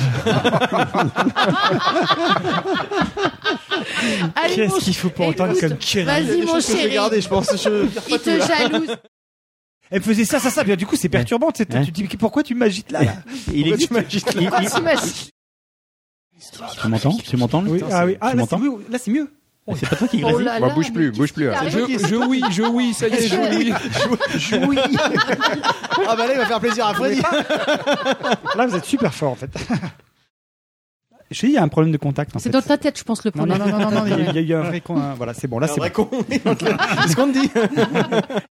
Speaker 9: Allez,
Speaker 5: Qu'est-ce
Speaker 9: mon
Speaker 5: qu'il faut pour
Speaker 9: écoute,
Speaker 5: entendre comme chérie
Speaker 9: Vas-y, mon
Speaker 1: Je vais
Speaker 9: chéri.
Speaker 1: garder, je pense. Je...
Speaker 9: Il te jalouse.
Speaker 5: Elle faisait ça, ça, ça. Bien, du coup, c'est perturbant. c'est- Tu te dis pourquoi tu m'agites là, là
Speaker 6: *laughs* Il
Speaker 1: Pourquoi
Speaker 6: existe.
Speaker 1: tu m'agites là
Speaker 6: il- il-
Speaker 3: m'agites
Speaker 6: Tu m'entends Tu m'entends lui
Speaker 5: Oui, ah oui. Ah,
Speaker 6: Tu
Speaker 5: là, c'est
Speaker 6: m'entends
Speaker 5: mieux. Là, c'est mieux.
Speaker 6: C'est pas toi qui
Speaker 9: Oh
Speaker 6: grésille
Speaker 9: là
Speaker 10: Bah,
Speaker 9: là.
Speaker 10: bouge plus, bouge plus.
Speaker 5: hein
Speaker 9: t'arrive
Speaker 10: Je, je oui, je oui, ça y est, je oui.
Speaker 1: Ah bah là, il va faire plaisir à Freddy.
Speaker 5: Là, vous êtes super fort, en fait. *laughs* Je te dis, il y a un problème de contact. En
Speaker 3: C'est
Speaker 5: fait.
Speaker 3: dans ta tête, je pense, le
Speaker 5: Non,
Speaker 3: problème. *laughs*
Speaker 5: non, non, non, non, non, il y a- il y a eu un vrai con. hein. Voilà, c'est bon. Là,
Speaker 1: C'est
Speaker 5: c'est
Speaker 1: vrai
Speaker 5: bon.
Speaker 1: qu'on est en train- C'est ce qu'on te dit.